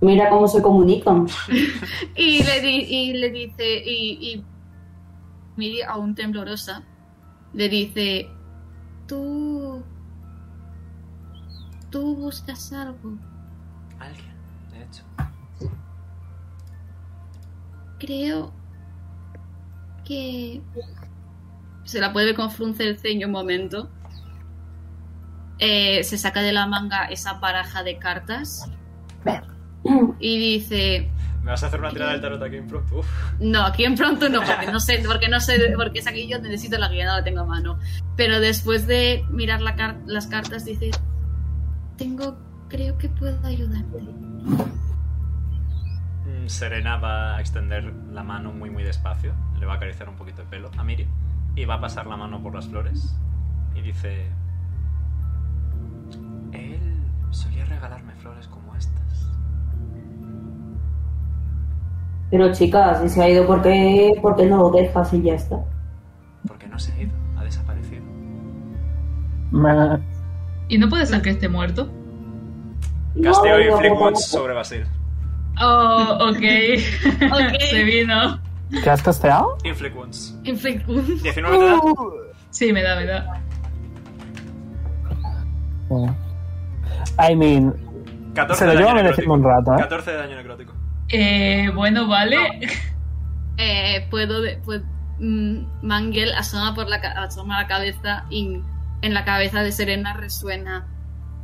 S4: Mira cómo se comunican.
S1: Y le, di- y le dice, y, y Miri, aún temblorosa, le dice, tú... Tú buscas algo.
S3: Alguien, de hecho.
S1: Creo que... Se la puede con frunce el ceño un momento. Eh, se saca de la manga esa baraja de cartas. Y dice...
S3: Me vas a hacer una tirada del tarot aquí en pro. Uf.
S1: No, aquí en pronto no, porque no sé, porque no sé, porque es aquí yo necesito la guía, no la tengo a mano. Pero después de mirar la car- las cartas dice, tengo, creo que puedo ayudarte.
S3: Mm, Serena va a extender la mano muy muy despacio, le va a acariciar un poquito el pelo a Miri y va a pasar la mano por las flores y dice... Él solía regalarme flores como estas.
S4: Pero chicas, si se ha ido, ¿por qué, por qué no lo dejas y ya está?
S3: Porque no se ha ido, ha desaparecido.
S5: Me-
S2: Y no puede ser que esté muerto.
S3: Casteo
S4: No,
S3: y
S4: no,
S3: Flick
S4: no, no.
S3: Wounds sobre Basil.
S2: Oh, ok.
S1: Ok.
S2: Se vino.
S5: ¿Qué has casteado?
S3: Y Flick Wounds.
S1: Inflict
S3: 19 de edad.
S2: Sí, me da, me da.
S5: Bueno. I mean,
S3: 14
S5: Se lo
S3: de daño
S5: lleva
S3: necrótico.
S5: mereciendo un rato, ¿eh?
S3: 14 de daño necrótico.
S2: Eh, bueno, vale.
S1: Eh, puedo, de- pue- mm, Mangel asoma por la, ca- asoma la cabeza y en la cabeza de Serena resuena.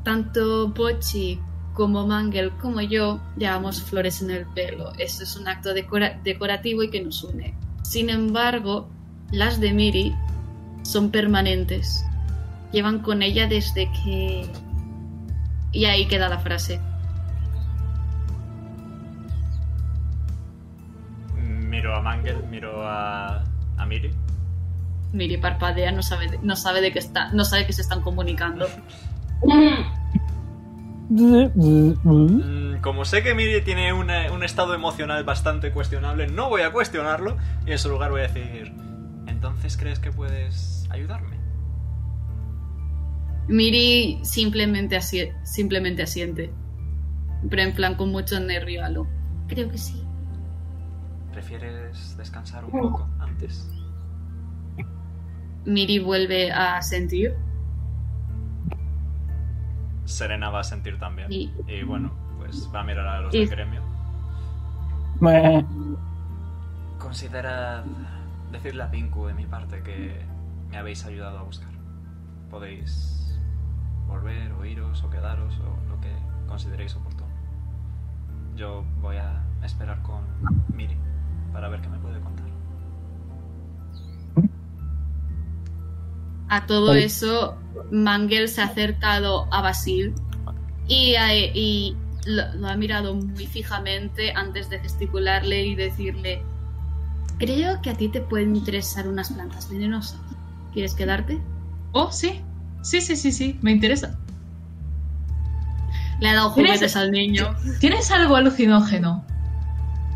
S1: Tanto Bochi como Mangel como yo llevamos flores en el pelo. Eso es un acto decora- decorativo y que nos une. Sin embargo, las de Miri son permanentes. Llevan con ella desde que... Y ahí queda la frase.
S3: Miro a Mangel, miro a, a Miri.
S1: Miri parpadea, no sabe, de- no sabe de qué está, no sabe que se están comunicando.
S3: Mm, Como sé que Miri tiene una- un estado emocional bastante cuestionable, no voy a cuestionarlo y en su lugar voy a decir, entonces crees que puedes ayudarme.
S1: Miri simplemente, asi- simplemente asiente. Pero en plan con mucho nervio a lo. Creo que sí.
S3: ¿Prefieres descansar un poco antes?
S1: Miri vuelve a sentir.
S3: Serena va a sentir también.
S1: Y-
S3: Y bueno, pues va a mirar a los
S1: Y-
S3: del gremio.
S5: Me-
S3: Considerad decirle a Pinku de mi parte que me habéis ayudado a buscar. Podéis volver o iros o quedaros o lo que consideréis oportuno. Yo voy a esperar con Miri para ver qué me puede contar.
S1: A todo
S5: Vale.
S1: eso, Mangel se ha acercado a Basil y, a- e, y lo, lo ha mirado muy fijamente antes de gesticularle y decirle: Creo que a ti te pueden interesar unas plantas venenosas. ¿Quieres quedarte?
S2: Oh, sí. Sí, sí, sí, sí. Me interesa.
S1: Le ha dado
S2: ¿Tienes-
S1: juguetes al niño.
S2: ¿Tienes algo alucinógeno?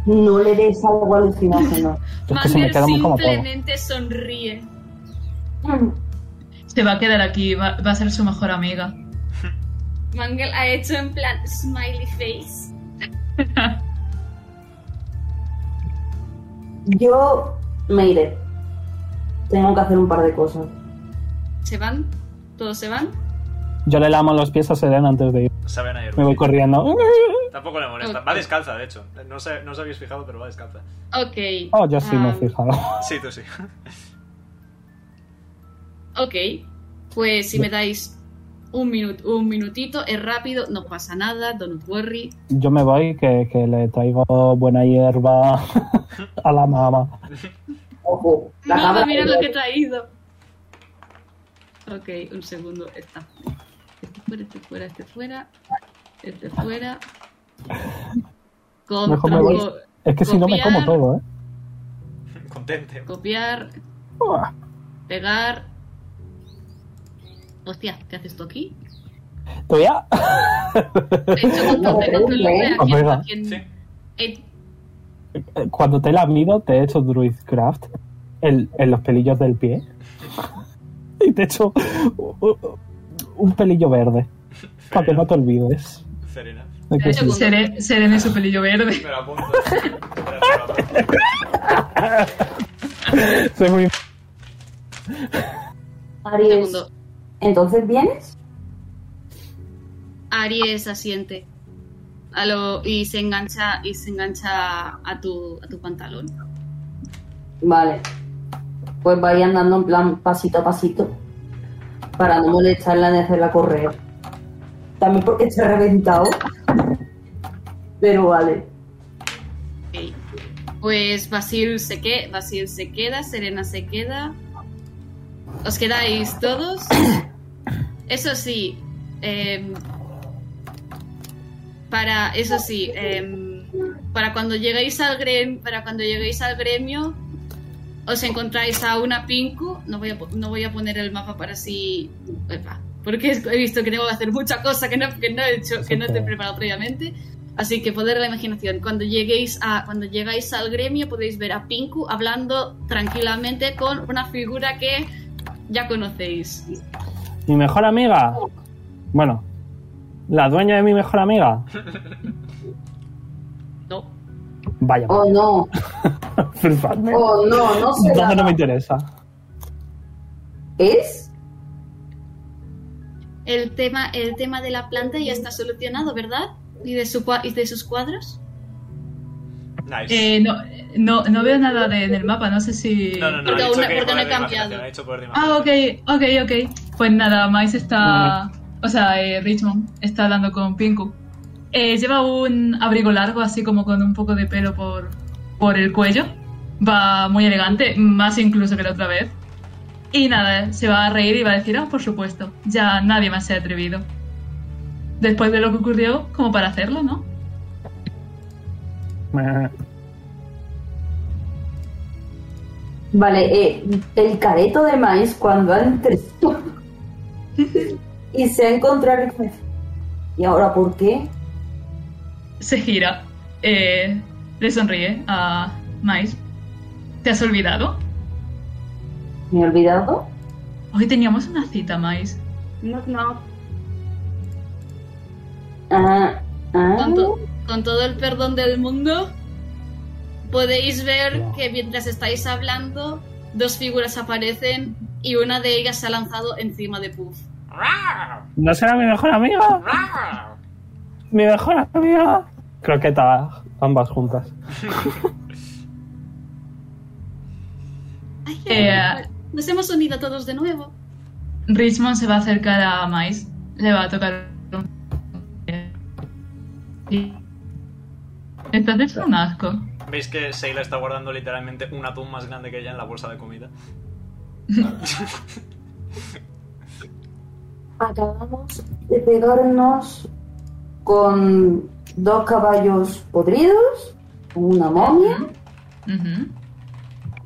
S4: No le des algo alucinógeno.
S5: es que se me
S1: Mangel
S5: queda muy como todo.
S1: simplemente sonríe.
S2: Se va a quedar aquí. Va, va a ser su mejor amiga.
S1: Mangel ha hecho en plan smiley face.
S4: Yo me iré. Tengo que hacer un par de cosas.
S1: ¿Se van? ¿Todos se van?
S5: Yo le lamo los pies a Serena antes de ir.
S3: Saben a
S5: Me voy corriendo.
S3: Tampoco le molesta.
S1: Ok.
S3: Va descalza, de hecho. No, sé, no os habéis fijado, pero va descalza.
S1: Ok.
S5: Oh, yo sí me he
S1: Ah,
S5: fijado.
S3: Sí, tú sí.
S1: Ok. Pues si me dais un, minuto un minutito, es rápido, no pasa nada, don't worry.
S5: Yo me voy, que, que le traigo buena hierba a la mamá.
S6: Ojo. La
S1: No,
S6: cámara
S1: mira
S6: de-
S1: lo que he traído. Ok, un segundo. Está fuera, este fuera, este fuera, este fuera. Con-
S5: Mejor me voy.
S1: con-
S5: Es que si no me como
S1: Copiar.
S5: todo, ¿eh?
S3: Contente.
S1: copiar,
S5: Uah.
S1: pegar. Hostia, ¿qué haces tú aquí?
S5: Todavía.
S1: He hecho con
S6: No,
S1: tu- con tu
S6: no, no.
S1: nombre, ¿a quién-
S5: Venga.
S1: a quién-
S3: Sí.
S1: eh,
S5: eh, Cuando te la mido, te he hecho Druidcraft en, en los pelillos del pie. Y te he hecho u- u- un pelillo verde. Para que no te olvides.
S3: Fair enough.
S5: de que
S1: Te he hecho
S5: sí.
S2: Seré, seré de su pelillo verde.
S3: Me lo apunto. Espera, me lo apunto.
S5: Soy muy-
S6: Aries.
S1: segundo.
S4: Entonces vienes.
S1: Aries asiente. A lo, y se engancha y se engancha a tu, a tu pantalón.
S4: Vale. Pues vais andando en plan pasito a pasito. Para no molestarla ni hacerla correr. También porque se ha reventado. Pero vale.
S1: Ok. Pues Basil se, que, Basil se queda, Serena se queda. Os quedáis todos. Eso sí, em, para eso sí, em, para cuando lleguéis al gremio, para cuando lleguéis al gremio, os encontráis a una Pinku. No voy a, po- no voy a poner el mapa para si, epa, porque es- he visto que tengo que hacer mucha cosa que no, que no he hecho, que no te he preparado previamente. Así que poder de la imaginación. Cuando lleguéis a, cuando llegáis al gremio podéis ver a Pinku hablando tranquilamente con una figura que ya conocéis.
S5: Mi mejor amiga. Bueno, la dueña de mi mejor amiga.
S1: No.
S5: Vaya,
S4: Oh no.
S5: flipadme.
S4: Oh no, no sé.
S5: Entonces no me interesa.
S4: ¿Es?
S1: El tema, el tema de la planta ya está solucionado, ¿verdad? Y de su cua- y de sus cuadros.
S3: Nice.
S2: Eh, no, no, no veo nada de- en el mapa, no sé si...
S3: no, no, no.
S1: porque
S3: he dicho
S1: aún-
S3: que
S1: porque no he
S3: poder de
S1: cambiado.
S3: imaginación, he dicho poder de
S2: Ah,
S3: imaginación.
S2: ok, ok, ok. Pues nada, Mais está. O sea, eh, Richmond está hablando con Pinku. Eh, lleva un abrigo largo, así como con un poco de pelo por, por el cuello. Va muy elegante, más incluso que la otra vez. Y nada, se va a reír y va a decir, ah, por supuesto, ya nadie más se ha atrevido. Después de lo que ocurrió, como para hacerlo, ¿no?
S4: Vale, eh, el careto de maíz cuando ha entrado y se ha encontrado con- ¿Y ahora por qué?
S2: Se gira, eh, le sonríe a Mais. ¿Te has olvidado?
S4: ¿Me he olvidado?
S2: Hoy teníamos una cita, Mais.
S1: No, no.
S4: Ah, ah.
S1: Con, to- con todo el perdón del mundo, podéis ver que mientras estáis hablando, dos figuras aparecen y una de ellas se ha lanzado encima de Puff.
S5: ¿No será mi mejor amiga?
S1: Ah.
S5: ¿Mi mejor amiga? Croqueta, ambas juntas.
S1: Ay,
S2: Eh,
S1: ay, nos hemos unido todos de nuevo.
S2: Richmond se va a acercar a Mais. Le va a tocar un... Sí. Estás hecho un asco.
S3: ¿Veis que Seila está guardando literalmente un atún más grande que ella en la bolsa de comida?
S4: Acabamos de pegarnos con dos caballos podridos, con una momia
S2: Ujú.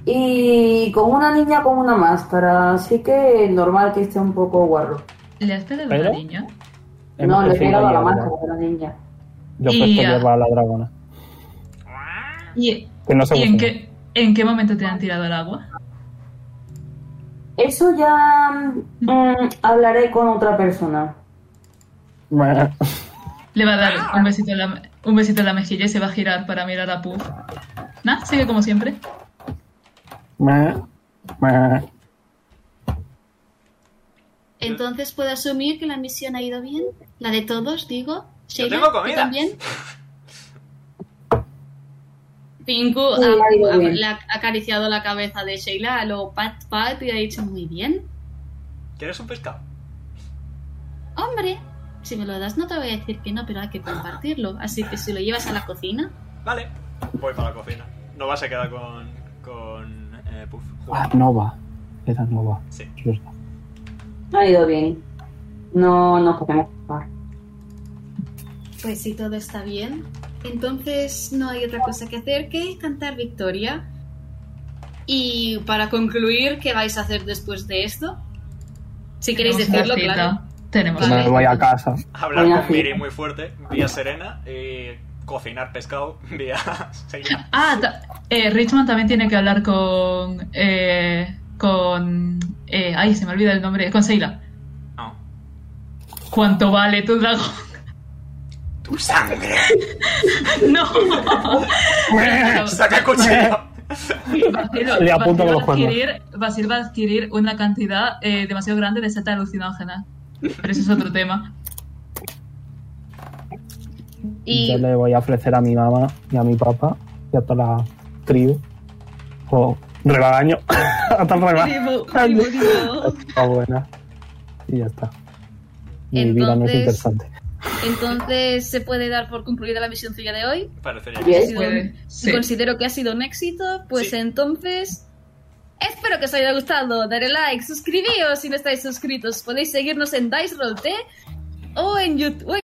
S4: y con una niña con una máscara. Así que normal que esté un poco guarro.
S2: ¿Le has pegado a
S5: ¿Pero?
S2: la niña?
S5: Hemos
S4: No, le he
S5: conseguido
S4: pegado a la
S5: hierba.
S4: máscara de la niña.
S5: Yo
S2: Y,
S5: he puesto
S2: ah,
S5: hierba a la dragona.
S2: ¿Y,
S5: Que no se
S2: y en,
S5: cocina.
S2: qué, en qué momento te han tirado al agua?
S4: Eso ya mm, hablaré con otra persona.
S5: Bueno,
S2: Le va a dar un besito en la, un besito en la mejilla y se va a girar para mirar a Puff. Nah, sigue como siempre.
S5: bueno, bueno.
S1: Entonces puedo asumir que la misión ha ido bien. La de todos, digo.
S3: Yo
S1: Sheila,
S3: tengo
S1: ¿tú
S3: comida.
S1: también? Tinku
S6: Sí,
S1: ha,
S6: algo
S1: ha-
S6: bien.
S1: le ha acariciado la cabeza de Sheila, lo pat pat y ha dicho muy bien.
S3: ¿Quieres un pescado?
S1: Hombre, si me lo das no te voy a decir que no, pero hay que compartirlo. Así que si lo llevas a la cocina,
S3: Vale, voy para la cocina. No vas a quedar con. con. Eh, Puff.
S5: Ah,
S3: jugando.
S5: Nova. Era Nova.
S3: Sí.
S5: es verdad.
S6: Ha ido bien.
S4: No nos podemos escapar.
S1: Pues si todo está bien, entonces no hay otra cosa que hacer que cantar victoria. Y para concluir, ¿qué vais a hacer después de esto? Si queréis
S2: Tenemos una
S1: decirlo,
S2: cita.
S1: claro.
S2: Tenemos
S1: Vale.
S5: Me voy a casa.
S3: Hablar
S4: Voy a
S3: con
S4: hacer-
S3: Miri muy fuerte, vía serena y cocinar pescado vía Seila.
S2: Ah, ta- eh, Richmond también tiene que hablar con. eh, con. eh, ay, se me olvida el nombre. Con Seila.
S3: No.
S2: ¿Cuánto vale tu dragón?
S3: ¡Tu sangre!
S2: No.
S3: ¡Saca el cuchillo!
S2: Basil,
S5: Le apunto
S2: Basil
S5: con los
S2: va, a
S5: cuernos.
S2: adquirir, Basil va a adquirir una cantidad eh, demasiado grande de seta alucinógena. Pero eso es otro tema.
S1: Y
S5: Yo le voy a ofrecer a mi mamá y a mi papá y a toda la tribu. O rebaño. a toda la rebaño. Está buena. Y ya está. Mi vida no es
S1: Entonces-
S5: interesante.
S1: entonces se puede dar por concluida la misioncilla de hoy.
S3: Parecería que
S1: Ha
S4: Bien.
S1: sido un-
S2: Puede. Sí.
S1: Considero que ha sido un éxito. Pues
S3: Sí.
S1: entonces, espero que os haya gustado. Daré like, suscribíos si no estáis suscritos. Podéis seguirnos en Dice Roll T o en YouTube.